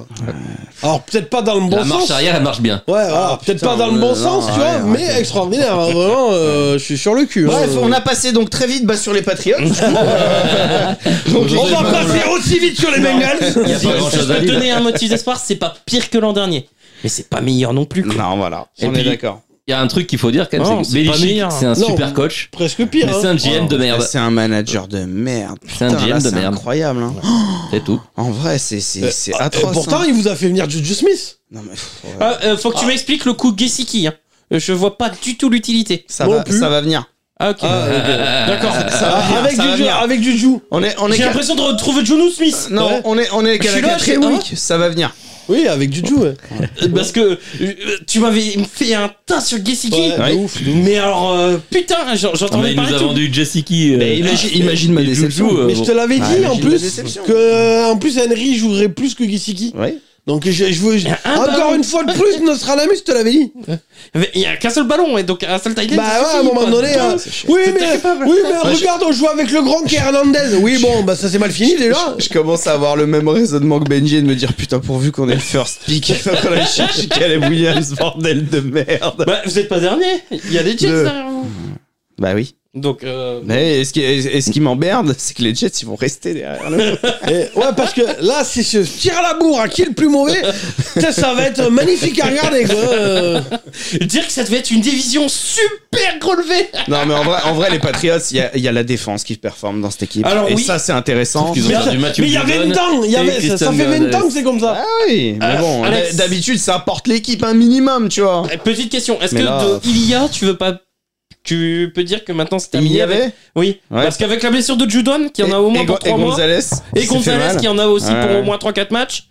Speaker 1: Alors peut-être pas dans le bon
Speaker 3: La marche
Speaker 1: sens. Ouais,
Speaker 3: arrière, elle marche bien.
Speaker 1: voilà,
Speaker 2: Ah,
Speaker 1: peut-être
Speaker 2: putain,
Speaker 1: pas dans le bon
Speaker 2: euh,
Speaker 1: sens,
Speaker 2: non,
Speaker 1: tu
Speaker 2: ouais,
Speaker 1: vois, mais
Speaker 2: ouais.
Speaker 1: extraordinaire. hein, vraiment, euh, je suis sur le cul.
Speaker 2: Bref,
Speaker 1: hein.
Speaker 2: on a passé donc très vite bah, sur les Patriots. Donc,
Speaker 1: On
Speaker 2: ils-
Speaker 1: va passer aussi vite sur les Bengals.
Speaker 3: Il y a
Speaker 4: Si
Speaker 3: pas grand
Speaker 4: si je
Speaker 3: chose à
Speaker 4: peux
Speaker 3: dire.
Speaker 4: donner un motif d'espoir, c'est pas pire que l'an dernier. mais c'est pas meilleur non plus. quoi.
Speaker 2: Non, voilà.
Speaker 3: Et
Speaker 2: on
Speaker 3: puis,
Speaker 2: est d'accord.
Speaker 3: Il y a un truc qu'il faut dire quand même,
Speaker 4: Non,
Speaker 3: c'est
Speaker 4: c'est
Speaker 3: que
Speaker 4: pas
Speaker 3: Belichick,
Speaker 4: meilleur.
Speaker 3: c'est un
Speaker 1: Non.
Speaker 3: super coach,
Speaker 1: Presque pire.
Speaker 3: mais c'est un
Speaker 1: hein.
Speaker 3: GM de merde.
Speaker 2: Oh, C'est un manager de merde.
Speaker 3: C'est un
Speaker 2: Putain,
Speaker 3: GM
Speaker 2: là,
Speaker 3: de
Speaker 2: c'est
Speaker 3: merde.
Speaker 2: incroyable. hein.
Speaker 3: C'est tout.
Speaker 2: En vrai, c'est c'est-
Speaker 1: Euh,
Speaker 2: c'est
Speaker 1: ah,
Speaker 2: atroce.
Speaker 1: et pourtant,
Speaker 2: hein.
Speaker 1: il vous a fait venir Juju Smith.
Speaker 2: Non, mais, pff, ouais.
Speaker 4: Ah, euh, faut que tu m'expliques le coup Gesicki. Hein. Euh, Je vois pas du tout l'utilité.
Speaker 2: ça,
Speaker 1: non
Speaker 2: va,
Speaker 1: plus.
Speaker 2: ça va venir.
Speaker 4: Ah ok.
Speaker 3: euh,
Speaker 4: D'accord.
Speaker 2: Ça va
Speaker 1: Ah,
Speaker 2: venir,
Speaker 1: avec,
Speaker 2: ça va
Speaker 1: Juju,
Speaker 2: venir.
Speaker 1: avec Juju.
Speaker 2: On est, on est
Speaker 4: J'ai
Speaker 2: qu'à-
Speaker 4: l'impression de retrouver Jono Smith.
Speaker 2: Non,
Speaker 1: Ouais.
Speaker 2: on est, on est qu'à
Speaker 4: Je
Speaker 2: la
Speaker 4: suis là,
Speaker 2: quatrième
Speaker 4: j'ai-
Speaker 2: week. Ça va venir.
Speaker 1: Oui, avec Juju. Ouais.
Speaker 4: Euh, Parce que euh, tu m'avais fait un tas sur Gesicki.
Speaker 1: Ouais, de
Speaker 2: Ouais.
Speaker 1: ouf. de ouf.
Speaker 4: Mais alors, euh, putain, j'en-
Speaker 3: Non,
Speaker 4: j'entendais
Speaker 3: Ah, mais il nous
Speaker 4: parler
Speaker 3: a
Speaker 4: tout.
Speaker 3: vendu Jessiki.
Speaker 2: Mais imagine, imagine ma
Speaker 3: et Juju,
Speaker 2: déception.
Speaker 3: euh,
Speaker 1: Mais je te l'avais
Speaker 2: Bah,
Speaker 1: dit en
Speaker 2: imagine la
Speaker 1: plus
Speaker 2: déception.
Speaker 1: que euh, en plus Henry jouerait plus que Gesicki.
Speaker 2: Ouais.
Speaker 1: Donc je, je veux je-
Speaker 4: un
Speaker 1: encore
Speaker 4: ballon.
Speaker 1: une fois de plus Nostradamus te l'avait dit.
Speaker 4: Mais Il y a qu'un seul ballon et donc un seul tight end,
Speaker 1: Bah
Speaker 4: ça
Speaker 1: ouais, à un
Speaker 4: suffit,
Speaker 1: moment
Speaker 4: quoi.
Speaker 1: donné.
Speaker 4: Putain,
Speaker 1: euh,
Speaker 4: c'est chiant.
Speaker 1: oui,
Speaker 4: T'es
Speaker 1: mais,
Speaker 4: capable.
Speaker 1: oui, mais regarde, on joue avec le grand qui est Hernandez. Oui, bon, bah ça c'est mal fini déjà.
Speaker 2: Je commence à avoir le même raisonnement que Benji et de me dire putain pourvu qu'on ait le first pick qu'on aille chercher Caleb Williams bordel de merde.
Speaker 4: Bah vous êtes pas dernier. Il y a les Jets
Speaker 2: Le-
Speaker 4: derrière vous.
Speaker 2: Bah oui.
Speaker 4: Donc euh,
Speaker 2: Mais ce qui, est- ce qui m'emmerde, c'est que les Jets ils vont rester derrière. nous.
Speaker 1: Et ouais, parce que là, si je tire à la bourre à qui est le plus mauvais, ça, ça va être magnifique à regarder. Quoi. Euh,
Speaker 4: dire que ça devait être une division super relevée.
Speaker 2: non mais en vrai, en vrai les Patriots, il y a- il y, a la défense qui performe dans cette équipe.
Speaker 4: Alors,
Speaker 2: et
Speaker 4: oui.
Speaker 2: ça c'est intéressant.
Speaker 3: Ils ont
Speaker 1: mais
Speaker 3: perdu
Speaker 1: ça- mais
Speaker 3: Matthew
Speaker 1: il y a
Speaker 3: Judon
Speaker 1: 20 ans, il y
Speaker 3: et
Speaker 1: avait- ça, ça
Speaker 3: Christian
Speaker 1: fait 20 ans
Speaker 3: Hernandez.
Speaker 1: que c'est comme ça.
Speaker 2: Ah oui, mais
Speaker 4: Euh,
Speaker 2: bon,
Speaker 4: Alex-
Speaker 2: d- d'habitude ça porte l'équipe un minimum, tu vois.
Speaker 4: Eh, Petite question, est-ce que
Speaker 2: Mais là, euh,
Speaker 4: de
Speaker 2: pff.
Speaker 4: Ilia, tu veux pas tu peux dire que maintenant c'est
Speaker 2: Il
Speaker 4: terminé
Speaker 2: y
Speaker 4: avec-
Speaker 2: avait
Speaker 4: Oui,
Speaker 2: Ouais.
Speaker 4: parce qu'avec la blessure de Judon qui en a au moins
Speaker 2: et,
Speaker 4: pour
Speaker 2: Gon- et
Speaker 4: 3 mois
Speaker 2: Gonzalez.
Speaker 4: et Gonzalez qui en a aussi
Speaker 2: Ouais.
Speaker 4: pour au moins 3 4 matchs.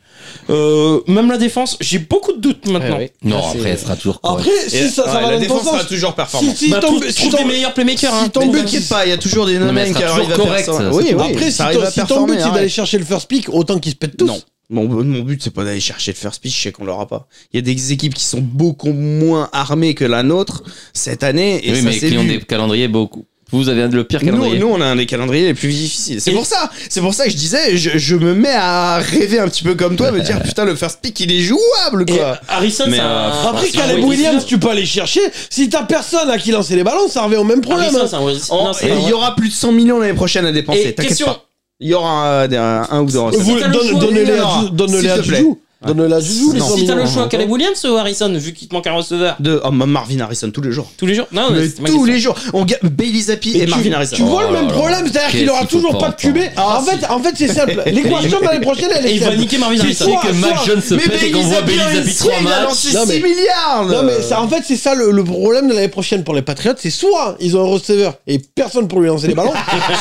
Speaker 4: euh, même la défense, j'ai beaucoup de doutes maintenant.
Speaker 3: Non, après, elle sera toujours correcte.
Speaker 1: Après, si ça, ça va
Speaker 2: la
Speaker 1: dans ton
Speaker 2: défense
Speaker 1: sens.
Speaker 2: sera toujours performante.
Speaker 1: Si, si
Speaker 4: Bah,
Speaker 1: ton-
Speaker 4: trouve,
Speaker 1: si
Speaker 4: trouve
Speaker 1: ton-
Speaker 4: les meilleurs playmakers.
Speaker 1: si
Speaker 4: hein.
Speaker 1: ton
Speaker 2: Mais
Speaker 1: but-
Speaker 2: t'inquiète pas, il y a toujours des
Speaker 3: mais
Speaker 2: nommés
Speaker 3: elle
Speaker 2: qui
Speaker 3: sera
Speaker 2: arrivent à
Speaker 3: toujours
Speaker 2: faire
Speaker 3: correcte,
Speaker 2: ça.
Speaker 3: ça,
Speaker 2: Oui,
Speaker 3: c'est
Speaker 2: oui,
Speaker 1: Après, si,
Speaker 2: ça arrive
Speaker 1: ton,
Speaker 2: à
Speaker 1: si ton
Speaker 2: performer,
Speaker 1: but c'est
Speaker 2: hein,
Speaker 1: d'aller
Speaker 2: ouais.
Speaker 1: chercher le first pick, autant qu'ils se pètent tous.
Speaker 2: Non. Mon, mon but, c'est pas d'aller chercher le first pitch, je sais qu'on l'aura pas. Il y a des équipes qui sont beaucoup moins armées que la nôtre cette année, et
Speaker 3: oui,
Speaker 2: ça
Speaker 3: mais
Speaker 2: c'est
Speaker 3: qui ont des
Speaker 2: vu.
Speaker 3: calendriers beaucoup. Vous avez un de le pire
Speaker 2: Nous,
Speaker 3: calendrier.
Speaker 2: nous, on a un des calendriers les plus difficiles. C'est
Speaker 4: Et-
Speaker 2: pour ça, c'est pour ça que je disais, je, je me mets à rêver un petit peu comme toi, me dire putain le first pick il est jouable
Speaker 4: Et euh,
Speaker 2: quoi.
Speaker 4: Harrison,
Speaker 3: Mais,
Speaker 4: c'est un-
Speaker 3: euh,
Speaker 1: Après,
Speaker 2: Ah,
Speaker 4: c'est un
Speaker 1: Caleb
Speaker 4: Wayne
Speaker 1: Williams,
Speaker 4: Singer.
Speaker 1: tu peux aller chercher. Si t'as personne à qui lancer les ballons, ça revient au même
Speaker 2: Ah,
Speaker 1: problème.
Speaker 4: Harrison,
Speaker 1: hein.
Speaker 4: c'est un Wayne Singer.
Speaker 2: En-
Speaker 4: Non,
Speaker 2: et
Speaker 4: c'est un
Speaker 2: il y aura plus de 100 millions l'année prochaine à dépenser.
Speaker 4: Et
Speaker 2: Oh, T'inquiète
Speaker 4: question,
Speaker 2: pas. Il y aura un, euh, un- un ou deux.
Speaker 4: Et
Speaker 1: Vous,
Speaker 4: Si t'as le
Speaker 1: donne-
Speaker 4: choix,
Speaker 1: Donnez-les
Speaker 2: non,
Speaker 1: à
Speaker 2: non,
Speaker 1: Ju- donnez-les
Speaker 2: s'il
Speaker 1: à
Speaker 2: te plaît.
Speaker 1: Juju. Donnez-les à Juju, les
Speaker 2: Non.
Speaker 1: cent
Speaker 4: si t'as le
Speaker 1: millions.
Speaker 4: choix, Caleb Williams ou Harrison, vu qu'il te manque un receveur
Speaker 2: De oh, ma- Marvin Harrison tous les jours.
Speaker 4: tous les jours Non,
Speaker 2: Mais
Speaker 4: c'est ma
Speaker 2: tous
Speaker 4: question.
Speaker 2: les jours. On ga- Bailey Zappi
Speaker 1: Mais
Speaker 2: et,
Speaker 1: tu-
Speaker 2: Marvin Harrison.
Speaker 1: Tu vois le
Speaker 3: Oh
Speaker 1: même
Speaker 3: là
Speaker 1: problème,
Speaker 3: là.
Speaker 1: c'est-à-dire qu'il
Speaker 3: Qu'est-ce
Speaker 1: aura
Speaker 3: qu'il faut
Speaker 1: toujours
Speaker 3: pas
Speaker 1: pas de QB. En fait, en fait, c'est simple. L'équation de l'année prochaine, elle
Speaker 4: Et
Speaker 1: est
Speaker 4: il va
Speaker 1: simple.
Speaker 4: niquer Marvin
Speaker 1: C'est
Speaker 4: Harrison.
Speaker 1: soit-
Speaker 3: que Mac
Speaker 1: soit-
Speaker 3: Jones se
Speaker 2: mais
Speaker 3: pète et qu'on voit
Speaker 2: Bailey
Speaker 3: Bailey
Speaker 2: Zappi,
Speaker 3: Zappi 3
Speaker 2: il a
Speaker 3: matchs.
Speaker 2: lancé
Speaker 1: Non, mais-
Speaker 2: 6 milliards euh.
Speaker 1: Non mais ça, en fait c'est ça le, le problème de l'année prochaine pour les Patriots, c'est soit ils ont un receveur et personne pour lui lancer les ballons,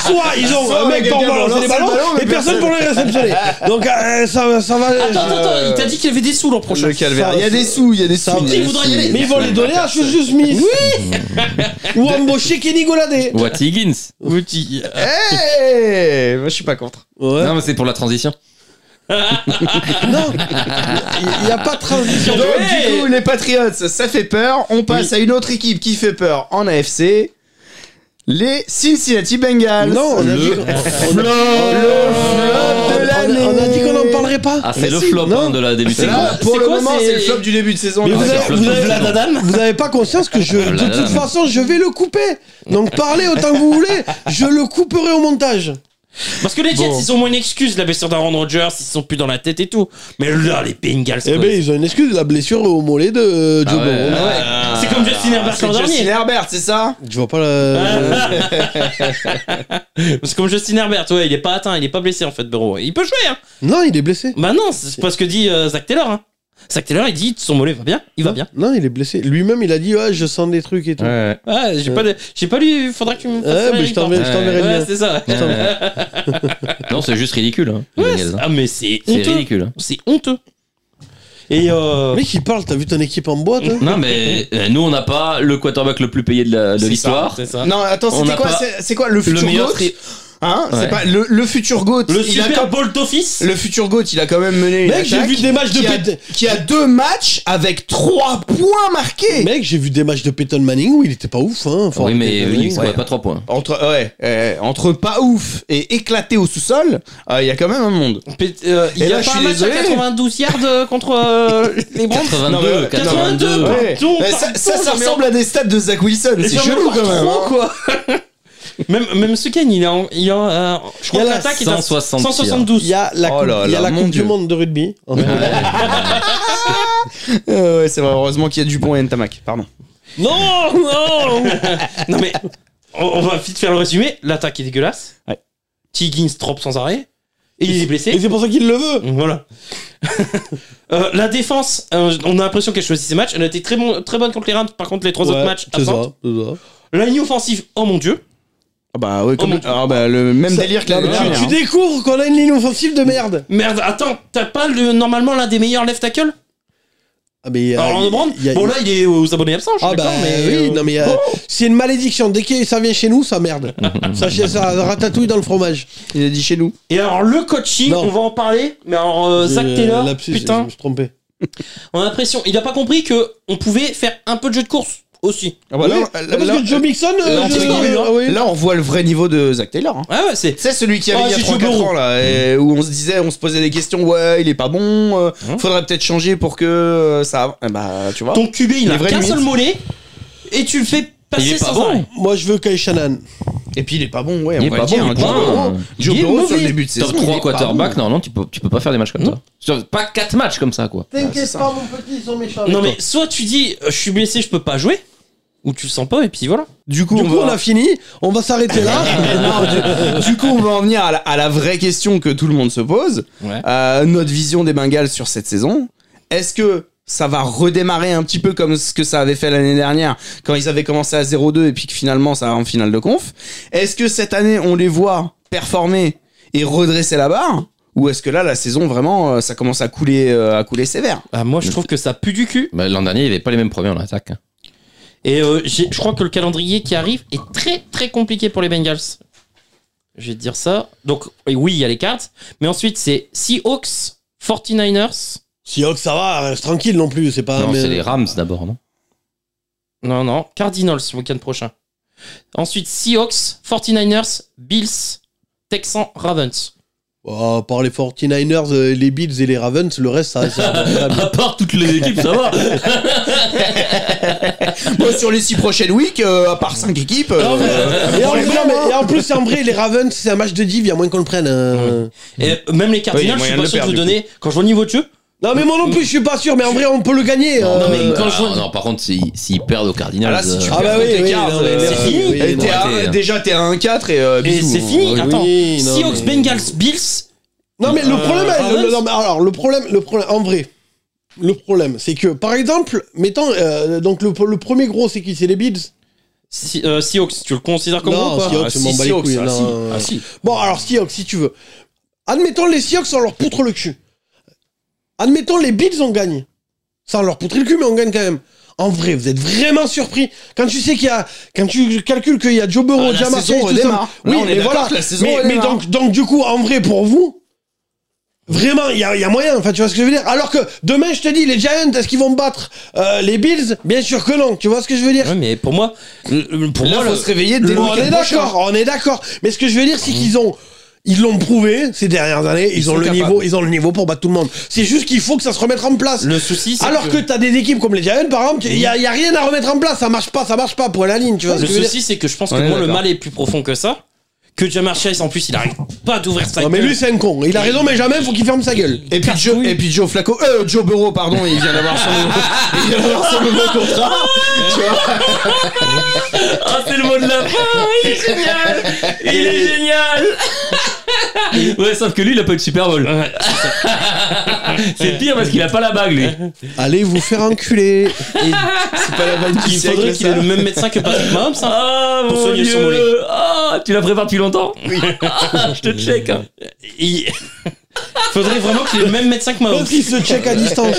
Speaker 1: soit ils ont
Speaker 2: Soit
Speaker 1: un mec pour
Speaker 2: quelqu'un
Speaker 1: leur
Speaker 2: pour
Speaker 1: lancer les
Speaker 2: lancer
Speaker 1: ballons
Speaker 2: le ballon, mais
Speaker 1: et personne pour
Speaker 2: personne.
Speaker 1: les réceptionner. Donc euh, ça, ça va.
Speaker 4: Attends, attends, attends,
Speaker 2: Euh,
Speaker 4: il t'a dit qu'il y avait des sous l'an prochain.
Speaker 2: Le calvaire.
Speaker 1: ça-
Speaker 2: Il y a des sous, il y a des sous.
Speaker 1: va.
Speaker 2: il y a
Speaker 4: Qui
Speaker 2: des
Speaker 4: voudrait
Speaker 2: sous,
Speaker 4: y aller
Speaker 2: il y a
Speaker 1: mais
Speaker 2: des
Speaker 1: ils vont les donner à Juju Smith ou embaucher Kenny Golladay.
Speaker 3: Watt Higgins.
Speaker 2: sous. Hey Moi, je suis pas contre.
Speaker 1: Ouais.
Speaker 3: Non, mais c'est pour la transition.
Speaker 1: Non, il n'y a pas de transition.
Speaker 2: Donc, du coup, les Patriots, ça fait peur. On passe à une autre équipe qui fait peur en AFC. Les Cincinnati Bengals.
Speaker 1: Non, on a dit qu'on-
Speaker 2: flop de l'année.
Speaker 1: on a dit qu'on n'en parlerait pas.
Speaker 3: Ah, c'est
Speaker 2: Mais
Speaker 3: le
Speaker 2: si,
Speaker 3: flop
Speaker 1: non.
Speaker 3: hein, de la début de
Speaker 2: C'est
Speaker 3: saison.
Speaker 2: là, pour
Speaker 4: C'est
Speaker 2: le
Speaker 4: quoi,
Speaker 2: moment,
Speaker 4: c'est-
Speaker 2: c'est le flop du début de saison.
Speaker 1: Mais
Speaker 2: Ah,
Speaker 1: vous,
Speaker 2: c'est
Speaker 1: avez,
Speaker 2: un flop
Speaker 1: vous
Speaker 2: de
Speaker 1: avez-
Speaker 2: saison.
Speaker 4: la dame
Speaker 1: vous avez pas conscience que je,
Speaker 3: Ah, la
Speaker 1: de toute
Speaker 3: dame.
Speaker 1: façon, je vais le couper. Donc parlez autant que vous voulez, je le couperai au montage.
Speaker 4: Parce que les Jets, ils ont moins une excuse, la blessure d'Aaron Rodgers, ils sont plus dans la tête et tout. Mais là, les Bengals.
Speaker 1: Eh
Speaker 4: quoi.
Speaker 1: ben, ils ont une excuse, la blessure au mollet de euh, Joe
Speaker 3: Ah ouais,
Speaker 1: Burrow.
Speaker 3: ouais.
Speaker 4: Ah, c'est comme Justin Herbert
Speaker 2: C'est
Speaker 4: l'an
Speaker 2: Justin
Speaker 4: dernier.
Speaker 2: Herbert, c'est ça
Speaker 1: Je vois pas la.
Speaker 4: C'est comme Justin Herbert, ouais, il est pas atteint, il est pas blessé en fait, Bureau. Il peut jouer, hein.
Speaker 1: Non, il est blessé.
Speaker 4: Bah non, c'est pas ce que dit euh, Zach Taylor, hein. Zach Taylor, il dit son mollet va bien, il va bien.
Speaker 1: Non, il est blessé. Lui-même, il a dit ouais, je sens des trucs et tout. Ouais,
Speaker 4: Ouais, Ah, j'ai
Speaker 1: Ouais.
Speaker 4: pas, le- j'ai pas lu. Faudra que tu me fasses le
Speaker 1: mais je
Speaker 4: récord.
Speaker 1: t'enverrai je t'enverrai le
Speaker 4: Ouais,
Speaker 1: lien.
Speaker 4: c'est ça.
Speaker 1: Attends.
Speaker 3: Euh, non, c'est juste ridicule. hein, les
Speaker 4: Ouais,
Speaker 3: Bengals,
Speaker 4: c'est-
Speaker 3: hein.
Speaker 4: ah mais c'est
Speaker 3: C'est
Speaker 4: honteux.
Speaker 3: ridicule. hein.
Speaker 4: C'est honteux. Et euh,
Speaker 1: Mec, il parle. T'as vu ton équipe en boîte hein
Speaker 3: Non, mais euh, nous, on n'a pas le quarterback le plus payé de la- de
Speaker 2: C'est
Speaker 3: l'histoire.
Speaker 4: c'est ça.
Speaker 2: Non, attends,
Speaker 3: On
Speaker 2: c'était
Speaker 3: a
Speaker 2: quoi
Speaker 3: pas-
Speaker 2: C'est- C'est quoi le
Speaker 3: Le
Speaker 2: futur
Speaker 3: meilleur.
Speaker 2: GOAT
Speaker 3: tri-
Speaker 2: Hein
Speaker 3: Ouais.
Speaker 2: C'est pas le, le futur GOAT.
Speaker 4: Le
Speaker 2: il a
Speaker 4: Super
Speaker 2: quand-
Speaker 4: Bowl d'office.
Speaker 2: le futur GOAT, il a quand même mené une
Speaker 1: Mec, j'ai
Speaker 2: attaque
Speaker 1: vu des matchs de
Speaker 2: qui a,
Speaker 1: pét-
Speaker 2: qui a deux matchs avec trois points marqués.
Speaker 1: Eh, Mec, j'ai vu des matchs de Peyton Manning où il était pas ouf. Hein, Faut
Speaker 3: Oui,
Speaker 1: arrêter
Speaker 3: mais
Speaker 1: de-
Speaker 3: il
Speaker 1: Ouais.
Speaker 3: score pas 3 points.
Speaker 2: Entre ouais, euh, entre pas ouf et éclaté au sous-sol, euh, il y a quand même un monde.
Speaker 4: Pé- euh, Il
Speaker 2: Et
Speaker 4: y a
Speaker 2: là, je
Speaker 4: pas un
Speaker 2: suis
Speaker 4: match à
Speaker 2: désolé.
Speaker 4: 92 yards euh, contre euh, les Browns.
Speaker 3: 82,
Speaker 2: ouais,
Speaker 4: 82,
Speaker 2: ouais.
Speaker 4: pardon,
Speaker 2: Mais ça,
Speaker 4: pardon,
Speaker 2: ça, ça
Speaker 4: j'en ai
Speaker 2: ressemble à des stats de Zach Wilson.
Speaker 4: Et
Speaker 2: C'est
Speaker 4: j'en ai
Speaker 2: chelou
Speaker 4: encore
Speaker 2: quand même.
Speaker 4: trop,
Speaker 2: hein.
Speaker 4: quoi. même même ce Ken, il a, en- il a, euh, je crois
Speaker 1: Il
Speaker 4: que
Speaker 1: y a
Speaker 4: l'attaque est à
Speaker 3: 160
Speaker 1: Il
Speaker 4: 172.
Speaker 1: y a la
Speaker 2: Oh
Speaker 1: coupe,
Speaker 2: là
Speaker 1: il y a
Speaker 2: là,
Speaker 1: la
Speaker 2: mon
Speaker 1: coupe du
Speaker 2: Dieu.
Speaker 1: monde de rugby. en ce moment.
Speaker 2: Euh, ouais, c'est vrai. Heureusement qu'il y a Dupont et Ntamak. Pardon.
Speaker 4: Non, non Non, mais on, on va vite faire le résumé. L'attaque est dégueulasse.
Speaker 2: Ouais.
Speaker 4: Tiggins drop sans arrêt. Et il est blessé.
Speaker 1: Et c'est pour ça qu'il le veut.
Speaker 4: Voilà. Euh, la défense, euh, on a l'impression qu'elle choisit ses matchs. Elle a été très, bon, très bonne contre les Rams. Par contre, les trois autres
Speaker 1: Ouais,
Speaker 4: matchs,
Speaker 1: c'est
Speaker 4: absente.
Speaker 1: ça, c'est ça.
Speaker 4: La ligne offensive, oh mon dieu.
Speaker 2: Ah bah ouais, comme
Speaker 4: Oh mon-
Speaker 2: ah bah, le même
Speaker 1: Ça-
Speaker 2: délire que
Speaker 1: Non,
Speaker 2: l'année
Speaker 1: mais tu-
Speaker 2: dernière.
Speaker 1: Tu,
Speaker 2: hein.
Speaker 1: découvres qu'on a une ligne offensive de merde.
Speaker 4: Merde, attends, t'as pas le, normalement l'un des meilleurs left tackle
Speaker 1: Ah, mais, euh,
Speaker 4: Alors, on demande.
Speaker 1: il y a-
Speaker 4: Bon, là, il est aux abonnés absents. Je suis
Speaker 1: Ah bah
Speaker 4: d'accord, mais
Speaker 1: oui,
Speaker 4: euh,
Speaker 1: non mais euh, c'est une malédiction. Dès que ça vient chez nous, ça merde. ça, ça ratatouille dans le fromage.
Speaker 2: Il a dit chez nous.
Speaker 4: Et alors, le coaching,
Speaker 1: Non.
Speaker 4: on va en parler. Mais alors, euh, Zach
Speaker 1: Euh,
Speaker 4: Taylor,
Speaker 1: lapsus, Je
Speaker 4: putain,
Speaker 1: me suis trompé.
Speaker 4: on a l'impression. Il a pas compris que on pouvait faire un peu de jeu de course aussi.
Speaker 2: Ah bah
Speaker 1: Oui,
Speaker 2: là,
Speaker 1: parce
Speaker 2: là- là-
Speaker 1: que Joe Mixon, euh,
Speaker 2: là, on
Speaker 1: je-
Speaker 2: voit-
Speaker 1: euh,
Speaker 4: hein.
Speaker 1: oui.
Speaker 2: là, on voit le vrai niveau de Zach Taylor. hein.
Speaker 4: Ouais, ouais, c'est.
Speaker 2: C'est celui qui avait
Speaker 4: Ah,
Speaker 2: il y a
Speaker 4: c'est
Speaker 2: 3-4
Speaker 4: Choubourou.
Speaker 2: ans là, et où on se disait, on se posait des questions, ouais, il est pas bon, euh,
Speaker 4: Hein
Speaker 2: faudrait peut-être changer pour que euh, ça. av- Eh Bah, tu vois.
Speaker 4: Ton QB, il
Speaker 2: Les
Speaker 4: a
Speaker 2: vraies
Speaker 4: qu'un
Speaker 2: limites.
Speaker 4: seul mollet. Et tu le fais passer
Speaker 3: Il est pas
Speaker 4: sans
Speaker 3: bon. hein.
Speaker 4: arrêt.
Speaker 1: Moi, je veux Kyle Shannon.
Speaker 2: Et puis il est pas bon, ouais,
Speaker 3: Il
Speaker 2: on
Speaker 3: est
Speaker 2: va
Speaker 3: pas
Speaker 2: le dire.
Speaker 3: bon,
Speaker 2: hein,
Speaker 3: il est
Speaker 2: Joe
Speaker 3: pas
Speaker 2: Burrow-
Speaker 3: bon.
Speaker 2: Joe
Speaker 4: Il est
Speaker 2: Burrow, sur le
Speaker 4: mauvais.
Speaker 2: début de saison.
Speaker 3: Top
Speaker 2: il est
Speaker 3: 3
Speaker 2: pas
Speaker 3: quarterback,
Speaker 2: bon.
Speaker 3: normalement, tu peux, tu peux pas faire des matchs comme ça. Sur- Pas 4 matchs comme ça, quoi.
Speaker 2: T'inquiète
Speaker 1: pas, mon petit, ils sont méchants.
Speaker 4: Non, mais soit tu dis, euh, je suis blessé, je peux pas jouer. Ou tu le sens pas, et puis voilà.
Speaker 2: Du coup,
Speaker 1: Du
Speaker 2: on
Speaker 1: coup,
Speaker 2: va-
Speaker 1: on a fini. On va s'arrêter là.
Speaker 2: Non, du, du coup, on va en venir à la, à la vraie question que tout le monde se pose.
Speaker 4: Ouais.
Speaker 2: Euh, notre vision des Bengals sur cette saison. Est-ce que ça va redémarrer un petit peu comme ce que ça avait fait l'année dernière quand ils avaient commencé à 0-2 et puis que finalement ça va en finale de conf Est-ce que cette année on les voit performer et redresser la barre ou est-ce que là la saison vraiment euh, ça commence à couler euh, à couler sévère
Speaker 4: Ah, moi, je trouve que ça pue du cul.
Speaker 3: Bah, L'an dernier, il n'y avait pas les mêmes problèmes en attaque. hein.
Speaker 4: Et euh, j'ai- je crois que le calendrier qui arrive est très très compliqué pour les Bengals. Je vais te dire ça. Donc, et oui, il y a les cartes. Mais ensuite, c'est Seahawks, 49ers.
Speaker 1: Si Hawk, ça va, reste tranquille non plus. C'est pas.
Speaker 3: non,
Speaker 1: Ah, mais-
Speaker 3: c'est les Rams d'abord, non
Speaker 4: Non, non, Cardinals le week-end prochain. Ensuite, Seahawks, 49ers, Bills, Texans, Ravens.
Speaker 1: Oh, à part les 49ers, euh, les Bills et les Ravens, le reste, ça. ça-
Speaker 3: À part toutes les équipes, ça va
Speaker 2: Bon, sur les six prochaines weeks euh, à part 5 équipes euh,
Speaker 1: Non, mais-
Speaker 2: euh,
Speaker 1: et,
Speaker 2: on
Speaker 1: en,
Speaker 2: les
Speaker 1: non,
Speaker 2: voit,
Speaker 1: mais- et
Speaker 2: hein.
Speaker 1: en plus, c'est en vrai, les Ravens, c'est un match de div, il y a moins qu'on le prenne. euh.
Speaker 4: Et même les Cardinals, je
Speaker 2: moyen de
Speaker 4: suis pas
Speaker 2: le
Speaker 4: sûr de
Speaker 2: perdre,
Speaker 4: le
Speaker 2: du
Speaker 4: donner. Quand je vois le niveau de jeu,
Speaker 1: Non, mais moi non plus, je suis pas sûr, mais en vrai, on peut le gagner. euh.
Speaker 4: Non, mais quand
Speaker 3: Ah,
Speaker 4: je vois-
Speaker 3: Non, par contre, s'ils s'ils perdent au Cardinals. euh,
Speaker 2: Ah, là, si tu
Speaker 1: Ah, bah oui,
Speaker 2: Tes
Speaker 1: oui,
Speaker 2: cartes,
Speaker 1: non, mais,
Speaker 2: euh,
Speaker 1: euh,
Speaker 4: c'est fini.
Speaker 1: oui,
Speaker 2: Et
Speaker 1: non.
Speaker 2: t'es à-
Speaker 3: arrêtez, hein.
Speaker 2: déjà t'es à 1-4 et euh,
Speaker 4: et
Speaker 2: bisous.
Speaker 4: c'est fini.
Speaker 1: oui,
Speaker 4: Attends,
Speaker 1: non,
Speaker 4: Seahawks,
Speaker 1: mais-
Speaker 4: Bengals, Bills.
Speaker 1: Non mais le
Speaker 4: Euh,
Speaker 1: problème, hein,
Speaker 4: Ravens
Speaker 1: le- le- non, mais alors le problème, le problème, en vrai, le problème, c'est que par exemple, mettons, euh, donc le, le premier gros, c'est qui, c'est les Bills.
Speaker 4: Si- euh, Seahawks, tu le considères comme
Speaker 1: Non,
Speaker 4: gros ou pas
Speaker 1: Seahawks,
Speaker 2: Ah,
Speaker 1: je
Speaker 2: si,
Speaker 1: m'en bats les
Speaker 2: Seahawks,
Speaker 1: couilles,
Speaker 2: ah,
Speaker 1: non,
Speaker 2: si.
Speaker 1: euh,
Speaker 2: Ah, si.
Speaker 1: Bon alors Seahawks, si tu veux, admettons les Seahawks, on leur poutre le cul. Admettons les Bills, on gagne. Ça, on leur poutre le cul, mais on gagne quand même. En vrai, vous êtes vraiment surpris quand tu sais qu'il y a, quand tu calcules qu'il y a Joe Burrow,
Speaker 2: Ah, la
Speaker 1: Jamar
Speaker 2: saison
Speaker 1: Chase, tout ça.
Speaker 2: redémarre. Là,
Speaker 1: Oui,
Speaker 2: on est
Speaker 1: mais
Speaker 2: d'accord
Speaker 1: voilà.
Speaker 2: que la saison
Speaker 1: Mais, mais
Speaker 2: redémarre.
Speaker 1: donc, donc du coup, en vrai, pour vous, Vraiment, il y a, il y a moyen, enfin, tu vois ce que je veux dire. Alors que demain, je te dis, les Giants, est-ce qu'ils vont battre euh, les Bills Bien sûr que non, tu vois ce que je veux dire.
Speaker 4: Ouais, mais pour moi, euh, pour
Speaker 2: Là,
Speaker 4: moi,
Speaker 2: faut
Speaker 4: le-
Speaker 2: se réveiller dès
Speaker 1: Bon,
Speaker 2: le
Speaker 1: on est
Speaker 2: week-end prochain.
Speaker 1: d'accord, on est d'accord. Mais ce que je veux dire, c'est qu'ils ont. Ils l'ont prouvé ces dernières années, ils,
Speaker 2: Ils
Speaker 1: ont
Speaker 2: sont
Speaker 1: le
Speaker 2: capables.
Speaker 1: niveau, ils ont le niveau pour battre tout le monde. C'est juste qu'il faut que ça se remette en place.
Speaker 4: le souci, c'est
Speaker 1: Alors
Speaker 4: que
Speaker 1: que t'as des équipes comme les Giants, par exemple, il y, a- y a rien à remettre en place, ça marche pas, ça marche pas pour la ligne, tu vois. ce
Speaker 4: Le
Speaker 1: que je veux dire.
Speaker 4: souci, c'est que je pense que
Speaker 2: On est
Speaker 4: moi, le
Speaker 2: d'accord.
Speaker 4: mal est plus profond que ça. Que Jamar Chase, en plus, il arrive pas d'ouvrir sa
Speaker 1: Non mais
Speaker 4: gueule.
Speaker 1: lui c'est un con, il a raison mais jamais faut qu'il ferme sa gueule.
Speaker 2: Et puis, Joe, et puis Joe Flacco, euh, Joe Burrow, pardon, il vient d'avoir son, il vient d'avoir son nouveau contrat. Tu vois
Speaker 4: Ah, c'est le mot de la fin Il est génial Il est génial
Speaker 3: Ouais, sauf que lui, il a pas eu de Super Bowl. C'est pire parce qu'il a pas la bague, lui.
Speaker 1: Allez vous faire enculer.
Speaker 2: C'est pas la vanne qui
Speaker 4: Il
Speaker 2: siècle,
Speaker 4: faudrait qu'il
Speaker 2: ça.
Speaker 4: ait le même médecin que Patrick Mahomes. hein.
Speaker 3: Ah,
Speaker 4: Pour soigner son mollet.
Speaker 3: Ah, tu la préparé depuis longtemps Ah, je te check. hein.
Speaker 4: Il faudrait vraiment qu'il ait le même médecin que Mahomes.
Speaker 1: L'autre il se check à distance.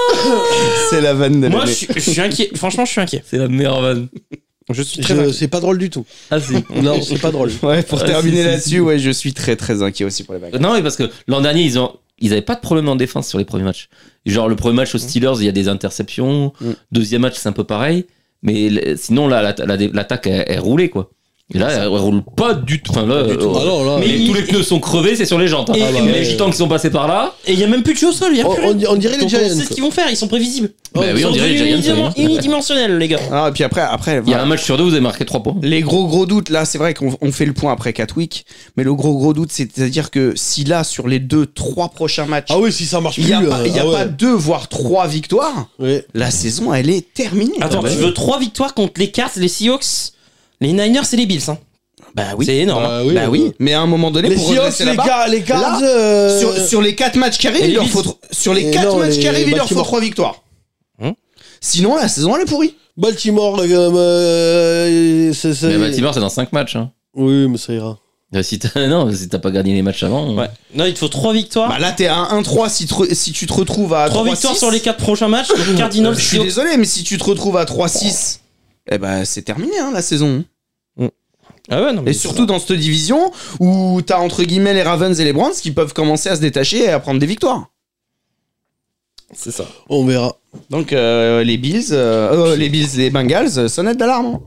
Speaker 2: C'est la vanne de
Speaker 4: Moi, je
Speaker 2: l'année.
Speaker 4: suis, je suis inquiet. Franchement, je suis inquiet.
Speaker 3: C'est la meilleure vanne.
Speaker 4: Je suis très
Speaker 1: Je-
Speaker 4: inquiet.
Speaker 1: C'est pas drôle du tout.
Speaker 3: Ah, si.
Speaker 1: Non, c'est pas drôle.
Speaker 2: Ouais, pour
Speaker 3: Ah,
Speaker 2: terminer
Speaker 3: si, si,
Speaker 2: là-dessus,
Speaker 3: si.
Speaker 2: ouais, je suis très très inquiet aussi pour les Bengals.
Speaker 3: Non, mais parce que l'an dernier, ils ont. Ils avaient pas de problème en défense sur les premiers matchs. Genre, le premier match aux Steelers, il y a des interceptions.
Speaker 2: Mm.
Speaker 3: Deuxième match, c'est un peu pareil. Mais le- sinon, là, l'atta- la dé- l'attaque est roulée, quoi. Et là, elle roule pas du tout. Enfin, là,
Speaker 4: du tout.
Speaker 2: Ah
Speaker 3: euh,
Speaker 1: Alors là,
Speaker 4: Mais
Speaker 3: les-
Speaker 4: il-
Speaker 3: tous les pneus sont crevés, c'est sur les jantes. hein.
Speaker 4: Et-
Speaker 3: Ah bah,
Speaker 4: mais-
Speaker 3: les gitans qui sont passés par là.
Speaker 4: Et il y a même plus de jeu au sol, il y a
Speaker 1: Oh, on,
Speaker 4: plus rien.
Speaker 1: on- on dirait les
Speaker 4: Donc on
Speaker 1: Giants.
Speaker 4: sait ce qu'ils vont faire, ils sont prévisibles.
Speaker 3: Bah
Speaker 4: Ils
Speaker 3: oui, on
Speaker 4: sont
Speaker 3: dirait les
Speaker 4: devenus
Speaker 3: Giants, oui.
Speaker 4: unidimen-
Speaker 3: hein.
Speaker 4: unidimensionnels, les gars.
Speaker 2: Ah, et puis après, après
Speaker 3: Il y a
Speaker 2: voilà.
Speaker 3: un match sur deux, vous avez marqué 3 points.
Speaker 2: les gros gros doutes, là, c'est vrai qu'on on fait le point après 4 weeks, mais le gros gros doute, c'est-à-dire que si là, sur les 2-3 prochains matchs,
Speaker 1: Ah oui, si ça marche
Speaker 2: il
Speaker 1: plus.
Speaker 2: n'y a, pas,
Speaker 1: euh,
Speaker 2: il y a
Speaker 1: ah ouais.
Speaker 2: pas 2 voire 3 victoires,
Speaker 1: Ouais.
Speaker 2: la saison, elle est terminée.
Speaker 4: Attends,
Speaker 3: bah
Speaker 4: tu
Speaker 3: oui.
Speaker 4: veux 3 victoires contre les Cards, les Seahawks, les Niners et les Bills. hein.
Speaker 2: Bah oui.
Speaker 4: C'est énorme. hein.
Speaker 1: Bah oui.
Speaker 2: Bah oui,
Speaker 1: euh,
Speaker 2: mais à un moment donné,
Speaker 1: Les
Speaker 2: pour
Speaker 1: Seahawks,
Speaker 2: redresser la
Speaker 1: les
Speaker 2: barre,
Speaker 1: gars, les Cards.
Speaker 2: Là,
Speaker 1: euh,
Speaker 2: sur, sur les 4 matchs qui arrivent,
Speaker 4: Et
Speaker 2: il
Speaker 4: les
Speaker 2: leur
Speaker 4: Bills.
Speaker 2: faut tro- sur les
Speaker 1: Et
Speaker 2: quatre
Speaker 1: non,
Speaker 2: matchs
Speaker 1: les
Speaker 2: qui arrivent, il leur faut
Speaker 1: Baltimore.
Speaker 2: 3 victoires.
Speaker 4: Hum.
Speaker 2: Sinon, la saison, elle est pourrie.
Speaker 1: Baltimore, euh, euh, c'est- c'est-
Speaker 3: Mais Baltimore, c'est dans 5 matchs. hein.
Speaker 1: Oui, mais ça ira.
Speaker 3: Euh, Si t'as non, si t'as pas gagné les matchs avant.
Speaker 4: Ouais. Non, il te faut 3 victoires.
Speaker 2: Bah là, t'es à 1-3 si, te- si tu te retrouves à
Speaker 4: 3 victoires
Speaker 2: 3-6.
Speaker 4: sur les 4 prochains matchs. Donc Cardinals,
Speaker 2: Je suis
Speaker 4: Seahawks.
Speaker 2: désolé, mais si tu te retrouves à 3-6, eh ben c'est terminé hein, la saison.
Speaker 4: Ah ouais, non, mais
Speaker 2: Et surtout dans cette division où t'as entre guillemets les Ravens et les Browns qui peuvent commencer à se détacher et à prendre des victoires.
Speaker 4: C'est ça.
Speaker 1: On verra.
Speaker 2: Donc euh, les Bills, euh, euh, les Bills, les Bengals, euh, sonnette d'alarme. hein.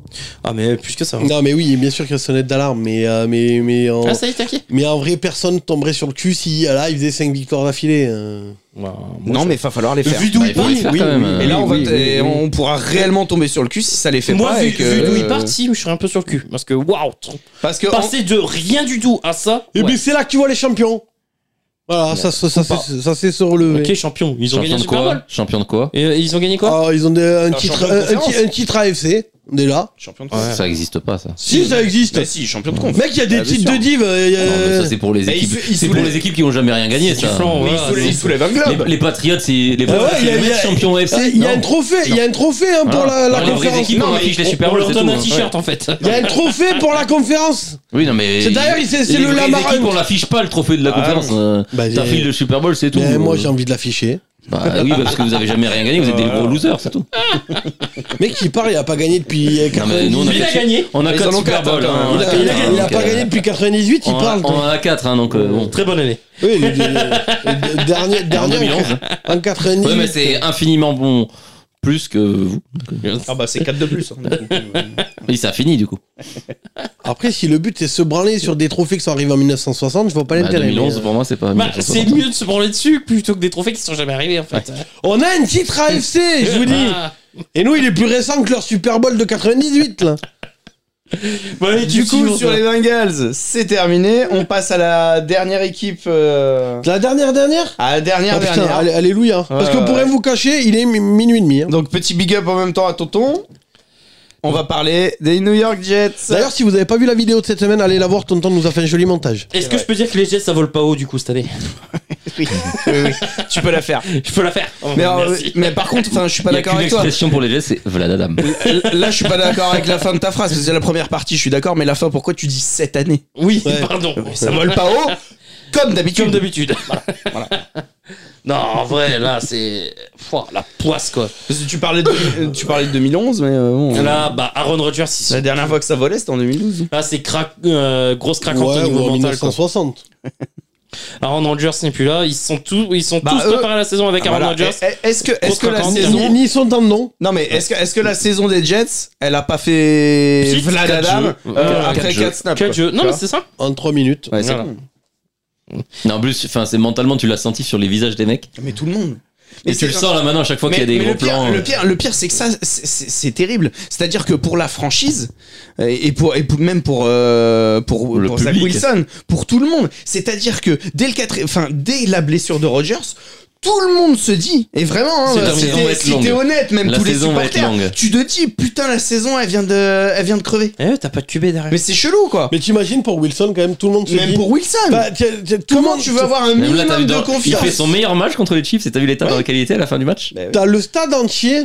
Speaker 4: Ah, mais plus que ça. hein.
Speaker 1: Non, mais oui, bien sûr qu'il y a une sonnette d'alarme, mais, euh, mais, mais, en,
Speaker 4: Ah, ça y est, t'as qui
Speaker 1: mais en vrai, personne tomberait sur le cul si ah là, il faisait 5 victoires d'affilée. euh.
Speaker 2: non, mais il va falloir les faire.
Speaker 3: d'où il part, il faut les faire quand même.
Speaker 2: Et là, on, va
Speaker 1: Oui,
Speaker 2: t-
Speaker 1: oui,
Speaker 2: et
Speaker 1: oui.
Speaker 2: on pourra réellement tomber sur le cul si ça les fait
Speaker 4: Moi,
Speaker 2: pas.
Speaker 4: vu,
Speaker 2: et que-
Speaker 4: vu
Speaker 3: euh,
Speaker 4: d'où ils partent, si, je suis un peu sur le cul. Parce que, waouh,
Speaker 2: Parce que en-
Speaker 4: passer de rien du tout à ça.
Speaker 1: Et
Speaker 3: Ouais.
Speaker 1: puis c'est là que tu vois les champions. Voilà, ça, ça, ça,
Speaker 4: Ou pas.
Speaker 1: c'est- ça c'est se relever.
Speaker 4: Ok, champion. Ils ont
Speaker 3: Champion
Speaker 4: gagné
Speaker 3: de
Speaker 4: le Super Bowl.
Speaker 3: quoi Champion de quoi
Speaker 4: Et euh, ils ont gagné quoi
Speaker 1: Ah, ils ont des- un,
Speaker 2: Alors,
Speaker 1: titre,
Speaker 2: champion de
Speaker 1: un- un
Speaker 2: conférence.
Speaker 1: ti- un titre AFC, déjà.
Speaker 2: champion de
Speaker 4: Ouais.
Speaker 3: Ça existe pas, ça.
Speaker 1: Si, ça existe.
Speaker 2: Mais Bah, si, champion de conf.
Speaker 1: Mec, il y a des
Speaker 2: Ah, bien
Speaker 1: titres
Speaker 2: sûr.
Speaker 1: de div. euh, y a-
Speaker 3: Non, mais ça, c'est pour les
Speaker 2: Mais ils
Speaker 3: équipes.
Speaker 2: sou- ils
Speaker 3: C'est pour
Speaker 2: soulèvent-
Speaker 3: les équipes qui ont jamais rien gagné,
Speaker 4: Du
Speaker 3: ça.
Speaker 4: flanc,
Speaker 2: Mais
Speaker 4: voilà,
Speaker 2: il soulève-
Speaker 4: c'est-
Speaker 2: il soulève un globe.
Speaker 3: Les, les Patriots, c'est
Speaker 1: Ah
Speaker 3: les
Speaker 1: ouais,
Speaker 3: Patriots,
Speaker 1: il y a-
Speaker 3: c'est les
Speaker 1: il y a-
Speaker 3: mecs champions
Speaker 1: Ah,
Speaker 3: FC.
Speaker 1: Il y a
Speaker 3: non.
Speaker 1: un trophée, il y a un trophée hein, pour
Speaker 3: Voilà.
Speaker 1: la, la
Speaker 3: Alors, Ah. les vraies
Speaker 1: conférence.
Speaker 3: équipes, on affiche les Super
Speaker 4: on
Speaker 3: Bowl,
Speaker 4: leur
Speaker 3: c'est
Speaker 4: donne
Speaker 3: tout,
Speaker 4: un
Speaker 3: hein.
Speaker 4: t-shirt en fait.
Speaker 1: Il y a un trophée pour la conférence.
Speaker 3: Oui, non, mais.
Speaker 1: C'est d'ailleurs, il- c'est c'est
Speaker 3: les
Speaker 1: le
Speaker 3: vraies
Speaker 1: Lamar
Speaker 3: équipes,
Speaker 1: Hunt.
Speaker 3: on l'affiche pas le trophée de la
Speaker 2: Ah,
Speaker 3: conférence.
Speaker 2: non.
Speaker 3: euh,
Speaker 1: Bah, j'ai-
Speaker 3: T'affiches le Super Bowl, c'est tout.
Speaker 1: Mais Ben, moi,
Speaker 3: Euh,
Speaker 1: j'ai envie de l'afficher.
Speaker 3: Bah oui, parce que vous avez jamais rien gagné, vous êtes des gros losers, c'est tout.
Speaker 1: Mec, il parle, il a pas gagné depuis euh,
Speaker 3: Non, mais nous, on a
Speaker 1: 98.
Speaker 4: Il a
Speaker 3: quatre-
Speaker 4: gagné.
Speaker 3: On a
Speaker 2: Ils en
Speaker 3: 4
Speaker 2: ont
Speaker 3: Super
Speaker 2: quatre, hein,
Speaker 3: Bowl.
Speaker 2: quand
Speaker 3: hein,
Speaker 2: même.
Speaker 3: on
Speaker 1: Il
Speaker 3: a
Speaker 1: a,
Speaker 3: quatre,
Speaker 1: il a-
Speaker 3: hein,
Speaker 1: il a
Speaker 3: donc,
Speaker 1: pas
Speaker 3: euh,
Speaker 1: gagné depuis 98, il
Speaker 3: on a-
Speaker 1: parle.
Speaker 3: On en a 4, hein, donc euh, bon.
Speaker 4: Très bonne année.
Speaker 1: Oui, le, le- le dernier,
Speaker 3: En
Speaker 1: dernier
Speaker 3: 2011.
Speaker 1: en 98.
Speaker 3: Ouais, mais c'est infiniment bon. Plus que vous.
Speaker 2: Ah bah c'est 4 de plus.
Speaker 3: Oui, c'est infini du coup.
Speaker 1: Après, si le but c'est se branler sur des trophées qui sont arrivés en 1960, je vois pas
Speaker 3: Bah,
Speaker 1: l'intérêt. euh,
Speaker 3: 2011, pour moi, c'est pas.
Speaker 4: Bah, c'est mieux de se branler dessus plutôt que des trophées qui sont jamais arrivés en fait.
Speaker 1: On a un titre AFC, je vous dis.
Speaker 4: Ah.
Speaker 1: Et nous, il est plus récent que leur Super Bowl de 98, là.
Speaker 4: Bah, allez,
Speaker 2: Du
Speaker 4: tu
Speaker 2: coup,
Speaker 4: suivras
Speaker 2: sur
Speaker 4: ça.
Speaker 2: les Bengals, c'est terminé. On passe à la dernière équipe. euh,
Speaker 1: La dernière, dernière
Speaker 2: À la dernière,
Speaker 1: Ah, putain,
Speaker 2: dernière.
Speaker 1: allé- alléluia. Parce que
Speaker 2: ouais,
Speaker 1: pour rien
Speaker 2: ouais.
Speaker 1: vous cacher, il est mi- minuit et demi. hein.
Speaker 2: Donc, petit big up en même temps à Tonton. On va parler des New York Jets.
Speaker 1: D'ailleurs, si vous avez pas vu la vidéo de cette semaine, allez la voir, Tonton nous a fait un joli montage.
Speaker 4: Est-ce que je peux dire que les Jets ça vole pas haut du coup cette année
Speaker 2: Oui, oui, oui, tu peux la faire.
Speaker 4: Je peux la faire. Oh,
Speaker 2: Mais, alors,
Speaker 4: merci.
Speaker 2: mais par contre, enfin, je suis pas
Speaker 3: Il y a
Speaker 2: d'accord
Speaker 3: qu'une
Speaker 2: avec toi.
Speaker 3: expression pour les Jets, c'est Vladadam.
Speaker 2: Là, je suis pas d'accord avec la fin de ta phrase. parce que C'est la première partie, je suis d'accord, mais la fin, pourquoi tu dis cette année
Speaker 4: euh, Oui,
Speaker 1: Ouais.
Speaker 4: pardon.
Speaker 2: Ça vole pas haut, comme d'habitude.
Speaker 4: Comme d'habitude. non, en vrai, là, c'est. Pouah, la poisse, quoi.
Speaker 2: Parce que tu parlais de, tu parlais de 2011, mais euh, bon.
Speaker 4: Là, bah, Aaron Rodgers, ils sont-
Speaker 2: La dernière fois que ça volait, c'était en 2012.
Speaker 4: là, c'est craque, euh, grosse craquante
Speaker 1: Ouais,
Speaker 4: au
Speaker 1: ou
Speaker 4: niveau
Speaker 1: en
Speaker 4: mental, quoi.
Speaker 1: 1960.
Speaker 4: Aaron Rodgers n'est plus là. Ils sont tous, ils sont
Speaker 2: Bah,
Speaker 4: tous
Speaker 2: eux-
Speaker 4: préparés à la saison
Speaker 1: Ah,
Speaker 4: avec Aaron
Speaker 2: Voilà.
Speaker 4: Rodgers.
Speaker 2: Eh, eh, Est-ce que, est-ce que la
Speaker 4: Contre
Speaker 1: Ni,
Speaker 2: saison,
Speaker 1: ni son temps, non.
Speaker 2: non mais est-ce que, est-ce que la saison des Jets, elle a pas fait
Speaker 4: Pchit,
Speaker 2: Vlad
Speaker 4: quatre
Speaker 2: Adam,
Speaker 4: jeux.
Speaker 2: euh,
Speaker 4: Quatre
Speaker 2: après
Speaker 3: jeux.
Speaker 2: 4 snaps
Speaker 4: Quel
Speaker 2: quoi.
Speaker 4: jeu. Non,
Speaker 2: Tu
Speaker 4: mais
Speaker 2: vois
Speaker 4: c'est ça.
Speaker 1: En 3 minutes.
Speaker 2: Ouais, c'est
Speaker 4: Voilà.
Speaker 2: con.
Speaker 3: Non, en plus, enfin, c'est mentalement, tu l'as senti sur les visages des mecs.
Speaker 2: Mais tout le monde.
Speaker 3: Et tu le sens là maintenant à chaque fois
Speaker 2: Mais-
Speaker 3: qu'il y a des
Speaker 2: mais
Speaker 3: gros
Speaker 2: le pire,
Speaker 3: plans. euh.
Speaker 2: Le pire, le pire, c'est que ça, c'est- c'est c'est terrible. C'est-à-dire que pour la franchise euh, et pour, et pour- même pour euh, pour,
Speaker 3: Le
Speaker 2: pour Zach
Speaker 3: public.
Speaker 2: Wilson, pour tout le monde. C'est-à-dire que dès le quatre, enfin dès la blessure de Rogers. Tout le monde se dit, et vraiment, hein,
Speaker 3: C'est la
Speaker 2: si
Speaker 3: saison va
Speaker 2: t'es
Speaker 3: être
Speaker 2: si
Speaker 3: longue.
Speaker 2: t'es honnête, même
Speaker 3: La
Speaker 2: tous les
Speaker 3: saison va être
Speaker 2: supporters,
Speaker 3: longue.
Speaker 2: tu te dis, putain, la saison, elle vient de, elle vient de crever.
Speaker 4: Eh, t'as pas de QB derrière.
Speaker 2: Mais c'est chelou, quoi.
Speaker 1: Mais t'imagines pour Wilson, quand même, tout le monde se
Speaker 2: même
Speaker 1: dit.
Speaker 2: pour Wilson.
Speaker 1: Bah, tiens, tiens, tout le
Speaker 2: comment
Speaker 1: monde-
Speaker 2: tu veux avoir un
Speaker 3: Même là, t'as vu
Speaker 2: minimum de
Speaker 3: dans- il
Speaker 2: confiance
Speaker 3: fait son meilleur match contre les Chiefs et t'as vu l'état
Speaker 2: Ouais.
Speaker 3: dans lequel il était à la fin du match
Speaker 2: Bah,
Speaker 1: T'as le stade entier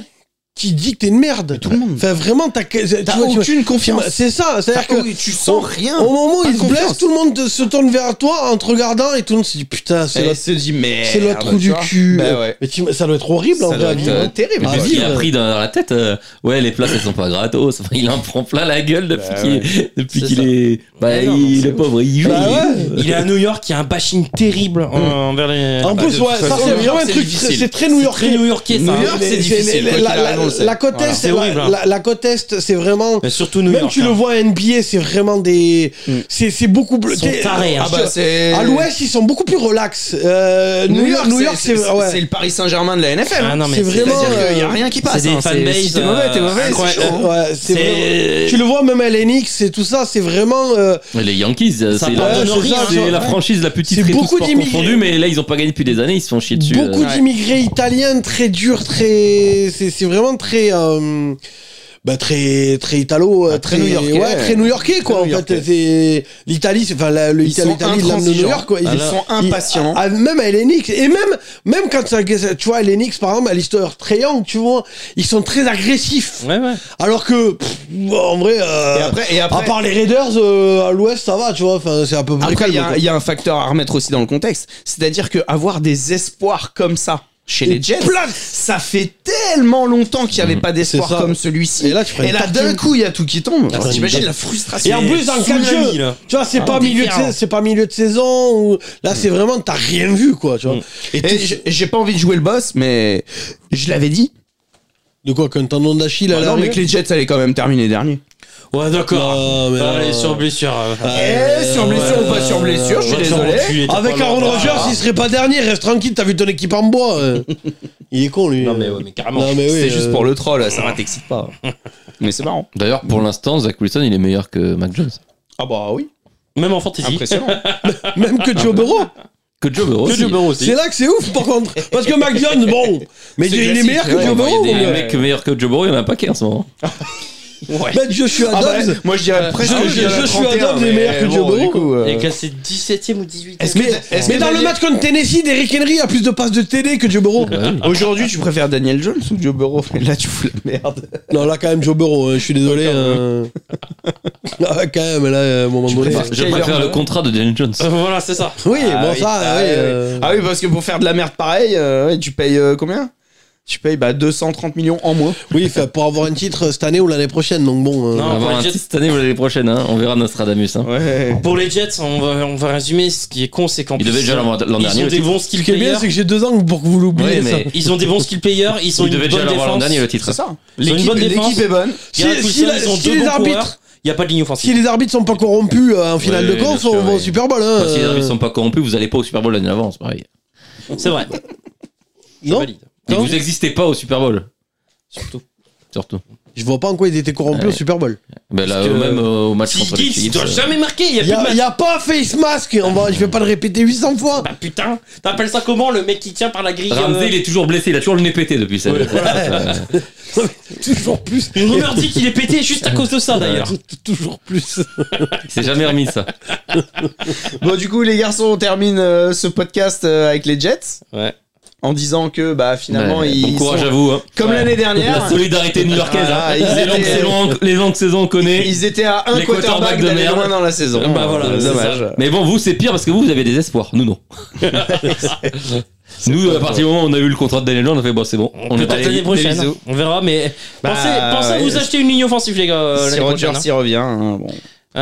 Speaker 1: qui dit que t'es une merde.
Speaker 2: tout le monde.
Speaker 1: Enfin, vraiment, t'as. que- tu
Speaker 2: T'as
Speaker 1: vois, tu vois,
Speaker 2: aucune confiance.
Speaker 1: C'est ça, c'est-à-dire
Speaker 2: T'as-
Speaker 1: que.
Speaker 2: tu sens rien.
Speaker 1: Au moment où
Speaker 2: Pas
Speaker 1: il
Speaker 2: de
Speaker 1: se blesse,
Speaker 2: confiance.
Speaker 1: tout le monde se tourne vers toi en te regardant et tout le monde se dit putain, c'est
Speaker 2: Elle
Speaker 1: l'autre-
Speaker 2: se dit mais ah
Speaker 1: c'est l'autre trou du cul.
Speaker 2: Bah ouais.
Speaker 1: Mais tu- ça doit être horrible en
Speaker 2: Ça doit
Speaker 1: vrai. à
Speaker 2: être
Speaker 1: vivre.
Speaker 2: euh, terrible.
Speaker 1: Ah,
Speaker 3: Parce
Speaker 1: vas-y,
Speaker 3: qu'il a
Speaker 1: ouais.
Speaker 3: pris dans dans la tête, euh, ouais, les places elles sont pas gratos. Enfin, il en prend plein la gueule depuis
Speaker 2: Bah
Speaker 3: qu'il
Speaker 2: ouais.
Speaker 3: depuis
Speaker 2: C'est
Speaker 3: qu'il
Speaker 2: ça.
Speaker 3: est. Bah,
Speaker 2: Mais non, non,
Speaker 3: il
Speaker 2: c'est
Speaker 3: est pauvre, il joue.
Speaker 1: Bah
Speaker 3: il-
Speaker 1: ouais.
Speaker 4: Il est à New York, il y a un bashing terrible en- envers les.
Speaker 1: Hmm. En
Speaker 2: bah,
Speaker 1: plus,
Speaker 2: de
Speaker 1: ouais,
Speaker 2: toute
Speaker 1: ça
Speaker 2: façon,
Speaker 1: c'est
Speaker 2: New York,
Speaker 1: vraiment un
Speaker 2: c'est
Speaker 1: truc,
Speaker 2: difficile.
Speaker 1: c'est très New
Speaker 4: Très
Speaker 1: Yorkais.
Speaker 4: New Yorkais, ça.
Speaker 2: New York, c'est
Speaker 1: Mais-
Speaker 2: difficile,
Speaker 1: mais
Speaker 2: quoi
Speaker 1: la-
Speaker 2: qu'il
Speaker 1: la-
Speaker 2: arrive, on le sait.
Speaker 1: la côte
Speaker 4: Voilà.
Speaker 1: est,
Speaker 4: C'est
Speaker 1: la-
Speaker 4: horrible, hein.
Speaker 1: la- la côte est, c'est vraiment.
Speaker 4: Mais surtout New
Speaker 1: Même
Speaker 4: York.
Speaker 1: tu le
Speaker 4: hein.
Speaker 1: vois à NBA, c'est vraiment des.
Speaker 2: Mm.
Speaker 1: C'est c'est beaucoup plus.
Speaker 4: Ils sont
Speaker 1: t'es-
Speaker 4: tarés, hein.
Speaker 2: Ah bah, c'est-
Speaker 1: À l'ouest, ils sont beaucoup plus relax. Euh, New York, New York, c'est ouais.
Speaker 2: le Paris Saint-Germain de la NFL.
Speaker 4: Ah, non, mais
Speaker 1: c'est
Speaker 4: c'est-
Speaker 1: vraiment,
Speaker 2: C'est-à-dire qu'il y a
Speaker 1: euh,
Speaker 2: rien qui passe.
Speaker 4: c'est des
Speaker 2: hein.
Speaker 4: fanbases,
Speaker 2: Si t'es mauvais, t'es
Speaker 4: euh,
Speaker 2: mauvais. c'est
Speaker 4: incroyables.
Speaker 2: euh, chaud.
Speaker 1: Ouais, c'est
Speaker 4: C'est-
Speaker 1: vraiment- Tu le vois même à l'NX et tout ça, c'est vraiment. euh,
Speaker 3: Mais Les Yankees, euh,
Speaker 4: Ça
Speaker 3: c'est
Speaker 4: pardonne
Speaker 3: la,
Speaker 1: rien,
Speaker 3: c'est
Speaker 1: tu vois.
Speaker 3: la franchise la plus
Speaker 1: C'est
Speaker 3: titrée tout
Speaker 1: beaucoup
Speaker 3: sport
Speaker 1: d'immigrés.
Speaker 3: confondu, mais là ils ont pas gagné depuis des années, ils se font chier dessus.
Speaker 1: beaucoup
Speaker 3: euh.
Speaker 1: d'immigrés italiens très durs, très. C'est c'est vraiment très. euh, bah, très très italo euh,
Speaker 2: Ah, très
Speaker 1: très,
Speaker 2: new-yorkais.
Speaker 1: ouais, très new-yorkais quoi en
Speaker 2: new-yorkais.
Speaker 1: fait c'est l'Italie c'est enfin la- le
Speaker 2: Ils
Speaker 1: Italie
Speaker 2: sont
Speaker 1: l'Italie, l'âme de New
Speaker 2: intransigeants.
Speaker 1: York quoi
Speaker 2: Ils sont
Speaker 1: ils-
Speaker 2: impatients.
Speaker 1: ah, même à LNX et même même quand ça, tu vois LNX par exemple à l'histoire très young tu vois ils sont très agressifs
Speaker 4: Ouais, ouais.
Speaker 1: alors que pff, en vrai euh,
Speaker 2: Et après, et
Speaker 1: à
Speaker 2: après,
Speaker 1: part les Raiders euh, à l'ouest ça va tu vois enfin c'est un peu plus
Speaker 2: Après, il y,
Speaker 1: calme,
Speaker 2: a-
Speaker 1: quoi.
Speaker 2: hein, il y a un facteur à remettre aussi dans le contexte. C'est-à-dire que avoir des espoirs comme ça chez les
Speaker 1: Et
Speaker 2: Jets,
Speaker 1: plein de-
Speaker 2: ça fait tellement longtemps qu'il n'y avait pas
Speaker 1: C'est
Speaker 2: d'espoir
Speaker 1: ça.
Speaker 2: comme celui-ci.
Speaker 1: Et là, tu prends une
Speaker 2: là,
Speaker 1: tarte
Speaker 2: d'un
Speaker 1: qui-
Speaker 2: coup, il y a tout qui tombe.
Speaker 4: Ah, c'est
Speaker 2: T'imagines
Speaker 4: une-
Speaker 2: la frustration.
Speaker 1: Et en plus, en cas de
Speaker 4: Tsunami,
Speaker 1: jeu,
Speaker 4: là.
Speaker 1: tu vois, c'est pas,
Speaker 4: Ah,
Speaker 1: milieu de
Speaker 4: différent.
Speaker 1: sais- c'est pas milieu de saison, ou là, c'est vraiment, t'as rien vu, quoi, tu vois.
Speaker 4: Mm.
Speaker 1: Et
Speaker 2: Et
Speaker 1: tout-
Speaker 2: j- j'ai pas envie de jouer le boss, mais je l'avais dit.
Speaker 1: de quoi, qu'un tendon d'Achille à
Speaker 2: Bah non, mais
Speaker 1: l'arrivée
Speaker 2: que les Jets allaient quand même terminer dernier.
Speaker 4: Ouais, d'accord.
Speaker 1: Non, mais
Speaker 4: Allez,
Speaker 1: non.
Speaker 4: sur blessure. euh.
Speaker 1: Euh,
Speaker 2: Eh, sur blessure ou pas sur blessure, je suis
Speaker 4: Ouais,
Speaker 2: désolé.
Speaker 4: sur- tu étais
Speaker 1: Avec
Speaker 4: pas
Speaker 1: Aaron
Speaker 4: loin.
Speaker 1: Rodgers, il serait pas dernier, reste tranquille, t'as vu ton équipe en bois. euh. Il est con, lui.
Speaker 4: Non, mais ouais, mais carrément. Ah.
Speaker 1: Non, mais oui,
Speaker 2: C'est
Speaker 1: euh,
Speaker 2: juste pour le troll, ça va, t'excite pas. mais c'est marrant.
Speaker 3: D'ailleurs,
Speaker 4: Mm.
Speaker 3: pour l'instant, Zach Wilson il est meilleur que Mac Jones.
Speaker 2: Ah bah oui,
Speaker 4: Même en fantasy.
Speaker 2: impressionnant.
Speaker 1: Même que Joe Burrow.
Speaker 3: Que Joe Burrow.
Speaker 4: Que
Speaker 3: aussi.
Speaker 4: du beurre aussi.
Speaker 1: C'est là que c'est ouf, par contre. Parce que Mac Jones, bon, mais
Speaker 2: C'est
Speaker 1: il est
Speaker 2: classique,
Speaker 1: meilleur que
Speaker 2: ouais,
Speaker 1: Joe
Speaker 3: Bon,
Speaker 1: Burrow.
Speaker 3: Il y a des
Speaker 1: mais-
Speaker 3: mecs
Speaker 4: euh,
Speaker 3: meilleurs que Joe Burrow, il y en a un paquet en ce moment.
Speaker 1: Ben, Joshua
Speaker 2: Ah bah,
Speaker 1: Dobbs.
Speaker 2: moi je dirais presque
Speaker 1: je-
Speaker 2: dirais
Speaker 1: je suis
Speaker 2: 31,
Speaker 1: Adam, mais meilleur que
Speaker 2: bon,
Speaker 1: Joe Burrow.
Speaker 2: du coup, euh,
Speaker 4: Il est classé 17ème ou 18ème.
Speaker 2: Est-ce
Speaker 1: Mais,
Speaker 2: que- est-ce
Speaker 1: mais
Speaker 2: que
Speaker 1: dans le
Speaker 2: Daniel-
Speaker 1: match contre Tennessee, Derrick Henry a plus de passes de TD que Joe Burrow.
Speaker 2: Aujourd'hui, tu préfères Daniel Jones ou Joe Burrow Mais là, tu fous la merde.
Speaker 1: Non, là, quand même, Joe Burrow, hein, je suis désolé. euh. Ah, quand même, là, euh, à un moment donné.
Speaker 2: préfères-
Speaker 3: Je
Speaker 2: Kyler
Speaker 3: préfère le
Speaker 2: Murray.
Speaker 3: contrat de Daniel Jones.
Speaker 4: Euh, Voilà, c'est ça.
Speaker 1: Oui, bon,
Speaker 2: oui,
Speaker 1: ça,
Speaker 2: ah,
Speaker 1: oui.
Speaker 2: oui,
Speaker 1: euh,
Speaker 2: Ah oui, parce que pour faire de la merde pareil, euh, ouais, tu payes euh, combien Tu payes bah, 230 millions en moins.
Speaker 1: Oui, fait, pour avoir un titre euh, cette année ou l'année prochaine, donc bon. euh,
Speaker 3: On
Speaker 4: Non.
Speaker 3: va avoir
Speaker 4: pour
Speaker 3: un
Speaker 4: les
Speaker 3: titre cette année ou l'année prochaine, hein. on verra Nostradamus. Hein.
Speaker 2: Ouais.
Speaker 4: Pour les Jets, on va, on va résumer ce qui est con, c'est qu'en
Speaker 3: Ils
Speaker 4: plus,
Speaker 3: devaient déjà
Speaker 4: ils ont-
Speaker 3: l'avoir l'an
Speaker 4: ils
Speaker 3: dernier,
Speaker 4: Ont
Speaker 3: le
Speaker 4: des
Speaker 3: titre.
Speaker 4: bons skill
Speaker 1: Ce qui est bien, c'est
Speaker 4: players.
Speaker 1: que j'ai deux ans pour que vous l'oubliez.
Speaker 3: Ouais, mais-
Speaker 1: ça.
Speaker 4: Eh, Ils ont des bons skill players. Ils sont
Speaker 3: Ils
Speaker 4: une
Speaker 3: devaient déjà
Speaker 4: bonne
Speaker 3: l'avoir l'an
Speaker 4: défense.
Speaker 3: dernier le titre.
Speaker 2: C'est ça.
Speaker 4: Ils ont une
Speaker 2: L'équipe
Speaker 4: bonne défense.
Speaker 2: l'équipe est bonne.
Speaker 1: Si-
Speaker 4: Garrett
Speaker 1: si
Speaker 4: Wilson,
Speaker 1: la-
Speaker 4: ils ont
Speaker 1: si
Speaker 4: deux
Speaker 1: les
Speaker 4: bons
Speaker 1: arbitres-
Speaker 4: coureurs. Il n'y a pas de ligne
Speaker 1: Si
Speaker 4: offensive.
Speaker 1: les arbitres sont pas corrompus euh, en finale
Speaker 3: Ouais,
Speaker 1: de conf,
Speaker 3: bien sûr,
Speaker 1: on va au
Speaker 3: oui.
Speaker 1: Super Bowl. Hein,
Speaker 3: Enfin, si les
Speaker 1: euh,
Speaker 3: arbitres sont pas corrompus, vous allez pas au Super Bowl l'année d'avant, c'est pareil.
Speaker 4: C'est vrai. Je
Speaker 1: Non.
Speaker 4: valide.
Speaker 3: Et
Speaker 1: Non.
Speaker 3: vous n'existez pas au Super Bowl,
Speaker 4: Surtout.
Speaker 3: surtout.
Speaker 1: Je vois pas en quoi ils étaient corrompus
Speaker 3: Ouais.
Speaker 1: au Super Bowl.
Speaker 3: Ben là,
Speaker 4: Parce que-
Speaker 3: même euh, au match
Speaker 4: Si
Speaker 3: contre les
Speaker 4: Gibbs, il
Speaker 3: Chiefs.
Speaker 4: doit
Speaker 3: euh,
Speaker 4: jamais marquer. Il
Speaker 1: Il y
Speaker 4: n'y a plus
Speaker 1: a,
Speaker 4: de
Speaker 1: y a pas face masque. On va, je vais pas le répéter 800 fois.
Speaker 4: Bah putain, t'appelles ça comment le mec qui tient par la grille
Speaker 3: Ramsey, il est toujours blessé, il a toujours le nez pété depuis ça.
Speaker 4: euh, Ouais,
Speaker 1: hein, toujours plus.
Speaker 4: Une rumeur dit qu'il est pété juste à cause de ça d'ailleurs.
Speaker 1: Toujours plus.
Speaker 3: Il s'est jamais remis de ça.
Speaker 2: Bon, du coup, les garçons, on termine euh, ce podcast euh, avec les Jets
Speaker 4: Ouais.
Speaker 2: en disant que bah finalement
Speaker 3: Ouais,
Speaker 2: ils
Speaker 3: bon courage
Speaker 2: sont-
Speaker 3: à vous. hein.
Speaker 2: comme
Speaker 4: Ouais.
Speaker 2: l'année
Speaker 3: La
Speaker 2: dernière.
Speaker 3: solidarité new-yorkaise.
Speaker 2: Ah,
Speaker 3: hein.
Speaker 2: ils
Speaker 3: Les longues
Speaker 2: étaient-
Speaker 1: euh,
Speaker 3: saisons- Les longues saisons, on connaît.
Speaker 2: Ils étaient à un
Speaker 3: Les
Speaker 2: quarterback
Speaker 3: quarterbacks de
Speaker 2: d'aller
Speaker 3: merde.
Speaker 2: loin dans la saison.
Speaker 4: Bah voilà,
Speaker 2: Euh,
Speaker 4: c'est
Speaker 2: dommage.
Speaker 4: ça.
Speaker 3: Mais bon, vous, c'est pire parce que vous, vous avez des espoirs. Nous, non. Nous, à partir du moment où on a eu le contrat de Daniel Jones, on a fait bon, c'est bon.
Speaker 4: On
Speaker 3: est
Speaker 4: peut-être
Speaker 3: allé.
Speaker 4: l'année prochaine. hein.
Speaker 2: bisous.
Speaker 4: On verra, mais
Speaker 2: Bah,
Speaker 4: pensez, pensez à
Speaker 2: ouais.
Speaker 4: vous acheter une ligne offensive, les gars. euh,
Speaker 2: si
Speaker 4: l'année
Speaker 2: Rodgers
Speaker 4: prochaine,
Speaker 2: y revient, hein, bon.
Speaker 4: hein.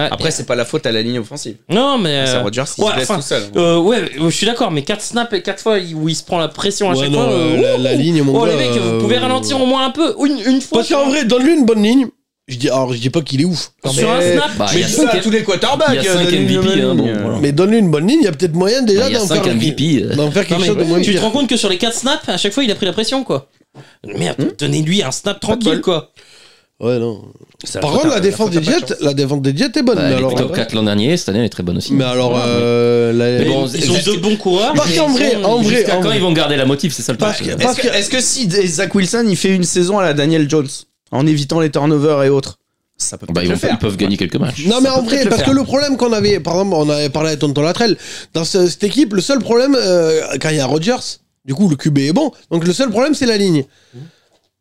Speaker 4: Ouais.
Speaker 2: Après, c'est pas la faute à la ligne offensive.
Speaker 4: non, mais. euh,
Speaker 2: C'est Rodgers qui
Speaker 4: ouais,
Speaker 2: se blesse
Speaker 4: enfin,
Speaker 2: tout seul. hein.
Speaker 4: euh, ouais, je suis d'accord, mais 4 snaps et 4 fois où il se prend la pression à
Speaker 1: Ouais,
Speaker 4: chaque
Speaker 1: non,
Speaker 4: fois.
Speaker 1: euh,
Speaker 4: euh,
Speaker 1: la, la ligne, mon
Speaker 4: oh,
Speaker 1: gars,
Speaker 4: les mecs, vous
Speaker 1: euh,
Speaker 4: pouvez ralentir au moins un peu, une, une fois.
Speaker 1: Parce qu'en vrai, donne-lui une bonne ligne. Je dis, alors, je dis pas qu'il est ouf.
Speaker 4: sur, sur un
Speaker 2: mais-
Speaker 4: snap,
Speaker 3: Bah,
Speaker 2: mais
Speaker 3: il y a
Speaker 2: dis ça à
Speaker 3: cinq-
Speaker 2: tous les quarterbacks.
Speaker 3: il y a
Speaker 2: euh,
Speaker 3: cinq
Speaker 2: de ligne,
Speaker 3: MVP,
Speaker 2: de
Speaker 3: hein,
Speaker 2: ligne.
Speaker 3: bon, voilà.
Speaker 1: Mais donne-lui une bonne ligne, Bah, il y a peut-être moyen déjà
Speaker 3: Il y a
Speaker 1: d'en
Speaker 3: 5
Speaker 1: faire,
Speaker 3: MVP. euh.
Speaker 1: d'en faire
Speaker 4: Non,
Speaker 1: quelque
Speaker 4: mais
Speaker 1: chose de moins
Speaker 4: tu te
Speaker 1: pire.
Speaker 4: rends compte que sur les 4 snaps, à chaque fois il a pris la pression quoi. Merde,
Speaker 1: Hmm
Speaker 4: donnez-lui un snap tranquille
Speaker 2: bol.
Speaker 4: quoi.
Speaker 1: Ouais, non.
Speaker 2: C'est
Speaker 1: Par
Speaker 2: faute
Speaker 1: contre,
Speaker 2: à-
Speaker 1: la défense
Speaker 2: faute à
Speaker 1: des
Speaker 2: pas de
Speaker 1: Jets, la défense des Jets est bonne.
Speaker 3: Bah,
Speaker 1: mais
Speaker 3: elle
Speaker 1: alors,
Speaker 3: était top
Speaker 1: ouais.
Speaker 3: 4 l'an dernier, cette année elle est très bonne aussi.
Speaker 1: mais alors,
Speaker 3: Voilà.
Speaker 1: euh, la-
Speaker 4: Mais
Speaker 3: bon,
Speaker 4: ils ont
Speaker 3: est-ce
Speaker 4: deux bons coureurs.
Speaker 1: Parce
Speaker 4: mais
Speaker 1: qu'en
Speaker 4: ils
Speaker 1: vrai,
Speaker 4: sont-
Speaker 1: en
Speaker 4: ils-
Speaker 1: vrai,
Speaker 3: Jusqu'à
Speaker 1: en
Speaker 3: quand
Speaker 1: vrai.
Speaker 3: ils vont garder la motive, c'est ça le
Speaker 1: Parce
Speaker 3: truc.
Speaker 1: que-
Speaker 2: chance. Est-ce que, est-ce que si des- Zach Wilson il fait une saison à la Daniel Jones en évitant les turnovers et autres, ça peut
Speaker 3: Bah,
Speaker 2: peut-être
Speaker 3: ils,
Speaker 2: le
Speaker 3: vont-
Speaker 2: faire.
Speaker 3: ils peuvent gagner quelques matchs.
Speaker 1: Non, mais en
Speaker 2: peut peut-être
Speaker 1: vrai,
Speaker 2: le
Speaker 1: parce
Speaker 2: faire.
Speaker 1: que le problème qu'on avait, par exemple, on avait parlé à Tonton Latrell, dans ce- cette équipe, le seul problème, euh, quand il y a Rodgers, du coup, le QB est bon, donc le seul problème, c'est la ligne.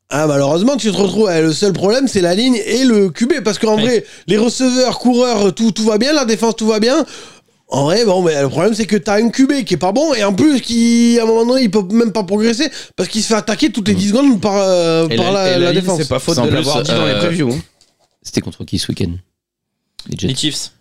Speaker 1: Ah, malheureusement, tu te retrouves, euh, le seul problème, c'est la ligne et le QB, parce qu'en vrai, les receveurs, coureurs, tout, tout va bien, la défense, tout va bien. En vrai, bon, mais le problème, c'est que t'as un QB qui est pas bon, et en plus, qui, à un moment donné, il peut même pas progresser, parce qu'il se fait attaquer toutes les 10 secondes par, euh,
Speaker 2: Et
Speaker 1: par la,
Speaker 2: et
Speaker 1: la
Speaker 2: ligne,
Speaker 1: défense.
Speaker 2: C'est pas faute
Speaker 3: En
Speaker 2: de
Speaker 3: plus,
Speaker 2: l'avoir dit dans les
Speaker 3: euh,
Speaker 2: previews. hein.
Speaker 3: C'était contre qui ce week-end Les Jets.
Speaker 4: Les Chiefs.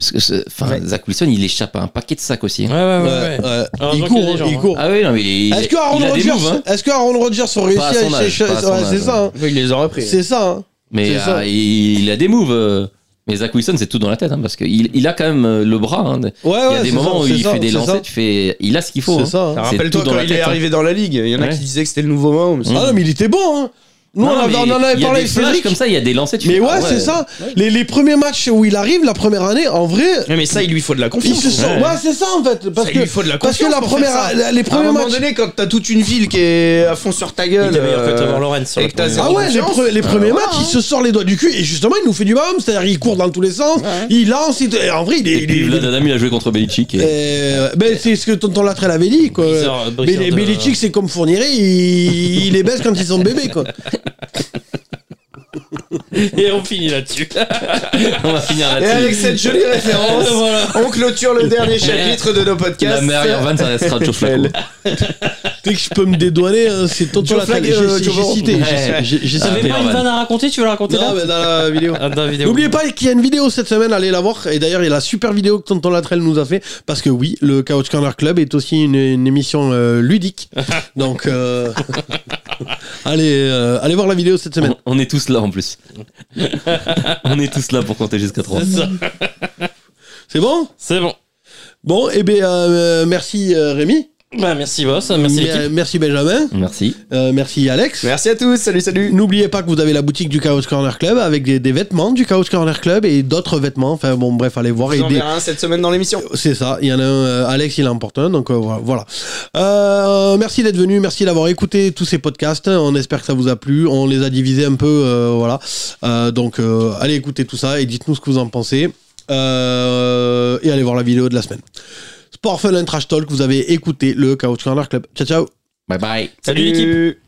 Speaker 3: Parce que, ce- enfin,
Speaker 2: Ouais.
Speaker 3: Zach Wilson, il échappe à un paquet de sacs aussi. hein.
Speaker 4: Ouais, ouais, ouais. ouais.
Speaker 1: Ouais, ouais.
Speaker 4: Heureusement
Speaker 1: Il
Speaker 4: qu'il y a des gens,
Speaker 1: court, il
Speaker 4: hein.
Speaker 1: court.
Speaker 3: Ah oui, non, mais il,
Speaker 1: Est-ce que Aaron
Speaker 3: il a des
Speaker 1: Rodgers,
Speaker 3: moves, hein.
Speaker 1: est-ce que Aaron Rodgers aurait
Speaker 3: Pas à
Speaker 1: réussi
Speaker 3: son
Speaker 1: à
Speaker 3: âge,
Speaker 1: échapper
Speaker 3: pas à son
Speaker 1: Ouais, c'est
Speaker 3: âge,
Speaker 1: ça. hein.
Speaker 2: Il les aurait pris.
Speaker 1: C'est ça. hein.
Speaker 3: Mais
Speaker 1: C'est ça.
Speaker 3: ah, il, il a des moves. euh. Mais Zach Wilson, c'est tout dans la tête, hein, parce qu'il il a quand même euh, le bras. hein.
Speaker 1: Ouais, ouais,
Speaker 3: il y a des
Speaker 1: c'est
Speaker 3: moments
Speaker 1: ça,
Speaker 3: où
Speaker 1: c'est
Speaker 3: il
Speaker 1: ça,
Speaker 3: fait des
Speaker 1: c'est
Speaker 3: lancers,
Speaker 1: ça.
Speaker 3: tu fais, il a ce qu'il faut.
Speaker 1: C'est
Speaker 3: hein.
Speaker 1: ça. hein.
Speaker 2: Ah,
Speaker 3: C'est
Speaker 2: Rappelle-toi
Speaker 3: tout dans
Speaker 2: quand
Speaker 3: la
Speaker 2: il
Speaker 3: tête,
Speaker 2: est
Speaker 3: hein.
Speaker 2: arrivé dans la ligue, il y en a
Speaker 3: Ouais.
Speaker 2: qui disaient que c'était le nouveau Mahomes.
Speaker 3: Mm.
Speaker 1: Ah non, mais il était bon. Hein. Nous, on,
Speaker 3: Non,
Speaker 1: avait-
Speaker 3: mais
Speaker 1: on en
Speaker 3: il
Speaker 1: avait
Speaker 3: y a
Speaker 1: parlé
Speaker 3: des
Speaker 1: avec
Speaker 3: flashs
Speaker 1: Cédric.
Speaker 3: comme ça, il y a des lancers. tu
Speaker 1: Mais
Speaker 3: fais,
Speaker 1: ouais,
Speaker 3: ah
Speaker 1: c'est ça. Les, les premiers matchs où il arrive, la première année, en vrai,
Speaker 2: Ouais, Mais ça, il lui faut de la
Speaker 1: il
Speaker 2: confiance.
Speaker 1: se sent.
Speaker 2: Ouais.
Speaker 1: Ouais, c'est ça en fait. Parce
Speaker 2: Ça,
Speaker 1: que,
Speaker 2: il lui faut de la
Speaker 1: parce que
Speaker 2: confiance
Speaker 1: la
Speaker 2: pour faire
Speaker 1: première,
Speaker 2: ça.
Speaker 1: la- les
Speaker 2: À un
Speaker 1: premiers
Speaker 2: moment
Speaker 1: matchs.
Speaker 2: donné, quand t'as toute une ville qui est à fond sur ta
Speaker 4: Il
Speaker 2: gueule.
Speaker 4: était meilleur que
Speaker 2: euh,
Speaker 4: Trevor Lawrence. sur
Speaker 2: et
Speaker 4: la
Speaker 2: que t'as
Speaker 4: première.
Speaker 2: zéro
Speaker 1: Ah ouais, les,
Speaker 2: confiance,
Speaker 1: pre- les
Speaker 2: euh,
Speaker 1: premiers
Speaker 2: voilà,
Speaker 1: matchs,
Speaker 2: hein.
Speaker 1: il se sort les doigts du cul et justement, il nous fait du bam, c'est-à-dire il court dans tous les sens,
Speaker 2: Ouais.
Speaker 1: il lance, il... et en vrai, il est.
Speaker 3: Et
Speaker 1: il est-
Speaker 3: puis Vladadam, il a joué contre Belichick. et-
Speaker 1: Euh, ben, c'est ce que tonton Latrell avait dit, quoi.
Speaker 4: Bizarre, euh,
Speaker 1: Mais
Speaker 4: Brisson
Speaker 1: les
Speaker 4: de-
Speaker 1: Belichick, c'est comme Fourniret, il, il les baisse quand ils sont bébés, quoi.
Speaker 4: Et on finit là-dessus.
Speaker 3: On va finir
Speaker 2: Et avec
Speaker 3: là-dessus.
Speaker 2: cette jolie référence, on clôture le dernier chapitre de nos
Speaker 3: La
Speaker 2: podcasts.
Speaker 3: meilleure vanne, ça restera Joe Flacco.
Speaker 2: Elle.
Speaker 1: Dès que je peux me dédouaner, hein, c'est tonton
Speaker 2: Joe
Speaker 1: Latrell.
Speaker 2: Flacco, euh,
Speaker 1: J'ai- J'ai
Speaker 2: Joe Burrow.
Speaker 1: j'ai cité.
Speaker 3: Ouais.
Speaker 1: j'ai- j'ai- j'ai
Speaker 3: Ah,
Speaker 1: cité.
Speaker 4: T'avais pas une
Speaker 3: Perman.
Speaker 4: vanne à raconter, tu veux la raconter
Speaker 1: Non,
Speaker 4: là
Speaker 1: mais dans la vidéo.
Speaker 4: Ah, dans la vidéo.
Speaker 1: N'oubliez pas qu'il y a une vidéo cette semaine, allez la voir. Et d'ailleurs, il y a la super vidéo que Tonton Latrell nous a fait. Parce que oui, le Couch Corner Club est aussi une, une émission euh, ludique. Donc, euh, allez, euh, allez voir la vidéo cette semaine.
Speaker 3: On, on est tous là en plus. on est tous là pour compter jusqu'à 3.
Speaker 4: C'est ça.
Speaker 1: C'est bon
Speaker 4: C'est bon.
Speaker 1: Bon, et eh bien, euh, merci euh, Rémi.
Speaker 4: Bah, merci, boss. Merci,
Speaker 1: Mer-
Speaker 4: l'équipe.
Speaker 1: merci Benjamin.
Speaker 3: Merci.
Speaker 1: Euh, merci Alex.
Speaker 2: Merci à tous, salut, salut.
Speaker 1: N'oubliez pas que vous avez la boutique du Chaos Corner Club avec des, des vêtements du Chaos Corner Club et d'autres vêtements. Enfin bon, bref, allez voir.
Speaker 2: Vous
Speaker 1: et
Speaker 2: en
Speaker 1: des-
Speaker 2: verrez un cette semaine dans l'émission.
Speaker 1: C'est ça, il y en a un, euh, Alex il en porte un, donc euh, voilà. Euh, merci d'être venu, merci d'avoir écouté tous ces podcasts, on espère que ça vous a plu, on les a divisés un peu, euh, voilà. Euh, donc euh, allez écouter tout ça et dites-nous ce que vous en pensez, Euh, et allez voir la vidéo de la semaine. Sport Fun and Trash Talk, vous avez écouté le Couch Corner Club. Ciao ciao
Speaker 3: Bye bye.
Speaker 4: Salut, l'équipe.
Speaker 2: l'équipe.